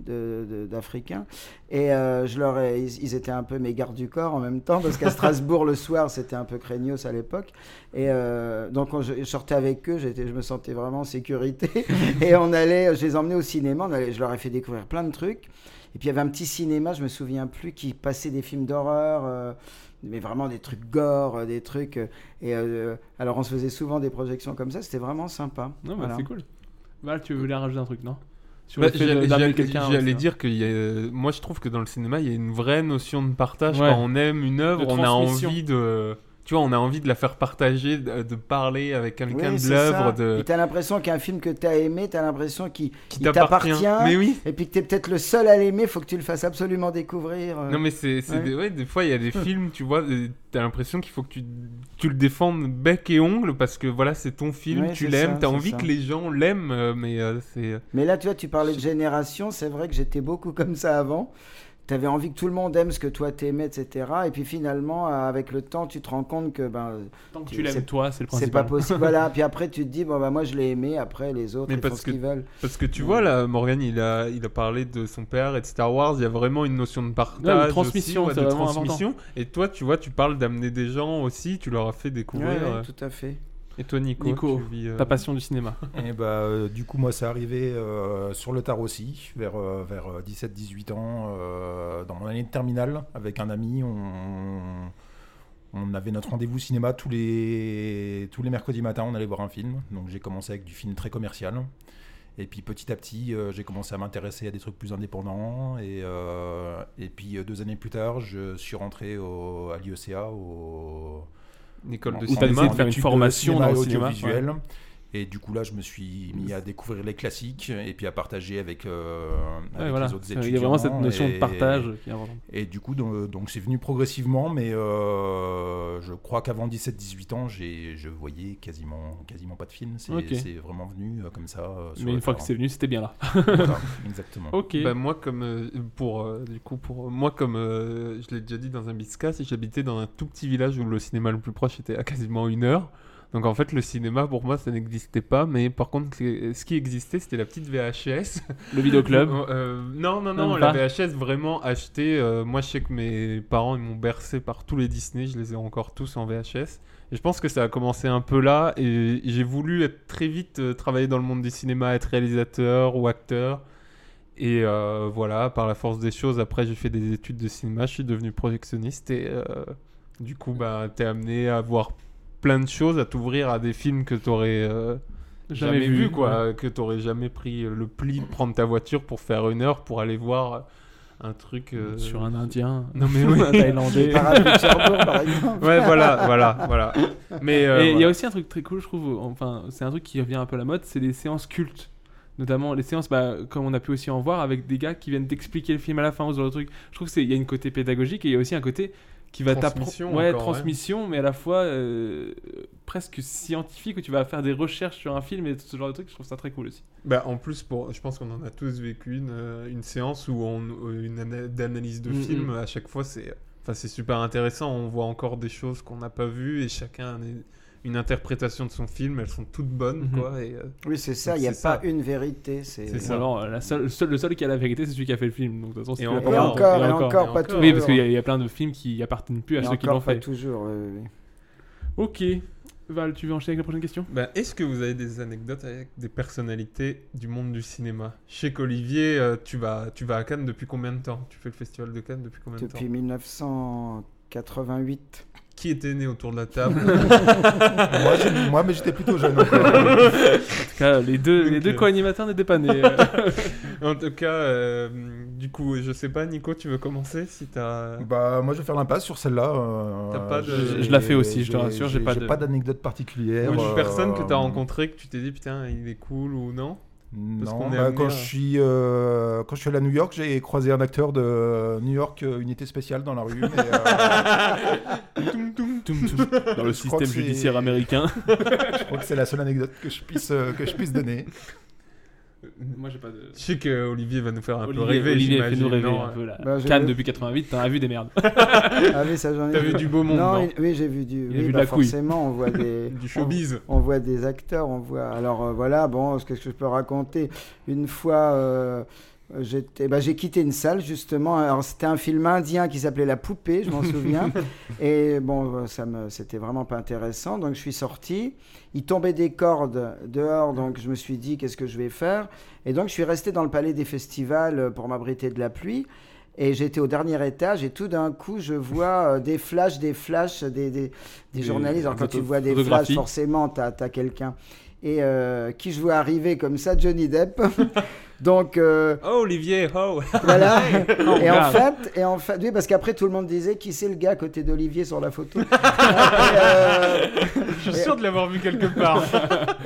[SPEAKER 9] de- de- d'Africains. et euh, je leur ai- ils, ils étaient un peu mes gardes du corps en même temps, parce qu'à Strasbourg, le soir, c'était un peu craignos à l'époque. Et euh, donc, quand je, je sortais avec eux, j'étais, je me sentais vraiment en sécurité. et on allait, je les emmenais au cinéma, on allait- je leur ai fait découvrir plein de trucs. Et puis il y avait un petit cinéma, je me souviens plus, qui passait des films d'horreur, euh, mais vraiment des trucs gore, euh, des trucs. euh, et euh, alors on se faisait souvent des projections comme ça, c'était vraiment sympa.
[SPEAKER 8] Non, bah,
[SPEAKER 9] Voilà.
[SPEAKER 8] c'est cool. Val, tu voulais rajouter un truc, non Sur
[SPEAKER 7] Bah,
[SPEAKER 8] le fait de-
[SPEAKER 7] J'allais
[SPEAKER 8] d'amener
[SPEAKER 7] j'allais-
[SPEAKER 8] quelqu'un. hein. ouais,
[SPEAKER 7] j'allais
[SPEAKER 8] c'est
[SPEAKER 7] dire que euh, moi je trouve que dans le cinéma il y a une vraie notion de partage
[SPEAKER 8] Ouais.
[SPEAKER 7] quand on aime une œuvre,
[SPEAKER 8] De
[SPEAKER 7] on a
[SPEAKER 8] transmission.
[SPEAKER 7] envie de tu vois, on a envie de la faire partager, de, de parler avec quelqu'un
[SPEAKER 9] Oui,
[SPEAKER 7] de
[SPEAKER 9] c'est ça.
[SPEAKER 7] l'œuvre
[SPEAKER 9] Et
[SPEAKER 7] de
[SPEAKER 9] t'as l'impression qu'un film que t'as aimé, t'as l'impression qu'il
[SPEAKER 7] qui
[SPEAKER 9] il t'appartient.
[SPEAKER 7] Mais oui.
[SPEAKER 9] Et puis que t'es peut-être le seul à l'aimer, faut que tu le fasses absolument découvrir. euh.
[SPEAKER 7] Non mais c'est c'est
[SPEAKER 9] Ouais.
[SPEAKER 7] des, ouais, des fois il y a des films, tu vois, euh, t'as l'impression qu'il faut que tu, tu le défendes bec et ongle parce que voilà, c'est ton film,
[SPEAKER 9] Ouais,
[SPEAKER 7] tu
[SPEAKER 9] c'est
[SPEAKER 7] l'aimes,
[SPEAKER 9] ça,
[SPEAKER 7] t'as
[SPEAKER 9] c'est
[SPEAKER 7] envie
[SPEAKER 9] ça.
[SPEAKER 7] que les gens l'aiment euh, mais euh, c'est
[SPEAKER 9] Mais là, tu vois, tu parlais de génération. C'est vrai que j'étais beaucoup comme ça avant. Tu avais envie que tout le monde aime ce que toi t'aimais, etc. Et puis finalement, euh, avec le temps, tu te rends compte que ben,
[SPEAKER 8] Tant que tu l'aimes,
[SPEAKER 9] c'est-
[SPEAKER 8] toi, c'est le
[SPEAKER 9] c'est
[SPEAKER 8] principal.
[SPEAKER 9] pas possible. voilà. Puis après, tu te dis, bon, bah, moi je l'ai aimé. Après, les autres,
[SPEAKER 7] Mais
[SPEAKER 9] ils
[SPEAKER 7] parce
[SPEAKER 9] font ce
[SPEAKER 7] que-
[SPEAKER 9] qu'ils veulent.
[SPEAKER 7] Parce que tu vois, là, Morgan, il a, il a parlé de son père et de Star Wars. Il y a vraiment une notion de partage,
[SPEAKER 8] Ouais, de transmission,
[SPEAKER 7] aussi,
[SPEAKER 8] c'est
[SPEAKER 7] de
[SPEAKER 8] vraiment
[SPEAKER 7] transmission. Et toi, tu vois, tu parles d'amener des gens aussi. Tu leur as fait découvrir.
[SPEAKER 9] Ouais, ouais,
[SPEAKER 7] euh,
[SPEAKER 9] tout à fait.
[SPEAKER 7] Et toi, Nico,
[SPEAKER 8] Nico,
[SPEAKER 7] tu vis, euh,
[SPEAKER 8] ta passion du cinéma.
[SPEAKER 5] Et bah, euh, du coup, moi, c'est arrivé euh, sur le tard aussi, vers, euh, vers 17-18 ans, euh, dans mon année de terminale, avec un ami. On, on avait notre rendez-vous cinéma tous les, tous les mercredis matins, on allait voir un film. Donc, j'ai commencé avec du film très commercial. Et puis petit à petit, euh, j'ai commencé à m'intéresser à des trucs plus indépendants. Et, euh, et puis euh, deux années plus tard, je suis rentré au- à l'IECA, au,
[SPEAKER 7] Une école de
[SPEAKER 5] en-
[SPEAKER 7] cinéma. Où t'as
[SPEAKER 5] en
[SPEAKER 7] essayé de
[SPEAKER 5] études euh,
[SPEAKER 7] faire une formation
[SPEAKER 5] cinéma
[SPEAKER 7] dans le
[SPEAKER 5] et
[SPEAKER 7] cinéma,
[SPEAKER 5] audiovisuel. Et du coup, là, je me suis mis à découvrir les classiques et puis à partager avec, euh, avec
[SPEAKER 8] voilà. Euh,
[SPEAKER 5] les autres
[SPEAKER 8] Il y a
[SPEAKER 5] étudiants.
[SPEAKER 8] vraiment cette notion de
[SPEAKER 5] et-
[SPEAKER 8] partage qui est importante.
[SPEAKER 5] Et du coup, donc donc, c'est venu progressivement, mais euh, je crois qu'avant 17-18 ans, j'ai- je voyais quasiment, quasiment pas de films. C'est
[SPEAKER 8] Ok.
[SPEAKER 5] c'est vraiment venu euh, comme ça. euh, sur
[SPEAKER 8] Mais
[SPEAKER 5] le
[SPEAKER 8] une fois que
[SPEAKER 5] tard.
[SPEAKER 8] c'est venu, c'était bien là.
[SPEAKER 5] Voilà, exactement.
[SPEAKER 8] Ok.
[SPEAKER 7] Bah, moi comme euh, pour euh, du coup pour moi comme euh, je l'ai déjà dit dans un Biscast, j'habitais dans un tout petit village où le cinéma le plus proche était à quasiment une heure. Donc en fait le cinéma pour moi ça n'existait pas, mais par contre c'est- ce qui existait c'était la petite VHS.
[SPEAKER 8] Le vidéoclub.
[SPEAKER 7] Euh, euh, non non non,
[SPEAKER 8] Même
[SPEAKER 7] la
[SPEAKER 8] pas.
[SPEAKER 7] VHS vraiment achetée. euh, moi je sais que mes parents ils m'ont bercé par tous les Disney, je les ai encore tous en VHS. Et je pense que ça a commencé un peu là et j'ai voulu être très vite euh, travailler dans le monde du cinéma, être réalisateur ou acteur. Et euh, voilà, par la force des choses, après j'ai fait des études de cinéma, je suis devenu projectionniste et euh, du coup, bah, t'es amené à voir plein de choses, à t'ouvrir à des films que t'aurais euh,
[SPEAKER 8] Jamais
[SPEAKER 7] jamais,
[SPEAKER 8] vu,
[SPEAKER 7] vu, quoi, que t'aurais jamais pris le pli de prendre ta voiture pour faire une heure pour aller voir euh, un truc euh,
[SPEAKER 8] Sur un Indien.
[SPEAKER 7] Non, mais oui.
[SPEAKER 8] un Thaïlandais.
[SPEAKER 9] Parapluie de Cherbourg, par exemple.
[SPEAKER 7] Ouais, voilà, voilà, voilà. Mais euh,
[SPEAKER 8] Et il y
[SPEAKER 7] voilà.
[SPEAKER 8] a aussi un truc très cool, je trouve. Enfin, c'est un truc qui revient un peu à la mode, c'est les séances cultes. Notamment les séances, bah, comme on a pu aussi en voir, avec des gars qui viennent t'expliquer le film à la fin ou ce genre de truc. Je trouve qu'il y a une côté pédagogique et il y a aussi un côté qui va
[SPEAKER 7] Transmission
[SPEAKER 8] t'apprendre. Ouais,
[SPEAKER 7] encore, ouais.
[SPEAKER 8] transmission, mais à la fois euh, presque scientifique, où tu vas faire des recherches sur un film et tout ce genre de truc. Je trouve ça très cool aussi.
[SPEAKER 7] Bah, en plus, pour, je pense qu'on en a tous vécu une, euh, une séance où on, euh, une ana- d'analyse de
[SPEAKER 8] Mm,
[SPEAKER 7] film,
[SPEAKER 8] mm.
[SPEAKER 7] à chaque fois, c'est enfin, c'est super intéressant. On voit encore des choses qu'on n'a pas vues et chacun a une- une interprétation de son film. Elles sont toutes bonnes,
[SPEAKER 8] Mhm.
[SPEAKER 7] quoi. Et, euh,
[SPEAKER 9] Oui, c'est ça, il
[SPEAKER 7] Donc,
[SPEAKER 9] n'y a
[SPEAKER 7] c'est
[SPEAKER 9] pas
[SPEAKER 7] ça.
[SPEAKER 9] une vérité. C'est
[SPEAKER 7] C'est
[SPEAKER 8] Ou
[SPEAKER 7] ça.
[SPEAKER 8] Alors, euh, la seule, seul- le seul qui a la vérité, c'est celui qui a fait le film. Donc, de toute façon, c'est
[SPEAKER 7] Et
[SPEAKER 8] plus la
[SPEAKER 7] encore,
[SPEAKER 9] Et
[SPEAKER 8] première
[SPEAKER 7] Pardon.
[SPEAKER 9] encore,
[SPEAKER 8] fois.
[SPEAKER 9] et
[SPEAKER 8] Et
[SPEAKER 9] encore,
[SPEAKER 7] et
[SPEAKER 9] pas
[SPEAKER 7] encore.
[SPEAKER 9] toujours.
[SPEAKER 8] Oui, parce qu'il y, a- il y a plein de films qui appartiennent plus à
[SPEAKER 9] Et
[SPEAKER 8] ceux qui
[SPEAKER 9] encore
[SPEAKER 8] l'ont
[SPEAKER 9] pas
[SPEAKER 8] fait.
[SPEAKER 9] toujours. oui, oui.
[SPEAKER 8] Ok. Val, tu veux enchaîner avec la prochaine question
[SPEAKER 7] bah, Est-ce que vous avez des anecdotes avec des personnalités du monde du cinéma Chez qu'Olivier, euh, tu, vas, tu vas à Cannes depuis combien de temps Tu fais le festival de Cannes depuis combien de
[SPEAKER 9] Depuis
[SPEAKER 7] temps
[SPEAKER 9] 1988.
[SPEAKER 7] Qui était né autour de la table
[SPEAKER 5] moi, j'ai- moi, mais j'étais plutôt jeune. encore.
[SPEAKER 8] En tout cas, les deux, les
[SPEAKER 7] Ok.
[SPEAKER 8] deux co-animateurs n'étaient pas nés. euh.
[SPEAKER 7] En tout cas, euh, du coup, je sais pas, Nico, tu veux commencer si t'as...
[SPEAKER 5] Bah, moi, je vais faire l'impasse sur celle-là. euh,
[SPEAKER 7] T'as pas de-
[SPEAKER 5] j'ai-
[SPEAKER 7] Je
[SPEAKER 8] la fais aussi, je te
[SPEAKER 5] j'ai-
[SPEAKER 8] rassure, j'ai pas de-
[SPEAKER 5] pas d'anecdote particulière.
[SPEAKER 7] Ou une personne que
[SPEAKER 5] euh,
[SPEAKER 7] t'as rencontrée que tu t'es dit putain il est cool ou non parce
[SPEAKER 5] Non,
[SPEAKER 7] qu'on est hein.
[SPEAKER 5] bah,
[SPEAKER 7] amené
[SPEAKER 5] quand,
[SPEAKER 7] à-
[SPEAKER 5] je suis, euh, quand je suis allé à New York, j'ai croisé un acteur de euh, New York euh, Unité Spéciale dans la rue. mais, euh,
[SPEAKER 8] Dans le
[SPEAKER 5] Je
[SPEAKER 8] système
[SPEAKER 5] crois que c'est-
[SPEAKER 8] judiciaire américain.
[SPEAKER 5] je crois que c'est la seule anecdote que je puisse, euh, que je puisse donner.
[SPEAKER 8] Euh, Moi, j'ai pas de.
[SPEAKER 7] Je sais que Olivier va nous faire un
[SPEAKER 8] Olivier,
[SPEAKER 7] peu rêver.
[SPEAKER 8] Olivier
[SPEAKER 7] j'imagine,
[SPEAKER 8] fait nous rêver
[SPEAKER 7] non
[SPEAKER 8] un peu là.
[SPEAKER 9] Bah, j'ai-
[SPEAKER 8] Cannes depuis 88, t'en as vu des merdes.
[SPEAKER 9] Ah oui, ça j'en ai
[SPEAKER 7] T'as vu du beau monde,
[SPEAKER 9] Non,
[SPEAKER 7] non
[SPEAKER 9] il- oui, j'ai vu du.
[SPEAKER 8] Il a
[SPEAKER 9] oui,
[SPEAKER 8] vu de
[SPEAKER 9] bah,
[SPEAKER 8] la couille.
[SPEAKER 9] Forcément, on voit des.
[SPEAKER 7] Du showbiz.
[SPEAKER 9] On, on voit des acteurs, on voit. Alors euh, voilà, bon, ce que je peux raconter Une fois. euh, J'étais, bah, j'ai quitté une salle justement. Alors c'était un film indien qui s'appelait La Poupée, je m'en souviens. Et bon, ça me, c'était vraiment pas intéressant. Donc je suis sorti. Il tombait des cordes dehors, donc je me suis dit qu'est-ce que je vais faire. Et donc je suis resté dans le palais des festivals euh, pour m'abriter de la pluie. Et j'étais au dernier étage et tout d'un coup je vois euh, des flashs, des flashs, des, des, des
[SPEAKER 8] Des-
[SPEAKER 9] journalistes. Alors
[SPEAKER 8] des
[SPEAKER 9] quand tu
[SPEAKER 8] photos-
[SPEAKER 9] vois des flashs,
[SPEAKER 8] photographies.
[SPEAKER 9] forcément t'as as, quelqu'un. Et euh, qui je vois arriver comme ça, Johnny Depp. donc euh,
[SPEAKER 7] Oh Olivier, oh
[SPEAKER 9] voilà. et en
[SPEAKER 8] grave.
[SPEAKER 9] fait, et en fait, oui, parce qu'après tout le monde disait qui c'est le gars à côté d'Olivier sur la photo. Et, euh,
[SPEAKER 7] Je suis sûr de l'avoir vu quelque part.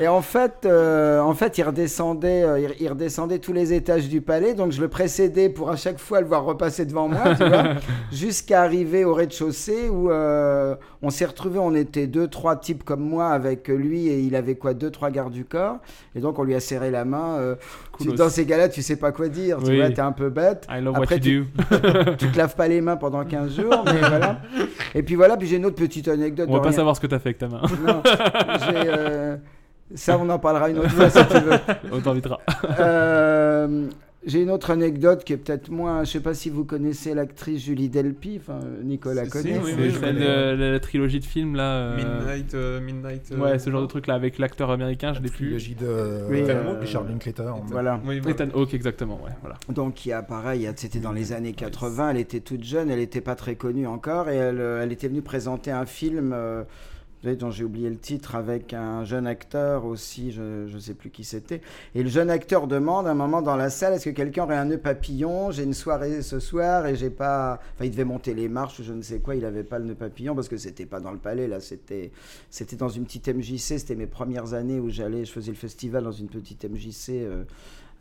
[SPEAKER 9] et en fait, euh, en fait, il redescendait, euh, il, il redescendait tous les étages du palais, donc je le précédais pour à chaque fois le voir repasser devant moi, tu vois, jusqu'à arriver au rez-de-chaussée où euh, on s'est retrouvé, on était deux, trois types comme moi avec lui et il avait quoi, deux, trois gardes du corps, et donc on lui a serré la main. euh, tu-
[SPEAKER 8] Cool
[SPEAKER 9] dans ces cas-là, tu sais pas quoi dire, tu
[SPEAKER 8] Oui.
[SPEAKER 9] vois, t'es un peu bête.
[SPEAKER 8] I love what
[SPEAKER 9] Après,
[SPEAKER 8] you do.
[SPEAKER 9] tu te laves pas les mains pendant 15 jours, mais voilà. Et puis voilà, puis j'ai une autre petite anecdote.
[SPEAKER 8] On va
[SPEAKER 9] de
[SPEAKER 8] pas
[SPEAKER 9] rien-
[SPEAKER 8] savoir ce que t'as fait avec ta main.
[SPEAKER 9] Non, j'ai, euh, Ça, on en parlera une autre fois si tu veux.
[SPEAKER 8] On t'invitera.
[SPEAKER 9] Euh, J'ai une autre anecdote qui est peut-être moins. Je sais pas si vous connaissez l'actrice Julie Delpy. Enfin, Nicolas
[SPEAKER 8] Si,
[SPEAKER 9] connaît.
[SPEAKER 8] oui, oui, celle de la, la trilogie de films là. euh,
[SPEAKER 7] Midnight, euh, Midnight. euh,
[SPEAKER 8] Ouais, ce genre de truc là avec l'acteur américain, je l'ai plus.
[SPEAKER 5] Trilogie de
[SPEAKER 9] Oui,
[SPEAKER 5] Ethan
[SPEAKER 9] euh,
[SPEAKER 5] Hawke et Charlie Clater.
[SPEAKER 9] Voilà.
[SPEAKER 7] Oui, voilà.
[SPEAKER 8] Ethan Hawke, exactement, ouais, voilà.
[SPEAKER 9] Donc il y a pareil, c'était dans les années 80, elle était toute jeune, elle n'était pas très connue encore, et elle, euh, elle était venue présenter un film euh, vous savez, dont j'ai oublié le titre avec un jeune acteur aussi, je ne sais plus qui c'était. Et le jeune acteur demande à un moment dans la salle, est-ce que quelqu'un aurait un nœud papillon J'ai une soirée ce soir et j'ai pas... Enfin il devait monter les marches ou je ne sais quoi, il n'avait pas le nœud papillon parce que c'était pas dans le palais, là c'était... C'était dans une petite MJC, c'était mes premières années où j'allais, je faisais le festival dans une petite MJC euh,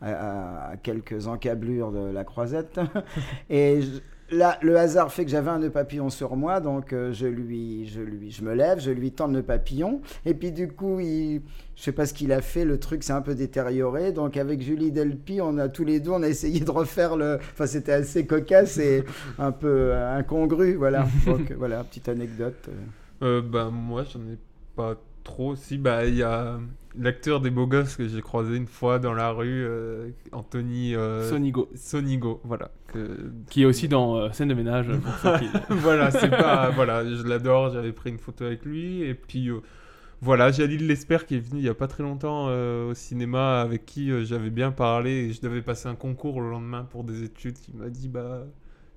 [SPEAKER 9] à, à- à quelques encablures de la croisette. Et je- là, le hasard fait que j'avais un nœud papillon sur moi, donc euh, je lui, je lui, je me lève, je lui tends le nœud papillon. Et puis du coup, il, je sais pas ce qu'il a fait, le truc s'est un peu détérioré. Donc avec Julie Delpy, on a tous les deux, on a essayé de refaire le. Enfin, c'était assez cocasse et un peu euh, incongru, voilà. Donc voilà, petite anecdote. euh.
[SPEAKER 7] Euh, bah, moi, j'en ai pas trop. Si, bah, il y a l'acteur des beaux gosses que j'ai croisé une fois dans la rue, euh, Anthony euh,
[SPEAKER 8] Sonigo,
[SPEAKER 7] Sonigo, voilà. que-
[SPEAKER 8] qui est aussi dans euh, Scène de ménage. pour ceux qui-
[SPEAKER 7] voilà, c'est pas. Voilà, je l'adore, j'avais pris une photo avec lui. Et puis, euh, voilà, Jalil Lesper qui est venu il y a pas très longtemps euh, au cinéma, avec qui euh, j'avais bien parlé. Et je devais passer un concours le lendemain pour des études. qui m'a dit, bah,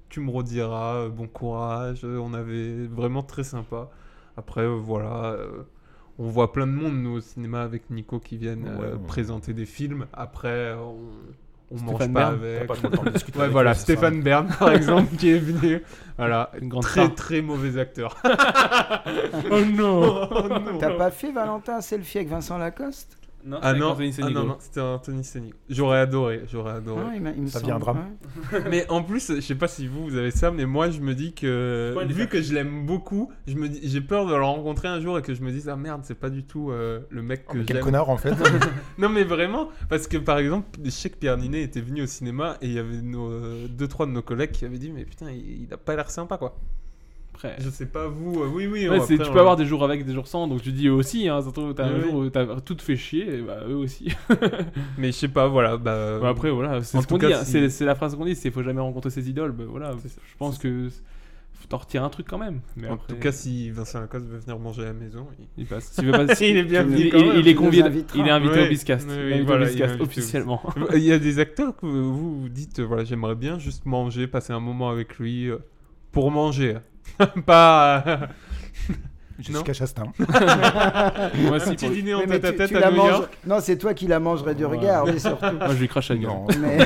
[SPEAKER 7] tu me rediras, euh, bon courage. Euh, On avait vraiment très sympa. Après, euh, voilà. euh, on voit plein de monde, nous, au cinéma, avec Nico, qui viennent euh,
[SPEAKER 5] Ouais, ouais.
[SPEAKER 7] présenter des films. Après, euh, on, on mange
[SPEAKER 8] Stéphane
[SPEAKER 7] pas
[SPEAKER 8] Bern,
[SPEAKER 5] T'as
[SPEAKER 7] avec.
[SPEAKER 5] pas trop le temps de discuter.
[SPEAKER 7] Ouais,
[SPEAKER 5] avec
[SPEAKER 7] voilà,
[SPEAKER 5] eux, c'est
[SPEAKER 7] Stéphane Bern, par exemple, qui est venu. Voilà,
[SPEAKER 8] Une grande
[SPEAKER 7] très
[SPEAKER 8] star.
[SPEAKER 7] très mauvais acteur.
[SPEAKER 8] oh non
[SPEAKER 9] T'as pas fait Valentin un selfie avec Vincent Lacoste
[SPEAKER 8] Non,
[SPEAKER 7] Ah
[SPEAKER 8] avec
[SPEAKER 7] non,
[SPEAKER 8] Anthony
[SPEAKER 7] ah
[SPEAKER 8] Sonigo.
[SPEAKER 7] non, non, c'était Anthony Sénigo. J'aurais adoré, j'aurais adoré.
[SPEAKER 9] Ah, il m'a- il me
[SPEAKER 5] Ça
[SPEAKER 9] semble,
[SPEAKER 5] viendra.
[SPEAKER 9] ouais.
[SPEAKER 7] Mais en plus, je sais pas si vous, vous avez ça, mais moi, je me dis que,
[SPEAKER 8] Ouais, il est
[SPEAKER 7] vu que je l'aime beaucoup, je me dis, j'ai peur de le rencontrer un jour et que je me dise, ah merde, c'est pas du tout euh, le mec
[SPEAKER 5] Oh,
[SPEAKER 7] que
[SPEAKER 5] mais quel
[SPEAKER 7] j'aime.
[SPEAKER 5] connard en fait.
[SPEAKER 7] Non mais vraiment, parce que par exemple, je sais que Pierre Ninet était venu au cinéma et il y avait nos, euh, deux trois de nos collègues qui avaient dit, mais putain, il, il a pas l'air sympa quoi.
[SPEAKER 8] Après,
[SPEAKER 7] Je sais pas vous, euh, oui oui.
[SPEAKER 8] ouais,
[SPEAKER 7] on-
[SPEAKER 8] c'est-
[SPEAKER 7] après,
[SPEAKER 8] tu
[SPEAKER 7] on-
[SPEAKER 8] peux avoir des jours avec, des jours sans, donc tu dis eux aussi, hein, ça se trouve, t'as un
[SPEAKER 7] Oui,
[SPEAKER 8] jour
[SPEAKER 7] oui.
[SPEAKER 8] où t'as tout fait chier, et bah eux aussi.
[SPEAKER 7] Mais je sais pas, voilà. Bah,
[SPEAKER 8] Bah, après, voilà, c'est
[SPEAKER 7] en
[SPEAKER 8] ce
[SPEAKER 7] tout
[SPEAKER 8] qu'on
[SPEAKER 7] cas,
[SPEAKER 8] dit, hein,
[SPEAKER 7] si-
[SPEAKER 8] c'est c'est la phrase qu'on dit, c'est faut jamais rencontrer ses idoles, bah voilà,
[SPEAKER 7] C'est ça,
[SPEAKER 8] je pense que c'est- faut t'en retirer un truc quand même. Mais
[SPEAKER 7] en
[SPEAKER 8] après,
[SPEAKER 7] tout cas, si Vincent Lacoste veut venir manger à la maison, il,
[SPEAKER 8] il passe. S'il veut pas-
[SPEAKER 7] il est
[SPEAKER 8] Il,
[SPEAKER 7] bienvenu.
[SPEAKER 8] il-
[SPEAKER 7] quand
[SPEAKER 8] il-
[SPEAKER 7] même.
[SPEAKER 8] il est convié,
[SPEAKER 9] nous invitera.
[SPEAKER 8] il est invité
[SPEAKER 7] Oui,
[SPEAKER 8] au Biscast,
[SPEAKER 7] oui,
[SPEAKER 8] il est
[SPEAKER 7] oui,
[SPEAKER 8] invité
[SPEAKER 7] voilà, il
[SPEAKER 8] au
[SPEAKER 7] est
[SPEAKER 8] Biscast
[SPEAKER 7] invité au
[SPEAKER 8] officiellement.
[SPEAKER 7] Il y a des acteurs que vous vous dites, euh, voilà, j'aimerais bien juste manger, passer un moment avec lui euh, pour manger. pas euh,
[SPEAKER 5] Jessica Chastain.
[SPEAKER 8] Moi,
[SPEAKER 7] un
[SPEAKER 8] si,
[SPEAKER 7] petit
[SPEAKER 8] pour-
[SPEAKER 7] dîner en
[SPEAKER 9] Oui, mais
[SPEAKER 7] tête à
[SPEAKER 9] tu-
[SPEAKER 7] tête
[SPEAKER 9] tu
[SPEAKER 7] à
[SPEAKER 9] la
[SPEAKER 7] New
[SPEAKER 9] manges-
[SPEAKER 7] York.
[SPEAKER 9] Non, c'est toi qui la mangerais du
[SPEAKER 8] Ouais.
[SPEAKER 9] regard, oui, surtout.
[SPEAKER 7] Ah,
[SPEAKER 8] moi, je lui crache la gueule.
[SPEAKER 5] Non.
[SPEAKER 9] Mais...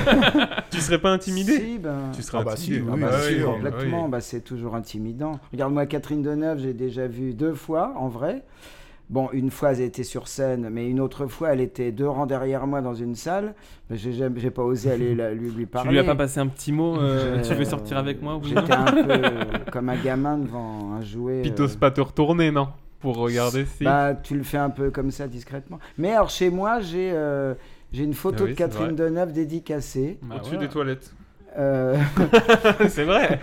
[SPEAKER 7] Tu serais pas intimidé
[SPEAKER 9] Si, ben...
[SPEAKER 7] Tu serais
[SPEAKER 5] Ah bah si,
[SPEAKER 7] intimidé.
[SPEAKER 5] oui,
[SPEAKER 7] Ah bah
[SPEAKER 5] bien
[SPEAKER 7] oui,
[SPEAKER 5] sûr,
[SPEAKER 7] oui, oui.
[SPEAKER 9] Complètement, bah, c'est toujours intimidant. Regarde-moi Catherine Deneuve, j'ai déjà vu deux fois en vrai. Bon, une fois elle était sur scène, mais une autre fois elle était deux rangs derrière moi dans une salle. Mais j'ai jamais- j'ai pas osé aller la- lui, lui
[SPEAKER 8] Tu
[SPEAKER 9] parler.
[SPEAKER 8] lui as pas passé un petit mot, euh,
[SPEAKER 9] Euh,
[SPEAKER 8] tu veux sortir avec moi oui, non
[SPEAKER 9] J'étais un peu euh, comme un gamin devant un jouet.
[SPEAKER 7] Puis
[SPEAKER 9] euh,
[SPEAKER 7] t'oses pas te retourner, non Pour regarder si.
[SPEAKER 9] bah, tu le fais un peu comme ça discrètement. Mais alors chez moi, j'ai euh, j'ai une photo
[SPEAKER 7] Ah oui,
[SPEAKER 9] de
[SPEAKER 7] c'est
[SPEAKER 9] Catherine Deneuve dédicacée.
[SPEAKER 8] Bah,
[SPEAKER 7] Au-dessus
[SPEAKER 8] voilà.
[SPEAKER 7] des toilettes.
[SPEAKER 9] Euh,
[SPEAKER 7] c'est vrai,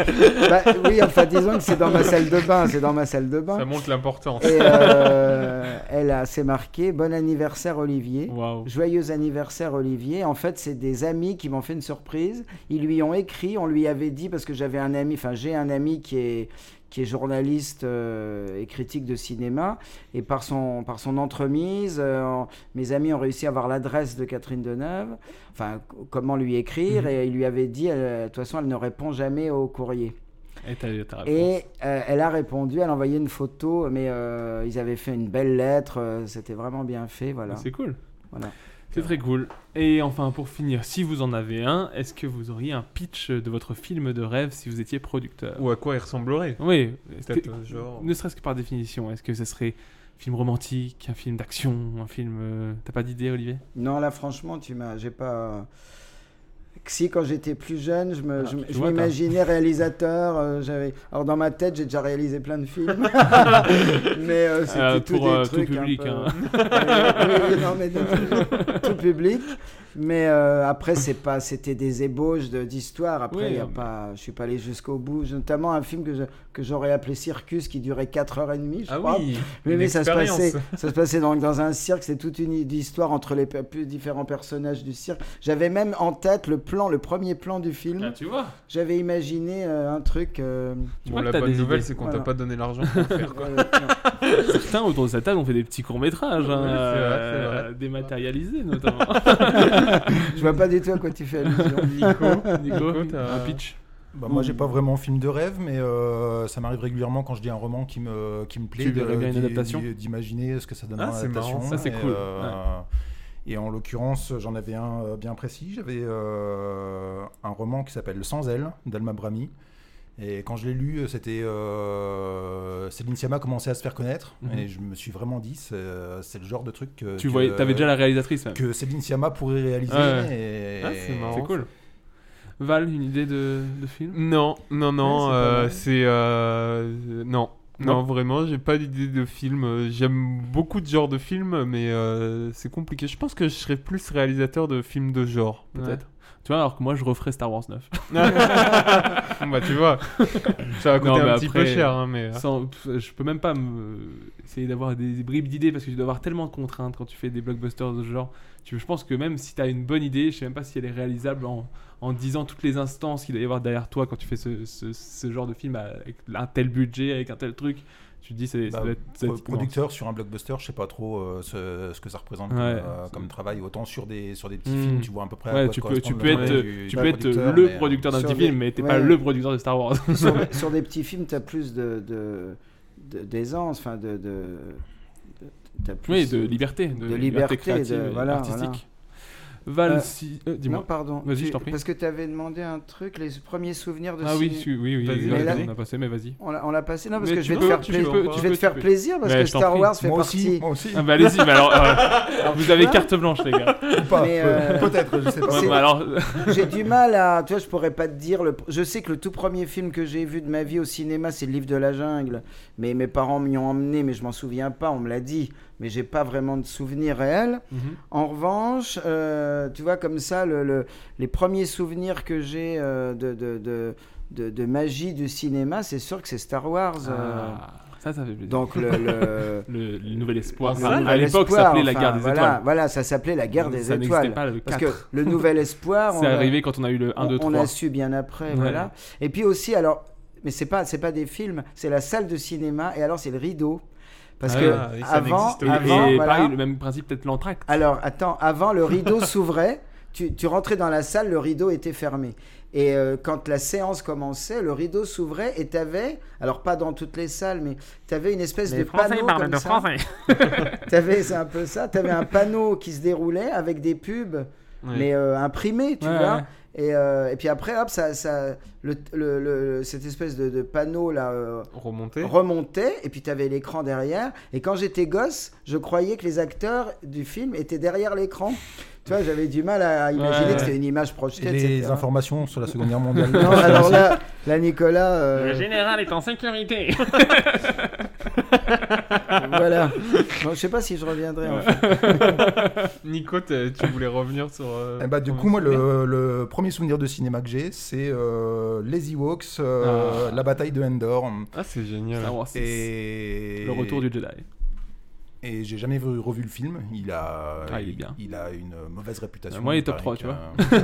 [SPEAKER 9] bah, oui, enfin disons que c'est dans ma salle de bain, c'est dans ma salle de bain.
[SPEAKER 7] ça montre l'importance.
[SPEAKER 9] Et euh, elle a, c'est marqué Bon anniversaire Olivier.
[SPEAKER 8] Waouh.
[SPEAKER 9] Joyeux anniversaire Olivier. En fait, c'est des amis qui m'ont fait une surprise. Ils lui ont écrit, on lui avait dit parce que j'avais un ami, enfin j'ai un ami qui est qui est journaliste euh, et critique de cinéma et par son par son entremise, euh, en- mes amis ont réussi à avoir l'adresse de Catherine Deneuve. Enfin, c- comment lui écrire et il lui avait dit, euh, de toute façon, elle ne répond jamais au courrier.
[SPEAKER 8] Et t'as t'as répondu.
[SPEAKER 9] Et euh, elle a répondu, elle a envoyé une photo, mais euh, ils avaient fait une belle lettre, euh, c'était vraiment bien fait, voilà.
[SPEAKER 8] C'est cool.
[SPEAKER 9] Voilà.
[SPEAKER 8] C'est très cool. Et enfin, pour finir, si vous en avez un, est-ce que vous auriez un pitch de votre film de rêve si vous étiez producteur
[SPEAKER 7] Ou à quoi il ressemblerait
[SPEAKER 8] Oui. est-ce que-
[SPEAKER 7] Peut-être euh, genre.
[SPEAKER 8] Ne serait-ce que par définition, est-ce que ce serait un film romantique, un film d'action, un film... euh, T'as pas d'idée, Olivier
[SPEAKER 9] Non, là, franchement, tu m'as, j'ai pas. Si quand j'étais plus jeune, je me-
[SPEAKER 8] Ah,
[SPEAKER 9] je m-
[SPEAKER 8] tu
[SPEAKER 9] je
[SPEAKER 8] vois,
[SPEAKER 9] m'imaginais réalisateur. euh, j'avais, alors dans ma tête, j'ai déjà réalisé plein de films, mais euh, c'était
[SPEAKER 8] Euh,
[SPEAKER 9] tout
[SPEAKER 8] pour,
[SPEAKER 9] des
[SPEAKER 8] euh, tout
[SPEAKER 9] trucs un
[SPEAKER 8] public,
[SPEAKER 9] peu-
[SPEAKER 8] hein.
[SPEAKER 9] Ouais, oui, oui, non, mais de- tout public. Mais euh, après, c'est pas, c'était des ébauches de- d'histoire. Après,
[SPEAKER 8] Oui,
[SPEAKER 9] y a
[SPEAKER 8] mais-
[SPEAKER 9] pas, je suis pas allé jusqu'au bout. J'ai Notamment un film que je- que j'aurais appelé Circus, qui durait 4h30, je
[SPEAKER 8] Ah
[SPEAKER 9] crois.
[SPEAKER 8] oui,
[SPEAKER 9] Oui,
[SPEAKER 8] une
[SPEAKER 9] oui, ça se
[SPEAKER 8] expérience.
[SPEAKER 9] passait, ça se passait donc dans un cirque. C'est toute une histoire entre les pe- plus différents personnages du cirque. J'avais même en tête le plan, le premier plan du film.
[SPEAKER 7] Mmh.
[SPEAKER 8] Ah, tu vois.
[SPEAKER 9] J'avais imaginé euh, un truc. euh,
[SPEAKER 7] Bon, la bonne nouvelle, c'est qu'on t'a
[SPEAKER 9] Voilà.
[SPEAKER 7] pas donné l'argent pour le faire. Quoi.
[SPEAKER 8] Certains autour de cette table ont fait des petits courts-métrages, hein,
[SPEAKER 7] Oui, c'est vrai,
[SPEAKER 8] euh,
[SPEAKER 7] c'est vrai.
[SPEAKER 8] dématérialisés notamment.
[SPEAKER 9] Je vois pas du tout à quoi tu fais allusion.
[SPEAKER 8] Nico,
[SPEAKER 7] Nico,
[SPEAKER 8] Nico
[SPEAKER 7] t'as-
[SPEAKER 8] un pitch.
[SPEAKER 5] Bah, moi, j'ai pas vraiment film de rêve, mais euh, ça m'arrive régulièrement quand je lis un roman qui me, qui me plaît
[SPEAKER 8] Tu
[SPEAKER 5] de-
[SPEAKER 8] verrais bien une
[SPEAKER 5] d'i-
[SPEAKER 8] adaptation
[SPEAKER 5] d'i- d'imaginer ce que ça donne
[SPEAKER 7] Ah,
[SPEAKER 5] en
[SPEAKER 7] c'est
[SPEAKER 5] adaptation.
[SPEAKER 7] marrant, ça,
[SPEAKER 8] c'est
[SPEAKER 5] Et,
[SPEAKER 8] cool,
[SPEAKER 5] euh, Et en l'occurrence, j'en avais un euh, bien précis. J'avais euh, un roman qui s'appelle Sans elle d'Alma Brami. Et quand je l'ai lu, c'était euh, Céline Sciamma commençait à se faire connaître.
[SPEAKER 8] Mhm.
[SPEAKER 5] Et je me suis vraiment dit, c'est euh, c'est le genre de truc que,
[SPEAKER 8] Tu
[SPEAKER 5] que-
[SPEAKER 8] voyais, t'avais déjà la réalisatrice même.
[SPEAKER 5] que Céline Sciamma pourrait réaliser.
[SPEAKER 8] Ouais,
[SPEAKER 5] et-
[SPEAKER 7] Ah, c'est marrant.
[SPEAKER 8] C'est cool. Val, une idée de, de film
[SPEAKER 7] Non, non, non,
[SPEAKER 8] Ouais, c'est pas
[SPEAKER 7] euh,
[SPEAKER 8] mal.
[SPEAKER 7] c'est. euh, non. Non, vraiment, j'ai pas d'idée de film. Euh, J'aime beaucoup de genres de films, mais euh, c'est compliqué. Je pense que je serais plus réalisateur de films de genre, peut-être.
[SPEAKER 8] Tu vois, alors que moi je referais Star Wars 9.
[SPEAKER 7] Bon, bah, tu vois, ça va
[SPEAKER 8] Non,
[SPEAKER 7] coûter
[SPEAKER 8] mais
[SPEAKER 7] un petit peu
[SPEAKER 8] après,
[SPEAKER 7] cher, hein, mais. euh,
[SPEAKER 8] Sans- pff, je peux même pas me- essayer d'avoir des, des bribes d'idées parce que tu dois avoir tellement de contraintes quand tu fais des blockbusters de ce genre. Tu, je pense que même si tu as une bonne idée, je sais même pas si elle est réalisable en, en disant toutes les instances qu'il doit y avoir derrière toi quand tu fais ce, ce- ce genre de film avec un tel budget, avec un tel truc. Tu te dis, c'est, ça
[SPEAKER 5] Bah,
[SPEAKER 8] doit être- ça doit
[SPEAKER 5] Pro-
[SPEAKER 8] être immense.
[SPEAKER 5] producteur sur un blockbuster, je sais pas trop euh, ce, ce que ça représente comme,
[SPEAKER 8] Ouais.
[SPEAKER 5] euh, comme travail. Autant sur des sur des petits
[SPEAKER 8] Hmm.
[SPEAKER 5] films, tu vois à peu près. à
[SPEAKER 8] Ouais,
[SPEAKER 5] quoi
[SPEAKER 8] tu peux,
[SPEAKER 5] correspond
[SPEAKER 8] tu
[SPEAKER 5] le
[SPEAKER 8] peux être,
[SPEAKER 5] travail du-
[SPEAKER 8] tu
[SPEAKER 5] du
[SPEAKER 8] peux être
[SPEAKER 5] mais,
[SPEAKER 8] le
[SPEAKER 5] euh,
[SPEAKER 8] producteur d'un
[SPEAKER 9] sur
[SPEAKER 8] petit
[SPEAKER 9] des-
[SPEAKER 8] film, mais t'es
[SPEAKER 9] ouais.
[SPEAKER 8] pas le producteur de Star Wars.
[SPEAKER 9] sur, sur des petits films, tu as plus de, de, de- d'aisance, enfin de. de, de- t'as plus,
[SPEAKER 8] Oui, de
[SPEAKER 9] euh,
[SPEAKER 8] liberté, de,
[SPEAKER 9] de liberté,
[SPEAKER 8] liberté
[SPEAKER 9] de-
[SPEAKER 8] créative, et
[SPEAKER 9] voilà,
[SPEAKER 8] artistique.
[SPEAKER 9] Euh,
[SPEAKER 8] Val, si- euh,
[SPEAKER 9] Non,
[SPEAKER 8] dis-moi.
[SPEAKER 9] pardon.
[SPEAKER 8] Vas-y,
[SPEAKER 9] Tu-
[SPEAKER 8] je t'en prie.
[SPEAKER 9] Parce que tu avais demandé un truc, les premiers souvenirs de
[SPEAKER 8] Ah
[SPEAKER 9] ciné-
[SPEAKER 8] oui, si- oui, oui,
[SPEAKER 7] Vas-y,
[SPEAKER 8] vas-y,
[SPEAKER 9] vas-y.
[SPEAKER 8] on a passé, mais vas-y.
[SPEAKER 9] On l'a on l'a passé Non, parce
[SPEAKER 8] Mais
[SPEAKER 9] que je
[SPEAKER 8] tu
[SPEAKER 9] vais
[SPEAKER 8] peux,
[SPEAKER 9] te faire,
[SPEAKER 8] tu
[SPEAKER 9] plaisir.
[SPEAKER 8] peux,
[SPEAKER 9] je
[SPEAKER 8] tu
[SPEAKER 9] vais
[SPEAKER 8] peux,
[SPEAKER 9] te faire
[SPEAKER 8] tu peux.
[SPEAKER 9] plaisir parce
[SPEAKER 8] Mais
[SPEAKER 9] que
[SPEAKER 8] je t'en
[SPEAKER 9] Star
[SPEAKER 8] prie.
[SPEAKER 9] Wars fait
[SPEAKER 5] Moi aussi,
[SPEAKER 9] partie.
[SPEAKER 5] moi aussi,
[SPEAKER 8] Ah bah allez-y, mais alors, euh, alors vous avez
[SPEAKER 9] Ah.
[SPEAKER 8] carte blanche les gars.
[SPEAKER 5] ou pas.
[SPEAKER 9] mais, euh,
[SPEAKER 5] peut- Peut-être, je sais pas.
[SPEAKER 8] Ouais,
[SPEAKER 9] C'est-
[SPEAKER 8] bah alors,
[SPEAKER 9] J'ai du mal à. Tu vois, je pourrais pas te dire. Le... Je sais que le tout premier film que j'ai vu de ma vie au cinéma, c'est Le Livre de la Jungle. Mais mes parents m'y ont emmené, mais je m'en souviens pas, on me l'a dit. Mais j'ai pas vraiment de souvenir réel. En revanche, euh, tu vois, comme ça, le, le- les premiers souvenirs que j'ai euh, de, de, de, de- de magie du cinéma, c'est sûr que c'est Star Wars. euh,
[SPEAKER 8] Ah, ça, ça fait plaisir.
[SPEAKER 9] Donc le. le...
[SPEAKER 8] le, le nouvel espoir.
[SPEAKER 9] le
[SPEAKER 8] ça, à
[SPEAKER 9] Nouvel
[SPEAKER 8] l'époque, ça
[SPEAKER 9] Espoir,
[SPEAKER 8] s'appelait la
[SPEAKER 9] enfin,
[SPEAKER 8] guerre des
[SPEAKER 9] voilà,
[SPEAKER 8] étoiles.
[SPEAKER 9] Voilà, ça s'appelait la guerre des
[SPEAKER 8] ça n'existait
[SPEAKER 9] étoiles.
[SPEAKER 8] pas le
[SPEAKER 9] Parce
[SPEAKER 8] 4.
[SPEAKER 9] que le nouvel espoir, on
[SPEAKER 8] C'est
[SPEAKER 9] l'a-
[SPEAKER 8] arrivé quand on a eu le 1, 2,
[SPEAKER 9] on,
[SPEAKER 8] 3.
[SPEAKER 9] on a su bien après,
[SPEAKER 8] Ouais.
[SPEAKER 9] voilà. Et puis aussi, alors, mais c'est pas, c'est pas des films, c'est la salle de cinéma et alors c'est le rideau, parce
[SPEAKER 7] Ah
[SPEAKER 9] que
[SPEAKER 7] oui, ça
[SPEAKER 9] avant,
[SPEAKER 7] n'existe
[SPEAKER 8] Et,
[SPEAKER 9] avant,
[SPEAKER 8] et
[SPEAKER 9] hein, voilà.
[SPEAKER 8] pareil, le même principe, peut-être l'entracte.
[SPEAKER 9] alors attends, avant le rideau s'ouvrait, tu, tu rentrais dans la salle, le rideau était fermé. Et euh, quand la séance commençait, le rideau s'ouvrait et t'avais, alors pas dans toutes les salles, mais t'avais une espèce de panneau comme ça. T'avais, c'est un peu ça, t'avais un panneau qui se déroulait avec des pubs, mais euh, imprimés, tu
[SPEAKER 8] Ouais,
[SPEAKER 9] vois.
[SPEAKER 8] ouais.
[SPEAKER 9] Et, euh, et puis après, hop, ça, ça, le, le- le- cette espèce de, de panneau là euh,
[SPEAKER 7] Remonter.
[SPEAKER 9] remontait, et puis t'avais l'écran derrière. Et quand j'étais gosse, je croyais que les acteurs du film étaient derrière l'écran. Tu vois, j'avais du mal à imaginer
[SPEAKER 8] Ouais.
[SPEAKER 9] que c'était une image projetée,
[SPEAKER 5] Et les
[SPEAKER 9] etc.
[SPEAKER 5] informations sur la Seconde Guerre mondiale.
[SPEAKER 9] Non, alors là, là Nicolas, euh,
[SPEAKER 3] général est en sécurité.
[SPEAKER 9] voilà. Bon, je sais pas si je reviendrai. en fait.
[SPEAKER 7] Nico, t'es- tu voulais revenir sur. euh,
[SPEAKER 5] Eh bah, du
[SPEAKER 7] ton
[SPEAKER 5] coup, moi,
[SPEAKER 7] souvenir
[SPEAKER 5] le, le premier souvenir de cinéma que j'ai, c'est euh, les Ewoks, euh,
[SPEAKER 8] Ah.
[SPEAKER 5] la bataille de Endor.
[SPEAKER 7] Ah, c'est génial.
[SPEAKER 8] Star Wars 6,
[SPEAKER 5] Et...
[SPEAKER 8] oh, le retour du Jedi.
[SPEAKER 5] Et j'ai jamais vu- revu le film. Il a,
[SPEAKER 8] Ah, il est bien.
[SPEAKER 5] il a une mauvaise réputation.
[SPEAKER 8] Moi, il est top 3,
[SPEAKER 5] paraît que-
[SPEAKER 8] tu vois.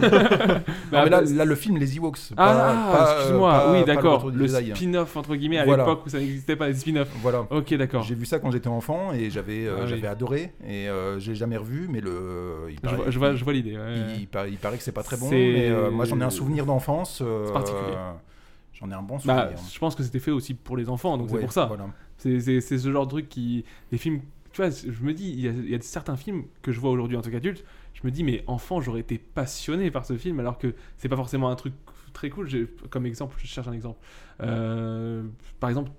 [SPEAKER 5] Non, mais là,
[SPEAKER 8] après,
[SPEAKER 5] là, le film, les Ewoks.
[SPEAKER 8] Bah, Ah,
[SPEAKER 5] pas- pas, euh,
[SPEAKER 8] excuse-moi,
[SPEAKER 5] pas-
[SPEAKER 8] oui,
[SPEAKER 5] pas le
[SPEAKER 8] d'accord.
[SPEAKER 5] retour du
[SPEAKER 8] Le,
[SPEAKER 5] Jedi. hein.
[SPEAKER 8] spin-off, entre guillemets, à
[SPEAKER 5] Voilà.
[SPEAKER 8] l'époque où ça n'existait pas, les spin-offs.
[SPEAKER 5] Voilà.
[SPEAKER 8] Ok, d'accord.
[SPEAKER 5] J'ai vu ça quand j'étais enfant et j'avais euh,
[SPEAKER 8] Ah oui.
[SPEAKER 5] j'avais adoré et euh, j'ai jamais revu mais le il
[SPEAKER 8] Je,
[SPEAKER 5] paraît,
[SPEAKER 8] vois- je vois, je vois l'idée. ouais.
[SPEAKER 5] il- il paraît- il paraît que c'est pas très bon
[SPEAKER 8] C'est-
[SPEAKER 5] mais euh, moi j'en ai un souvenir d'enfance euh,
[SPEAKER 8] C'est particulier.
[SPEAKER 5] j'en ai un bon souvenir hein.
[SPEAKER 8] Bah, je pense que c'était fait aussi pour les enfants, donc
[SPEAKER 5] Ouais,
[SPEAKER 8] c'est pour ça.
[SPEAKER 5] voilà.
[SPEAKER 8] C'est- C'est c'est ce genre de truc qui. Les films. Tu vois, je me dis, il y a, il y a certains films que je vois aujourd'hui en tant qu'adulte, je me dis, mais enfant, j'aurais été passionné par ce film, alors que c'est pas forcément un truc très cool. J'ai- Comme exemple, je cherche un exemple. Euh, par exemple,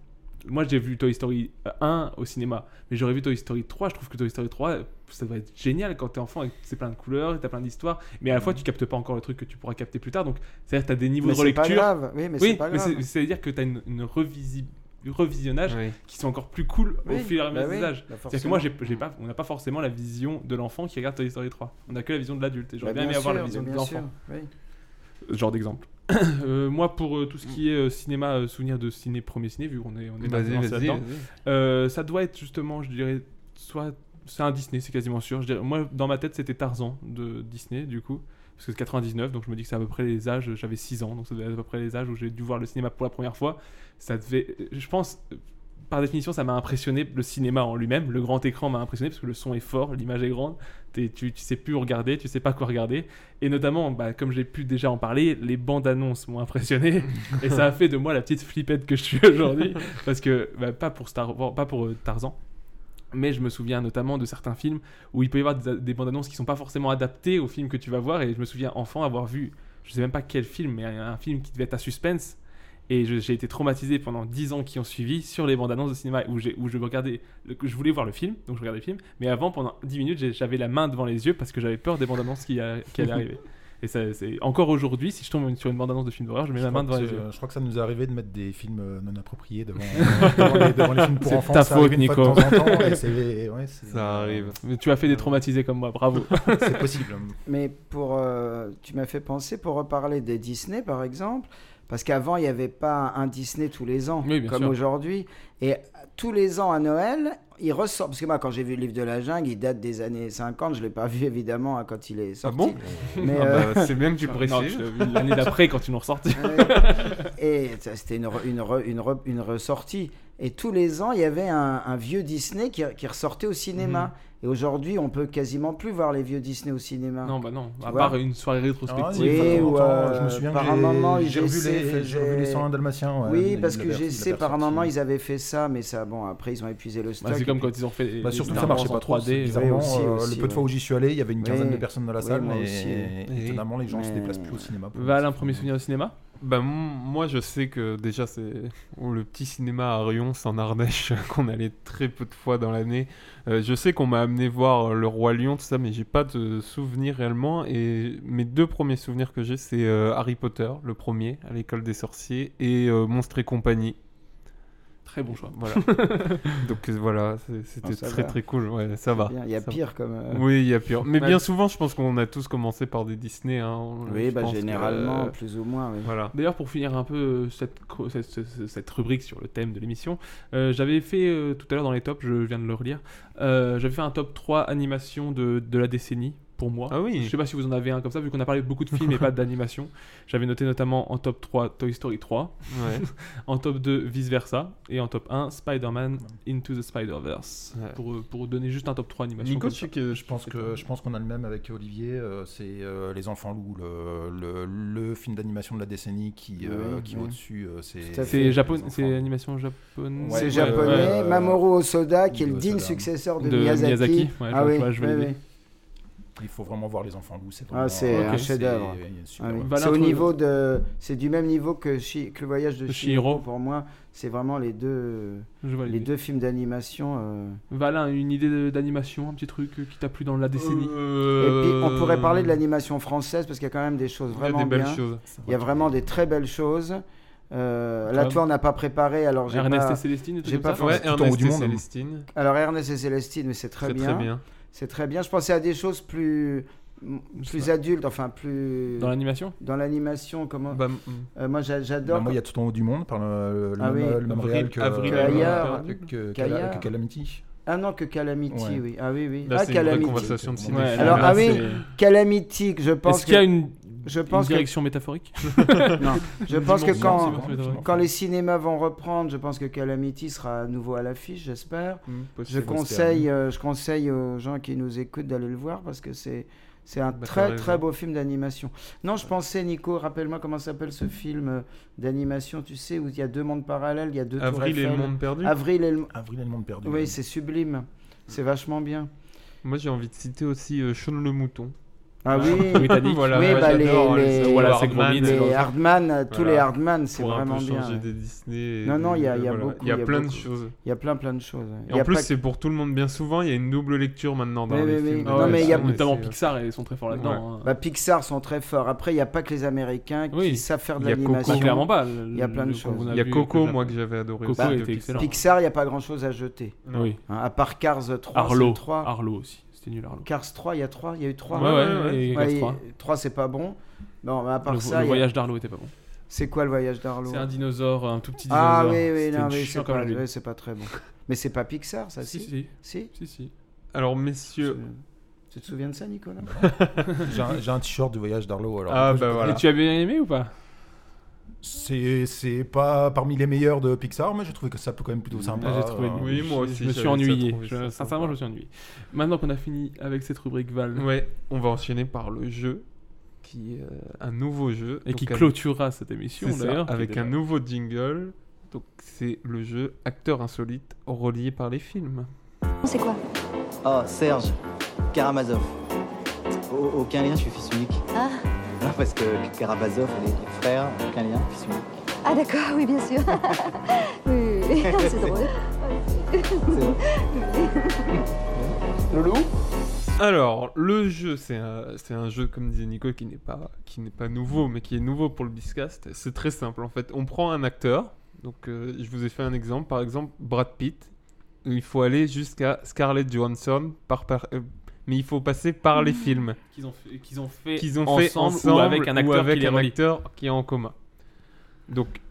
[SPEAKER 8] moi j'ai vu Toy Story 1 au cinéma, mais j'aurais vu Toy Story 3. Je trouve que Toy Story 3, ça doit être génial quand t'es enfant et que c'est plein de couleurs, et t'as plein d'histoires, mais à la fois tu captes pas encore le truc que tu pourras capter plus tard. Donc, c'est-à-dire que t'as des niveaux
[SPEAKER 9] Mais
[SPEAKER 8] de
[SPEAKER 9] c'est pas
[SPEAKER 8] relecture
[SPEAKER 9] grave. Oui, mais c'est
[SPEAKER 8] oui,
[SPEAKER 9] pas
[SPEAKER 8] mais
[SPEAKER 9] grave.
[SPEAKER 8] c'est- c'est-à-dire que tu as une, une revisi- revisionnage
[SPEAKER 7] Oui.
[SPEAKER 8] qui sont encore plus cool au
[SPEAKER 9] Oui,
[SPEAKER 8] fil et à mesure
[SPEAKER 9] bah
[SPEAKER 8] des
[SPEAKER 9] oui,
[SPEAKER 8] âges.
[SPEAKER 9] bah
[SPEAKER 8] C'est-à-dire que
[SPEAKER 9] forcément.
[SPEAKER 8] moi, j'ai- j'ai pas, on n'a pas forcément la vision de l'enfant qui regarde Toy Story 3. On a que la vision de l'adulte. Et j'aurais
[SPEAKER 9] Bah,
[SPEAKER 8] bien, aimé
[SPEAKER 9] bien
[SPEAKER 8] avoir la
[SPEAKER 9] sûr,
[SPEAKER 8] vision
[SPEAKER 9] bah,
[SPEAKER 8] de
[SPEAKER 9] bien
[SPEAKER 8] l'enfant.
[SPEAKER 9] sûr, oui.
[SPEAKER 8] Ce genre d'exemple. Euh, moi, pour euh, tout ce qui est euh, cinéma, euh, souvenir de ciné, premier ciné, vu qu'on est, on est
[SPEAKER 7] Vas-y,
[SPEAKER 8] lancé
[SPEAKER 7] vas-y,
[SPEAKER 8] là-dedans,
[SPEAKER 7] vas-y.
[SPEAKER 8] euh, ça doit être justement, je dirais, soit. C'est un Disney, c'est quasiment sûr. Je dirais- moi, dans ma tête, c'était Tarzan de Disney, du coup. Parce que c'est 99, donc je me dis que c'est à peu près les âges. J'avais 6 ans, donc ça doit être à peu près les âges où j'ai dû voir le cinéma pour la première fois. Ça devait. Je pense, euh, par définition, ça m'a impressionné le cinéma en lui-même. Le grand écran m'a impressionné parce que le son est fort, l'image est grande. T'es- tu, tu sais plus où regarder, tu sais pas quoi regarder. Et notamment, bah, comme j'ai pu déjà en parler, les bandes annonces m'ont impressionné. et ça a fait de moi la petite flippette que je suis aujourd'hui. parce que, bah, pas pour, Star Wars- pas pour euh, Tarzan. Mais je me souviens notamment de certains films où il peut y avoir des, des bandes annonces qui sont pas forcément adaptées au film que tu vas voir. Et je me souviens enfant avoir vu, je sais même pas quel film, mais un, un film qui devait être à suspense. Et je- j'ai été traumatisé pendant 10 ans qui ont suivi sur les bandes annonces de cinéma où, j'ai- où je regardais, le- que je voulais voir le film, donc je regardais le film. Mais avant, pendant 10 minutes, j'ai- j'avais la main devant les yeux parce que j'avais peur des bandes annonces qui, a- qui allaient arriver. Et ça, c'est encore aujourd'hui, si je tombe sur une bande annonce de film d'horreur, je mets
[SPEAKER 5] Je
[SPEAKER 8] la main
[SPEAKER 5] crois,
[SPEAKER 8] devant les
[SPEAKER 5] que,
[SPEAKER 8] yeux.
[SPEAKER 5] je crois que ça nous est arrivé de mettre des films euh, non appropriés devant, devant les, devant les films pour
[SPEAKER 8] C'est
[SPEAKER 5] enfants.
[SPEAKER 8] ta
[SPEAKER 5] ça arrive
[SPEAKER 8] faute,
[SPEAKER 5] une fois de
[SPEAKER 8] Nico.
[SPEAKER 5] temps en temps, et c'est- ouais, c'est-
[SPEAKER 7] Ça arrive.
[SPEAKER 8] Mais tu as fait des traumatisés comme moi, bravo.
[SPEAKER 5] C'est possible.
[SPEAKER 9] Mais pour, euh, tu m'as fait penser pour reparler des Disney par exemple, parce qu'avant il n'y avait pas un Disney tous les ans
[SPEAKER 8] Oui, bien
[SPEAKER 9] comme
[SPEAKER 8] sûr.
[SPEAKER 9] aujourd'hui. Et tous les ans à Noël, il ressort. Parce que moi quand j'ai vu le livre de la jungle, il date des années 50. Je l'ai pas vu évidemment hein, quand il
[SPEAKER 8] Ah
[SPEAKER 9] est sorti.
[SPEAKER 7] bon
[SPEAKER 9] Mais,
[SPEAKER 7] Ah
[SPEAKER 9] euh,
[SPEAKER 7] bah, c'est bien que tu
[SPEAKER 8] Non,
[SPEAKER 7] précises.
[SPEAKER 8] tu l'as vu l'année d'après quand ils l'ont ressorti.
[SPEAKER 9] et ça, c'était une, re- une, re- une, re- une ressortie. Et tous les ans, il y avait un, un vieux Disney qui, qui ressortait au
[SPEAKER 8] Mhm.
[SPEAKER 9] cinéma. Et aujourd'hui, on peut quasiment plus voir les vieux Disney au cinéma.
[SPEAKER 8] Non, bah non, à
[SPEAKER 9] vois
[SPEAKER 8] part une soirée rétrospective.
[SPEAKER 5] Ah,
[SPEAKER 9] Oui,
[SPEAKER 5] il y a pas
[SPEAKER 9] ou,
[SPEAKER 5] longtemps,
[SPEAKER 9] euh,
[SPEAKER 5] je me souviens
[SPEAKER 9] par
[SPEAKER 5] que
[SPEAKER 9] un
[SPEAKER 5] j'ai-
[SPEAKER 9] moment,
[SPEAKER 5] j'ai revu
[SPEAKER 9] GC
[SPEAKER 5] les- j'ai revu les
[SPEAKER 9] faisait-
[SPEAKER 5] 101 Dalmatiens, ouais,
[SPEAKER 9] oui,
[SPEAKER 5] il
[SPEAKER 9] parce que
[SPEAKER 5] l'avait- il
[SPEAKER 9] GC,
[SPEAKER 5] l'avait
[SPEAKER 9] par un
[SPEAKER 5] ressorti.
[SPEAKER 9] moment, ils avaient fait ça, mais ça, bon, après, ils ont épuisé le stock.
[SPEAKER 8] Bah, c'est comme quand ils ont fait.
[SPEAKER 5] Bah,
[SPEAKER 8] les
[SPEAKER 5] surtout que ça
[SPEAKER 8] Star
[SPEAKER 5] marchait
[SPEAKER 8] Wars en
[SPEAKER 5] pas trop.
[SPEAKER 8] 3D.
[SPEAKER 5] Bizarrement,
[SPEAKER 9] aussi,
[SPEAKER 5] euh,
[SPEAKER 9] aussi,
[SPEAKER 5] le peu de fois
[SPEAKER 9] ouais.
[SPEAKER 5] où j'y suis allé, il y avait une quinzaine
[SPEAKER 9] Oui.
[SPEAKER 5] de personnes dans la
[SPEAKER 9] Oui,
[SPEAKER 5] salle,
[SPEAKER 9] moi
[SPEAKER 5] mais
[SPEAKER 9] aussi, oui.
[SPEAKER 5] étonnamment, les gens se
[SPEAKER 9] Mais-
[SPEAKER 5] déplacent plus au cinéma. pour
[SPEAKER 8] Val,
[SPEAKER 5] voir
[SPEAKER 8] un
[SPEAKER 5] ces
[SPEAKER 8] premier
[SPEAKER 5] films.
[SPEAKER 8] souvenir au cinéma
[SPEAKER 7] Bah, m- moi, je sais que déjà, c'est oh, le petit cinéma à Rions, en Ardèche, qu'on allait très peu de fois dans l'année. Euh, je sais qu'on m'a amené voir euh, Le Roi Lion, tout ça, mais j'ai pas de souvenirs réellement. Et mes deux premiers souvenirs que j'ai, c'est euh, Harry Potter, le premier, à l'école des sorciers, et euh, Monstres et compagnie.
[SPEAKER 8] Très bon choix.
[SPEAKER 7] Voilà. Donc euh, voilà, c'est- c'était
[SPEAKER 9] Ah, ça
[SPEAKER 7] très
[SPEAKER 9] va.
[SPEAKER 7] très cool. Ouais, ça va.
[SPEAKER 9] Bien, Il y a
[SPEAKER 7] Ça va.
[SPEAKER 9] pire comme. euh,
[SPEAKER 7] Oui, il y a pire. Mais
[SPEAKER 8] Ouais.
[SPEAKER 7] bien souvent, je pense qu'on a tous commencé par des Disney. Hein. On-
[SPEAKER 9] Oui,
[SPEAKER 7] je
[SPEAKER 9] bah,
[SPEAKER 7] pense que- euh,
[SPEAKER 9] généralement, plus ou moins. oui.
[SPEAKER 7] Voilà.
[SPEAKER 8] D'ailleurs, pour finir un peu euh, cette, cro- cette, cette- cette rubrique sur le thème de l'émission, euh, j'avais fait euh, tout à l'heure dans les tops, je viens de le relire, euh, j'avais fait un top 3 animation de, de la décennie pour moi.
[SPEAKER 7] Ah oui.
[SPEAKER 8] Je sais pas si vous en avez un comme ça, vu qu'on a parlé beaucoup de films et pas d'animation. J'avais noté notamment en top 3 Toy Story 3,
[SPEAKER 7] Ouais.
[SPEAKER 8] en top 2 Vice Versa, et en top 1 Spider-Man Into the Spider-Verse.
[SPEAKER 7] Ouais.
[SPEAKER 8] Pour, euh, pour donner juste un top 3
[SPEAKER 9] bah,
[SPEAKER 8] animation.
[SPEAKER 7] Nico,
[SPEAKER 8] comme
[SPEAKER 7] tu
[SPEAKER 8] ça.
[SPEAKER 7] sais que
[SPEAKER 5] Je pense que je pense qu'on a le même avec Olivier. euh, c'est euh, Les Enfants Loups, le, le, le film d'animation de la décennie qui euh,
[SPEAKER 9] Oui,
[SPEAKER 5] qui
[SPEAKER 9] oui.
[SPEAKER 5] est au-dessus. euh, c'est
[SPEAKER 9] Tout à fait.
[SPEAKER 8] C'est
[SPEAKER 5] Les
[SPEAKER 8] japonais,
[SPEAKER 5] Enfants
[SPEAKER 8] c'est
[SPEAKER 5] Loups.
[SPEAKER 8] animation japonaise.
[SPEAKER 5] Ouais,
[SPEAKER 9] c'est
[SPEAKER 5] ouais,
[SPEAKER 9] japonais,
[SPEAKER 5] ouais, ouais.
[SPEAKER 9] Mamoru Osoda, qui est le
[SPEAKER 5] Osoda.
[SPEAKER 9] digne successeur de,
[SPEAKER 8] De
[SPEAKER 9] Miyazaki.
[SPEAKER 8] Miyazaki, ouais,
[SPEAKER 9] ah
[SPEAKER 8] je-
[SPEAKER 9] oui,
[SPEAKER 8] ouais, je
[SPEAKER 9] oui,
[SPEAKER 8] valide.
[SPEAKER 9] oui.
[SPEAKER 5] Il faut vraiment voir Les Enfants Loups. C'est
[SPEAKER 9] Ah, c'est
[SPEAKER 5] vraiment-
[SPEAKER 8] un
[SPEAKER 5] Ok.
[SPEAKER 9] chef-d'œuvre.
[SPEAKER 5] C'est- super,
[SPEAKER 9] Ah oui.
[SPEAKER 5] ouais.
[SPEAKER 8] Valin,
[SPEAKER 9] C'est au
[SPEAKER 8] toi-
[SPEAKER 9] niveau de, c'est du même niveau que, Shi- que le voyage de
[SPEAKER 8] De
[SPEAKER 9] Chihiro.
[SPEAKER 8] Chihiro.
[SPEAKER 9] Pour moi, c'est vraiment les deux,
[SPEAKER 8] Je valide.
[SPEAKER 9] les deux films d'animation. euh.
[SPEAKER 8] Valin, une idée de- d'animation, un petit truc euh, qui t'a plu dans la décennie
[SPEAKER 9] Euh, Et puis, on pourrait parler de l'animation française parce qu'il y a quand même des choses
[SPEAKER 7] Euh, Il y a
[SPEAKER 9] vraiment
[SPEAKER 7] des belles
[SPEAKER 9] bien.
[SPEAKER 7] choses.
[SPEAKER 9] Il y a vraiment des très belles choses. Euh, là,
[SPEAKER 8] Tom.
[SPEAKER 9] toi, on n'a pas préparé, alors j'ai
[SPEAKER 8] Ernest
[SPEAKER 9] pas-
[SPEAKER 8] et Célestine, et tout
[SPEAKER 9] j'ai
[SPEAKER 8] comme
[SPEAKER 9] pas
[SPEAKER 8] ça
[SPEAKER 9] forcément-
[SPEAKER 7] Ouais,
[SPEAKER 5] tout en haut
[SPEAKER 7] Ernest
[SPEAKER 5] du
[SPEAKER 7] et
[SPEAKER 5] monde.
[SPEAKER 7] Célestine.
[SPEAKER 9] Alors Ernest et Célestine, mais c'est très,
[SPEAKER 7] C'est
[SPEAKER 9] bien.
[SPEAKER 7] très bien.
[SPEAKER 9] C'est très bien. Je pensais à des choses plus, m- plus adultes, enfin plus
[SPEAKER 8] Dans l'animation
[SPEAKER 9] dans l'animation. Comment
[SPEAKER 7] Bah, mm.
[SPEAKER 9] Euh, Moi, j'a-
[SPEAKER 5] Bah,
[SPEAKER 9] j'adore.
[SPEAKER 5] moi, il y a tout en haut du monde par le, le
[SPEAKER 9] Ah
[SPEAKER 5] même,
[SPEAKER 9] oui.
[SPEAKER 5] le même
[SPEAKER 7] Avril-
[SPEAKER 5] réel que,
[SPEAKER 7] Avril-
[SPEAKER 5] que-
[SPEAKER 9] Caillard.
[SPEAKER 5] que, que-
[SPEAKER 9] Caillard.
[SPEAKER 5] que Calamity.
[SPEAKER 9] Ah non, que Calamity,
[SPEAKER 5] Ouais.
[SPEAKER 9] oui. Ah oui, oui.
[SPEAKER 7] Là,
[SPEAKER 9] ah
[SPEAKER 7] c'est une vraie
[SPEAKER 9] Calamity.
[SPEAKER 7] conversation de cinéma.
[SPEAKER 9] là, Alors, ah oui,
[SPEAKER 8] c'est-
[SPEAKER 9] Calamity, que je pense.
[SPEAKER 8] Est-ce qu'il y a
[SPEAKER 9] que-
[SPEAKER 8] une,
[SPEAKER 9] Je
[SPEAKER 8] une
[SPEAKER 9] pense que-
[SPEAKER 8] direction métaphorique
[SPEAKER 9] Non. Je pense que
[SPEAKER 8] Dimension,
[SPEAKER 9] quand,
[SPEAKER 8] dimension métaphorique.
[SPEAKER 9] quand les cinémas vont reprendre, je pense que Calamity sera à nouveau à l'affiche, j'espère.
[SPEAKER 7] Hmm,
[SPEAKER 9] Je conseille, euh, je conseille aux gens qui nous écoutent d'aller le voir parce que c'est c'est un
[SPEAKER 7] Bah, t'as
[SPEAKER 9] très
[SPEAKER 7] raison.
[SPEAKER 9] très beau film d'animation. Non, je pensais, Nico, rappelle-moi comment s'appelle ce film euh, d'animation, tu sais, où il y a deux mondes parallèles, il y a deux tours
[SPEAKER 7] Avril et le
[SPEAKER 9] Eiffel.
[SPEAKER 7] monde perdu.
[SPEAKER 9] Avril et le...
[SPEAKER 5] Avril et le monde perdu.
[SPEAKER 9] Oui, c'est sublime. C'est vachement bien.
[SPEAKER 7] Moi, j'ai envie de citer aussi euh, Shaun le mouton.
[SPEAKER 9] Ah oui,
[SPEAKER 8] britannique.
[SPEAKER 9] Voilà, oui, bah,
[SPEAKER 7] hein,
[SPEAKER 9] les, les-
[SPEAKER 8] voilà, c'est
[SPEAKER 9] les
[SPEAKER 8] Gromit.
[SPEAKER 9] Hardman, tous
[SPEAKER 7] Voilà.
[SPEAKER 9] les Hardman, c'est
[SPEAKER 7] Pour un peu
[SPEAKER 9] vraiment bien.
[SPEAKER 7] changer
[SPEAKER 9] ouais.
[SPEAKER 7] des Disney.
[SPEAKER 9] Non, non, il y a,
[SPEAKER 7] des-
[SPEAKER 9] il y a
[SPEAKER 7] voilà.
[SPEAKER 9] beaucoup.
[SPEAKER 7] Il y a plein de
[SPEAKER 9] beaucoup.
[SPEAKER 7] choses.
[SPEAKER 9] Il y a plein, plein de choses. ouais.
[SPEAKER 7] Et
[SPEAKER 9] Il y
[SPEAKER 7] en
[SPEAKER 9] a
[SPEAKER 7] plus,
[SPEAKER 9] pas
[SPEAKER 7] c'est pour tout le monde bien souvent, il y a une double lecture maintenant dans
[SPEAKER 9] Oui,
[SPEAKER 7] les
[SPEAKER 9] oui, oui.
[SPEAKER 7] films.
[SPEAKER 9] Non, mais il y a-
[SPEAKER 8] Notamment Pixar, ils sont très forts là-dedans. hein.
[SPEAKER 9] Bah, Pixar sont très forts. Après, il n'y a pas que les Américains qui
[SPEAKER 8] Oui.
[SPEAKER 9] savent faire de
[SPEAKER 7] Il y a Coco.
[SPEAKER 9] l'animation.
[SPEAKER 8] Bah, clairement pas.
[SPEAKER 9] Il y a plein de choses. Bah,
[SPEAKER 7] Il y a Coco, moi, que j'avais adoré.
[SPEAKER 8] Coco
[SPEAKER 7] aussi, de
[SPEAKER 8] était
[SPEAKER 7] Pixar.
[SPEAKER 8] excellent.
[SPEAKER 9] Pixar, il n'y a pas grand-chose à jeter.
[SPEAKER 7] Non.
[SPEAKER 8] Oui.
[SPEAKER 9] Hein, à part Cars 3.
[SPEAKER 8] Arlo.
[SPEAKER 9] c'est 3.
[SPEAKER 8] Arlo aussi. C'était nul, Arlo.
[SPEAKER 9] Cars 3, il y a 3. Il y a eu 3.
[SPEAKER 8] Ouais, ouais, ouais, il y a Cars 3.
[SPEAKER 9] 3, c'est pas bon. Non, mais à part
[SPEAKER 8] Le,
[SPEAKER 9] ça. il
[SPEAKER 8] le
[SPEAKER 9] y a-
[SPEAKER 8] voyage d'Arlo était pas bon.
[SPEAKER 9] C'est quoi le voyage d'Arlo
[SPEAKER 8] C'est un dinosaure, un tout petit dinosaure.
[SPEAKER 9] Ah oui, oui,
[SPEAKER 8] C'était
[SPEAKER 9] non, mais
[SPEAKER 8] chiant
[SPEAKER 9] c'est
[SPEAKER 8] comme
[SPEAKER 9] pas,
[SPEAKER 8] la lune.
[SPEAKER 9] ouais, c'est pas très bon. Mais c'est pas Pixar, ça,
[SPEAKER 8] Si,
[SPEAKER 9] si
[SPEAKER 8] si,
[SPEAKER 9] Si
[SPEAKER 8] si, si.
[SPEAKER 7] Alors, messieurs.
[SPEAKER 9] Tu te souviens de ça, Nicolas
[SPEAKER 5] J'ai un, j'ai un t-shirt du voyage d'Arlo. alors.
[SPEAKER 7] Ah,
[SPEAKER 5] Du coup,
[SPEAKER 7] bah
[SPEAKER 5] je-
[SPEAKER 7] voilà.
[SPEAKER 8] Et tu as bien aimé ou pas
[SPEAKER 5] C'est c'est pas parmi les meilleurs de Pixar, mais j'ai trouvé que ça peut quand même plutôt sympa.
[SPEAKER 8] Là, Ah, j'ai trouvé.
[SPEAKER 5] Euh,
[SPEAKER 7] Ah, Oui, moi
[SPEAKER 8] je-
[SPEAKER 7] aussi,
[SPEAKER 8] Je me suis
[SPEAKER 7] j'avais ça
[SPEAKER 8] ennuyé.
[SPEAKER 7] trouvé
[SPEAKER 8] Je-
[SPEAKER 7] ça
[SPEAKER 8] Sincèrement,
[SPEAKER 7] sympa.
[SPEAKER 8] je me suis ennuyé. Maintenant qu'on a fini avec cette rubrique Val
[SPEAKER 7] Ouais, on va enchaîner par le jeu, qui est euh, un nouveau jeu.
[SPEAKER 8] et qui
[SPEAKER 7] Donc, un-
[SPEAKER 8] clôturera cette émission
[SPEAKER 7] c'est ça,
[SPEAKER 8] d'ailleurs, qui
[SPEAKER 7] Avec
[SPEAKER 8] était-
[SPEAKER 7] un nouveau jingle. Donc, c'est le jeu Acteur Insolite relié par les films.
[SPEAKER 12] C'est quoi
[SPEAKER 13] Oh, Serge, Karamazov. Au- aucun lien, je suis fils unique.
[SPEAKER 12] Ah,
[SPEAKER 13] Non, parce que Karamazov, on est frères, aucun lien, fils unique.
[SPEAKER 12] ah d'accord, oui, bien sûr. oui, oui, oui. c'est drôle.
[SPEAKER 2] Loulou
[SPEAKER 7] Alors, le jeu, c'est un, c'est un jeu, comme disait Nico, qui n'est pas, qui n'est pas nouveau, mais qui est nouveau pour le Biscast. C'est très simple, en fait. On prend un acteur. Donc, euh, je vous ai fait un exemple. Par exemple, Brad Pitt. Il faut aller jusqu'à Scarlett Johansson, par, par- euh, mais il faut passer par les films
[SPEAKER 8] qu'ils ont fait, qu'ils ont fait,
[SPEAKER 7] qu'ils ont fait
[SPEAKER 8] ensemble,
[SPEAKER 7] ensemble
[SPEAKER 8] ou avec un acteur
[SPEAKER 7] avec
[SPEAKER 8] qui les
[SPEAKER 7] un
[SPEAKER 8] relie.
[SPEAKER 7] acteur qui est en commun. Donc,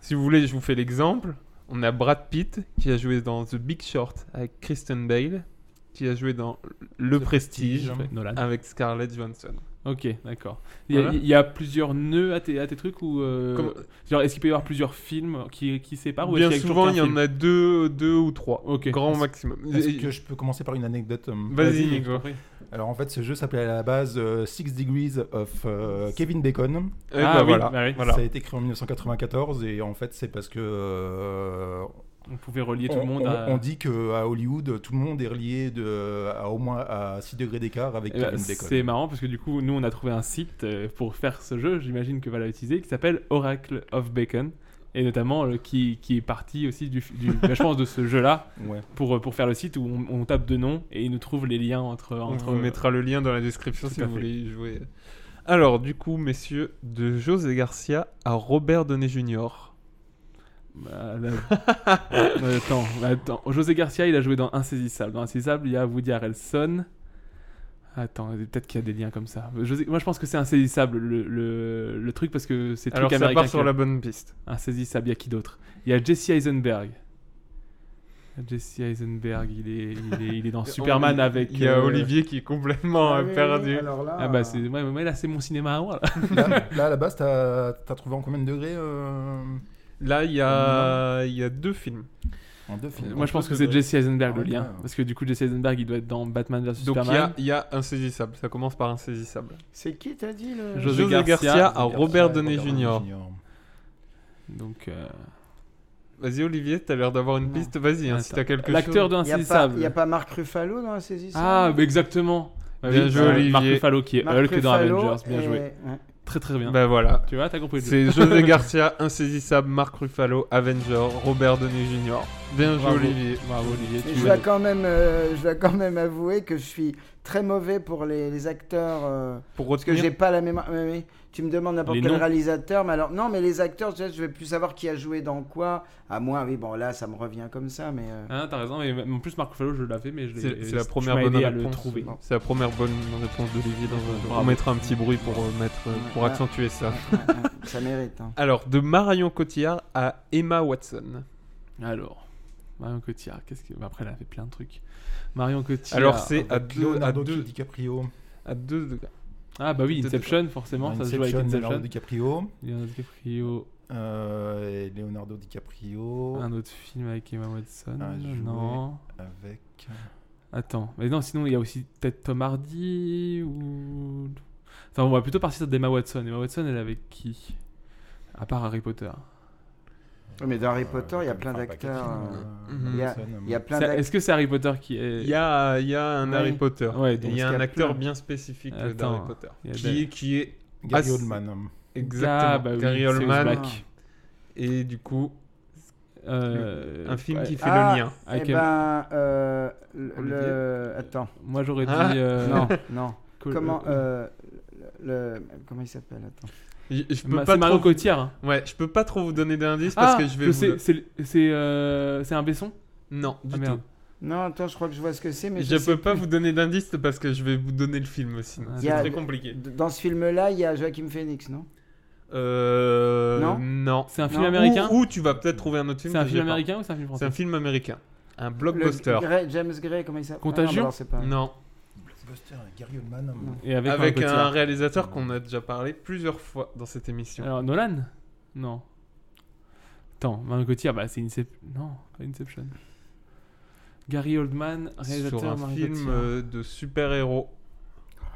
[SPEAKER 7] si vous voulez, je vous fais l'exemple. On a Brad Pitt qui a joué dans The Big Short avec Kristen Bale, qui a joué dans Le
[SPEAKER 8] The
[SPEAKER 7] Prestige
[SPEAKER 8] Prestige, Nolan.
[SPEAKER 7] avec Scarlett Johansson.
[SPEAKER 8] Ok, d'accord. Il y, a-
[SPEAKER 7] Voilà.
[SPEAKER 8] il y a plusieurs nœuds à tes, à tes trucs ou euh,
[SPEAKER 7] Comme-
[SPEAKER 8] genre est-ce qu'il peut y avoir plusieurs films qui, qui séparent ou
[SPEAKER 7] Bien
[SPEAKER 8] est-ce qu'il y a
[SPEAKER 7] souvent,
[SPEAKER 8] toujours
[SPEAKER 7] il y
[SPEAKER 8] qu'un
[SPEAKER 7] en a deux, deux ou trois,
[SPEAKER 8] Ok.
[SPEAKER 7] grand
[SPEAKER 5] Est-ce-
[SPEAKER 7] maximum.
[SPEAKER 5] Euh, Est-ce que je peux commencer par une anecdote euh,
[SPEAKER 7] Vas-y,
[SPEAKER 8] film
[SPEAKER 7] Nico.
[SPEAKER 8] Oui.
[SPEAKER 5] Alors en fait, ce jeu s'appelait à la base euh, Six Degrees of euh, Kevin Bacon.
[SPEAKER 7] Eh
[SPEAKER 8] Ah
[SPEAKER 7] ben
[SPEAKER 8] oui,
[SPEAKER 7] voilà.
[SPEAKER 8] bah oui.
[SPEAKER 7] voilà.
[SPEAKER 5] Ça a été créé en 1994 et en fait, c'est parce que euh,
[SPEAKER 8] On pouvait relier tout le
[SPEAKER 5] on,
[SPEAKER 8] monde
[SPEAKER 5] on-
[SPEAKER 8] à.
[SPEAKER 5] on dit que à Hollywood, tout le monde est relié de, à au moins à 6 degrés d'écart avec
[SPEAKER 8] Eh ben,
[SPEAKER 5] Kevin Bacon.
[SPEAKER 8] c'est marrant parce que du coup, nous, on a trouvé un site euh, pour faire ce jeu, j'imagine que va l'utiliser, qui s'appelle Oracle of Bacon, et notamment euh, qui, qui est parti aussi du, du bah, je pense, de ce jeu-là
[SPEAKER 5] Ouais.
[SPEAKER 8] pour, euh, pour faire le site où on, on tape deux noms et il nous trouve les liens entre.
[SPEAKER 7] On
[SPEAKER 8] entre
[SPEAKER 7] vous mettra le lien dans la description
[SPEAKER 8] Tout
[SPEAKER 7] si
[SPEAKER 8] à
[SPEAKER 7] vous
[SPEAKER 8] fait.
[SPEAKER 7] voulez y jouer. Alors, du coup, messieurs, de José Garcia à Robert Downey Jr.
[SPEAKER 8] Bah, là- Euh, attends, attends. José Garcia, il a joué dans Insaisissable. Dans Insaisissable, il y a Woody Harrelson. Attends, peut-être qu'il y a des liens comme ça. José- Moi, je pense que c'est Insaisissable le, le, le truc parce que c'est
[SPEAKER 7] Alors,
[SPEAKER 8] truc
[SPEAKER 7] ça
[SPEAKER 8] américain
[SPEAKER 7] part sur
[SPEAKER 8] qui a-
[SPEAKER 7] la bonne piste.
[SPEAKER 8] Ah, Insaisissable, il y a qui d'autre Il y a Jesse Eisenberg. Jesse Eisenberg, il est, il est, il est dans Superman
[SPEAKER 7] Oli-
[SPEAKER 8] avec.
[SPEAKER 7] Il y a
[SPEAKER 8] euh,
[SPEAKER 7] Olivier qui est complètement
[SPEAKER 9] Ah
[SPEAKER 7] euh,
[SPEAKER 9] oui,
[SPEAKER 7] perdu.
[SPEAKER 9] alors là,
[SPEAKER 8] Oh, Ah bah, c'est, ouais, ouais, là, c'est mon cinéma à moi. là.
[SPEAKER 5] là, là, à la base, t'as as trouvé en combien de degrés euh,
[SPEAKER 7] Là, il y a,
[SPEAKER 8] Mmh.
[SPEAKER 7] il y a deux films.
[SPEAKER 5] En deux films.
[SPEAKER 8] Moi, je pense que c'est Jesse Eisenberg
[SPEAKER 5] Ah
[SPEAKER 8] le
[SPEAKER 5] ouais,
[SPEAKER 8] lien.
[SPEAKER 5] quand même.
[SPEAKER 8] Parce que du coup, Jesse Eisenberg, il doit être dans Batman vs
[SPEAKER 7] Donc, il
[SPEAKER 8] Superman.
[SPEAKER 7] y a, il y a Insaisissable. Ça commence par Insaisissable.
[SPEAKER 9] C'est qui t'as dit le...
[SPEAKER 8] José
[SPEAKER 7] José,
[SPEAKER 8] Garcia
[SPEAKER 7] Garcia,
[SPEAKER 8] à
[SPEAKER 5] Ah,
[SPEAKER 7] à Robert, Downey Jr.
[SPEAKER 8] Donc, euh,
[SPEAKER 7] Vas-y, Olivier, t'as l'air d'avoir une
[SPEAKER 9] Non.
[SPEAKER 7] piste. Vas-y, hein, si
[SPEAKER 8] Attends.
[SPEAKER 7] t'as quelque
[SPEAKER 8] Ah, l'acteur
[SPEAKER 7] chose.
[SPEAKER 8] de
[SPEAKER 9] Il n'y a, pas-
[SPEAKER 8] Insaisissable.
[SPEAKER 9] y a pas Marc Ruffalo dans la saisie
[SPEAKER 8] Ah, mais exactement.
[SPEAKER 7] Bien
[SPEAKER 8] Oui,
[SPEAKER 7] joué,
[SPEAKER 8] euh,
[SPEAKER 7] Olivier.
[SPEAKER 8] Mark Ruffalo qui est Hulk dans Avengers. Bien joué. Très très bien.
[SPEAKER 7] Ben voilà.
[SPEAKER 8] Tu vois, t'as compris. le
[SPEAKER 7] C'est
[SPEAKER 8] jeu.
[SPEAKER 7] José Garcia, Insaisissable, Marc Ruffalo, Avenger, Robert Downey Jr. Bien joué,
[SPEAKER 8] Bravo.
[SPEAKER 7] Olivier.
[SPEAKER 8] Bravo Olivier. tu
[SPEAKER 9] Je
[SPEAKER 8] l'as
[SPEAKER 9] dois, quand même, euh, je dois quand même avouer que je suis très mauvais pour les, les acteurs. euh,
[SPEAKER 7] Pour
[SPEAKER 9] parce que
[SPEAKER 7] retenir,
[SPEAKER 9] j'ai pas la mémoire. oui, oui. Tu me demandes n'importe
[SPEAKER 8] Les
[SPEAKER 9] quel
[SPEAKER 8] noms.
[SPEAKER 9] réalisateur, mais alors. Non, mais les acteurs, je je vais plus savoir qui a joué dans quoi. À moins, oui, bon, là, ça me revient comme ça, mais. euh,
[SPEAKER 8] Ah, t'as raison. Et même- en plus, Marc Ruffalo, je l'avais, mais je l'ai.
[SPEAKER 7] c'est
[SPEAKER 8] je-
[SPEAKER 7] c'est la
[SPEAKER 8] tu
[SPEAKER 7] première
[SPEAKER 8] m'as
[SPEAKER 7] bonne
[SPEAKER 8] aidé à le
[SPEAKER 7] réponse.
[SPEAKER 8] trouver.
[SPEAKER 7] C'est la première bonne réponse d'Olivier. dans un-
[SPEAKER 8] Bravo. Ah.
[SPEAKER 7] On mettra un petit bruit pour euh, mettre, euh, pour
[SPEAKER 9] Ouais.
[SPEAKER 7] accentuer ça.
[SPEAKER 9] ouais, ouais, ouais, ça mérite. hein.
[SPEAKER 7] Alors, de Marion Cotillard à Emma Watson.
[SPEAKER 8] Alors, Marion Cotillard, qu'est-ce que. bah, Après, elle a fait plein de trucs. Marion Cotillard.
[SPEAKER 7] Alors, c'est à
[SPEAKER 5] Avec
[SPEAKER 7] deux, à
[SPEAKER 5] Leonardo
[SPEAKER 7] deux,
[SPEAKER 5] DiCaprio.
[SPEAKER 7] à deux degrés.
[SPEAKER 8] Ah, bah oui,
[SPEAKER 7] Deux-
[SPEAKER 8] Inception, forcément, ça se joue avec
[SPEAKER 5] Inception, Leonardo
[SPEAKER 8] Inception.
[SPEAKER 5] DiCaprio.
[SPEAKER 8] Leonardo DiCaprio,
[SPEAKER 5] Euh, et Leonardo
[SPEAKER 7] Oh.
[SPEAKER 5] DiCaprio
[SPEAKER 8] un autre film avec Emma Watson.
[SPEAKER 5] Ah, joué.
[SPEAKER 8] Non.
[SPEAKER 5] avec.
[SPEAKER 8] Attends, mais non, sinon il y a aussi peut-être Tom Hardy ou. Attends, on va plutôt partir d'Emma Watson. Emma Watson, elle est avec qui À part Harry Potter.
[SPEAKER 9] Oui, mais dans Harry Potter, il y a plein d'acteurs. euh, Il y a- il y a plein
[SPEAKER 8] Ça-
[SPEAKER 9] d'acteurs.
[SPEAKER 8] Est-ce que c'est Harry Potter qui est.
[SPEAKER 7] Il y a, il y a un
[SPEAKER 8] Ouais.
[SPEAKER 7] Harry Potter.
[SPEAKER 8] Ouais,
[SPEAKER 7] Et
[SPEAKER 8] donc
[SPEAKER 7] il y a
[SPEAKER 8] parce
[SPEAKER 7] un
[SPEAKER 8] qu'il
[SPEAKER 7] acteur
[SPEAKER 8] plein.
[SPEAKER 7] bien spécifique euh,
[SPEAKER 8] Attends,
[SPEAKER 7] d'Harry Potter.
[SPEAKER 8] il y a
[SPEAKER 7] Qui,
[SPEAKER 8] des-
[SPEAKER 7] est, qui est.
[SPEAKER 5] Gary
[SPEAKER 7] ass-
[SPEAKER 5] Oldman.
[SPEAKER 7] Exactement.
[SPEAKER 8] Ah, bah oui,
[SPEAKER 7] Gary
[SPEAKER 8] Sirius
[SPEAKER 7] Oldman.
[SPEAKER 8] Black.
[SPEAKER 7] Et du coup.
[SPEAKER 8] Euh,
[SPEAKER 7] le- un film
[SPEAKER 8] ouais.
[SPEAKER 7] qui fait
[SPEAKER 9] Ah,
[SPEAKER 7] le lien.
[SPEAKER 9] eh
[SPEAKER 8] Avec-
[SPEAKER 9] ben, euh, le-
[SPEAKER 8] Olivier.
[SPEAKER 9] le- Attends.
[SPEAKER 8] Moi, j'aurais dit,
[SPEAKER 9] Ah.
[SPEAKER 8] euh,
[SPEAKER 9] Non, non.
[SPEAKER 8] Col-
[SPEAKER 9] Comment. euh,
[SPEAKER 8] euh,
[SPEAKER 9] le- le- Comment il s'appelle Attends.
[SPEAKER 7] Je, je peux
[SPEAKER 8] Ma-
[SPEAKER 7] pas
[SPEAKER 8] c'est Mario
[SPEAKER 7] trop-
[SPEAKER 8] Cotillard, hein.
[SPEAKER 7] Ouais, je peux pas trop vous donner d'indices parce
[SPEAKER 8] Ah,
[SPEAKER 7] que je vais.
[SPEAKER 8] que
[SPEAKER 7] vous
[SPEAKER 8] c'est-
[SPEAKER 7] le-
[SPEAKER 8] C'est c'est, euh, c'est un Besson
[SPEAKER 7] Non, du
[SPEAKER 8] Ah, merde.
[SPEAKER 7] tout.
[SPEAKER 9] Non, attends, je crois que je vois ce que c'est, mais
[SPEAKER 7] je
[SPEAKER 9] je,
[SPEAKER 7] peux pas vous donner d'indices parce que je vais vous donner le film sinon.
[SPEAKER 8] Ah,
[SPEAKER 9] Il
[SPEAKER 7] C'est
[SPEAKER 9] y a-
[SPEAKER 7] très compliqué.
[SPEAKER 9] Dans ce film-là, il y a Joachim Phoenix, non
[SPEAKER 7] Euh,
[SPEAKER 9] Non
[SPEAKER 8] C'est un film
[SPEAKER 7] Non.
[SPEAKER 8] américain
[SPEAKER 7] Ou, ou tu vas peut-être trouver un autre film.
[SPEAKER 8] C'est un
[SPEAKER 7] que
[SPEAKER 8] film
[SPEAKER 7] j'ai pas.
[SPEAKER 8] américain ou c'est un film français
[SPEAKER 7] C'est un film américain. Un blockbuster.
[SPEAKER 9] Le Grey- James Gray, comment il s'appelle
[SPEAKER 8] Contagion
[SPEAKER 9] Ah, non, alors c'est pas-
[SPEAKER 7] Non.
[SPEAKER 5] Buster, Gary Oldman.
[SPEAKER 8] Et avec,
[SPEAKER 7] Avec
[SPEAKER 8] Mario
[SPEAKER 7] un
[SPEAKER 8] Cotillard.
[SPEAKER 7] réalisateur qu'on a déjà parlé plusieurs fois dans cette émission.
[SPEAKER 8] Alors, Nolan Non. Attends, Mario Cotillard, bah, c'est Incep... Non, pas Inception. Gary Oldman, réalisateur
[SPEAKER 7] sur un
[SPEAKER 8] Mario
[SPEAKER 7] film
[SPEAKER 8] Cotillard.
[SPEAKER 7] euh, de super-héros.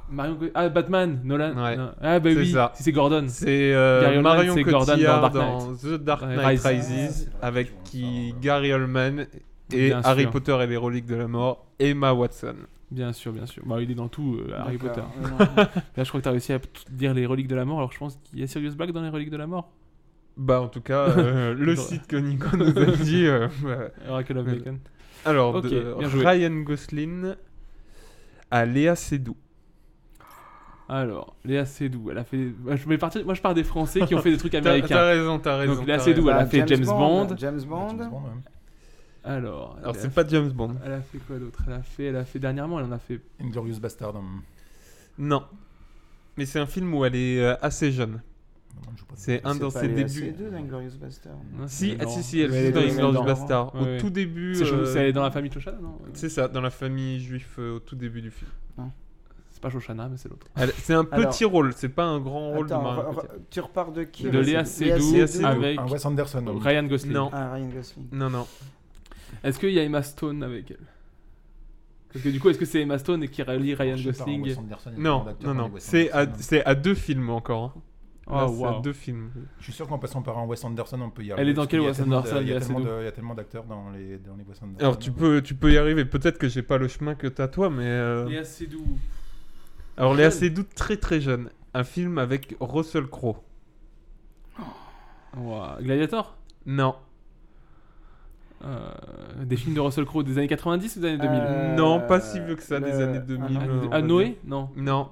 [SPEAKER 8] Marion Co- Ah, Batman, Nolan.
[SPEAKER 7] Ouais.
[SPEAKER 8] non. Ah, bah
[SPEAKER 7] C'est
[SPEAKER 8] oui,
[SPEAKER 7] ça.
[SPEAKER 8] si c'est Gordon.
[SPEAKER 7] C'est euh,
[SPEAKER 8] Gary Oldman,
[SPEAKER 7] Marion
[SPEAKER 8] c'est Gordon
[SPEAKER 7] Cotillard
[SPEAKER 8] dans Dark
[SPEAKER 7] dans,
[SPEAKER 8] Knight.
[SPEAKER 7] The Dark
[SPEAKER 8] Ouais,
[SPEAKER 7] Knight
[SPEAKER 8] Rises.
[SPEAKER 7] Rises avec qui Gary Oldman et
[SPEAKER 8] Bien
[SPEAKER 7] Harry
[SPEAKER 8] sûr.
[SPEAKER 7] Potter et les reliques de la mort, Emma Watson.
[SPEAKER 8] Bien sûr, bien sûr. Bah, il est dans tout, euh, Harry Potter.
[SPEAKER 9] D'accord, ouais, non. Bah,
[SPEAKER 8] Là, je crois que t'as réussi à p- dire les reliques de la mort, alors je pense qu'il y a Sirius Black dans les reliques de la mort.
[SPEAKER 7] Bah en tout cas, euh, le site que Nico nous a dit. euh, bah,
[SPEAKER 8] Oracle of
[SPEAKER 7] euh,
[SPEAKER 8] Bacon.
[SPEAKER 7] Alors,
[SPEAKER 8] Ok,
[SPEAKER 7] de
[SPEAKER 8] bien joué.
[SPEAKER 7] Ryan Gosling à Léa Seydoux.
[SPEAKER 8] Alors, Léa Seydoux, elle a fait. Moi, Je vais partir... Moi, je pars des Français qui ont fait des trucs
[SPEAKER 7] T'as-
[SPEAKER 8] américains.
[SPEAKER 7] t'as raison, t'as raison,
[SPEAKER 8] Donc, Léa
[SPEAKER 7] t'as
[SPEAKER 8] Seydoux, elle a
[SPEAKER 7] raison.
[SPEAKER 8] fait James, Bond.
[SPEAKER 9] James Bond.
[SPEAKER 8] Alors,
[SPEAKER 7] Alors,
[SPEAKER 8] elle
[SPEAKER 7] c'est
[SPEAKER 8] a
[SPEAKER 7] pas
[SPEAKER 8] fait-
[SPEAKER 7] James Bond.
[SPEAKER 8] Elle a fait quoi d'autre Elle a fait, elle a fait dernièrement, elle en a fait.
[SPEAKER 5] Inglorious Bastard. hein.
[SPEAKER 7] Non. Mais c'est un film où elle est euh, assez jeune. C'est un
[SPEAKER 9] C'est
[SPEAKER 7] dans
[SPEAKER 9] pas
[SPEAKER 7] ses
[SPEAKER 9] les
[SPEAKER 7] débuts.
[SPEAKER 9] AC2 d'Inglorious Basterds.
[SPEAKER 7] Si, ah,
[SPEAKER 8] hein, Laurent.
[SPEAKER 7] si, si, elle
[SPEAKER 8] Mais
[SPEAKER 7] joue
[SPEAKER 8] elle
[SPEAKER 7] dans
[SPEAKER 8] est dans-
[SPEAKER 7] Inglourious
[SPEAKER 8] dans-
[SPEAKER 7] Bastard.
[SPEAKER 8] Ouais,
[SPEAKER 7] Au
[SPEAKER 8] ouais.
[SPEAKER 7] tout début.
[SPEAKER 8] C'est-
[SPEAKER 7] euh,
[SPEAKER 8] c'est dans la famille Toshana, non
[SPEAKER 7] C'est ça, dans la famille juive euh, au tout début du film.
[SPEAKER 8] C'est pas Shoshana, mais c'est l'autre.
[SPEAKER 7] Elle- C'est un petit
[SPEAKER 9] Alors-
[SPEAKER 7] rôle, c'est pas un grand rôle
[SPEAKER 9] Attends,
[SPEAKER 7] de Marion
[SPEAKER 9] re- re-
[SPEAKER 7] Cotillard.
[SPEAKER 9] tu repars de qui
[SPEAKER 8] De Léa Seydoux
[SPEAKER 7] Léa Seydoux.
[SPEAKER 8] avec
[SPEAKER 5] Ah, Wes Anderson.
[SPEAKER 8] Ryan Gosling.
[SPEAKER 7] Non.
[SPEAKER 9] Ah, Ryan Gosling.
[SPEAKER 7] Non, non.
[SPEAKER 8] Est-ce qu'il y a Emma Stone avec elle Parce que du coup, est-ce que c'est Emma Stone et qui relie Ryan
[SPEAKER 5] je sais pas,
[SPEAKER 8] Gosling
[SPEAKER 5] Wes Anderson, il y a
[SPEAKER 7] Non,
[SPEAKER 5] tellement d'acteurs
[SPEAKER 7] non,
[SPEAKER 5] dans
[SPEAKER 7] non.
[SPEAKER 5] les Wes
[SPEAKER 7] C'est à,
[SPEAKER 5] Anderson. hein.
[SPEAKER 7] c'est à deux films encore. hein.
[SPEAKER 8] Oh,
[SPEAKER 7] Là, c'est à
[SPEAKER 8] wow.
[SPEAKER 7] deux films.
[SPEAKER 5] Je suis sûr qu'en passant par un Wes Anderson, on peut y arriver.
[SPEAKER 8] Elle est dans
[SPEAKER 5] parce
[SPEAKER 8] quel
[SPEAKER 5] qu'il y a
[SPEAKER 8] Wes
[SPEAKER 5] tellement de-
[SPEAKER 8] Anderson,
[SPEAKER 5] Il y a
[SPEAKER 8] Léa
[SPEAKER 5] tellement
[SPEAKER 8] Seydoux
[SPEAKER 5] de- il y a tellement d'acteurs dans les, dans les Wes Anderson. hein.
[SPEAKER 7] Alors tu peux, tu peux y arriver. Peut-être que j'ai pas le chemin que t'as toi, mais. euh,
[SPEAKER 8] Léa Seydoux.
[SPEAKER 7] Alors Léa
[SPEAKER 8] Jeune.
[SPEAKER 7] Seydoux, très très jeune. Un film avec Russell Crowe.
[SPEAKER 8] Ouah, Gladiator
[SPEAKER 7] Non.
[SPEAKER 8] Euh, Des films de Russell Crowe des années 90 ou des années 2000
[SPEAKER 9] Euh,
[SPEAKER 7] Non, pas si vieux que ça, des
[SPEAKER 9] le-
[SPEAKER 7] années
[SPEAKER 9] ah
[SPEAKER 7] 2000.
[SPEAKER 9] non.
[SPEAKER 7] euh, on
[SPEAKER 8] Ah,
[SPEAKER 7] va dire.
[SPEAKER 8] Noé Non.
[SPEAKER 7] Non.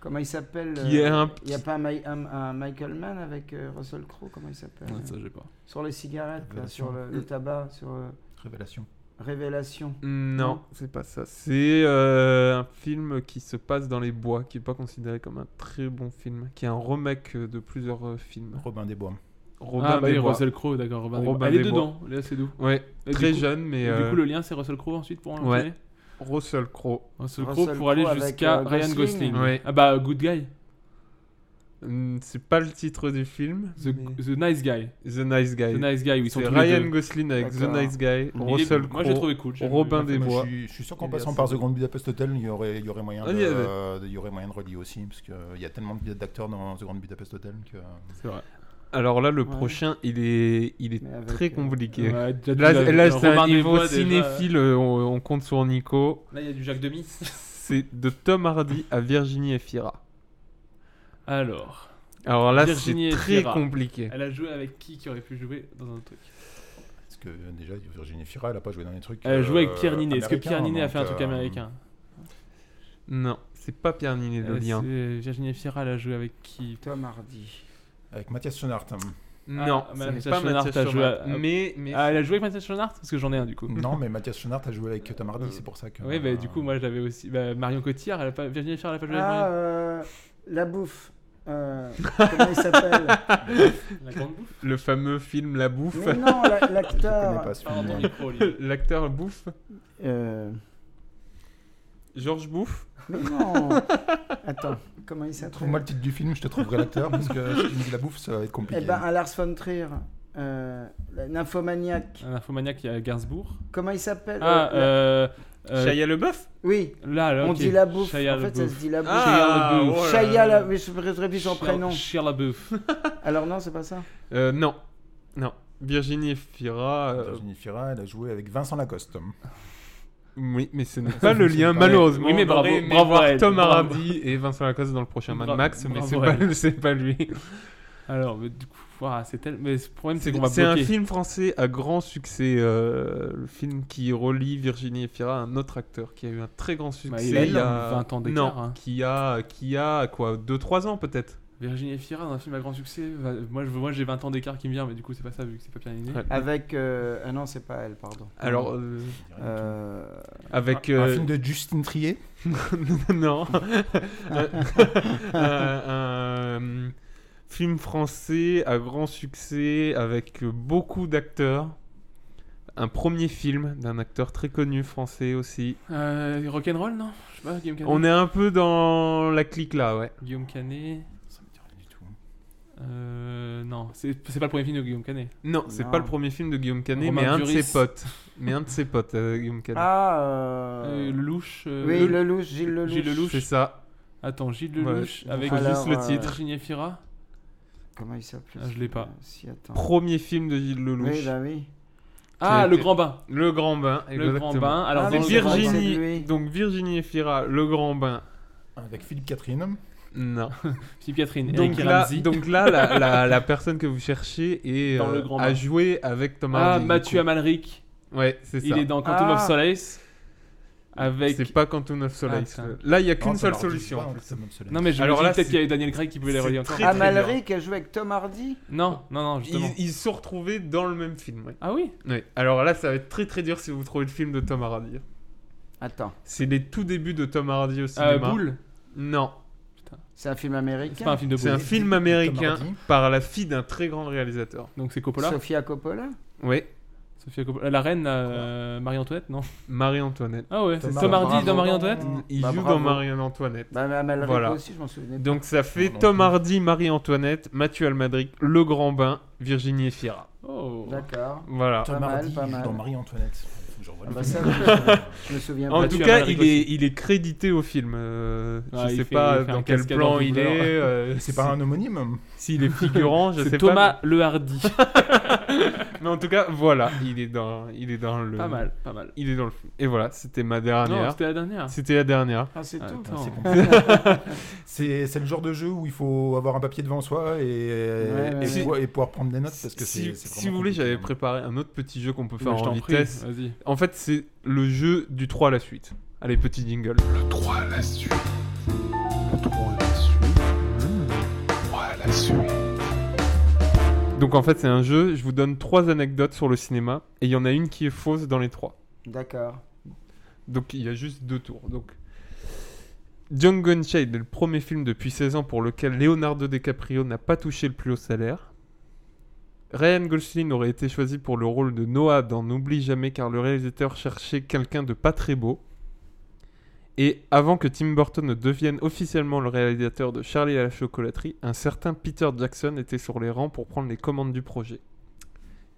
[SPEAKER 9] Comment il s'appelle
[SPEAKER 8] Euh,
[SPEAKER 7] Qui est un
[SPEAKER 9] Il n'y a pas un, Mi- un- un Michael Mann avec euh, Russell Crowe, comment il s'appelle
[SPEAKER 8] Ouais, ça, j'ai pas.
[SPEAKER 9] Sur les cigarettes, là,
[SPEAKER 5] Révélation.
[SPEAKER 9] sur le, le tabac, sur euh,
[SPEAKER 5] Révélation.
[SPEAKER 9] Révélation.
[SPEAKER 7] Non, c'est pas ça. C'est euh, un film qui se passe dans les bois, qui est pas considéré comme un très bon film, qui est un remake euh, de plusieurs euh, films.
[SPEAKER 5] Robin des Bois.
[SPEAKER 7] Robin
[SPEAKER 8] ah, bah
[SPEAKER 7] des
[SPEAKER 8] oui,
[SPEAKER 7] Bois.
[SPEAKER 8] Russell Crowe, d'accord. Robin, des
[SPEAKER 7] Robin
[SPEAKER 8] Bois. Elle est
[SPEAKER 7] des
[SPEAKER 8] dedans,
[SPEAKER 7] Bois.
[SPEAKER 8] Léa Seydoux.
[SPEAKER 7] Ouais,
[SPEAKER 8] Et du
[SPEAKER 7] très
[SPEAKER 8] coup-
[SPEAKER 7] jeune, mais.
[SPEAKER 8] et Du
[SPEAKER 7] euh,
[SPEAKER 8] coup, le lien, c'est Russell Crowe ensuite pour en
[SPEAKER 7] ouais. Russell Crowe.
[SPEAKER 8] Russell Crowe
[SPEAKER 9] Russell
[SPEAKER 8] pour aller
[SPEAKER 9] Crowe avec,
[SPEAKER 8] jusqu'à
[SPEAKER 9] euh,
[SPEAKER 8] Ryan Gosling.
[SPEAKER 9] Gosling.
[SPEAKER 7] Ouais.
[SPEAKER 8] Ah bah, Good Guy.
[SPEAKER 7] Hum, C'est pas le titre du film.
[SPEAKER 8] The, the Nice Guy.
[SPEAKER 7] The Nice Guy.
[SPEAKER 8] The Nice Guy, où ils sont
[SPEAKER 7] C'est
[SPEAKER 8] tous les
[SPEAKER 7] Ryan
[SPEAKER 8] deux.
[SPEAKER 7] Gosling avec The
[SPEAKER 8] D'accord.
[SPEAKER 7] Nice Guy,
[SPEAKER 8] Il est-
[SPEAKER 7] Russell Crowe,
[SPEAKER 8] Moi, j'ai trouvé cool. j'ai-
[SPEAKER 7] Robin des
[SPEAKER 5] Moi,
[SPEAKER 7] Bois.
[SPEAKER 5] Je suis, je suis sûr qu'en
[SPEAKER 7] Et Léa
[SPEAKER 5] passant par The
[SPEAKER 7] Seydoux.
[SPEAKER 5] Grand Budapest Hotel, il y aurait, il y aurait moyen
[SPEAKER 7] Ah,
[SPEAKER 5] de,
[SPEAKER 7] il y a-
[SPEAKER 5] euh, il y aurait moyen de relier aussi, parce qu'il y a tellement de- d'acteurs dans The Grand Budapest Hotel que.
[SPEAKER 8] C'est vrai.
[SPEAKER 7] Alors là, le
[SPEAKER 9] Ouais.
[SPEAKER 7] prochain, il est, il est
[SPEAKER 9] Mais avec,
[SPEAKER 7] très
[SPEAKER 9] euh,
[SPEAKER 7] compliqué.
[SPEAKER 8] ouais, déjà,
[SPEAKER 7] là,
[SPEAKER 8] déjà,
[SPEAKER 7] là,
[SPEAKER 8] Robin
[SPEAKER 7] c'est un
[SPEAKER 8] des
[SPEAKER 7] niveau
[SPEAKER 8] Bois, déjà,
[SPEAKER 7] cinéphile, euh, on, on compte sur Nico.
[SPEAKER 8] Là, il y a du Jacques Demy.
[SPEAKER 7] C'est de Tom Hardy à Virginie Efira.
[SPEAKER 8] Alors.
[SPEAKER 7] Alors là,
[SPEAKER 8] Virginie
[SPEAKER 7] c'est très
[SPEAKER 8] Efira.
[SPEAKER 7] compliqué.
[SPEAKER 8] Elle a joué avec qui qui aurait pu jouer dans un truc
[SPEAKER 5] Parce que euh, déjà, Virginie Fira, elle a pas joué dans les trucs.
[SPEAKER 8] Elle a joué avec
[SPEAKER 5] euh,
[SPEAKER 8] Pierre Ninet. Est-ce que
[SPEAKER 5] américains,
[SPEAKER 8] Pierre Ninet a
[SPEAKER 5] donc,
[SPEAKER 8] fait un truc
[SPEAKER 5] euh,
[SPEAKER 8] américain
[SPEAKER 7] Non, c'est pas Pierre Ninet le
[SPEAKER 8] Euh,
[SPEAKER 7] lien.
[SPEAKER 8] c'est- Virginie Fira, elle a joué avec qui
[SPEAKER 9] Tom Hardy.
[SPEAKER 5] Avec Mathias Schoenaert.
[SPEAKER 7] Non,
[SPEAKER 8] Ah,
[SPEAKER 7] ce
[SPEAKER 8] Mathias
[SPEAKER 7] n'est pas
[SPEAKER 8] Schoenaert
[SPEAKER 7] Mathias
[SPEAKER 8] a joué à-
[SPEAKER 7] Schoenaert. Mais, mais
[SPEAKER 8] Ah, elle a joué avec Mathias Schoenaert Parce que j'en ai un du coup.
[SPEAKER 5] Non, mais Mathias Schoenaert a joué avec Tom Hardy, c'est pour ça que.
[SPEAKER 8] Oui, bah du coup, moi j'avais aussi. Bah, Marion Cotillard, elle a pas... Virginie Fira, elle a pas joué avec
[SPEAKER 9] Ah,
[SPEAKER 8] Marion.
[SPEAKER 9] euh, la bouffe. Euh, comment il s'appelle
[SPEAKER 8] La grande bouffe
[SPEAKER 7] le fameux film La Bouffe.
[SPEAKER 9] Mais non, la-
[SPEAKER 5] Je connais
[SPEAKER 9] l'acteur.
[SPEAKER 5] pas ce
[SPEAKER 8] ah, Pardon,
[SPEAKER 5] film.
[SPEAKER 8] micro, Olivier.
[SPEAKER 7] L'acteur Bouffe,
[SPEAKER 9] Euh,
[SPEAKER 7] Georges Bouffe.
[SPEAKER 9] mais non. Attends, comment il s'appelle
[SPEAKER 5] Trouve-moi le titre du film, je te trouverai l'acteur, parce que si tu me dis la bouffe, ça va être compliqué.
[SPEAKER 9] Eh ben, un Lars von Trier. Euh, la nymphomaniaque.
[SPEAKER 8] Un infomaniaque à Gainsbourg.
[SPEAKER 9] Comment il s'appelle
[SPEAKER 8] Ah,
[SPEAKER 9] Euh, la-
[SPEAKER 8] euh. euh,
[SPEAKER 7] Shia LeBeouf
[SPEAKER 9] Oui,
[SPEAKER 8] Là, là,
[SPEAKER 9] on
[SPEAKER 8] ok.
[SPEAKER 9] dit la bouffe.
[SPEAKER 8] Shia
[SPEAKER 9] en fait, ça
[SPEAKER 8] LaBeouf.
[SPEAKER 9] se dit la bouffe.
[SPEAKER 7] Ah,
[SPEAKER 8] LaBeouf.
[SPEAKER 7] oh là
[SPEAKER 9] Shaya,
[SPEAKER 7] là.
[SPEAKER 9] la... mais je réfléchis son
[SPEAKER 8] Shia-
[SPEAKER 9] prénom.
[SPEAKER 8] Shia LaBeouf.
[SPEAKER 9] Alors non, c'est pas ça.
[SPEAKER 7] Euh, non, non. Virginie Fira. euh,
[SPEAKER 5] Virginie Fira, elle a joué avec Vincent Lacoste.
[SPEAKER 7] Oui, mais ce n'est pas le lien, malheureusement.
[SPEAKER 8] Oui, mais
[SPEAKER 7] On
[SPEAKER 8] bravo-
[SPEAKER 7] aurait aimé
[SPEAKER 8] bravo
[SPEAKER 7] voir
[SPEAKER 8] à elle,
[SPEAKER 7] Tom
[SPEAKER 8] bravo.
[SPEAKER 7] Hardy et Vincent Lacoste dans le prochain Mad
[SPEAKER 8] Bravo-
[SPEAKER 7] Max, mais c'est
[SPEAKER 8] bravo
[SPEAKER 7] pas,
[SPEAKER 8] à elle.
[SPEAKER 7] c'est pas lui.
[SPEAKER 8] Alors, mais du coup, ouah, c'est tel... mais le problème, c'est
[SPEAKER 7] C'est
[SPEAKER 8] qu'on va
[SPEAKER 7] c'est un
[SPEAKER 8] bloquer.
[SPEAKER 7] film français à grand succès, euh, le film qui relie Virginie Efira à un autre acteur qui a eu un très grand succès
[SPEAKER 8] Bah, il a
[SPEAKER 7] il y a
[SPEAKER 8] 20 ans d'écart,
[SPEAKER 7] Non,
[SPEAKER 8] hein.
[SPEAKER 7] qui a qui a quoi 2-3 ans peut-être.
[SPEAKER 8] Virginie Efira dans un film à grand succès. va- Moi, je- moi j'ai 20 ans d'écart qui me vient, mais du coup, c'est pas ça vu que c'est pas bien aligné.
[SPEAKER 9] Avec. euh, Ah non, c'est pas elle, pardon.
[SPEAKER 7] Alors, euh,
[SPEAKER 9] Euh,
[SPEAKER 7] avec
[SPEAKER 5] Un-
[SPEAKER 7] euh,
[SPEAKER 5] Un film de Justine Trier
[SPEAKER 7] non Euh, euh, un film français à grand succès avec euh, beaucoup d'acteurs. Un premier film d'un acteur très connu français aussi.
[SPEAKER 8] Euh, rock'n'roll, non Je sais pas, Guillaume Canet.
[SPEAKER 7] On est un peu dans la clique là, ouais.
[SPEAKER 8] Guillaume Canet. Ça me dit rien du tout. Euh, non, c'est c'est pas le premier film de Guillaume Canet.
[SPEAKER 7] Non, c'est
[SPEAKER 8] Non.
[SPEAKER 7] pas le premier film de Guillaume Canet,
[SPEAKER 8] Romain
[SPEAKER 7] mais un de
[SPEAKER 8] Duris.
[SPEAKER 7] ses potes. Mais un de ses potes, euh, Guillaume Canet.
[SPEAKER 9] Ah. euh,
[SPEAKER 8] Euh, Lelouch. euh,
[SPEAKER 9] Oui, Lelouch, Gilles Lelouch.
[SPEAKER 8] Gilles Lelouch.
[SPEAKER 7] C'est ça.
[SPEAKER 8] Attends, Gilles
[SPEAKER 7] Ouais.
[SPEAKER 8] Lelouch avec
[SPEAKER 7] Faut juste le
[SPEAKER 8] euh,
[SPEAKER 7] titre.
[SPEAKER 8] Virginie Efira.
[SPEAKER 9] Comment il s'appelle
[SPEAKER 8] Ah, je l'ai pas.
[SPEAKER 9] Si, attends.
[SPEAKER 7] Premier film de Gilles Lelouch.
[SPEAKER 9] Oui, bah oui.
[SPEAKER 8] Ah,
[SPEAKER 7] Qui
[SPEAKER 8] Le
[SPEAKER 7] était-
[SPEAKER 8] Grand Bain.
[SPEAKER 7] Le Grand Bain,
[SPEAKER 8] Le Grand
[SPEAKER 7] exactement. Ah,
[SPEAKER 8] Bain, alors
[SPEAKER 7] C'est
[SPEAKER 8] dans Le Grand Bain,
[SPEAKER 7] Virginie, donc Virginie Efira, Le Grand Bain.
[SPEAKER 5] Avec Philippe Catherine.
[SPEAKER 7] Non.
[SPEAKER 8] Philippe Catherine.
[SPEAKER 7] Donc
[SPEAKER 8] Eric
[SPEAKER 7] là,
[SPEAKER 8] Ramsey.
[SPEAKER 7] donc là, la, la- la personne que vous cherchez est
[SPEAKER 8] Dans
[SPEAKER 7] euh,
[SPEAKER 8] Le Grand Bain.
[SPEAKER 7] à jouer avec Thomas.
[SPEAKER 8] Ah,
[SPEAKER 7] Hardy, du
[SPEAKER 8] Mathieu
[SPEAKER 7] coup.
[SPEAKER 8] Amalric.
[SPEAKER 7] Ouais, c'est ça.
[SPEAKER 8] Il est dans Quantum of
[SPEAKER 7] Ah.
[SPEAKER 8] Solace. Avec...
[SPEAKER 7] C'est pas Quantum of Solace.
[SPEAKER 8] Ah, putain.
[SPEAKER 7] là, il y a
[SPEAKER 5] Non,
[SPEAKER 7] qu'une
[SPEAKER 5] ça
[SPEAKER 7] seule
[SPEAKER 5] leur dit
[SPEAKER 7] solution.
[SPEAKER 5] pas,
[SPEAKER 7] en
[SPEAKER 5] hein,
[SPEAKER 7] plus.
[SPEAKER 5] Quantum of Solace.
[SPEAKER 8] Non, mais je
[SPEAKER 7] Alors
[SPEAKER 8] me dis
[SPEAKER 7] là,
[SPEAKER 8] peut-être
[SPEAKER 7] c'est-
[SPEAKER 8] qu'il y avait Daniel Craig qui pouvait les
[SPEAKER 7] c'est
[SPEAKER 8] relier encore. Ah,
[SPEAKER 7] très, très dur.
[SPEAKER 9] Amalric Ah, a joué avec Tom Hardy
[SPEAKER 8] Non, non, non, justement.
[SPEAKER 7] Ils, ils se sont retrouvés dans le même film. ouais.
[SPEAKER 8] Ah oui
[SPEAKER 7] Ouais. Alors là, ça va être très très dur si vous trouvez le film de Tom Hardy.
[SPEAKER 9] Attends.
[SPEAKER 7] C'est les tout débuts de Tom Hardy au
[SPEAKER 8] Euh,
[SPEAKER 7] cinéma.
[SPEAKER 8] Boule
[SPEAKER 7] Non.
[SPEAKER 9] C'est un film américain.
[SPEAKER 8] C'est pas un film de
[SPEAKER 7] C'est un
[SPEAKER 8] boule.
[SPEAKER 7] film américain par la fille d'un très grand réalisateur.
[SPEAKER 8] Donc c'est Coppola
[SPEAKER 9] Sofia Coppola
[SPEAKER 7] Oui,
[SPEAKER 8] Sophia Coppola. La reine, euh, Marie-Antoinette, non
[SPEAKER 7] Marie-Antoinette.
[SPEAKER 8] Ah ouais,
[SPEAKER 7] C'est
[SPEAKER 8] Tom,
[SPEAKER 7] ça.
[SPEAKER 8] Hardy
[SPEAKER 9] Bravo.
[SPEAKER 8] dans Marie-Antoinette
[SPEAKER 7] Il
[SPEAKER 9] Bah,
[SPEAKER 7] joue
[SPEAKER 9] bravo.
[SPEAKER 7] dans Marie-Antoinette.
[SPEAKER 9] Bah, mais Amalric
[SPEAKER 7] Voilà.
[SPEAKER 9] aussi, je m'en souvenais.
[SPEAKER 7] Donc ça fait
[SPEAKER 5] Non, non
[SPEAKER 7] Tom
[SPEAKER 5] plus.
[SPEAKER 7] Hardy, Marie-Antoinette, Mathieu Almadric, Le Grand Bain, Virginie Efira.
[SPEAKER 8] Oh.
[SPEAKER 9] pas. D'accord.
[SPEAKER 7] Voilà.
[SPEAKER 5] Tom
[SPEAKER 9] Pas mal,
[SPEAKER 5] Hardy
[SPEAKER 9] pas
[SPEAKER 5] joue
[SPEAKER 9] mal.
[SPEAKER 5] dans Marie-Antoinette. Faut que je revoie
[SPEAKER 9] Ah
[SPEAKER 5] le
[SPEAKER 9] bah
[SPEAKER 5] film.
[SPEAKER 9] ça, je me souviens- je me souviens
[SPEAKER 7] En
[SPEAKER 9] pas.
[SPEAKER 8] Mathieu
[SPEAKER 7] tout cas,
[SPEAKER 8] Amalric
[SPEAKER 7] il est,
[SPEAKER 8] aussi.
[SPEAKER 7] il est crédité au film. euh,
[SPEAKER 8] Ah,
[SPEAKER 7] je sais
[SPEAKER 8] il fait- il
[SPEAKER 7] pas
[SPEAKER 8] fait un
[SPEAKER 7] dans quel
[SPEAKER 8] cascade
[SPEAKER 7] plan
[SPEAKER 8] en
[SPEAKER 7] il est.
[SPEAKER 8] doubleur.
[SPEAKER 7] euh,
[SPEAKER 5] C'est
[SPEAKER 7] si-
[SPEAKER 5] pas un homonyme
[SPEAKER 7] S'il est figurant, je sais
[SPEAKER 8] C'est
[SPEAKER 7] pas.
[SPEAKER 8] Thomas Le Hardy.
[SPEAKER 7] Mais mais en tout cas, voilà, il est dans, il est dans le.
[SPEAKER 8] pas mal, pas mal.
[SPEAKER 7] Il est dans le film. Et voilà, c'était ma
[SPEAKER 8] Non,
[SPEAKER 7] dernière.
[SPEAKER 8] c'était la dernière.
[SPEAKER 7] C'était la dernière.
[SPEAKER 9] Ah, c'est tout.
[SPEAKER 8] Attends.
[SPEAKER 5] C'est hein. C'est c'est le genre de jeu où il faut avoir un papier devant soi et, et
[SPEAKER 9] ouais,
[SPEAKER 7] ouais.
[SPEAKER 5] pouvoir- et pouvoir prendre des notes parce que
[SPEAKER 7] si,
[SPEAKER 5] c'est- c'est
[SPEAKER 7] si
[SPEAKER 5] vraiment
[SPEAKER 7] vous voulez,
[SPEAKER 5] compliqué. hein.
[SPEAKER 7] j'avais préparé un autre petit jeu qu'on peut faire
[SPEAKER 8] Mais je
[SPEAKER 7] en
[SPEAKER 8] t'en prie,
[SPEAKER 7] vitesse.
[SPEAKER 8] Vas-y.
[SPEAKER 7] En fait, c'est le jeu du 3 à la suite. Allez, petit jingle.
[SPEAKER 14] Le 3 à la suite. Le 3 à la suite. Le 3 à la suite.
[SPEAKER 7] Donc en fait, c'est un jeu, je vous donne trois anecdotes sur le cinéma et il y en a une qui est fausse dans les trois.
[SPEAKER 9] D'accord.
[SPEAKER 7] Donc il y a juste deux tours. Donc Django Unchained est le premier film depuis 16 ans pour lequel Leonardo DiCaprio n'a pas touché le plus haut salaire. Ryan Gosling aurait été choisi pour le rôle de Noah dans N'oublie jamais car le réalisateur cherchait quelqu'un de pas très beau. Et avant que Tim Burton ne devienne officiellement le réalisateur de Charlie et la chocolaterie, un certain Peter Jackson était sur les rangs pour prendre les commandes du projet.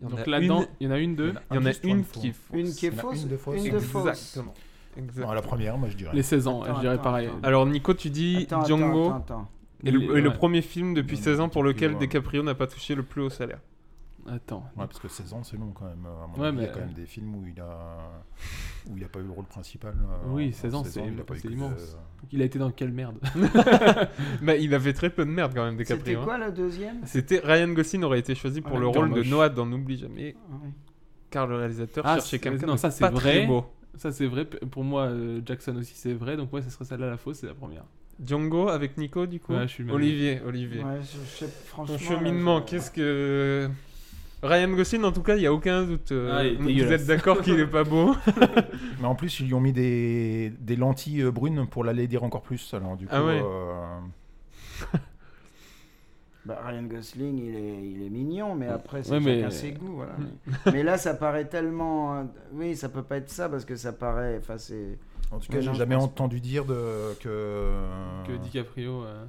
[SPEAKER 7] Il y en
[SPEAKER 8] Donc
[SPEAKER 7] a
[SPEAKER 8] là-dedans,
[SPEAKER 7] une-
[SPEAKER 8] il y en a une, deux.
[SPEAKER 7] il y en a
[SPEAKER 5] Juste
[SPEAKER 7] une
[SPEAKER 5] fois.
[SPEAKER 7] qui est fausse.
[SPEAKER 9] Une qui est
[SPEAKER 5] Il y en a
[SPEAKER 9] fausse
[SPEAKER 5] hein. une de fausse.
[SPEAKER 9] Une de fausse.
[SPEAKER 7] Exactement. Exactement.
[SPEAKER 5] Non, la première, moi je dirais.
[SPEAKER 8] Les 16 ans,
[SPEAKER 9] Attends,
[SPEAKER 8] je dirais
[SPEAKER 9] attends,
[SPEAKER 8] pareil.
[SPEAKER 9] attends.
[SPEAKER 7] Alors Nico, tu dis
[SPEAKER 9] Attends, attends,
[SPEAKER 7] Django
[SPEAKER 9] attends, attends.
[SPEAKER 7] Et, le, et le
[SPEAKER 8] Ouais.
[SPEAKER 7] premier film depuis
[SPEAKER 5] Non,
[SPEAKER 7] 16 ans pour lequel
[SPEAKER 5] DiCaprio, ouais.
[SPEAKER 7] DiCaprio n'a pas touché le plus haut salaire.
[SPEAKER 8] Attends.
[SPEAKER 5] Ouais, parce que 16 ans, c'est long quand même. À mon
[SPEAKER 8] Ouais,
[SPEAKER 5] avis, Il y a
[SPEAKER 8] mais-
[SPEAKER 5] quand même des films où il a, où il a pas eu le rôle principal. euh,
[SPEAKER 8] Oui,
[SPEAKER 5] en
[SPEAKER 8] 16 ans, c'est-
[SPEAKER 5] il a pas eu
[SPEAKER 8] c'est
[SPEAKER 5] que de-
[SPEAKER 8] immense. Il a été dans quelle merde
[SPEAKER 7] bah, il avait très peu de merde quand même,
[SPEAKER 9] C'était
[SPEAKER 7] DiCaprio. hein.
[SPEAKER 9] quoi la deuxième
[SPEAKER 7] C'était Ryan Gosling aurait été choisi pour
[SPEAKER 8] Ah,
[SPEAKER 7] le
[SPEAKER 8] l'acteur
[SPEAKER 7] rôle de
[SPEAKER 8] moche.
[SPEAKER 7] Noah dans N'oublie jamais,
[SPEAKER 9] Ouais.
[SPEAKER 7] car le réalisateur
[SPEAKER 8] Ah,
[SPEAKER 7] cherchait
[SPEAKER 8] c'est-
[SPEAKER 7] quelqu'un
[SPEAKER 8] non,
[SPEAKER 7] de
[SPEAKER 8] ça, c'est
[SPEAKER 7] pas très
[SPEAKER 8] vrai.
[SPEAKER 7] beau.
[SPEAKER 8] Ça, c'est vrai. P- Pour moi, euh, Jackson aussi, c'est vrai. Donc, ouais, ça serait celle-là la fausse, c'est la première.
[SPEAKER 7] Django avec Nico du coup.
[SPEAKER 8] Ouais, je suis le même.
[SPEAKER 7] Olivier, Olivier.
[SPEAKER 9] Ouais, je- je sais- franchement,
[SPEAKER 7] Ton
[SPEAKER 9] là,
[SPEAKER 7] cheminement,
[SPEAKER 9] je-
[SPEAKER 7] qu'est-ce que Ryan Gosling en tout cas, il y a aucun doute. euh,
[SPEAKER 8] Ah, il est
[SPEAKER 7] vous
[SPEAKER 8] dégueulasse.
[SPEAKER 7] êtes d'accord qu'il est pas beau
[SPEAKER 5] Mais en plus, ils lui ont mis des, des lentilles euh, brunes pour l'aller dire encore plus. Alors du coup,
[SPEAKER 7] Ah ouais.
[SPEAKER 5] euh,
[SPEAKER 9] Bah, Ryan Gosling, il est, il est mignon, mais après, c'est
[SPEAKER 8] Ouais, mais-
[SPEAKER 9] chacun ses goûts. Voilà. mais... mais là, ça paraît tellement. hein, Oui, ça peut pas être ça parce que ça paraît. Enfin, c'est.
[SPEAKER 5] en
[SPEAKER 9] Ouais,
[SPEAKER 5] tout cas,
[SPEAKER 9] non,
[SPEAKER 5] j'ai
[SPEAKER 9] je
[SPEAKER 5] jamais
[SPEAKER 9] pense-
[SPEAKER 5] entendu dire de que.
[SPEAKER 8] Que DiCaprio. euh,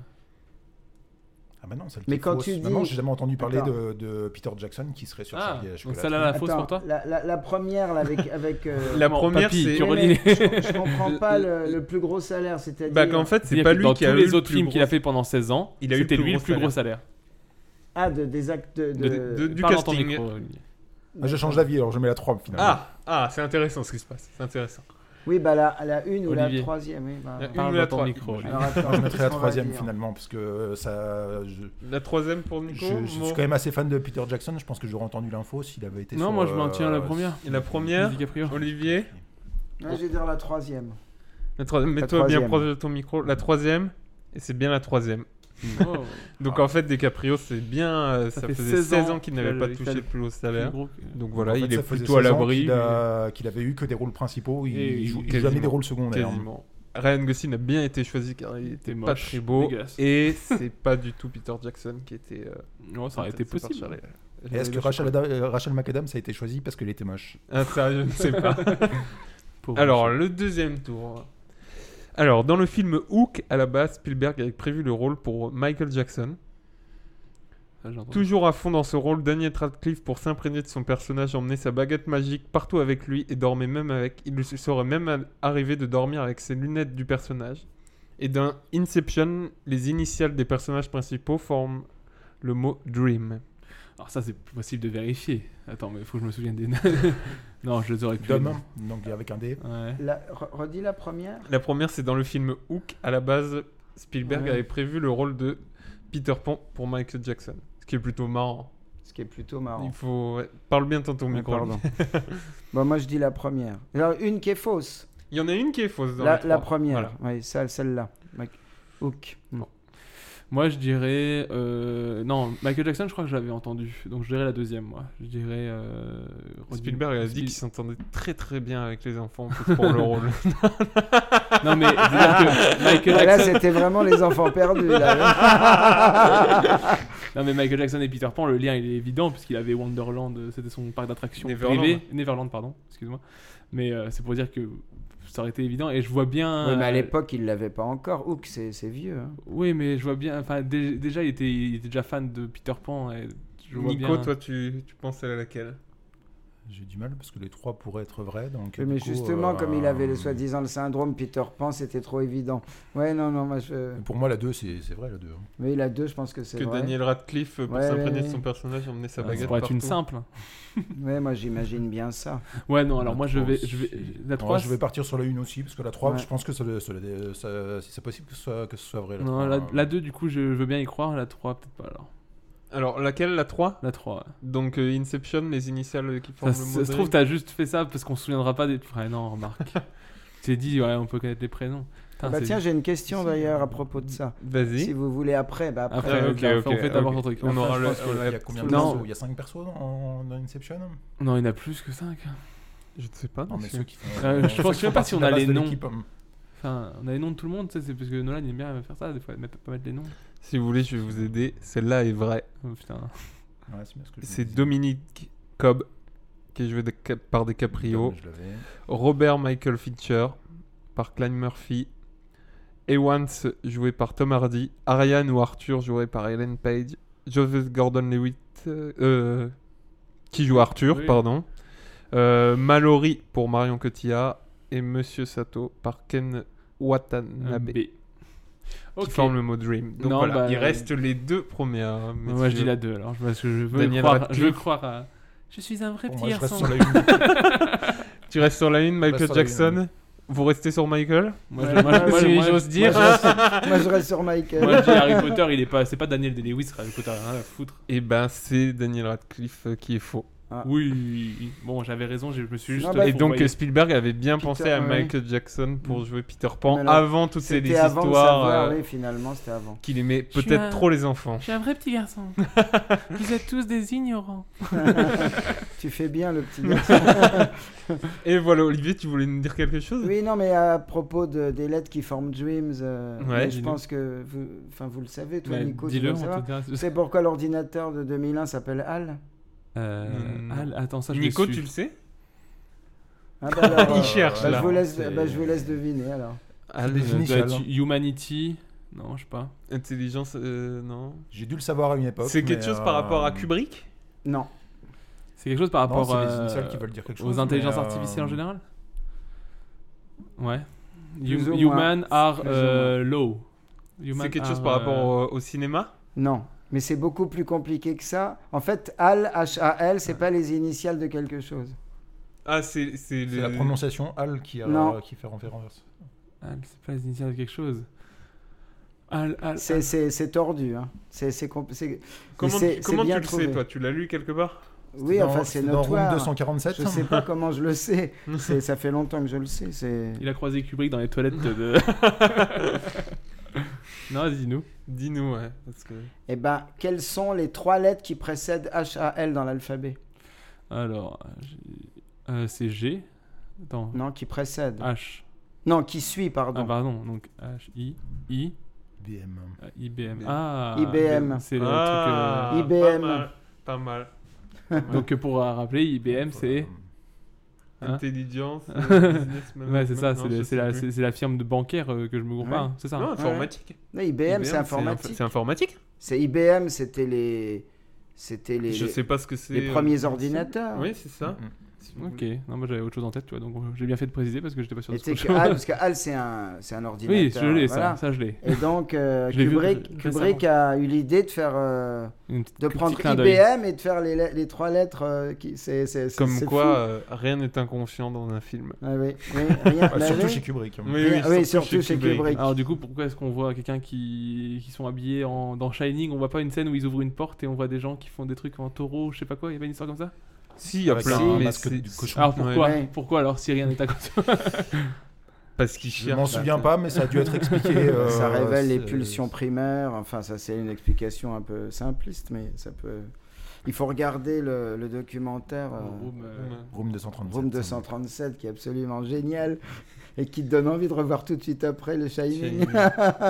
[SPEAKER 5] Ah bah non, celle
[SPEAKER 9] Mais
[SPEAKER 5] qui est
[SPEAKER 9] quand
[SPEAKER 5] fausse.
[SPEAKER 9] tu dis-
[SPEAKER 5] Maman, j'ai jamais entendu parler
[SPEAKER 9] Attends.
[SPEAKER 5] de, de Peter Jackson qui serait sur
[SPEAKER 8] Ah,
[SPEAKER 5] Charlie et la
[SPEAKER 8] donc
[SPEAKER 5] chocolaterie.
[SPEAKER 8] celle-là la fausse
[SPEAKER 9] Attends,
[SPEAKER 8] pour toi
[SPEAKER 9] la, la- la première, là, avec. avec euh,
[SPEAKER 7] La
[SPEAKER 9] oui,
[SPEAKER 8] Bon,
[SPEAKER 7] première,
[SPEAKER 8] papy,
[SPEAKER 7] c'est-
[SPEAKER 9] mais
[SPEAKER 8] tu relis.
[SPEAKER 9] je, je comprends pas le, le plus gros salaire, c'est-à-dire.
[SPEAKER 7] Bah qu'en fait, c'est
[SPEAKER 8] C'est-à-dire
[SPEAKER 7] pas
[SPEAKER 8] que
[SPEAKER 7] lui
[SPEAKER 8] dans
[SPEAKER 7] qui
[SPEAKER 8] tous
[SPEAKER 7] a eu
[SPEAKER 8] les
[SPEAKER 7] le
[SPEAKER 8] autres
[SPEAKER 7] plus
[SPEAKER 8] films qu'il a
[SPEAKER 7] gros-
[SPEAKER 8] fait pendant 16 ans,
[SPEAKER 7] Il a eu
[SPEAKER 8] c'était
[SPEAKER 7] le plus
[SPEAKER 8] lui le
[SPEAKER 7] gros
[SPEAKER 8] plus gros salaire.
[SPEAKER 9] Ah, de, des actes de.
[SPEAKER 7] De- de- du
[SPEAKER 8] Parle dans ton
[SPEAKER 7] casting.
[SPEAKER 8] micro,
[SPEAKER 5] Ah, je change d'avis, alors je mets la 3 finalement.
[SPEAKER 7] Ah, ah c'est intéressant ce qui se passe. C'est intéressant.
[SPEAKER 9] Oui, bah la, la une ou
[SPEAKER 7] Olivier.
[SPEAKER 9] la troisième. Oui, bah,
[SPEAKER 7] La
[SPEAKER 9] bah,
[SPEAKER 7] une ou la trois- Alors, attends,
[SPEAKER 5] Non, je mettrai la
[SPEAKER 9] qu'est-ce qu'on va
[SPEAKER 5] troisième
[SPEAKER 9] dire
[SPEAKER 5] finalement, parce que euh, ça. je-
[SPEAKER 7] La troisième pour Nico
[SPEAKER 5] Je, je suis
[SPEAKER 7] moi.
[SPEAKER 5] quand même assez fan de Peter Jackson, je pense que j'aurais entendu l'info s'il avait été.
[SPEAKER 8] Non,
[SPEAKER 5] sur,
[SPEAKER 8] moi, je m'en
[SPEAKER 5] euh,
[SPEAKER 8] tiens à la première.
[SPEAKER 7] Et la première, Olivier.
[SPEAKER 9] Ouais, je vais dire la troisième.
[SPEAKER 7] La troisième, mets-toi bien proche de ton micro. La troisième, et c'est bien la troisième.
[SPEAKER 8] Oh.
[SPEAKER 7] Donc en fait, DiCaprio, c'est bien. euh, ça,
[SPEAKER 8] fait
[SPEAKER 7] faisait
[SPEAKER 8] 16
[SPEAKER 7] 16 ans
[SPEAKER 8] ans
[SPEAKER 7] qu'il
[SPEAKER 8] qu'il
[SPEAKER 7] n'avait
[SPEAKER 8] a-
[SPEAKER 7] pas
[SPEAKER 8] qu'il a
[SPEAKER 7] touché
[SPEAKER 8] le Mmh.
[SPEAKER 7] le plus haut
[SPEAKER 8] plus
[SPEAKER 7] salaire.
[SPEAKER 8] gros-
[SPEAKER 7] Donc
[SPEAKER 5] en
[SPEAKER 7] voilà,
[SPEAKER 5] fait,
[SPEAKER 7] il
[SPEAKER 5] ça
[SPEAKER 7] est
[SPEAKER 5] faisait
[SPEAKER 7] plutôt à
[SPEAKER 5] 16 ans
[SPEAKER 7] l'abri.
[SPEAKER 5] Qu'il, a- qu'il avait eu que des rôles principaux, il,
[SPEAKER 7] Et
[SPEAKER 5] il joue
[SPEAKER 7] quasiment-
[SPEAKER 5] jamais des rôles secondaires. hein.
[SPEAKER 7] quasiment. Ryan Gosling a bien été choisi car il était pas
[SPEAKER 8] Mmh. moche,
[SPEAKER 7] très beau.
[SPEAKER 8] dégueulasse.
[SPEAKER 7] Et c'est pas du tout Peter Jackson qui était. euh,
[SPEAKER 8] Ouais, ça aurait été
[SPEAKER 7] intéressé par
[SPEAKER 8] possible.
[SPEAKER 7] Charlie.
[SPEAKER 5] Et
[SPEAKER 8] Euh,
[SPEAKER 5] est-ce que
[SPEAKER 7] Je crois-
[SPEAKER 5] Rachel, Ada- Rachel McAdams a été choisie parce qu'elle était moche
[SPEAKER 7] Ah, ça, je ne sais pas.
[SPEAKER 8] Pauvre
[SPEAKER 7] Alors, le deuxième tour. Alors, dans le film Hook, à la base, Spielberg avait prévu le rôle pour Michael Jackson.
[SPEAKER 8] Ça, j'ai entendu.
[SPEAKER 7] Toujours à fond dans ce rôle, Daniel Radcliffe, pour s'imprégner de son personnage, emmenait sa baguette magique partout avec lui et dormait même avec. Il lui serait même a- arrivé de dormir avec ses lunettes du personnage. Et dans Inception, les initiales des personnages principaux forment le mot Dream.
[SPEAKER 8] Alors ça, c'est plus possible de vérifier. Attends, mais il faut que je me souvienne des... non, je les aurais pu...
[SPEAKER 5] Dom, donc avec un D.
[SPEAKER 8] Ouais.
[SPEAKER 9] La- re- redis la première.
[SPEAKER 7] La première, c'est dans le film Hook. À la base, Spielberg
[SPEAKER 9] Ouais.
[SPEAKER 7] avait prévu le rôle de Peter Pan pour Michael Jackson. Ce qui est plutôt marrant.
[SPEAKER 9] Ce qui est plutôt marrant.
[SPEAKER 7] Il faut... ouais, Parle bien dans ton
[SPEAKER 9] Ah,
[SPEAKER 7] micro.
[SPEAKER 9] pardon. Bon, moi, je dis la première. Alors, une qui est fausse.
[SPEAKER 7] Il y en a une qui est fausse dans
[SPEAKER 9] La,
[SPEAKER 7] les
[SPEAKER 9] la
[SPEAKER 7] trois.
[SPEAKER 9] première. Oui, celle- celle-là. Mike- Hook.
[SPEAKER 8] Moi, je dirais... euh, Non, Michael Jackson, je crois que je l'avais entendu. Donc, je dirais la deuxième, moi. Je dirais... euh, Rodin-
[SPEAKER 7] Spielberg a dit
[SPEAKER 8] Spiel-
[SPEAKER 7] qu'il s'entendait très très bien avec les enfants pour le rôle.
[SPEAKER 8] Non, mais c'est-à-dire que Michael
[SPEAKER 9] Bah, là,
[SPEAKER 8] Jackson-
[SPEAKER 9] c'était vraiment les enfants perdus. là.
[SPEAKER 8] non mais Michael Jackson et Peter Pan, le lien il est évident puisqu'il avait Wonderland, euh, c'était son parc d'attractions
[SPEAKER 7] Neverland.
[SPEAKER 8] privé, Neverland pardon, excuse-moi. Mais euh, c'est pour dire que ça aurait été évident et je vois bien.
[SPEAKER 9] Ouais, mais à
[SPEAKER 8] euh,
[SPEAKER 9] l'époque, il l'avait pas encore. Hook, c'est c'est vieux. hein.
[SPEAKER 8] Oui, mais je vois bien. Enfin, dé- déjà il était, il était déjà fan de Peter Pan et je vois
[SPEAKER 7] Nico,
[SPEAKER 8] bien-
[SPEAKER 7] toi, tu, tu penses à laquelle
[SPEAKER 5] J'ai du mal parce que les trois pourraient être vrais. Donc,
[SPEAKER 9] Oui,
[SPEAKER 5] du
[SPEAKER 9] mais
[SPEAKER 5] coup,
[SPEAKER 9] justement,
[SPEAKER 5] euh,
[SPEAKER 9] comme il avait le soi-disant le syndrome Peter Pan, c'était trop évident. Ouais, non, non, moi je.
[SPEAKER 5] Pour moi, la 2, c'est c'est vrai, la 2. hein.
[SPEAKER 9] Mais la 2, je pense que c'est
[SPEAKER 7] Que
[SPEAKER 9] vrai.
[SPEAKER 7] Daniel Radcliffe, pour
[SPEAKER 9] Ouais,
[SPEAKER 7] s'imprégner
[SPEAKER 9] ouais,
[SPEAKER 7] de son
[SPEAKER 9] ouais.
[SPEAKER 7] personnage, emmenait sa
[SPEAKER 8] Ah, ça
[SPEAKER 7] baguette
[SPEAKER 8] pourrait être une
[SPEAKER 7] partout.
[SPEAKER 8] simple.
[SPEAKER 9] Ouais, moi j'imagine bien ça.
[SPEAKER 8] Ouais, non. Alors moi je
[SPEAKER 5] trois
[SPEAKER 8] vais, je vais
[SPEAKER 5] aussi.
[SPEAKER 8] la
[SPEAKER 5] Ouais,
[SPEAKER 8] 3
[SPEAKER 5] je vais partir sur la 1 aussi, parce que la 3,
[SPEAKER 9] Ouais.
[SPEAKER 5] je pense que ça, ça- ça- si c'est possible que ce soit, que ce soit vrai. La
[SPEAKER 8] Non,
[SPEAKER 5] trois,
[SPEAKER 8] la,
[SPEAKER 5] euh,
[SPEAKER 8] la 2 du coup je veux bien y croire, la 3 peut-être pas alors.
[SPEAKER 7] Alors, laquelle La 3
[SPEAKER 8] La 3. ouais.
[SPEAKER 7] Donc, euh, Inception, les initiales qui
[SPEAKER 8] Ça,
[SPEAKER 7] forment le mot
[SPEAKER 8] ça se
[SPEAKER 7] Dream.
[SPEAKER 8] trouve t'as juste fait ça parce qu'on se souviendra pas des. Ouais, non, remarque. T'es dit ouais, on peut connaître les prénoms. Putain,
[SPEAKER 9] bah
[SPEAKER 8] Ah, c'est-
[SPEAKER 9] tiens, j'ai une question d'ailleurs à propos de ça.
[SPEAKER 7] Vas-y.
[SPEAKER 9] Si vous voulez après, bah après.
[SPEAKER 7] Après,
[SPEAKER 8] ok,
[SPEAKER 7] Ah, ok,
[SPEAKER 8] on fait
[SPEAKER 7] ok,
[SPEAKER 8] d'abord
[SPEAKER 7] ok.
[SPEAKER 8] ton truc.
[SPEAKER 7] On
[SPEAKER 8] Enfin,
[SPEAKER 7] aura
[SPEAKER 8] je
[SPEAKER 7] le-
[SPEAKER 8] pense que-
[SPEAKER 7] la-
[SPEAKER 5] Ah Il y a combien de
[SPEAKER 8] Non.
[SPEAKER 5] persos Il y a 5 persos dans, dans Inception
[SPEAKER 8] Non, il y en a plus que 5.
[SPEAKER 7] Je ne sais pas.
[SPEAKER 5] Non, mais
[SPEAKER 7] monsieur.
[SPEAKER 5] ceux qui font-
[SPEAKER 8] Euh, je
[SPEAKER 5] ceux
[SPEAKER 8] pense
[SPEAKER 5] qui
[SPEAKER 8] même
[SPEAKER 5] font
[SPEAKER 8] pas si
[SPEAKER 5] partie
[SPEAKER 8] on
[SPEAKER 5] de la
[SPEAKER 8] a
[SPEAKER 5] base
[SPEAKER 8] les
[SPEAKER 5] de
[SPEAKER 8] noms.
[SPEAKER 5] l'équipe, hein.
[SPEAKER 8] Enfin, on a les noms de tout le monde, tu sais, c'est parce que Nolan il aime bien faire ça, des fois, mettre- pas mettre les noms.
[SPEAKER 7] Si vous voulez, je vais vous aider. Celle-là est vraie.
[SPEAKER 8] Oh, putain.
[SPEAKER 5] Ouais, c'est bien ce que je me
[SPEAKER 7] C'est
[SPEAKER 5] disais.
[SPEAKER 7] Dominique Cobb qui est joué de Cap- par DiCaprio,
[SPEAKER 5] Dom, je l'avais.
[SPEAKER 7] Robert Michael Fincher par Klein Murphy, Ewans joué par Tom Hardy, Ariane ou Arthur joué par Ellen Page, Joseph Gordon-Lewitt euh, euh, qui joue Arthur,
[SPEAKER 8] Oui.
[SPEAKER 7] pardon, euh, Mallory pour Marion Cotillard et Monsieur Sato par Ken
[SPEAKER 8] Un
[SPEAKER 7] Watanabe.
[SPEAKER 8] B.
[SPEAKER 7] Qui
[SPEAKER 8] Ah, Ok.
[SPEAKER 7] forme le mot Dream. Donc
[SPEAKER 8] Non,
[SPEAKER 7] voilà,
[SPEAKER 8] bah,
[SPEAKER 7] il reste les deux premières.
[SPEAKER 8] Mais Moi je dis
[SPEAKER 7] messieurs.
[SPEAKER 8] la 2 alors, je- parce que je veux
[SPEAKER 7] Daniel
[SPEAKER 8] croire,
[SPEAKER 7] Radcliffe.
[SPEAKER 8] je veux croire à... Je suis un vrai
[SPEAKER 5] Bon,
[SPEAKER 8] petit
[SPEAKER 5] moi, je reste
[SPEAKER 8] garçon.
[SPEAKER 5] sur la une.
[SPEAKER 7] Tu restes sur la une, Michael
[SPEAKER 5] sur la une,
[SPEAKER 7] Jackson. Vous restez sur Michael
[SPEAKER 8] Moi,
[SPEAKER 9] Ouais,
[SPEAKER 8] je- moi, je-
[SPEAKER 9] moi,
[SPEAKER 8] moi,
[SPEAKER 9] aussi,
[SPEAKER 8] moi, j'ose
[SPEAKER 9] Moi
[SPEAKER 8] dire.
[SPEAKER 9] je, reste sur... moi, je reste sur euh, Michael.
[SPEAKER 8] Moi je dis Harry Potter, il est pas... c'est pas Daniel Day-Lewis, Harry Potter, rien à foutre.
[SPEAKER 7] Eh ben, c'est Daniel Radcliffe euh, qui est faux.
[SPEAKER 9] Ah.
[SPEAKER 8] Oui, bon j'avais raison, je me suis juste...
[SPEAKER 9] Ah bah,
[SPEAKER 7] Et donc
[SPEAKER 8] fourvoyé.
[SPEAKER 7] euh, Spielberg avait bien
[SPEAKER 9] Peter-
[SPEAKER 7] pensé à
[SPEAKER 9] ouais.
[SPEAKER 7] Michael Jackson pour jouer Peter Pan
[SPEAKER 9] Mais alors,
[SPEAKER 7] avant toutes ces
[SPEAKER 9] C'était
[SPEAKER 7] histoires
[SPEAKER 9] avant de savoir,
[SPEAKER 7] euh,
[SPEAKER 9] oui, finalement, c'était avant.
[SPEAKER 7] qu'il aimait
[SPEAKER 6] Je suis
[SPEAKER 7] peut-être
[SPEAKER 6] un-
[SPEAKER 7] trop les enfants.
[SPEAKER 6] Je suis un vrai petit garçon. Vous êtes tous des ignorants.
[SPEAKER 9] Tu fais bien le petit garçon.
[SPEAKER 7] Et voilà, Olivier, tu voulais nous dire quelque chose
[SPEAKER 9] Oui, non, mais à propos de- des lettres qui forment Dreams, euh,
[SPEAKER 7] Ouais,
[SPEAKER 9] mais je
[SPEAKER 7] dis-nous.
[SPEAKER 9] pense que vous, enfin, vous le savez, toi,
[SPEAKER 8] Mais
[SPEAKER 9] Nico, tu
[SPEAKER 8] Bah,
[SPEAKER 9] dois
[SPEAKER 8] Dis-le,
[SPEAKER 9] le
[SPEAKER 8] on
[SPEAKER 9] savoir.
[SPEAKER 8] te dira.
[SPEAKER 9] C'est pourquoi l'ordinateur de 2001 s'appelle HAL
[SPEAKER 8] Euh,
[SPEAKER 7] Non.
[SPEAKER 8] ah, Attends, ça je
[SPEAKER 7] Nico,
[SPEAKER 8] le
[SPEAKER 7] tu
[SPEAKER 8] suis.
[SPEAKER 7] le sais
[SPEAKER 9] Ah, bah, alors,
[SPEAKER 7] Il
[SPEAKER 9] euh,
[SPEAKER 7] cherche,
[SPEAKER 9] bah,
[SPEAKER 7] là.
[SPEAKER 9] je, vous laisse,
[SPEAKER 5] C'est-
[SPEAKER 9] bah, je vous laisse deviner alors.
[SPEAKER 7] Allez,
[SPEAKER 8] Ça doit
[SPEAKER 5] Michel,
[SPEAKER 8] être
[SPEAKER 5] hein.
[SPEAKER 8] Humanity... Non, je sais pas.
[SPEAKER 7] intelligence, euh, non.
[SPEAKER 5] J'ai dû le savoir à une époque.
[SPEAKER 7] C'est quelque
[SPEAKER 5] mais,
[SPEAKER 7] chose par rapport à
[SPEAKER 5] euh,
[SPEAKER 7] Kubrick
[SPEAKER 9] Non.
[SPEAKER 8] C'est quelque chose par
[SPEAKER 5] Non,
[SPEAKER 8] rapport
[SPEAKER 5] c'est les
[SPEAKER 8] euh,
[SPEAKER 5] initiales qui veulent dire quelque chose,
[SPEAKER 8] aux intelligences
[SPEAKER 5] mais, euh,
[SPEAKER 8] artificielles en général Ouais.
[SPEAKER 9] Plus
[SPEAKER 8] Hum-
[SPEAKER 9] ou moins.
[SPEAKER 8] human are
[SPEAKER 9] Plus ou
[SPEAKER 8] euh, low. Human
[SPEAKER 7] C'est quelque chose
[SPEAKER 8] are,
[SPEAKER 7] par
[SPEAKER 8] euh,
[SPEAKER 7] rapport au, au cinéma
[SPEAKER 9] Non. mais c'est beaucoup plus compliqué que ça. En fait, HAL, H-A-L, c'est pas les initiales de quelque chose.
[SPEAKER 7] Ah, c'est. C'est
[SPEAKER 5] la prononciation HAL qui, a-
[SPEAKER 9] Euh, Non.
[SPEAKER 5] qui fait renverse.
[SPEAKER 8] Ah, mais c'est pas les initiales de quelque chose.
[SPEAKER 7] Ah.
[SPEAKER 9] C'est- C'est c'est tordu. Hein. C'est- c'est compl- c'est- mais
[SPEAKER 7] Comment,
[SPEAKER 9] c'est-
[SPEAKER 7] tu,
[SPEAKER 9] c'est
[SPEAKER 7] comment
[SPEAKER 9] bien
[SPEAKER 7] tu le
[SPEAKER 9] trouvé.
[SPEAKER 7] sais, toi Tu l'as lu quelque part
[SPEAKER 9] Oui, enfin, c'est notoire. Je sais pas comment je le sais. C'est- Ça fait longtemps que je le sais. c'est-
[SPEAKER 8] Il a croisé Kubrick dans les toilettes de. non, dis-nous.
[SPEAKER 7] Dis-nous, ouais. Parce que...
[SPEAKER 9] Eh ben, quelles sont les trois lettres qui précèdent H-A-L dans l'alphabet
[SPEAKER 8] Alors, j'ai- euh, c'est G. Attends.
[SPEAKER 9] Non, qui précède.
[SPEAKER 7] Ah.
[SPEAKER 8] H.
[SPEAKER 9] Non, qui suit, pardon.
[SPEAKER 8] Ah,
[SPEAKER 7] bah.
[SPEAKER 8] pardon. Donc H, I, I.
[SPEAKER 5] IBM.
[SPEAKER 8] IBM. Ah
[SPEAKER 9] IBM.
[SPEAKER 8] C'est le
[SPEAKER 7] Ah,
[SPEAKER 8] truc. euh,
[SPEAKER 7] Pas
[SPEAKER 9] IBM.
[SPEAKER 7] mal. Pas mal.
[SPEAKER 8] Donc, pour euh, rappeler, IBM, c'est.
[SPEAKER 5] Mm,
[SPEAKER 8] Hein
[SPEAKER 7] Intelligence, euh, business management,
[SPEAKER 8] ouais, c'est ça,
[SPEAKER 7] non,
[SPEAKER 8] c'est
[SPEAKER 7] je
[SPEAKER 8] le-
[SPEAKER 7] sais
[SPEAKER 8] c'est la,
[SPEAKER 7] plus.
[SPEAKER 8] c'est- c'est la firme de bancaire euh, que je me comprends
[SPEAKER 9] Ouais.
[SPEAKER 8] pas, hein, c'est ça
[SPEAKER 7] Non,
[SPEAKER 8] hein
[SPEAKER 7] informatique.
[SPEAKER 9] Ouais. Non, IBM,
[SPEAKER 7] c'est
[SPEAKER 9] c'est informatique.
[SPEAKER 7] C'est informatique
[SPEAKER 9] C'est IBM, c'était les. C'était les.
[SPEAKER 7] Je sais pas ce que c'est.
[SPEAKER 9] Les
[SPEAKER 7] euh,
[SPEAKER 9] premiers ordinateurs.
[SPEAKER 7] Oui, c'est
[SPEAKER 9] Hein
[SPEAKER 7] ça.
[SPEAKER 5] mm.
[SPEAKER 8] Ok, non, moi j'avais autre chose en tête, tu vois, donc euh, j'ai bien fait de préciser parce que j'étais pas sûr
[SPEAKER 9] Et
[SPEAKER 8] de
[SPEAKER 9] tu sais
[SPEAKER 8] ce
[SPEAKER 9] que
[SPEAKER 8] que-
[SPEAKER 9] HAL, parce que HAL, c'est un, c'est un ordinateur.
[SPEAKER 8] Oui, je l'ai, ça,
[SPEAKER 9] voilà.
[SPEAKER 8] ça, je l'ai.
[SPEAKER 9] Et donc, euh,
[SPEAKER 8] Je l'ai vu
[SPEAKER 9] Kubrick,
[SPEAKER 8] ré-
[SPEAKER 9] Kubrick a eu l'idée de faire. euh,
[SPEAKER 8] Une petite-
[SPEAKER 9] de
[SPEAKER 8] petit
[SPEAKER 9] prendre
[SPEAKER 8] clin d'œil.
[SPEAKER 9] IBM et de faire les, le- les trois lettres. euh, qui, c'est, c'est, c'est-
[SPEAKER 7] Comme
[SPEAKER 9] c'est
[SPEAKER 7] quoi,
[SPEAKER 9] fou.
[SPEAKER 7] euh, rien n'est inconscient dans un film.
[SPEAKER 9] Ah oui, oui, rien- Bah, oui.
[SPEAKER 7] Oui,
[SPEAKER 9] Oui,
[SPEAKER 7] oui,
[SPEAKER 9] oui, surtout chez Kubrick.
[SPEAKER 8] Alors du coup, pourquoi est-ce qu'on voit quelqu'un qui... qui sont habillés en... dans Shining On voit pas une scène où ils ouvrent une porte et on voit des gens qui font des trucs en taureau, je sais pas quoi, il y a pas une histoire comme ça
[SPEAKER 7] Si, il y a Avec plein, un mais masque c'est- du cochon.
[SPEAKER 8] Alors pourquoi,
[SPEAKER 7] Ouais.
[SPEAKER 8] pourquoi alors si rien n'est inconscient
[SPEAKER 7] Parce qu'ils
[SPEAKER 5] Je m'en souviens pas, mais ça a dû être expliqué. euh,
[SPEAKER 9] ça révèle les
[SPEAKER 5] c'est-
[SPEAKER 9] pulsions primaires. Enfin, ça, c'est une explication un peu simpliste, mais ça peut. Il faut regarder le, le documentaire. euh,
[SPEAKER 8] Room, euh,
[SPEAKER 5] Room 237.
[SPEAKER 9] Room 237 qui est absolument génial et qui te donne envie de revoir tout de suite après le Shining.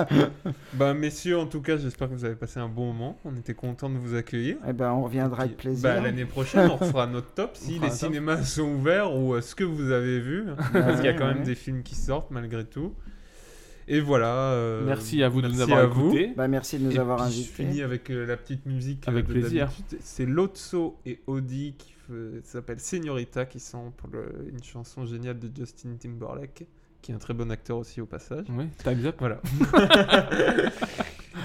[SPEAKER 7] bah messieurs, en tout cas, j'espère que vous avez passé un bon moment. On était content de vous accueillir.
[SPEAKER 9] Eh ben, on reviendra avec plaisir.
[SPEAKER 7] Bah, L'année prochaine, on fera notre top si
[SPEAKER 9] fera
[SPEAKER 7] les
[SPEAKER 9] un top. Bah
[SPEAKER 7] cinémas sont ouverts ou euh, ce que vous avez vu. Parce qu'il y a quand
[SPEAKER 9] ouais,
[SPEAKER 7] même
[SPEAKER 9] ouais.
[SPEAKER 7] des films qui sortent malgré tout. Et voilà. euh,
[SPEAKER 8] Merci à vous de nous
[SPEAKER 7] merci
[SPEAKER 8] avoir
[SPEAKER 7] à vous.
[SPEAKER 8] écoutés.
[SPEAKER 9] Bah, merci de nous
[SPEAKER 7] Et
[SPEAKER 9] avoir
[SPEAKER 7] puis,
[SPEAKER 9] invités.
[SPEAKER 7] Je finis avec euh, la petite musique.
[SPEAKER 8] Avec
[SPEAKER 7] de
[SPEAKER 8] plaisir.
[SPEAKER 7] d'habitude. C'est Lotso et Audi qui f- s'appelle Señorita qui sample euh, une chanson géniale de Justin Timberlake qui est un très bon acteur aussi au passage.
[SPEAKER 8] Oui, Bah, time's up.
[SPEAKER 7] Voilà.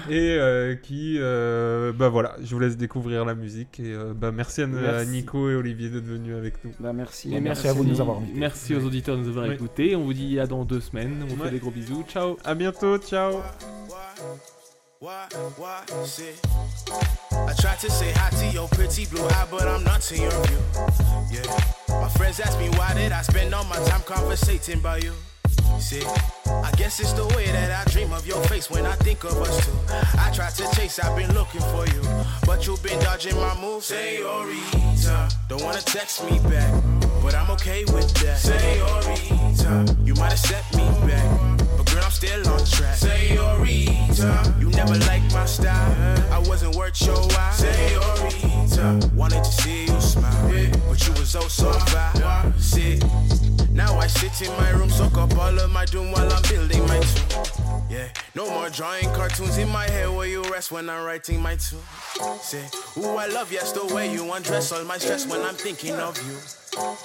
[SPEAKER 7] et euh, qui, euh, bah voilà, je vous laisse découvrir la musique et euh, bah merci à, à
[SPEAKER 8] Merci.
[SPEAKER 7] Nico et Olivier d'être venus avec nous.
[SPEAKER 9] Bah, merci.
[SPEAKER 8] Et Merci aux auditeurs de nous avoir
[SPEAKER 7] Oui.
[SPEAKER 8] écoutés. On vous dit à dans deux semaines. On vous
[SPEAKER 7] Ouais.
[SPEAKER 8] fait des gros bisous. Ciao.
[SPEAKER 7] À bientôt. Ciao.
[SPEAKER 15] Why, why, shit. I tried to say hi to your pretty blue eye, but I'm not to your view. Yeah. My friends ask me why did I spend all my time conversating about you. Shit. I guess it's the way that I dream of your face when I think of us two. I tried to chase, I've been looking for you, but you've been dodging my moves. Senorita, don't wanna text me back, but I'm okay with that. Senorita, you might have set me back, but girl I'm still on track. Senorita, you never liked my style, I wasn't worth your while. Senorita, wanted to see you smile, but you was oh so fine. Sit. Now I sit in my room, soak up all of my doom while I'm building my tomb. Yeah, no more drawing cartoons in my head where you rest when I'm writing my tune. Say, ooh, I love yes the way you undress all my stress when I'm thinking of you.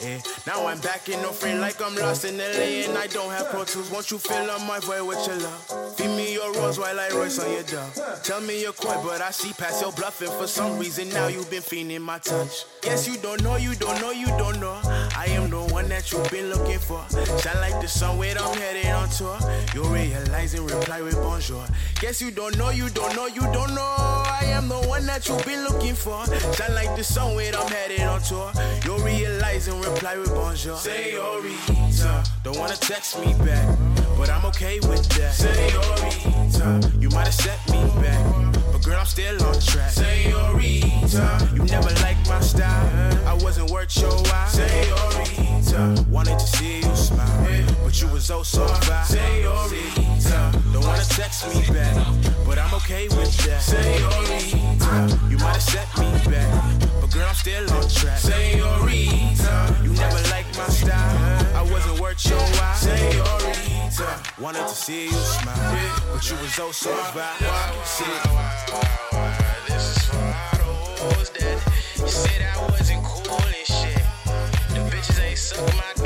[SPEAKER 15] Yeah, now I'm back in no frame like I'm lost in LA and I don't have pro tools. Won't you fill up my void with your love? Feed me your rose while I royce on your dove. Tell me you're coy, but I see past your bluffing for some reason. Now you've been feeling my touch. Guess you don't know, you don't know, you don't know. I am the one that you've been looking for. Shine like the sun when I'm headed on tour. You'll realize and reply with bonjour. Guess you don't know, you don't know, you don't know. I am the one that you've been looking for. Shine like the sun when I'm headed on tour. You'll realize and reply with bonjour. Senorita, don't wanna text me back, but I'm okay with that. Senorita, you might have set me back, but girl I'm still on track. Senorita, you never liked my style, I wasn't worth your while. Senorita, wanted to see you smile, but you was oh so fine. Senorita, don't wanna text me back, but I'm okay with that. Senorita, you might have set me back, but girl I'm still on track. Senorita, you never liked my style, I wasn't worth your while. Senorita, wanted to see you smile, but you was oh so fine. This is for all those that said I wasn't cool and shit. The bitches ain't suck my